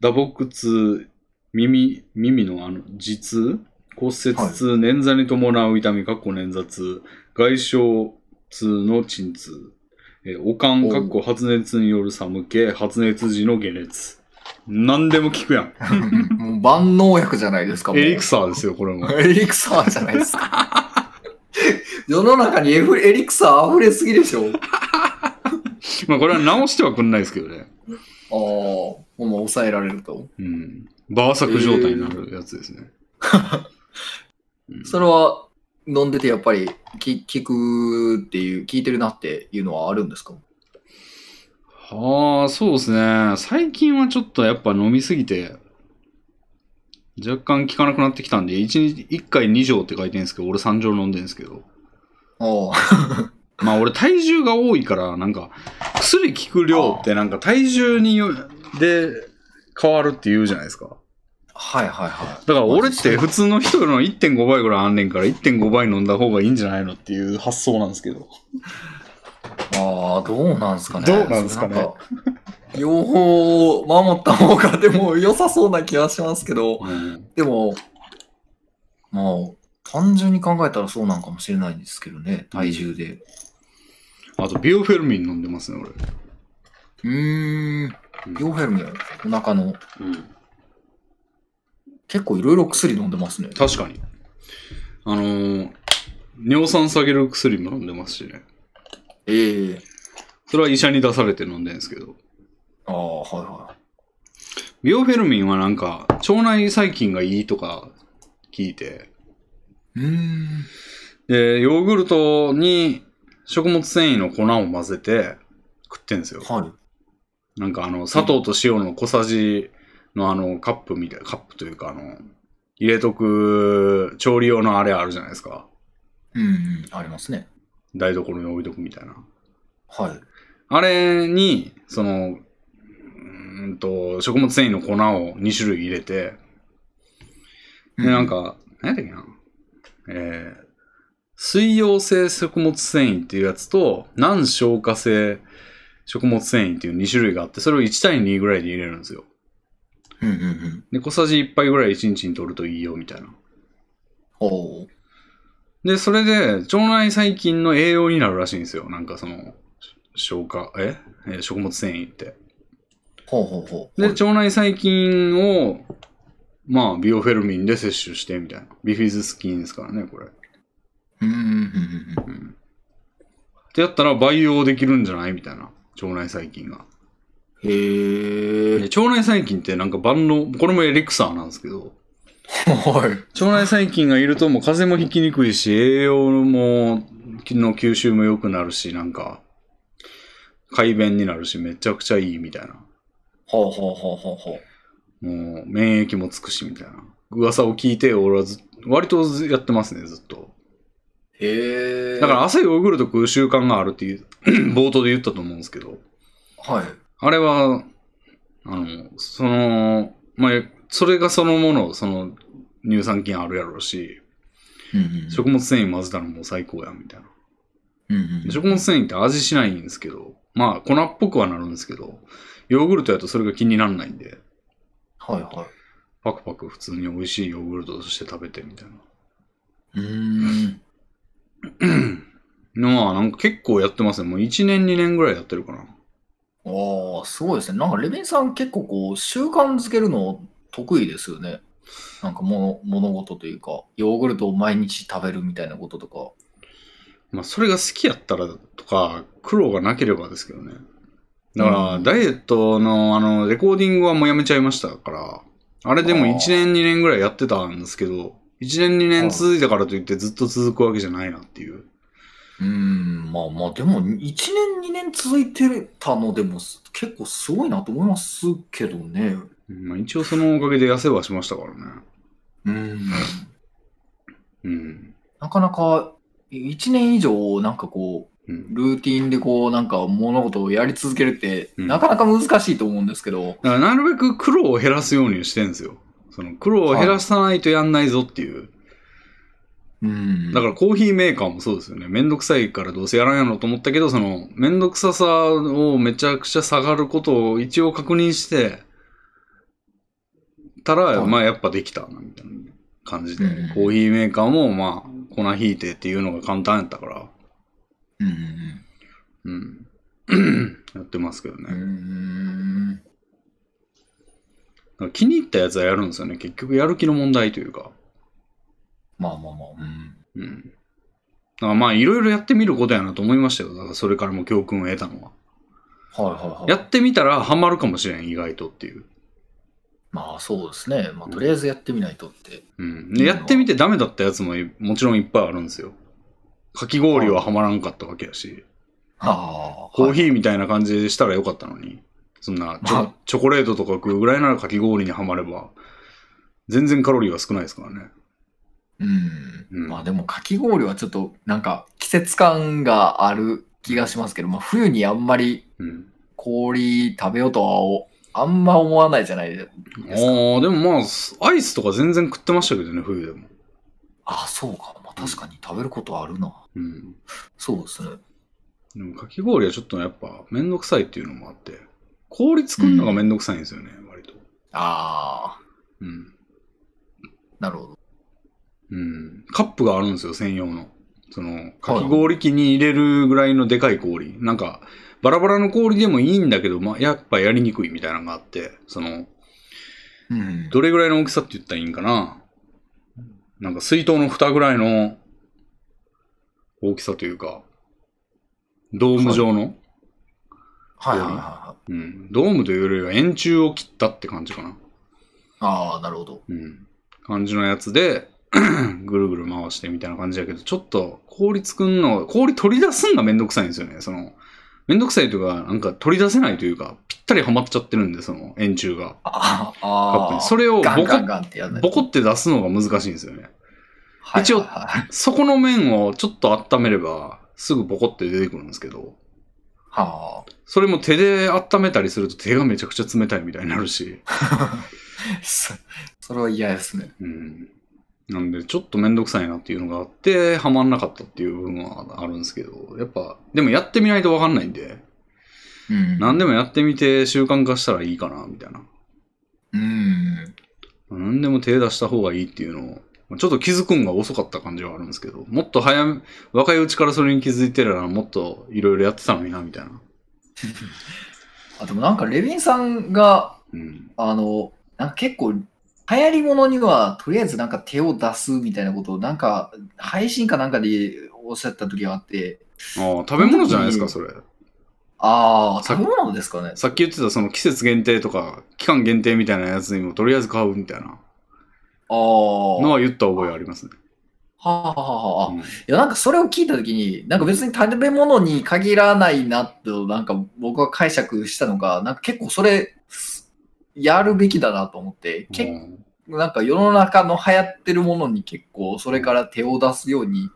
Speaker 1: 打撲痛、耳、耳のあの、耳痛骨折痛、捻挫に伴う痛み、かっこ捻挫痛、外傷痛の鎮痛。えー、おかん、
Speaker 2: おう
Speaker 1: かっこ発熱による寒気、発熱時の解熱。何でも効くやん。
Speaker 2: もう万能薬じゃないですか。もう
Speaker 1: エリクサーですよ、これ も。
Speaker 2: エリクサーじゃないですか。 世の中にエフエリクサー溢れすぎでしょ。あ
Speaker 1: まあ、これは直してはくんないですけどね。
Speaker 2: あ、もう抑えられると。
Speaker 1: うん。バーサク状態になるやつですね。うん
Speaker 2: それは飲んでてやっぱりき効くっていう、効いてるなっていうのはあるんですか
Speaker 1: ああ、そうですね。最近はちょっとやっぱ飲みすぎて、若干効かなくなってきたんで、1日、1回2錠って書いてるんですけど、俺3錠飲んでるんですけど。
Speaker 2: おう
Speaker 1: まあ俺体重が多いから、なんか、薬効く量ってなんか体重によ、で変わるって言うじゃないですか。
Speaker 2: はいはいはい。
Speaker 1: だから俺って普通の人の1.5倍ぐらいあんねんから1.5倍飲んだ方がいいんじゃないのっていう発想なんですけど。
Speaker 2: ああ、どうなんすかね。
Speaker 1: どうなんすかね
Speaker 2: なんか。両方守った方がでも良さそうな気はしますけど、でも、まあ、単純に考えたらそうなんかもしれないんですけどね、体重で。
Speaker 1: あとビオフェルミン飲んでますね、俺。
Speaker 2: うーん、ヨーフェルム、お腹の、
Speaker 1: うん
Speaker 2: 結構いろいろ薬飲んでますね。
Speaker 1: 確かに。あのー尿酸下げる薬も飲んでますしね。
Speaker 2: ええ
Speaker 1: それは医者に出されて飲んでるんですけど。
Speaker 2: ああ、はいは
Speaker 1: ビオフェルミンはなんか、腸内細菌がいいとか聞いて、
Speaker 2: い。うーん。
Speaker 1: で、ヨーグルトに食物繊維の粉を混ぜて食ってんですよ。
Speaker 2: はい。
Speaker 1: なんかあの、砂糖と塩の小さじのあの、カップみたい、カップというかあの、入れとく調理用のあれあるじゃないですか。
Speaker 2: うん、うん、ありますね。
Speaker 1: 台所に置いとくみたいな。
Speaker 2: はい。
Speaker 1: あれに、その、うーんと、食物繊維の粉を2種類入れて、で、なんか、何やったっけな。えー、水溶性食物繊維っていうやつと、難消化性食物繊維っていう2種類があって、それを1対2ぐらいで入れるんですよ。
Speaker 2: うん、うん、うん。
Speaker 1: で、小さじ1杯ぐらい1日に取るといいよ、みたいな。
Speaker 2: おー
Speaker 1: で、それで、腸内細菌の栄養になるらしいんですよ。なんかその、消化、ええー食物繊維って。
Speaker 2: ほうほうほう。
Speaker 1: で、腸内細菌を、まあ、ビオフェルミンで摂取してみたいな。ビフィズス菌ですからね、これ。っ
Speaker 2: うん、うん、うん、うん。
Speaker 1: てやったら培養できるんじゃないみたいな。腸内細菌が。
Speaker 2: へ
Speaker 1: で
Speaker 2: え。
Speaker 1: 腸内細菌ってなんか万能、これもエレクサーなんですけど、
Speaker 2: はい。
Speaker 1: 腸内細菌がいるともう風邪もひきにくいし、栄養も、の吸収も良くなるし、なんか、快便になるし、めちゃくちゃいいみたいな。
Speaker 2: ほうほうほうほうほう。
Speaker 1: もう、免疫もつくし、みたいな。噂を聞いて、俺はず、割とずやってますね、ずっと。
Speaker 2: へえ。
Speaker 1: だから朝ヨーグルト食う習慣があるっていう、 冒頭で言ったと思うんですけど、
Speaker 2: ら、はい。
Speaker 1: あれは、あの、その、まあ、それがそのもの、その、乳酸菌あるやろうし、
Speaker 2: うん、うん。
Speaker 1: 食物繊維混ぜたらもう最高や、みたいな。
Speaker 2: うん、うん。
Speaker 1: 食物繊維って味しないんですけど、まあ、粉っぽくはなるんですけど、ヨーグルトやとそれが気にならないんで、
Speaker 2: はい、はい。
Speaker 1: パクパク普通に美味しいヨーグルトとして食べてみたいな。
Speaker 2: うーん。
Speaker 1: のは、なんか結構やってますね。もう1年2年ぐらいやってるかな。
Speaker 2: ああ、すごいですね。なんか、レビンさん結構こう、習慣づけるの得意ですよね。なんかもの、物事というか、ヨーグルトを毎日食べるみたいなこととか。
Speaker 1: まあ、それが好きやったらとか、苦労がなければですけどね。だから、
Speaker 2: うん
Speaker 1: ダイエットの、あの、レコーディングはもうやめちゃいましたから、あれでも
Speaker 2: あ
Speaker 1: 1
Speaker 2: ー
Speaker 1: 年、2年ぐらいやってたんですけど、1年、2年続いたからといってずっと続くわけじゃないなっていう。
Speaker 2: うーん、まあまあ、でも、1年、2年続いてたのでも、結構すごいなと思いますけどね。
Speaker 1: まあ、一応そのおかげで痩せはしましたからね。
Speaker 2: うーん。
Speaker 1: うん。
Speaker 2: なかなか、1年以上、なんかこう、
Speaker 1: うん。
Speaker 2: ルーティンでこう、なんか物事をやり続けるって、
Speaker 1: うん
Speaker 2: なかなか難しいと思うんですけど、
Speaker 1: だからなるべく苦労を減らすようにしてんですよ。その苦労を減らさないとやんないぞっていう。
Speaker 2: うん。
Speaker 1: だからコーヒーメーカーもそうですよね。めんどくさいからどうせやらんやろと思ったけど、その、めんどくささをめちゃくちゃ下がることを一応確認して、たら、
Speaker 2: はい
Speaker 1: まあやっぱできたな、みたいな感じで。
Speaker 2: うん
Speaker 1: コーヒーメーカーも、まあ、粉ひいてっていうのが簡単やったから、
Speaker 2: うんうんうん。
Speaker 1: うん。 やってますけどね。
Speaker 2: うーん
Speaker 1: だから気に入ったやつはやるんですよね。結局やる気の問題というか。
Speaker 2: まあまあまあ。うん
Speaker 1: うん。だからまあいろいろやってみることやなと思いましたよ。だからそれからも教訓を得たのは。
Speaker 2: はいはいはい。
Speaker 1: やってみたらハマるかもしれん、意外とっていう。
Speaker 2: まあそうですね。まあとりあえずやってみないとって。
Speaker 1: うん。で、やってみてダメだったやつもいもちろんいっぱいあるんですよ。かき氷はハマらんかったわけやし。
Speaker 2: ああ。
Speaker 1: コー
Speaker 2: ー。
Speaker 1: ヒーみたいな感じでしたらよかったのに。そんなチョ
Speaker 2: ま、
Speaker 1: チョコレートとか食うぐらいならかき氷にはまれば、全然カロリーは少ないですからね。
Speaker 2: うん。
Speaker 1: うん
Speaker 2: まあでも、かき氷はちょっと、なんか、季節感がある気がしますけど、まあ、冬にあんまり
Speaker 1: うん。
Speaker 2: 氷食べようとはお、あんま思わないじゃないです
Speaker 1: ああ
Speaker 2: か。
Speaker 1: ー、でもまあ、すアイスとか全然食ってましたけどね、冬でも。
Speaker 2: ああ、そうか。まあ確かに食べることはあるな。
Speaker 1: うん。
Speaker 2: そうですね。
Speaker 1: でもかき氷はちょっとやっぱめんどくさいっていうのもあって、氷作るのがめんどくさいんですよね、割と。
Speaker 2: ああ、
Speaker 1: うん。
Speaker 2: なるほど。
Speaker 1: うん。カップがあるんですよ、専用の。その、かき氷機に入れるぐらいのでかい氷。なんか、バラバラの氷でもいいんだけど、まあ、やっぱやりにくいみたいなのがあって、その、
Speaker 2: うん。
Speaker 1: どれぐらいの大きさって言ったらいいんかななんか水筒の蓋ぐらいの大きさというか、ドーム状の、
Speaker 2: はいはいはいはい。
Speaker 1: うん。ドームというよりは円柱を切ったって感じかな。
Speaker 2: ああ、なる ほど。
Speaker 1: うん。感じのやつで、 ぐるぐる回してみたいな感じだけど、ちょっと氷作んの、氷取り出すんがめんどくさいんですよね。その、めんどくさいというか、なんか取り出せないというか、ぴったりはまっちゃってるんで、その円柱が。
Speaker 2: ああ、
Speaker 1: カップ
Speaker 2: ああ。
Speaker 1: にそれをボコ
Speaker 2: ガンガン
Speaker 1: ッ
Speaker 2: ガンってやらないと。
Speaker 1: ボコって出すのが難しいんですよね。
Speaker 2: はい
Speaker 1: 一応
Speaker 2: はいはい
Speaker 1: そこの面をちょっと温めれば、すぐボコって出てくるんですけど、
Speaker 2: は
Speaker 1: それも手で温めたりすると手がめちゃくちゃ冷たいみたいになるし、
Speaker 2: あ。そそれは嫌ですね。
Speaker 1: うん。なんで、ちょっとめんどくさいなっていうのがあって、はまんなかったっていう部分はあるんですけど、やっぱ、でもやってみないとわかんないんで、
Speaker 2: うん。
Speaker 1: 何で
Speaker 2: も。
Speaker 1: もやってみて習慣化したらいいかな、みたいな。
Speaker 2: うん。
Speaker 1: 何でも手出した方がいいっていうのを、ちょっと気づくんが遅かった感じはあるんですけど、もっと早め、若いうちからそれに気づいてるなら、もっといろいろやってたのにな、みたいな。
Speaker 2: あ、でもなんか、レビンさんが、
Speaker 1: うん。
Speaker 2: あの、なんか結構、流行り物には、とりあえずなんか手を出すみたいなことを、なんか、配信かなんかでおっしゃった時があって、
Speaker 1: ああ、食べ物じゃないですか、それ。
Speaker 2: ああ、
Speaker 1: さ
Speaker 2: 食べ物ですかね。
Speaker 1: さっき言ってたその季節限定とか、期間限定みたいなやつにもとりあえず買うみたいな
Speaker 2: あ
Speaker 1: の
Speaker 2: あ。
Speaker 1: は言った覚えありますね。
Speaker 2: はあはあはあ。
Speaker 1: うん
Speaker 2: いや、なんかそれを聞いたときに、なんか別に食べ物に限らないなと、なんか僕は解釈したのが、なんか結構それ、やるべきだなと思って、結
Speaker 1: うん
Speaker 2: なんか世の中の流行ってるものに結構それから手を出すように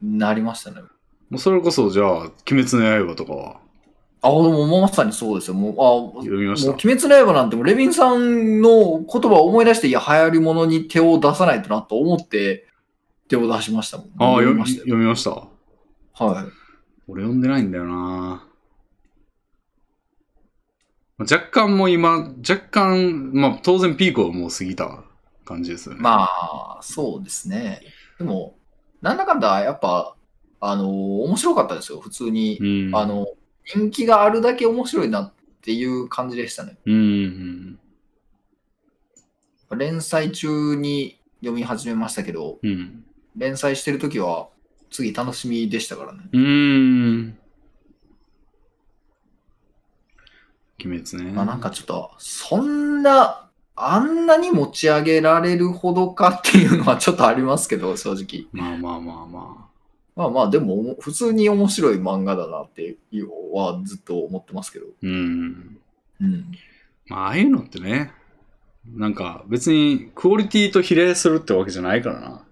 Speaker 2: なりましたね。
Speaker 1: もうそれこそじゃあ、鬼滅の刃とかは
Speaker 2: あ、でももうまさにそうですよ。もう、あ、もう
Speaker 1: 読みました
Speaker 2: 鬼。滅の刃なんて、もうレビンさんの言葉を思い出して、いや、流行り物に手を出さないとなと思って、手を出しましたもん。
Speaker 1: ああ、
Speaker 2: 読
Speaker 1: 読
Speaker 2: み
Speaker 1: み
Speaker 2: ましたよ。
Speaker 1: 読みました。
Speaker 2: はい。
Speaker 1: 俺読んでないんだよな。まあ若干もう今、若干、まあ当然ピークをもう過ぎた感じですよね。あ。
Speaker 2: まあ、そうですね。でも、なんだかんだ、やっぱ、あの面白かったですよ。普通に
Speaker 1: う、ん。
Speaker 2: あの、人気があるだけ面白いなっていう感じでしたね。
Speaker 1: うんうん
Speaker 2: 連載中に読み始めましたけど、
Speaker 1: うん。うん。
Speaker 2: 連載してる時は、次楽しみでしたからね。
Speaker 1: うーん。鬼滅ね。
Speaker 2: まあなんかちょっと、そんな、あんなに持ち上げられるほどかっていうのはちょっとありますけど、正直。
Speaker 1: まあまあまあま
Speaker 2: まあまあ、でも、普通に面白い漫画だなっていうのはずっと思ってますけど。
Speaker 1: あ。うん。
Speaker 2: うん。
Speaker 1: まあああいうのってね、なんか別にクオリティと比例するってわけじゃないからな。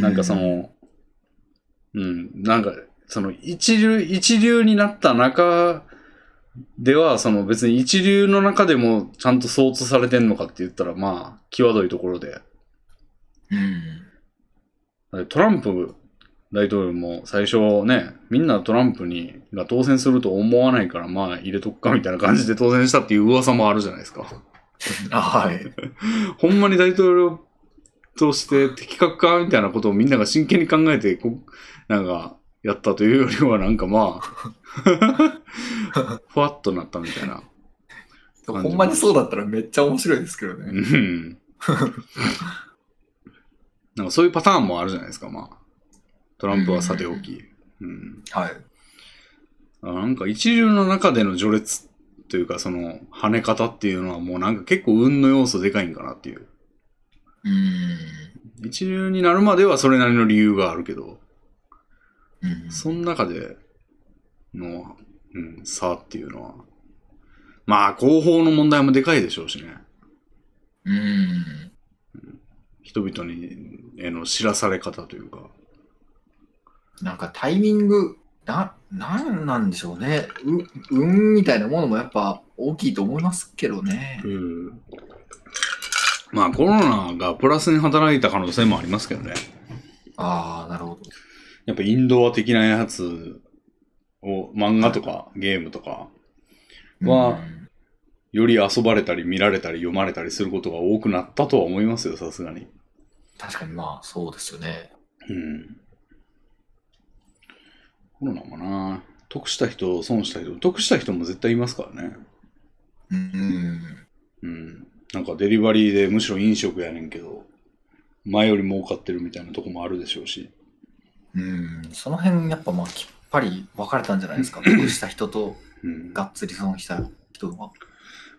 Speaker 1: なんかその、うん、なんかその一流、一流になった中では、その別に一流の中でもちゃんと相当されてんのかって言ったら、まあ、際どいところで。
Speaker 2: うん。
Speaker 1: だってトランプ大統領も最初ね、みんなトランプにが当選すると思わないから、まあ入れとくかみたいな感じで当選したっていう噂もあるじゃないですか。
Speaker 2: あはい。
Speaker 1: ほんまに大統領として的確かみたいなことをみんなが真剣に考えてこう、なんか、やったというよりは、なんかまあ、ふわっとなったみたいな。
Speaker 2: ほんまにそうだったらめっちゃ面白いですけど
Speaker 1: う
Speaker 2: ね。
Speaker 1: ん。なんかそういうパターンもあるじゃないですか、まあ。トランプはさておき。うん。
Speaker 2: はい。
Speaker 1: あなんか一流の中での序列というか、その、跳ね方っていうのはもうなんか結構運の要素でかいんかなっていう。
Speaker 2: う
Speaker 1: 一流になるまではそれなりの理由があるけど、
Speaker 2: ん。
Speaker 1: その中で、の、うん、差っていうのは。まあ、広報の問題もでかいでしょうしね。
Speaker 2: うん。
Speaker 1: 人々に、への知らされ方というか。
Speaker 2: なんかタイミング、な、なんなんでしょうね。う、運みたいなものもやっぱ大きいと思いますけどね。
Speaker 1: うん。まあ、コロナがプラスに働いた可能性もありますけどね。
Speaker 2: ああ、なるほど。
Speaker 1: やっぱインドア的なやつを、漫画とかゲームとか、は
Speaker 2: うん
Speaker 1: より遊ばれたり見られたり読まれたりすることが多くなったとは思いますよ、さすがに。
Speaker 2: 確かにまあ、そうですよね。
Speaker 1: うん。コロナもな、得した人、損した人、得した人も絶対いますからね。
Speaker 2: うん。
Speaker 1: うん。なんかデリバリーでむしろ飲食やねんけど、前より儲かってるみたいなとこもあるでしょうし。
Speaker 2: うん。その辺、やっぱまあ、きっぱり分かれたんじゃないで すか。得した人と、
Speaker 1: うん。
Speaker 2: がっつり損した人が。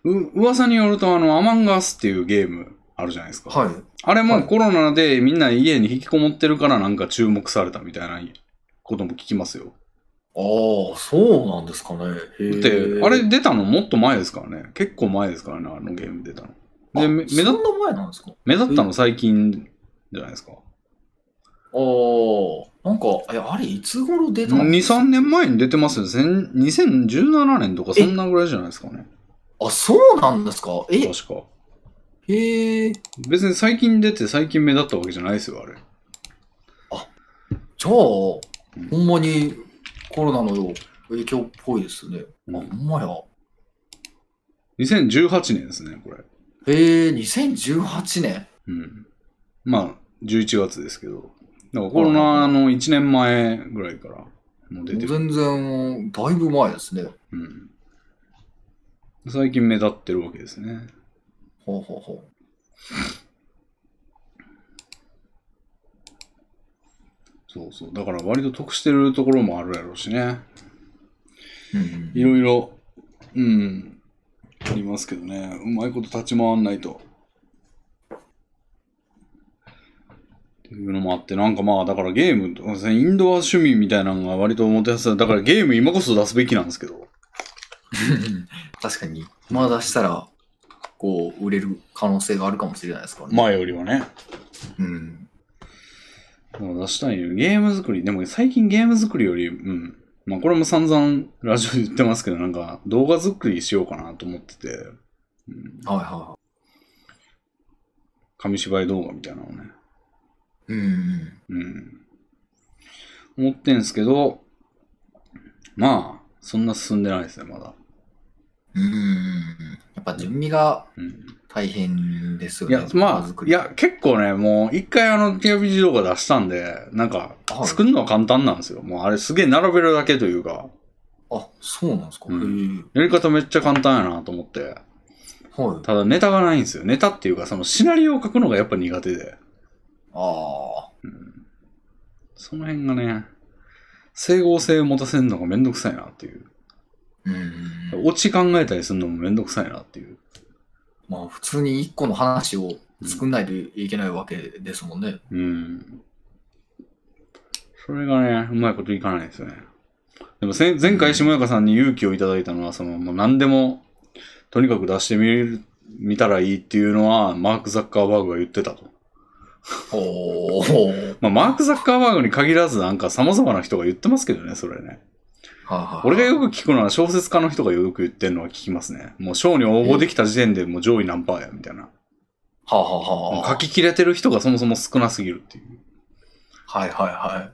Speaker 1: う噂によると、あの、アマンガスっていうゲームあるじゃないですか。
Speaker 2: はい。
Speaker 1: あれ
Speaker 2: は
Speaker 1: も
Speaker 2: い
Speaker 1: コロナでみんな家に引きこもってるからなんか注目されたみたいなことも聞きますよ。
Speaker 2: ああ、そうなんですかね。へ
Speaker 1: だ
Speaker 2: ー
Speaker 1: って、あれ出たのもっと前ですからね。結構前ですからね、あのゲーム出たの。で、
Speaker 2: あ
Speaker 1: め目立
Speaker 2: そ
Speaker 1: っ
Speaker 2: んな前なんですか
Speaker 1: 目立ったの最近じゃないですか。
Speaker 2: ああ、なんか、え、あれ、いつ頃出た
Speaker 1: 2、
Speaker 2: の
Speaker 1: 3年前に出てますよ。せん2017年とかそんなぐらいじゃないですかね。
Speaker 2: あ、そうなんですかえ、
Speaker 1: 確か。
Speaker 2: へえ、
Speaker 1: 別に最近出て最近目立ったわけじゃないですよ、あれ。
Speaker 2: じゃあ、ほんまにコロナの影響っぽいですね。あ、ほんまや。
Speaker 1: 2018年ですね、これ。
Speaker 2: へえ、2018年。
Speaker 1: うん。まあ、11月ですけど。だからコロナの1年前ぐらいからもう出てる。
Speaker 2: 全然、だいぶ前ですね。
Speaker 1: うん。最近目立ってるわけですね。
Speaker 2: ほうほうほ
Speaker 1: そうそう。だから割と得してるところもあるやろうしね。
Speaker 2: う。うん
Speaker 1: いろいろ、うん、ありますけどね。うまいこと立ち回んないと。っていうのもあって、なんかまあ、だからゲームと、インドア趣味みたいなのが割と表やすい。だからゲーム今こそ出すべきなんですけど。
Speaker 2: 確かに、まあ出したら、こう、売れる可能性があるかもしれないですからね。
Speaker 1: 前よりはね。
Speaker 2: うん。
Speaker 1: でも出したいよ。ゲーム作り。でも最近ゲーム作りより、うん。まあこれも散々ラジオで言ってますけど、なんか動画作りしようかなと思ってて、うん、
Speaker 2: はいは
Speaker 1: 紙芝居動画みたいなのをね。
Speaker 2: い。うん。
Speaker 1: うん。思ってんすけど、まあ、そんな進んでないですね、まだ。
Speaker 2: うん。やっぱ準備が
Speaker 1: うん。
Speaker 2: 大変ですよ
Speaker 1: い
Speaker 2: ね。
Speaker 1: や、まあ、いや、、結構ね、もう一回あの、手ビ動画出したんで、なんか、
Speaker 2: はい
Speaker 1: 作るのは簡単なんですよ。もうあれすげえ並べるだけというか、
Speaker 2: あ、そうなんですか。
Speaker 1: う
Speaker 2: へ
Speaker 1: や
Speaker 2: え。
Speaker 1: り方めっちゃ簡単やなと思って。
Speaker 2: はい。
Speaker 1: ただネタがないんですよ。ネタっていうか、そのシナリオを書くのがやっぱ苦手で。
Speaker 2: ああ。
Speaker 1: うん。その辺がね、整合性を持たせるのがめんどくさいなっていう。
Speaker 2: うん。
Speaker 1: オチ考えたりするのもめんどくさいなっていう。
Speaker 2: まあ、普通に一個の話を作んないといけないわけですもん ね。
Speaker 1: うん。それがね、うまいこといかないですよね。でもせ前回、下中さんに勇気をいただいたのは、その、もう何でも、とにかく出してみる、見たらいいっていうのは、マーク・ザッカーバーグが言ってたと。
Speaker 2: おお。はい
Speaker 1: まあ、マーク・ザッカーバーグに限らず、なんか様々な人が言ってますけどね、それね。
Speaker 2: はい。
Speaker 1: 俺がよく聞くのは、小説家の人がよく言ってるのは聞きますね。もう、賞に応募できた時点でもう上位何パーや、みたいな。
Speaker 2: はあはあ
Speaker 1: もう
Speaker 2: はあ
Speaker 1: 書き切れてる人がそもそも少なすぎるっていう。
Speaker 2: はいはいはい。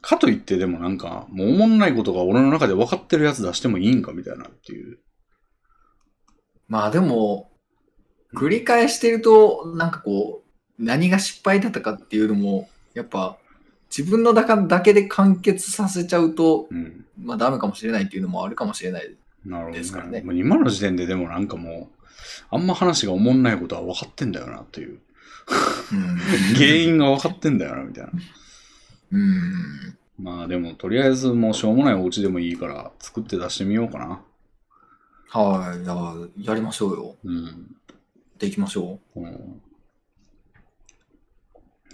Speaker 1: かといってでもなんか、もうおもんないことが俺の中で分かってるやつ出してもいいんかみたいなっていう。
Speaker 2: まあでも、繰り返してると、なんかこう、何が失敗だったかっていうのも、やっぱ、自分の中だけで完結させちゃうと、
Speaker 1: うん。
Speaker 2: まあダメかもしれないっていうのもあるかもしれない。
Speaker 1: なるほど、ね。
Speaker 2: ですからね
Speaker 1: もう今の時点ででもなんかもう、あんま話がおもんないことは分かってんだよなっていう。
Speaker 2: うん。
Speaker 1: 原因が分かってんだよなみ たいな。
Speaker 2: うん。
Speaker 1: まあでも、とりあえずもうしょうもないお家でもいいから作って出してみようかな。
Speaker 2: はい。じゃあ、やりましょうよ。
Speaker 1: うん。
Speaker 2: できましょ
Speaker 1: うん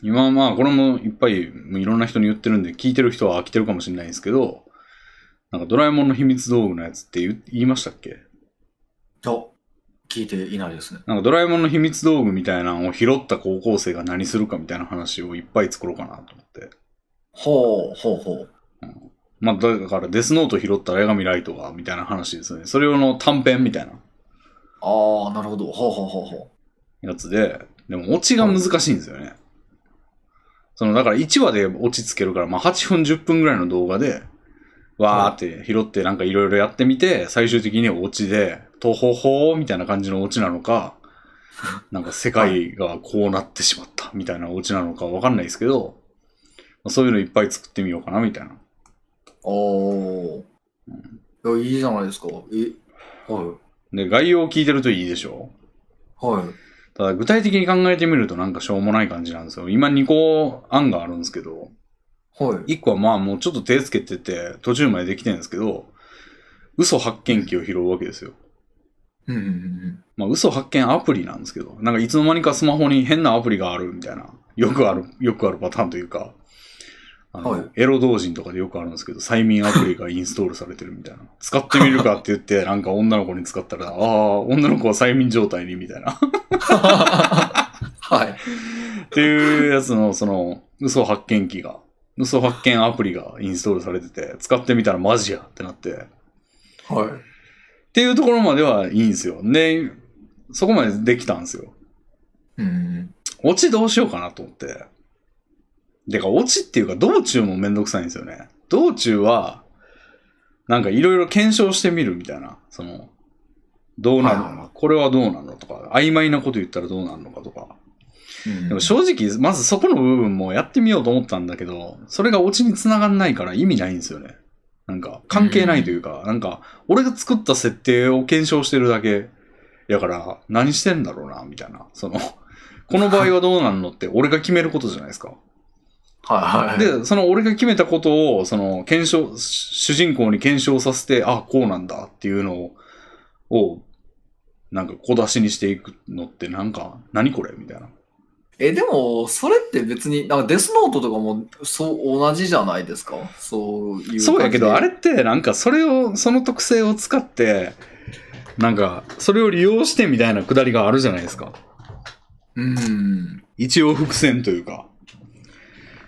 Speaker 1: 今はまあ、これもいっぱいいろんな人に言ってるんで、聞いてる人は飽きてるかもしれないんですけど、なんかドラえもんの秘密道具のやつって言う言いましたっけ
Speaker 2: と、聞いていないですね。
Speaker 1: なんかドラえもんの秘密道具みたいなのを拾った高校生が何するかみたいな話をいっぱい作ろうかなと思って。
Speaker 2: ほう、ほうほう。
Speaker 1: まあだからデスノート拾ったら江上ライトがみたいな話ですよね。それ用の短編みたいな
Speaker 2: ああ、なるほど。ほうほうほうほ
Speaker 1: やつで、でもオチが難しいんですよね。そのだから1話でオチつけるから、まあ8分10分ぐらいの動画で、わーって拾ってなんかいろいろやってみて、最終的にオチで、とほほーみたいな感じのオチなのか、なんか世界がこうなってしまったみたいなオチなのかわかんないですけど、まあそういうのいっぱい作ってみようかなみたいな。
Speaker 2: う。おお。いや、いいじゃないですか。え、は
Speaker 1: で、概要を聞いてるといいでしょ
Speaker 2: い。はい。
Speaker 1: ただ具体的に考えてみるとなんかしょうもない感じなんですよ。今2個案があるんですけど、
Speaker 2: はい。
Speaker 1: 一個はまあもうちょっと手つけてて、途中までできてるんですけど、嘘発見器を拾うわけですよ。
Speaker 2: うんうん うん
Speaker 1: まあ嘘発見アプリなんですけど、なんかいつの間にかスマホに変なアプリがあるみたいな、よくある、よくあるパターンというか、あの、
Speaker 2: はい
Speaker 1: エロ同人とかでよくあるんですけど、催眠アプリがインストールされてるみたいな。使ってみるかって言っ て、なんか女の子に使ったら、ああ、女の子は催眠状態にみたいな。
Speaker 2: はい。
Speaker 1: っていうやつの、その、嘘発見機が、嘘発見アプリがインストールされてて、使ってみたらマジやってなって、っ
Speaker 2: はい。
Speaker 1: ていうところまではいいんですよ。で、そこまでできたんですよ。
Speaker 2: うん。
Speaker 1: オチどうしようかなと思って。でか、オチっていうか、道中もめんどくさいんですよね。道中は、なんかいろいろ検証してみるみたいな、その、どうなる
Speaker 2: はいはい
Speaker 1: の
Speaker 2: は
Speaker 1: か、これはどうなのとか、曖昧なこと言ったらどうなるのかとか、
Speaker 2: うん
Speaker 1: でも正直、まずそこの部分もやってみようと思ったんだけど、それがオチに繋がんないから意味ないんですよね。なんか、関係ないというか、なんか、俺が作った設定を検証してるだけ。やから、何してんだろうな、みたいな。その、この場合はどうなんのって、俺が決めることじゃないですか。
Speaker 2: はいはい。
Speaker 1: で、その俺が決めたことを、その、検証、主人公に検証させて、あ、こうなんだっていうのを、をなんか小出しにしていくのって、なんか、何これみたいな。
Speaker 2: え、でも、それって別に、なんかデスノートとかも、そう、同じじゃないですか。そういう。
Speaker 1: そうやけど、あれって、なんか、それを、その特性を使って、なんか、それを利用してみたいなくだりがあるじゃないですか。
Speaker 2: うん。
Speaker 1: 一応伏線というか。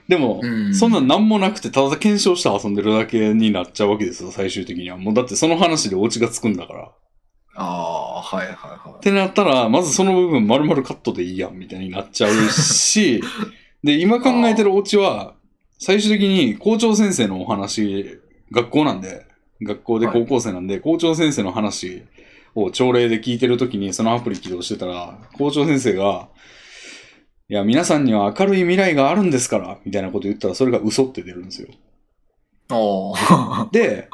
Speaker 1: でも、
Speaker 2: うん
Speaker 1: そんなん何もなくて、ただ検証して遊んでるだけになっちゃうわけですよ、最終的には。もうだってその話でオチがつくんだから。っ
Speaker 2: ああー、はいはいはい。
Speaker 1: てなったら、まずその部分丸々カットでいいやん、みたいになっちゃうし、で、今考えてるオチは、最終的に校長先生のお話、学校なんで、学校で高校生なんで、校長先生の話を朝礼で聞いてるときに、そのアプリ起動してたら、校長先生が、いや、皆さんには明るい未来があるんですから、みたいなこと言ったら、それが嘘って出るんですよ。
Speaker 2: ああ。
Speaker 1: で、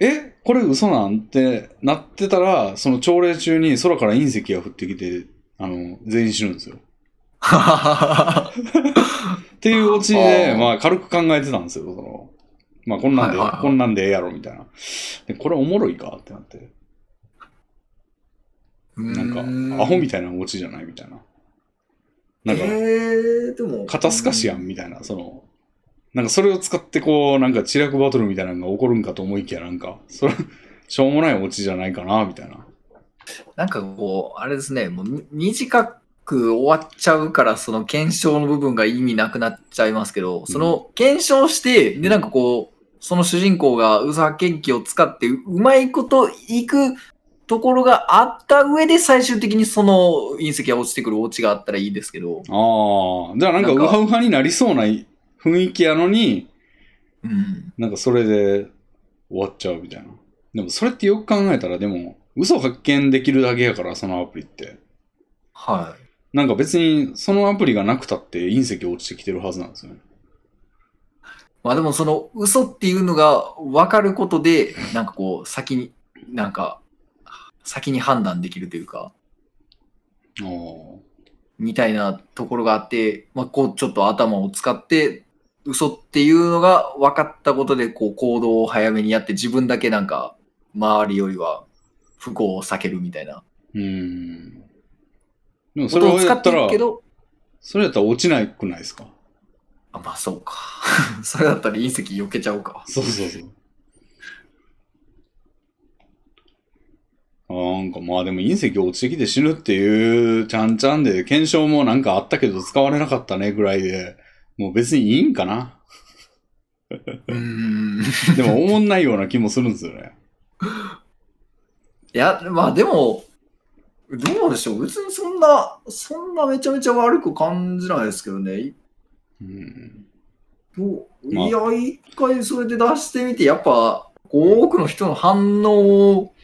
Speaker 1: え、これ嘘なんってなってたら、その朝礼中に空から隕石が降ってきて、あの、全員死ぬんですよ。っていうオチで、
Speaker 2: あー
Speaker 1: まあ軽く考えてたんですよ、その。まあこんなんで、
Speaker 2: はいはいはい
Speaker 1: こんなんでええやろ、みたいな。で、これおもろいかってなって。 なんか、アホみたいなオチじゃないみたいな。なんか、
Speaker 2: えー、でも。
Speaker 1: 肩透かしやん、みたいな、その、なんかそれを使ってこう、なんか知略バトルみたいなのが起こるんかと思いきや、なんか、それ、しょうもないオチじゃないかな、みたいな。
Speaker 2: なんかこう、あれですね、もうみ短く終わっちゃうから、その検証の部分が意味なくなっちゃいますけど、その検証して、で、なんかこう、その主人公がウサケンキを使ってう、うまいこといくところがあった上で、最終的にその隕石が落ちてくるオチがあったらいいですけど、
Speaker 1: ああ、じゃあなんかウ
Speaker 2: なんか
Speaker 1: ハウハになりそうな雰囲気やのに、
Speaker 2: うん。
Speaker 1: なんかそれで終わっちゃうみたいな。でもそれってよく考えたら、でも、嘘発見できるだけやから、そのアプリって。
Speaker 2: は
Speaker 1: なんか別に、そのアプリがなくたって隕石落ちてきてるはずなんですよね。
Speaker 2: い。まあでもその嘘っていうのが分かることで、なんかこう、先に、なんか、先に判断できるというか、
Speaker 1: ああ。
Speaker 2: みたいなところがあって、まあ、こうちょっと頭を使って、嘘っていうのが分かったことで、こう行動を早めにやって、自分だけなんか、周りよりは不幸を避けるみたいな。
Speaker 1: うーん。でもそ
Speaker 2: こ
Speaker 1: れ
Speaker 2: とを
Speaker 1: を
Speaker 2: 使
Speaker 1: や
Speaker 2: っ
Speaker 1: った
Speaker 2: てる
Speaker 1: ら、
Speaker 2: けど、
Speaker 1: それやったら落ちなくないですか
Speaker 2: あまあそうか。それだったら隕石避けちゃおうか。
Speaker 1: そうそうそう。なんかまあでも隕石落ちてきて死ぬっていうちゃんちゃんで、検証もなんかあったけど使われなかったねぐらいで、もう別にいいんか な。
Speaker 2: うーん。
Speaker 1: でも思んないような気もするんですよね。
Speaker 2: いや、まあでも、どうでしょう。別にそんな、そんなめちゃめちゃ悪く感じないですけどね。
Speaker 1: うん。
Speaker 2: どう
Speaker 1: まあ
Speaker 2: いや、一回それで出してみて、やっぱ、こう多くの人の反応を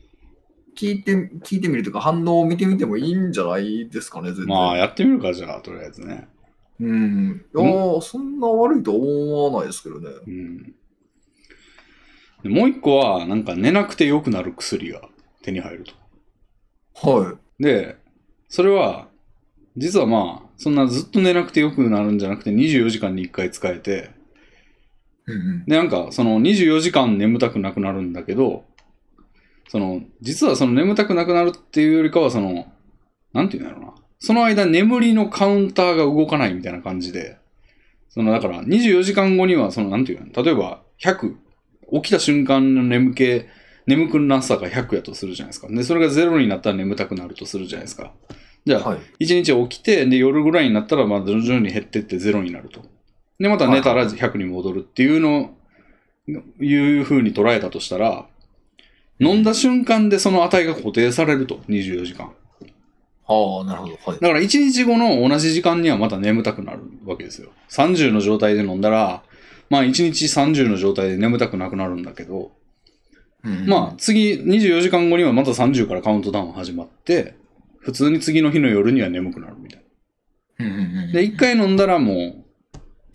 Speaker 2: 聞いて、聞いてみるというか、反応を見てみてもいいんじゃないですかね、全然。
Speaker 1: まあやってみるかじゃあ、とりあえずね。
Speaker 2: うん。いやー、そんな悪いとは思わないですけどね。
Speaker 1: うん。でもう一個は、なんか寝なくて良くなる薬が手に入ると。
Speaker 2: はい。
Speaker 1: で、それは、実はまあ、そんなずっと寝なくて良くなるんじゃなくて、24時間に1回使えて、
Speaker 2: うんうん。
Speaker 1: で、なんか、その24時間眠たくなくなるんだけど、その、実はその眠たくなくなるっていうよりかは、その、なんていうんだろうな。その間、眠りのカウンターが動かないみたいな感じで、その、だから、24時間後には、その、なんていうの、例えば、100、起きた瞬間の眠気、眠くなさが100やとするじゃないですか。で、それが0になったら眠たくなるとするじゃないですか。じゃあ、
Speaker 2: はい。
Speaker 1: 一日起きて、で、夜ぐらいになったら、まあ、徐々に減ってってゼロになると。で、また寝たら100に戻るっていうのを、いうふうに捉えたとしたら、飲んだ瞬間でその値が固定されると、24時間。
Speaker 2: ああ、なるほど。はい。
Speaker 1: だから1日後の同じ時間にはまた眠たくなるわけですよ。30の状態で飲んだら、まあ1日30の状態で眠たくなくなるんだけど、
Speaker 2: うんうん
Speaker 1: まあ、次24時間後にはまた30からカウントダウン始まって、普通に次の日の夜には眠くなるみたいな。
Speaker 2: うんうんうん
Speaker 1: で、一回飲んだらも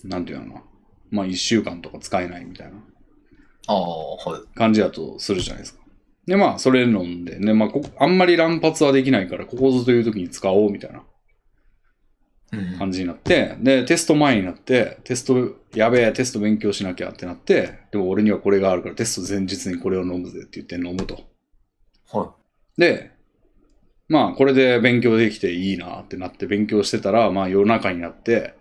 Speaker 1: う、なんていうのかな。まあ、一週間とか使えないみたいな
Speaker 2: ああ、はい。
Speaker 1: 感じだとするじゃないですか。で、まあ、それ飲んで、ね、まあこ、あんまり乱発はできないから、ここぞという時に使おうみたいな
Speaker 2: うん
Speaker 1: 感じになって、で、テスト前になって、テスト、やべえ、テスト勉強しなきゃってなって、でも俺にはこれがあるから、テスト前日にこれを飲むぜって言って飲むと。
Speaker 2: は
Speaker 1: で、まあ、これで勉強できていいなってなって勉強してたら、まあ、夜中になって、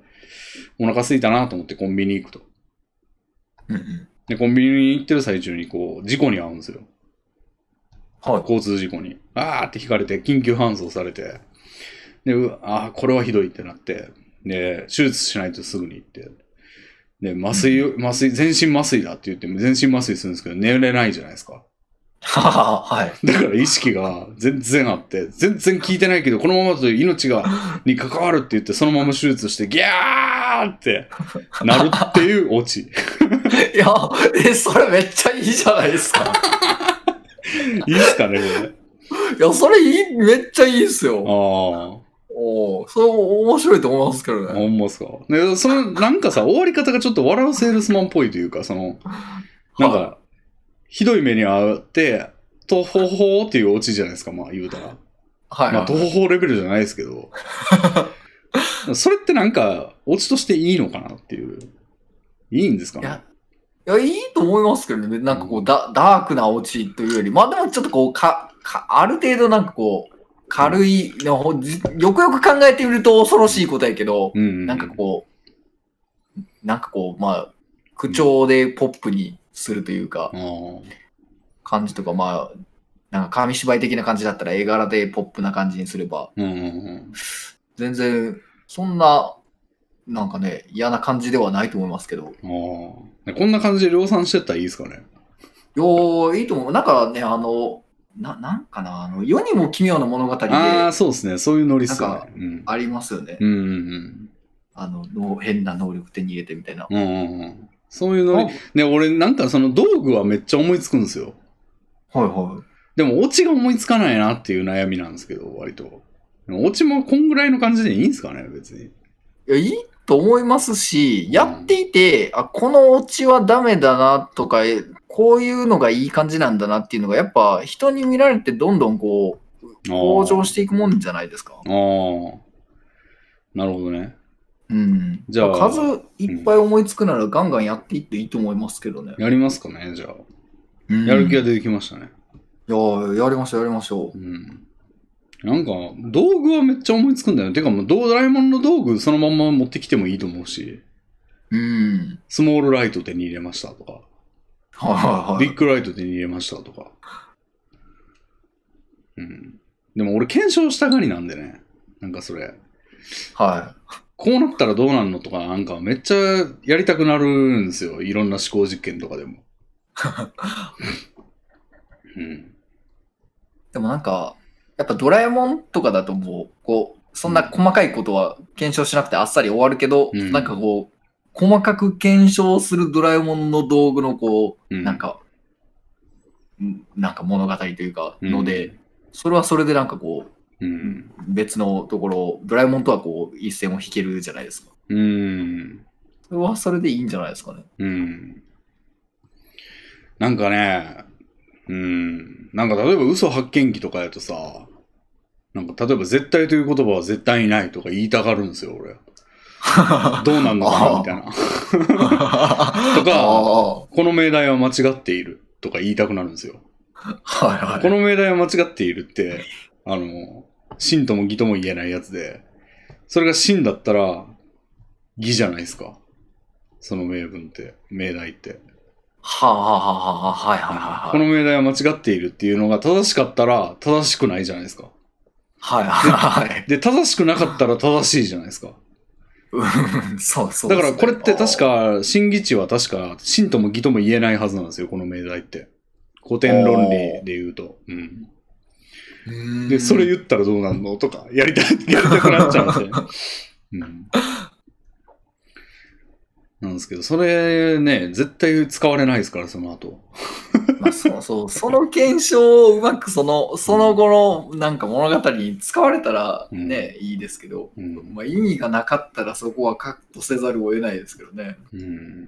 Speaker 1: お腹空いたなと思ってコンビニ行くと。
Speaker 2: い。うんうん
Speaker 1: で、コンビニに行ってる最中に、こう、事故に遭うんですよ。
Speaker 2: はい。
Speaker 1: 交通事故に。あーって引かれて、緊急搬送されて。で、うわあーこれはひどいってなって。で、手術しないとすぐに行って。で、麻酔を、麻酔、全身麻酔だって言っても、全身麻酔するんですけど、寝れないじゃないですか。
Speaker 2: はははい。
Speaker 1: だから意識が全然あって、全然効いてないけど、このままだと命が、に関わるって言って、そのまま手術して、ギャーってなるっていうオチ。
Speaker 2: いや、え、それめっちゃいいじゃないですか。
Speaker 1: いいっすかね、これ。
Speaker 2: いや、それいい、めっちゃいいですよ。
Speaker 1: ああ。
Speaker 2: おお、それも面白いと思いますけどね。
Speaker 1: ほんまっすか。で、その、なんかさ、終わり方がちょっと笑うセールスマンっぽいというか、その、なん
Speaker 2: は
Speaker 1: か、ひどい目に遭って、とほほーっていうオチじゃないですか、まあ言うたら。
Speaker 2: はい。
Speaker 1: まあ、とほほレベルじゃないですけ ど。それってなんか、オチとしていいのかなっていう。いいんですか
Speaker 2: い
Speaker 1: ね
Speaker 2: や。いや、いいと思いますけどね。なんかこう、ダダークなオチというより、まあでもちょっとこう、か、かある程度なんかこう、軽いのほじよくよく考えてみると恐ろしいことやけど、
Speaker 1: うんうん。
Speaker 2: なんかこう、なんかこう、まあ、口調でポップにするというか
Speaker 1: あ、ー
Speaker 2: 感じとか、まあ、なんか紙芝居的な感じだったら絵柄でポップな感じにすれば、
Speaker 1: うんうんうん。
Speaker 2: 全然、そんな、なんかね、嫌な感じではないと思いますけど。
Speaker 1: あーでこんな感じで量産してったらいいですかね。
Speaker 2: よー、いいと思う。なんかね、あの、な、なんかな、あの、世にも奇妙な物語で
Speaker 1: ああ、
Speaker 2: あ
Speaker 1: そうですね。そういうノリっすよ
Speaker 2: なん
Speaker 1: ね。うん。
Speaker 2: りますよね。
Speaker 1: うんうん
Speaker 2: あの、の変な能力手に入れてみたいな。
Speaker 1: うん。うんうんうん。そういうノリ。で、俺なんかその道具はめっちゃ思いつくんですよ。
Speaker 2: あはいは
Speaker 1: でもオチが思いつかないなっていう悩みなんですけど、割と。でもオチもこんぐらいの感じでいいんですかね、別に。
Speaker 2: い。いや、いいと思いますし、
Speaker 1: うん
Speaker 2: やっていて、あ、このオチはダメだなとか、えこういうのがいい感じなんだなっていうのが、やっぱ人に見られてどんどんこう、向上していくもんじゃないですか。
Speaker 1: あーあー。なるほどね。
Speaker 2: うん。
Speaker 1: じゃあ
Speaker 2: ま数いっぱい思いつくならガンガンやっていっていいと思いますけどね。
Speaker 1: やりますかね、じゃあ。
Speaker 2: うん
Speaker 1: やる気が出てきましたね。
Speaker 2: いやー、やりましょう、やりましょ
Speaker 1: う。
Speaker 2: う
Speaker 1: ん。なんか、道具はめっちゃ思いつくんだよ。てかもう、ドラえもんの道具そのまんま持ってきてもいいと思うし、
Speaker 2: うん。
Speaker 1: スモールライト手に入れましたとか、
Speaker 2: はいはいはい。
Speaker 1: ビッグライト手に入れましたとか。ううん。でも俺検証したがりなんでね。なんかそれ。
Speaker 2: は
Speaker 1: こうなったらどうなんのとかなんかめっちゃやりたくなるんですよ。いろんな思考実験とかで も。うん。
Speaker 2: い。でもなんか、やっぱドラえもんとかだともう、こう、そんな細かいことは検証しなくてあっさり終わるけど、
Speaker 1: うん
Speaker 2: なんかこう、細かく検証するドラえもんの道具のこ
Speaker 1: う
Speaker 2: う、
Speaker 1: ん、
Speaker 2: なんか、んなんか物語というか、
Speaker 1: うん
Speaker 2: ので、それはそれでなんかこう、
Speaker 1: うん。
Speaker 2: 別のところ、ドラえもんとはこう、一線を引けるじゃないですか。
Speaker 1: うん。
Speaker 2: それはそれでいいんじゃないです かね。
Speaker 1: うん。なんかね、うん。なんか例えば嘘発見器とかやとさ、なんか例えば絶対という言葉は絶対にないとか言いたがるんですよ、 俺。どうなんのかなみたいな。
Speaker 2: と
Speaker 1: か
Speaker 2: は
Speaker 1: この命題は間違っているとか言いたくなるんですよ。
Speaker 2: いはい。
Speaker 1: この命題は間違っているって、あの、真とも義とも言えないやつで、それが真だったら、義じゃないですか。その名分って、命題って。
Speaker 2: はあはあはあはあはいはい
Speaker 1: こ
Speaker 2: はいはい。
Speaker 1: の命題は間違っているっていうのが正しかったら正しくないじゃないですか。
Speaker 2: はいはいはい。
Speaker 1: で、正しくなかったら正しいじゃないですか。
Speaker 2: うんそうそう。
Speaker 1: だからこれって確、か、真偽値は確か、真とも義とも言えないはずなんですよ、この命題って。古典論理で言うと。うん。で、それ
Speaker 2: う
Speaker 1: 言ったらどうなんのとか、やりたい、 やりたくなっちゃうんで。うん。なんですけど、それね、絶対使われないですから、その後。
Speaker 2: ん。まあそうそう。その検証をうまくその、その後のなんか物語に使われたらね、いいですけど、
Speaker 1: うん。
Speaker 2: まあ意味がなかったらそこはカットせざるを得ないですけどね。
Speaker 1: うん。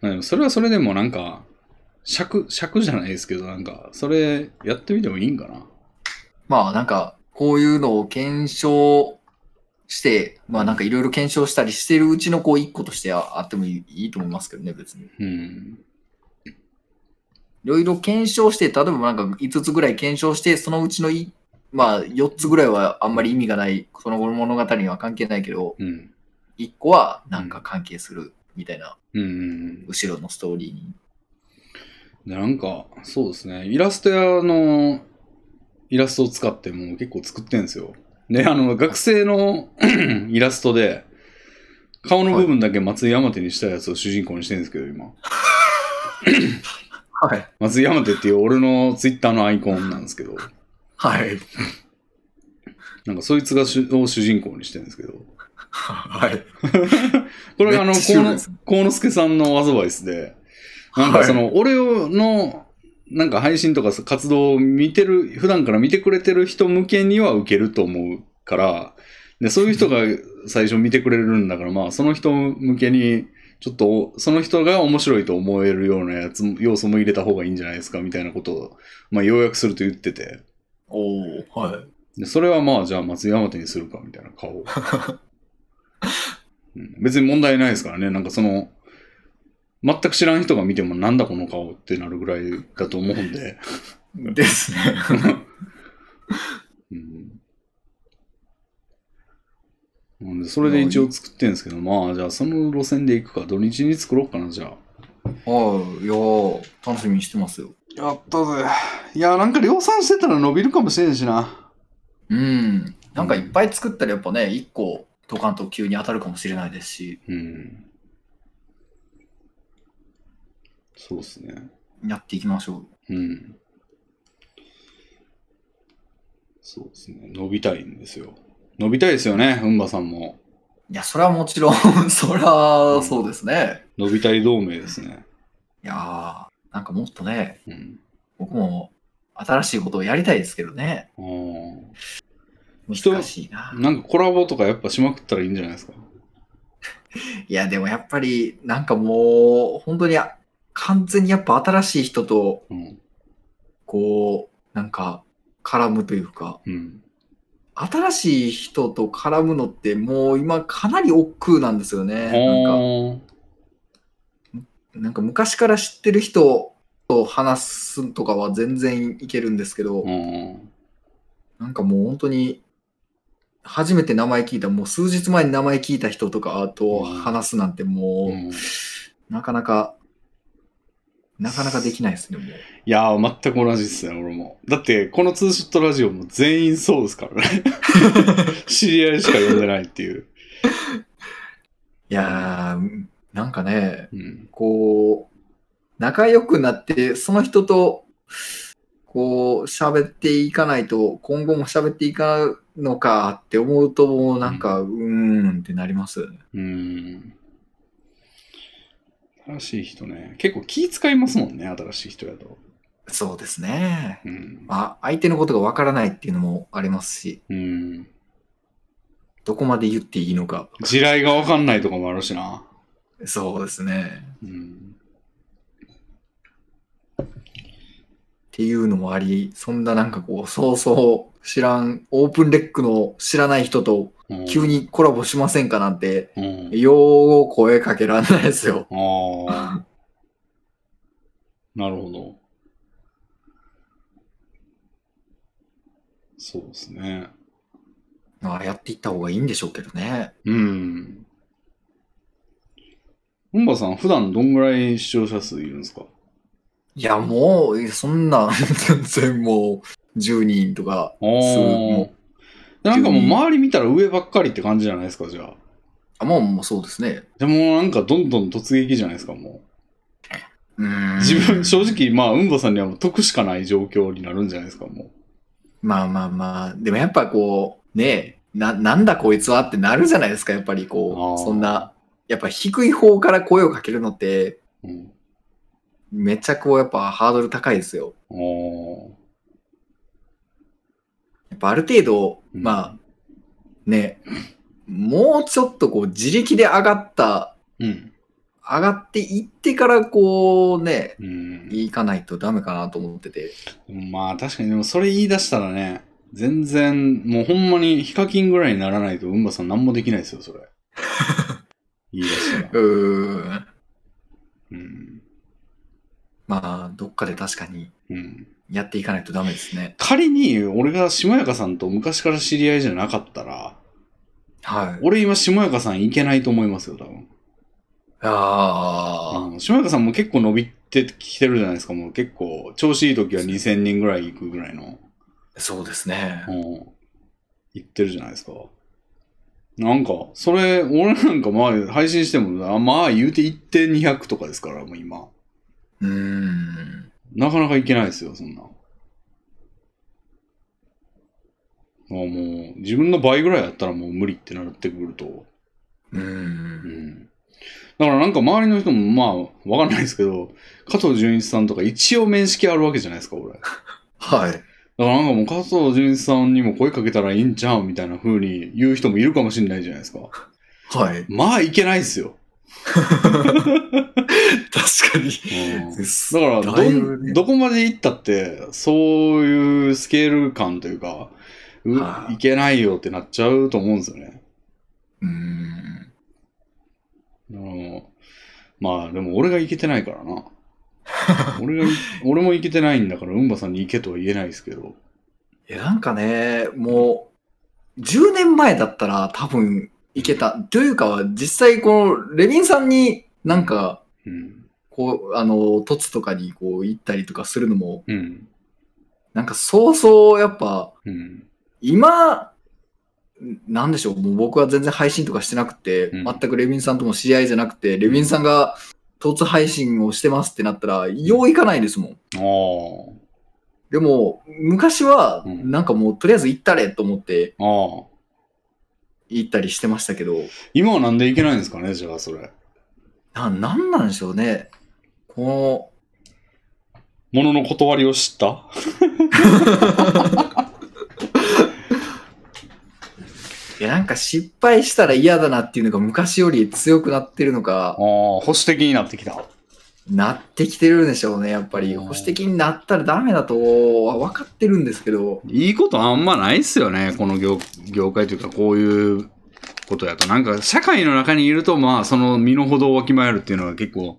Speaker 1: まあでもそれはそれでもなんか、尺、尺じゃないですけど、なんか、それやってみてもいいんかな。
Speaker 2: まあなんか、こういうのを検証して、まあなんかいろいろ検証したりしてるうちのこう一個としてああってもいいいいと思いますけどね、別に。
Speaker 1: うん。
Speaker 2: いろいろ検証して、例えばなんか5つぐらい検証して、そのうちのい、まあ、4つぐらいはあんまり意味がない、その物語には関係ないけど、
Speaker 1: うん。
Speaker 2: 1個はなんか関係するみたいな、
Speaker 1: うんうん。
Speaker 2: 後ろのストーリーに。
Speaker 1: で、なんか、そうですね。イラスト屋のイラストを使ってもう結構作ってんですよ。で、あの、学生の イラストで、顔の部分だけ松井山手にしたやつを主人公にしてるんですけど、今。
Speaker 2: はい。
Speaker 1: 松井山手っていう俺のツイッターのアイコンなんですけど、
Speaker 2: はい。
Speaker 1: なんかそいつが主を主人公にしてるんですけど、
Speaker 2: はい。
Speaker 1: これがあの、
Speaker 2: めっちゃシュールですね
Speaker 1: 河野助さんのアドバイスで、なんかその、俺の、なんか配信とか活動を見てる、普段から見てくれてる人向けには受けると思うから、で、そういう人が最初見てくれるんだから、まあ、その人向けに、ちょっと、その人が面白いと思えるようなやつ、要素も入れた方がいいんじゃないですか、みたいなことを、まあ、要約すると言ってて、
Speaker 2: おー、はい。
Speaker 1: でそれはまあ、じゃあ松山手にするか、みたいな顔 を、うん別に問題ないですからね。なんかその、全く知らん人が見てもなんだこの顔ってなるぐらいだと思うん で。
Speaker 2: ですね。
Speaker 1: うんなんで、それで一応作ってんですけど、まあ、じゃあその路線で行くか、土日に作ろうかな、じゃあ。
Speaker 2: はい。いやー、楽しみにしてますよ。
Speaker 1: やったぜ。いや、なんか量産してたら伸びるかもしれんしな。
Speaker 2: うん。なんかいっぱい作ったらやっぱね、1個、ドカンと急に当たるかもしれないですし、
Speaker 1: うん。そうっすね。
Speaker 2: やっていきましょう。
Speaker 1: うん。そうですね。伸びたいんですよ。伸びたいですよね、うんばさんも。
Speaker 2: いや、それはもちろん、 それはそうですね。
Speaker 1: 伸びたい同盟ですね。
Speaker 2: いやー、なんかもっとね、
Speaker 1: うん。
Speaker 2: 僕も新しいことをやりたいですけどね。
Speaker 1: あー人
Speaker 2: 難しいな。
Speaker 1: なんかコラボとかやっぱしまくったらいいんじゃないですか。
Speaker 2: いや、でもやっぱり、なんかもう、本当にあ完全にやっぱ新しい人と、
Speaker 1: うん。
Speaker 2: こう、なんか、絡むというか、
Speaker 1: うん。
Speaker 2: 新しい人と絡むのってもう今かなり億劫なんですよね。なんか、
Speaker 1: あ
Speaker 2: なんか昔から知ってる人と話すとかは全然いけるんですけど、
Speaker 1: あ。うん。
Speaker 2: なんかもう本当に、初めて名前聞いた、もう数日前に名前聞いた人とかと話すなんてもう、
Speaker 1: うん
Speaker 2: なかなか、なかなかできないですね、もう。
Speaker 1: いやー、全く同じですね、俺も。だって、このツーショットラジオも全員そうですからね。 知り合いしか呼んでないっていう。
Speaker 2: いやー、なんかね、
Speaker 1: うん。
Speaker 2: こう、仲良くなって、その人と、こう、喋っていかないと、今後も喋っていかんのかって思うと、もうなんか、うーんってなりますよね。
Speaker 1: うーん。新しい人ね。結構気使いますもんね、新しい人やと。
Speaker 2: そうですね。
Speaker 1: うん。
Speaker 2: まあ、相手のことがわからないっていうのもありますし、
Speaker 1: うん。
Speaker 2: どこまで言っていいのか。
Speaker 1: 地雷がわかんないとかもあるしな。
Speaker 2: そうですね。
Speaker 1: うん。
Speaker 2: っていうのもあり、そんななんかこう、そうそう知らん、オープンレックの知らない人と
Speaker 1: うん
Speaker 2: 急。にコラボしませんかなんて、
Speaker 1: うん。
Speaker 2: よう声かけらんないですよ。
Speaker 1: ああ。なるほど。そうですね。
Speaker 2: まあ、やっていった方がいいんでしょうけどね。
Speaker 1: うん。本場さん、普段どんぐらい視聴者数いるんですか
Speaker 2: いや、もう、そんな、全然もう、10人とか。
Speaker 1: あ
Speaker 2: も
Speaker 1: ー
Speaker 2: う
Speaker 1: なんかもう
Speaker 2: 急に
Speaker 1: 周り見たら上ばっかりって感じじゃないですか、じゃあ。
Speaker 2: あ、もう、もうそうですね。
Speaker 1: でもなんかどんどん突撃じゃないですか、も
Speaker 2: うー
Speaker 1: う。
Speaker 2: ん
Speaker 1: 自分、正。直、まあ、うんぼさんにはもう得しかない状況になるんじゃないですか、も
Speaker 2: まあまあまあ、でもやっぱこう、ねな、なんだこいつはってなるじゃないですか、やっぱりこ
Speaker 1: あー
Speaker 2: う、そんな、やっぱ低い方から声をかけるのって、
Speaker 1: う。うん。
Speaker 2: めっちゃこう、やっぱハードル高いですよ。
Speaker 1: あー
Speaker 2: やっぱある程度、
Speaker 1: うん
Speaker 2: まあ、ね、もうちょっとこう、自力で上がった、
Speaker 1: うん。
Speaker 2: 上がっていってからこう、ね、
Speaker 1: うん。
Speaker 2: いかないとダメかなと思ってて。
Speaker 1: まあ確かにでもそれ言い出したらね、全然もうほんまにヒカキンぐらいにならないとうんばさん何もできないですよ、 それ。言い出したら。
Speaker 2: うーん。
Speaker 1: うん。
Speaker 2: まあ、どっかで確かに
Speaker 1: うん。
Speaker 2: やっていかないとダメですね。
Speaker 1: 仮に俺が下やかさんと昔から知り合いじゃなかったら、
Speaker 2: はい。
Speaker 1: 俺今下やかさんいけないと思いますよ、多分。
Speaker 2: ああ、
Speaker 1: うん下やかさんも結構伸びてきてるじゃないですか、もう結構。調子いい時は2000人ぐらい行くぐらいの。
Speaker 2: そうですね。
Speaker 1: うん。言ってるじゃないですか。なんか、それ、俺なんかまあ、配信しても、あまあ言うて1点200とかですから、もう今。
Speaker 2: うーん。
Speaker 1: なかなかいけないですよ、そんな。あもう、自分の倍ぐらいやったらもう無理ってなってくると。
Speaker 2: うー。
Speaker 1: うんん。だからなんか周りの人もまあ、わかんないですけど、加藤純一さんとか一応面識あるわけじゃないですか、俺。
Speaker 2: はい。
Speaker 1: だからなんかもう加藤純一さんにも声かけたらいいんちゃうみたいな風に言う人もいるかもしれないじゃないですか。
Speaker 2: はい。
Speaker 1: まあいけないっすよ。
Speaker 2: 確かに。
Speaker 1: だ
Speaker 2: だ
Speaker 1: からど
Speaker 2: だい
Speaker 1: ん、
Speaker 2: ぶね
Speaker 1: どこまで行ったって、そういうスケール感というか、う
Speaker 2: はい
Speaker 1: けないよってなっちゃうと思うんですよね。
Speaker 2: うーん。
Speaker 1: あのまあでも俺がいけてないからな。俺がい、俺もいけてないんだから、うんばさんに行けとは言えないですけど。
Speaker 2: いや、なんかね、もう、10年前だったら多分いけた。というか、実際この、レビンさんになんか、
Speaker 1: うん。
Speaker 2: こう、あの、トツとかにこう行ったりとかするのも、
Speaker 1: うん。
Speaker 2: なんかそうそうやっぱ、
Speaker 1: うん。
Speaker 2: 今、なんでしょう、もう僕は全然配信とかしてなくて、
Speaker 1: うん
Speaker 2: 全くレビンさんとも知り合いじゃなくて、レビンさんが突配信をしてますってなったら、よういかないですもん。
Speaker 1: ああ。
Speaker 2: でも、昔は、
Speaker 1: うん
Speaker 2: なんかもう、とりあえず行ったれと思って
Speaker 1: ああ。
Speaker 2: 行ったりしてましたけど、
Speaker 1: 今はなんでいけないんですかね、じゃあそれ。
Speaker 2: な、なんなんでしょうね。こ
Speaker 1: ものの断りを知った
Speaker 2: の、いや、なんか失敗したら嫌だなっていうのが昔より強くなってるの
Speaker 1: ああ、
Speaker 2: か、
Speaker 1: 保守的になってきた。
Speaker 2: なってきてるんでしょうね、やっぱり。
Speaker 1: うん
Speaker 2: 保守的になったらダメだとは分かってるんですけど、
Speaker 1: いいことあんまないっすよね、この業業界というか、こういうことやと。なんか、社会の中にいると、まあ、その身の程をわきまえるっていうのは結構、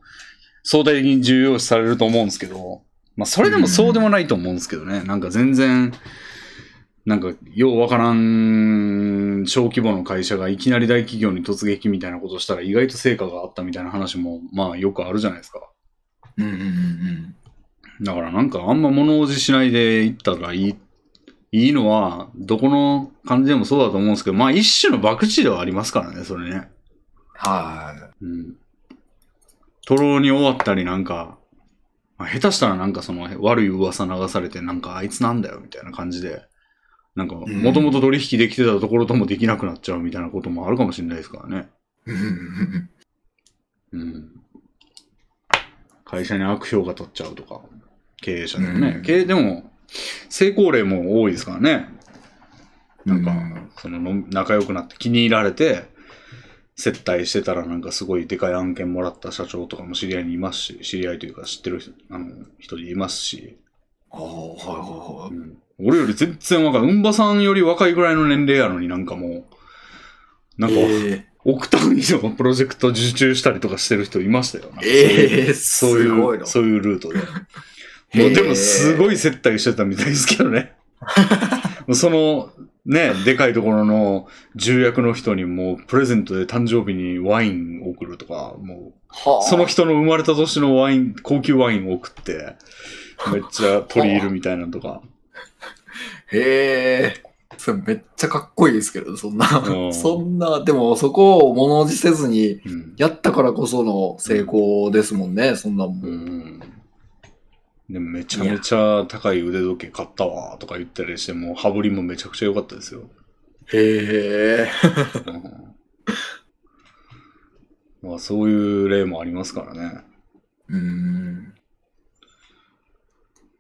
Speaker 1: 相対的に重要視されると思うんですけど、まあ、それでもそうでもないと思うんですけどね。なんか全然、なんか、ようわからん、小規模の会社がいきなり大企業に突撃みたいなことしたら、意外と成果があったみたいな話も、まあ、よくあるじゃないですか。
Speaker 2: うんうんうん
Speaker 1: だからなんかあんま物おじしないで行ったらいい、いいのは、どこの感じでもそうだと思うんですけど、まあ一種の博打ではありますからね、それね。
Speaker 2: は
Speaker 1: うん。とろに終わったりなんか、まあ下手したらなんかその悪い噂流されて、なんかあいつなんだよみたいな感じで、なんか
Speaker 2: ん
Speaker 1: もともと取引できてたところともできなくなっちゃうみたいなこともあるかもしれないですからね。
Speaker 2: い。うんうんうん
Speaker 1: うん。会社に悪評が立っちゃうとか、経営者でもね。
Speaker 2: うん
Speaker 1: 経営でも、成功例も多いですからね。なんか、
Speaker 2: うん
Speaker 1: そのの仲良くなって気に入られて、接待してたらなんかすごいでかい案件もらった社長とかも知り合いにいますし、知り合いというか知ってる人あの人いますし、
Speaker 2: おーはいは
Speaker 1: うん俺より全然若い、うんばさんより若いぐらいの年齢やのになんかもう、なん
Speaker 2: い
Speaker 1: か、
Speaker 2: はい。ええ
Speaker 1: 億単位のプロジェクト受注したりとかしてる人いましたよ。なんか
Speaker 2: ええ
Speaker 1: そうい、
Speaker 2: すごいうな
Speaker 1: そういうルートで。も
Speaker 2: へ
Speaker 1: う
Speaker 2: ー
Speaker 1: でもすごい接待してたみたいですけど ね。もうその、ね、でかいところの重役の人にもうプレゼントで誕生日にワインを送るとか、も
Speaker 2: は
Speaker 1: う
Speaker 2: あ
Speaker 1: その人の生まれた年のワイン、高級ワインを送って、めっちゃ取り入るみたいなのとか。
Speaker 2: へえ。それめっちゃかっこいいですけど、そんな
Speaker 1: う。ん
Speaker 2: そんな、でもそこを物おじせずに、
Speaker 1: うん。
Speaker 2: やったからこその成功ですもんね、そんなも。
Speaker 1: うんんでもめちゃめちゃ高い腕時計買ったわとか言ったりして、もう羽振りもめちゃくちゃ良かったですよ。
Speaker 2: へえ。
Speaker 1: うんまあ、そういう例もありますからね。
Speaker 2: うん。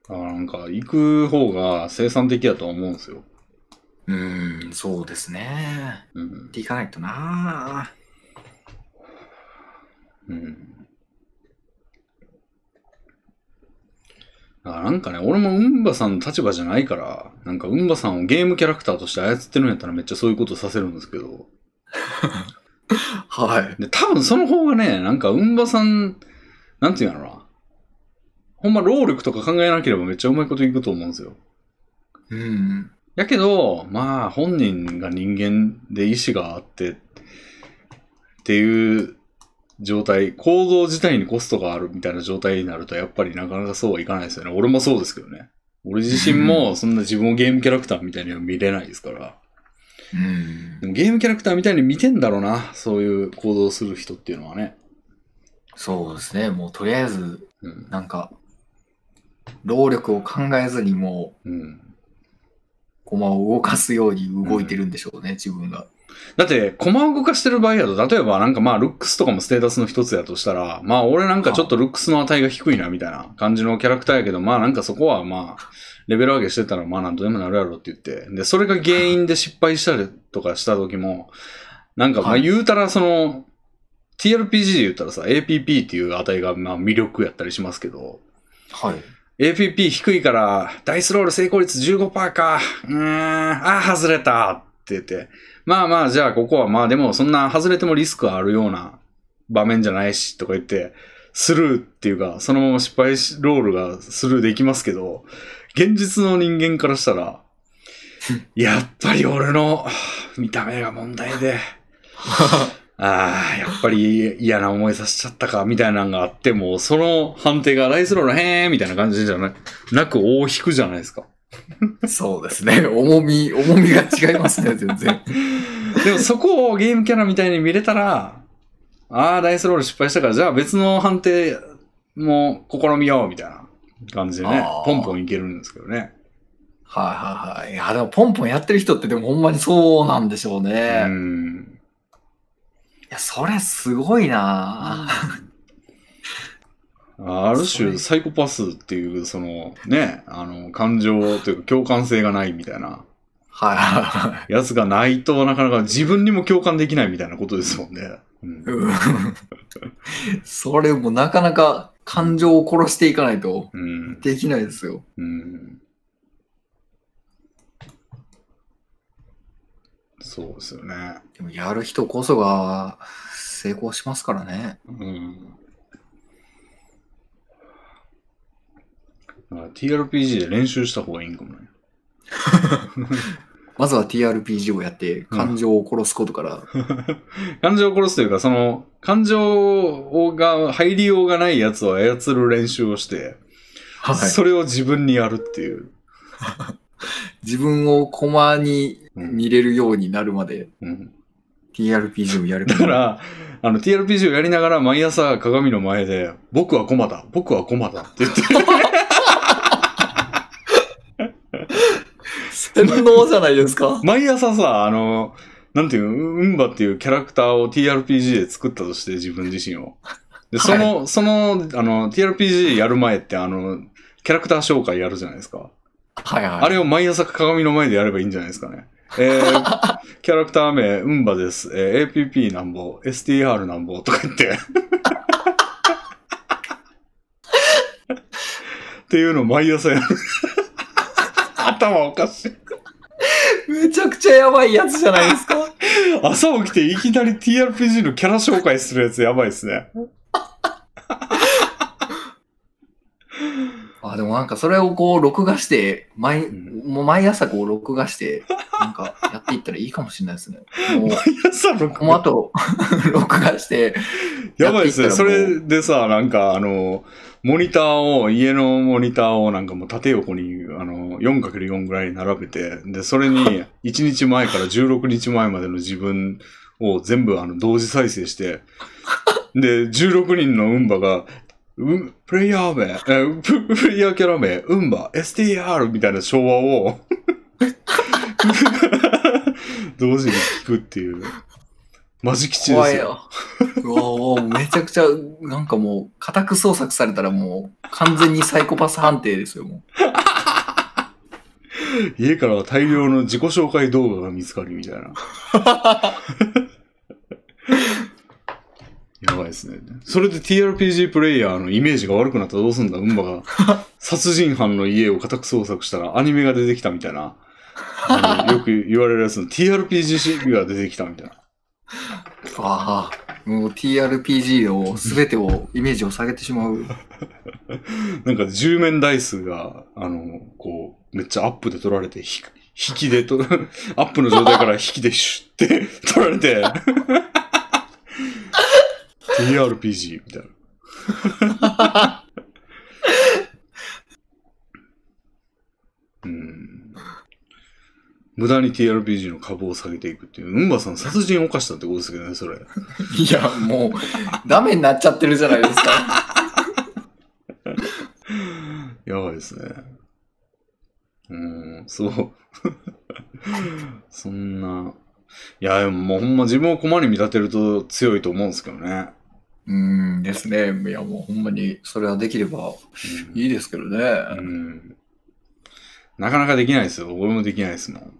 Speaker 1: だからなんか、行く方が生産的だとは思うんですよ。
Speaker 2: うん、そうですね。
Speaker 1: うん。
Speaker 2: 行かないとな
Speaker 1: うん。だからなんかね、俺もうんばさんの立場じゃないから、なんかうんばさんをゲームキャラクターとして操ってるんやったらめっちゃそういうことさせるんですけど、
Speaker 2: はい。
Speaker 1: で、多分その方がね、なんかうんばさん、なんていうんやろな。ほんま労力とか考えなければめっちゃうまいこといくと思うんですよ。
Speaker 2: うん。
Speaker 1: やけど、まあ、本人が人間で意志があってっていう状態、行動自体にコストがあるみたいな状態になると、やっぱりなかなかそうはいかないですよね。俺もそうですけどね。俺自身もそんな自分をゲームキャラクターみたいには見れないですから。
Speaker 2: うん
Speaker 1: でもゲームキャラクターみたいに見てんだろうな。そういう行動する人っていうのはね。
Speaker 2: そうですね。もうとりあえず、
Speaker 1: うん。
Speaker 2: なんか、労力を考えずにも
Speaker 1: うん。
Speaker 2: う、駒を動かすように動いてるんでしょうね、自分が。
Speaker 1: だって、駒を動かしてる場合やと、例えばなんかまあ、ルックスとかもステータスの一つやとしたら、まあ、俺なんかちょっとルックスの値が低いな、みたいな感じのキャラクターやけど、まあ、なんかそこはまあ、レベル上げしてたら、まあ、なんとでもなるやろって言って、で、それが原因で失敗したりとかした時も、なんかま
Speaker 2: は
Speaker 1: あ、
Speaker 2: い
Speaker 1: 言うたら、その、TRPG で言ったらさ、APP っていう値がまあ、魅力やったりしますけど、
Speaker 2: はい。
Speaker 1: APP 低いから、ダイスロール成功率15%か。うーん、あー、外れたって言って。まあまあ、じゃあここはまあでもそんな外れてもリスクはあるような場面じゃないし、とか言って、スルーっていうか、そのまま失敗しロールがスルーできますけど、現実の人間からしたら、やっぱり俺の見た目が問題で、ああ、やっぱり嫌な思いさせちゃったか、みたいなのがあっても、その判定がライスロールへーみたいな感じじゃななく、大引くじゃないですか。
Speaker 2: そうですね。重み、重みが違いますね、全 然。
Speaker 1: でもそこをゲームキャラみたいに見れたら、ああ、ライスロール失敗したから、じゃあ別の判定も試みよう、みたいな感じでね
Speaker 2: あ、ー
Speaker 1: ポンポンいけるんですけどね。
Speaker 2: はいはいはい。いや、でもポンポンやってる人ってでもほんまにそうなんでしょうね。
Speaker 1: う
Speaker 2: い
Speaker 1: ん。
Speaker 2: や、それすごいなぁ
Speaker 1: ある
Speaker 2: そ
Speaker 1: 種、
Speaker 2: れ
Speaker 1: サイコパスっていう、その、ね、あの、感情というか共感性がないみたいな。
Speaker 2: はいはいはい。
Speaker 1: やつがないとなかなか自分にも共感できないみたいなことですもんね。うん
Speaker 2: うんそれもなかなか感情を殺していかないと
Speaker 1: うん。
Speaker 2: できないですよ。
Speaker 1: うん。そうですよね。
Speaker 2: でもやる人こそが成功しますからね。
Speaker 1: うん。だから TRPG で練習した方がいいんかもね。
Speaker 2: まずは TRPG をやって、感情を殺すことから、
Speaker 1: 感情を殺すというか、その、感情が入りようがないやつを操る練習をして、
Speaker 2: はい。
Speaker 1: それを自分にやるっていう。
Speaker 2: 自分を駒に
Speaker 1: うん
Speaker 2: 見れるようになるま で
Speaker 1: うん、
Speaker 2: TRPG をやる
Speaker 1: だか、ら、あの、TRPG をやりながら毎朝鏡の前で、僕は駒だ、僕は駒だって言 って、
Speaker 2: 洗脳じゃないですか
Speaker 1: 毎朝さ、あの、なんていうの、ウンバっていうキャラクターを TRPG で作ったとして、自分自身を。で、その、その、あの、TRPG やる前って、あの、キャラクター紹介やるじゃないですか。
Speaker 2: はいはい。
Speaker 1: あれを毎朝鏡の前でやればいいんじゃないですかね。えーキャラクター名、ウンバです。えー APP なんぼ、STR なんぼとか言って。っていうのを毎朝やる。頭おかしい。
Speaker 2: めちゃくちゃやばいやつじゃないですか
Speaker 1: 朝起きていきなり TRPG のキャラ紹介するやつやばいですね。
Speaker 2: あ、でもなんかそれをこう録画して、毎、
Speaker 1: う
Speaker 2: もう毎朝こう録画して、なんかやっていったらいいかもしれないですね。もう、
Speaker 1: 朝の
Speaker 2: この後、 録画して、
Speaker 1: やばいですね。
Speaker 2: やっ
Speaker 1: そ
Speaker 2: ていったらもう
Speaker 1: れでさ、なんか、あの、モニターを、家のモニターをなんかもう縦横に、あの、4×4 ぐらいに並べて、で、それ に、1日前から16日前までの自分を全部、あの、同時再生 して、で、16人のウンバが、うプレイヤー名、えープ、プレイヤーキャラ名、ウンバ、STR みたいな昭和 を、同時に聞くっていう、マジ吉で
Speaker 2: 怖
Speaker 1: す
Speaker 2: い
Speaker 1: よ。
Speaker 2: よ。うわうわめちゃくちゃ、なんかもう、家宅捜索されたらもう、完全にサイコパス判定ですよ、もう。
Speaker 1: 家からは大量の自己紹介動画が見つかるみたいな。 やばいですね。それで TRPG プレイヤーのイメージが悪くなったらどうすんだウンバが殺人犯の家を家宅捜索したらアニメが出てきたみたいな。あのよく言われるやつの TRPG が出てきたみたいな。
Speaker 2: ああ、もう TRPG を全てを、イメージを下げてしまう。
Speaker 1: なんか10面ダイスが、あの、こう、めっちゃアップで取られて、ひ引きでと、 アップの状態から引きでシュッて 取られて、TRPG みたいな。 うん。無駄に TRPG の株を下げていくっていう。うんばさん殺人を犯したってことですけどね、それ。
Speaker 2: いや、もう、ダメになっちゃってるじゃないですか。
Speaker 1: やばいですね。うーん、そう。そんな。いや、でももうほんま自分を駒に見立てると強いと思うんですけどね。
Speaker 2: うーんですね。いや、もうほんまに、それはできればいいですけどね。
Speaker 1: うん。うんなかなかできないですよ。俺もできないですもん。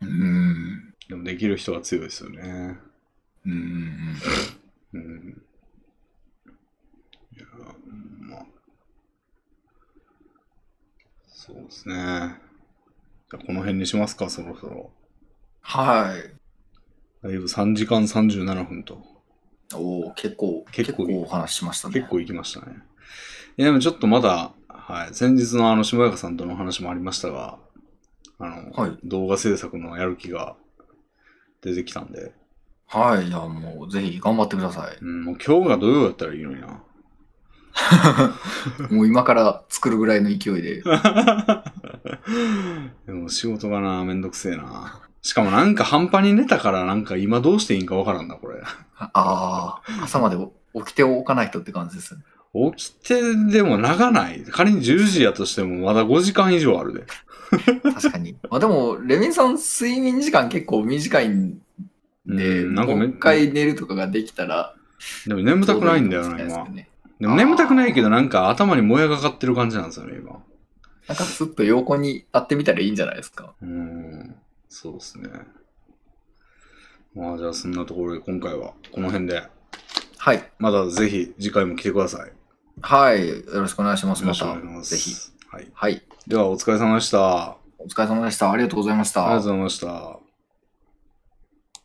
Speaker 2: うーん。
Speaker 1: でもできる人は強いですよね。
Speaker 2: うーん。
Speaker 1: うん。いや、うんまあ。そうですね。じゃあこの辺にしますか、そろそろ。
Speaker 2: はい。
Speaker 1: だいぶ3時間37分と。
Speaker 2: おお結構、
Speaker 1: 結
Speaker 2: 結
Speaker 1: 構
Speaker 2: 構お話ししましたね。
Speaker 1: 結構行きましたね。いや、でもちょっとまだ、はい、先日のあの、下中さんとの話もありましたが、あの、
Speaker 2: はい
Speaker 1: 動画制作のやる気が出てきたんで、
Speaker 2: はい。いや、もう、ぜひ頑張ってください。
Speaker 1: うん、もう今日が土曜だったらいいのにな。
Speaker 2: もう今から作るぐらいの勢 いで。
Speaker 1: でも仕事がな、めんどくせえな。しかもなんか半端に寝たからなんか今どうしていいんかわからんな、これ。
Speaker 2: ああ、朝まで起きておかないとって感じですね。
Speaker 1: 起きてでも長ない。仮に10時やとしてもまだ5時間以上あるで。
Speaker 2: 確かに。 まあでも、レミンさん、睡眠時間結構短いんで、
Speaker 1: うんなんか
Speaker 2: も
Speaker 1: め
Speaker 2: う一回寝るとかができたら、
Speaker 1: でも眠たくないんだよな、
Speaker 2: ちょうどいいか
Speaker 1: 今
Speaker 2: もしれ。ないですけどね
Speaker 1: でも眠たくないけど、なんか頭にもやがかってる感じなんですよね、今。
Speaker 2: なんかすっと横に立ってみたらいいんじゃないですか。
Speaker 1: うーん、そうですね。まあ、じゃあそんなところで今回はこの辺で、
Speaker 2: はい。
Speaker 1: まだぜひ次回も来てください。よ
Speaker 2: はい。よろしくお願いします。
Speaker 1: ろ
Speaker 2: ま
Speaker 1: しくお願
Speaker 2: た
Speaker 1: いしま、す。
Speaker 2: ぜひ。
Speaker 1: はい。
Speaker 2: はい。
Speaker 1: では、お疲れ様でした。あ
Speaker 2: お疲れ様でした。ありがとうございました。
Speaker 1: りがとうございました。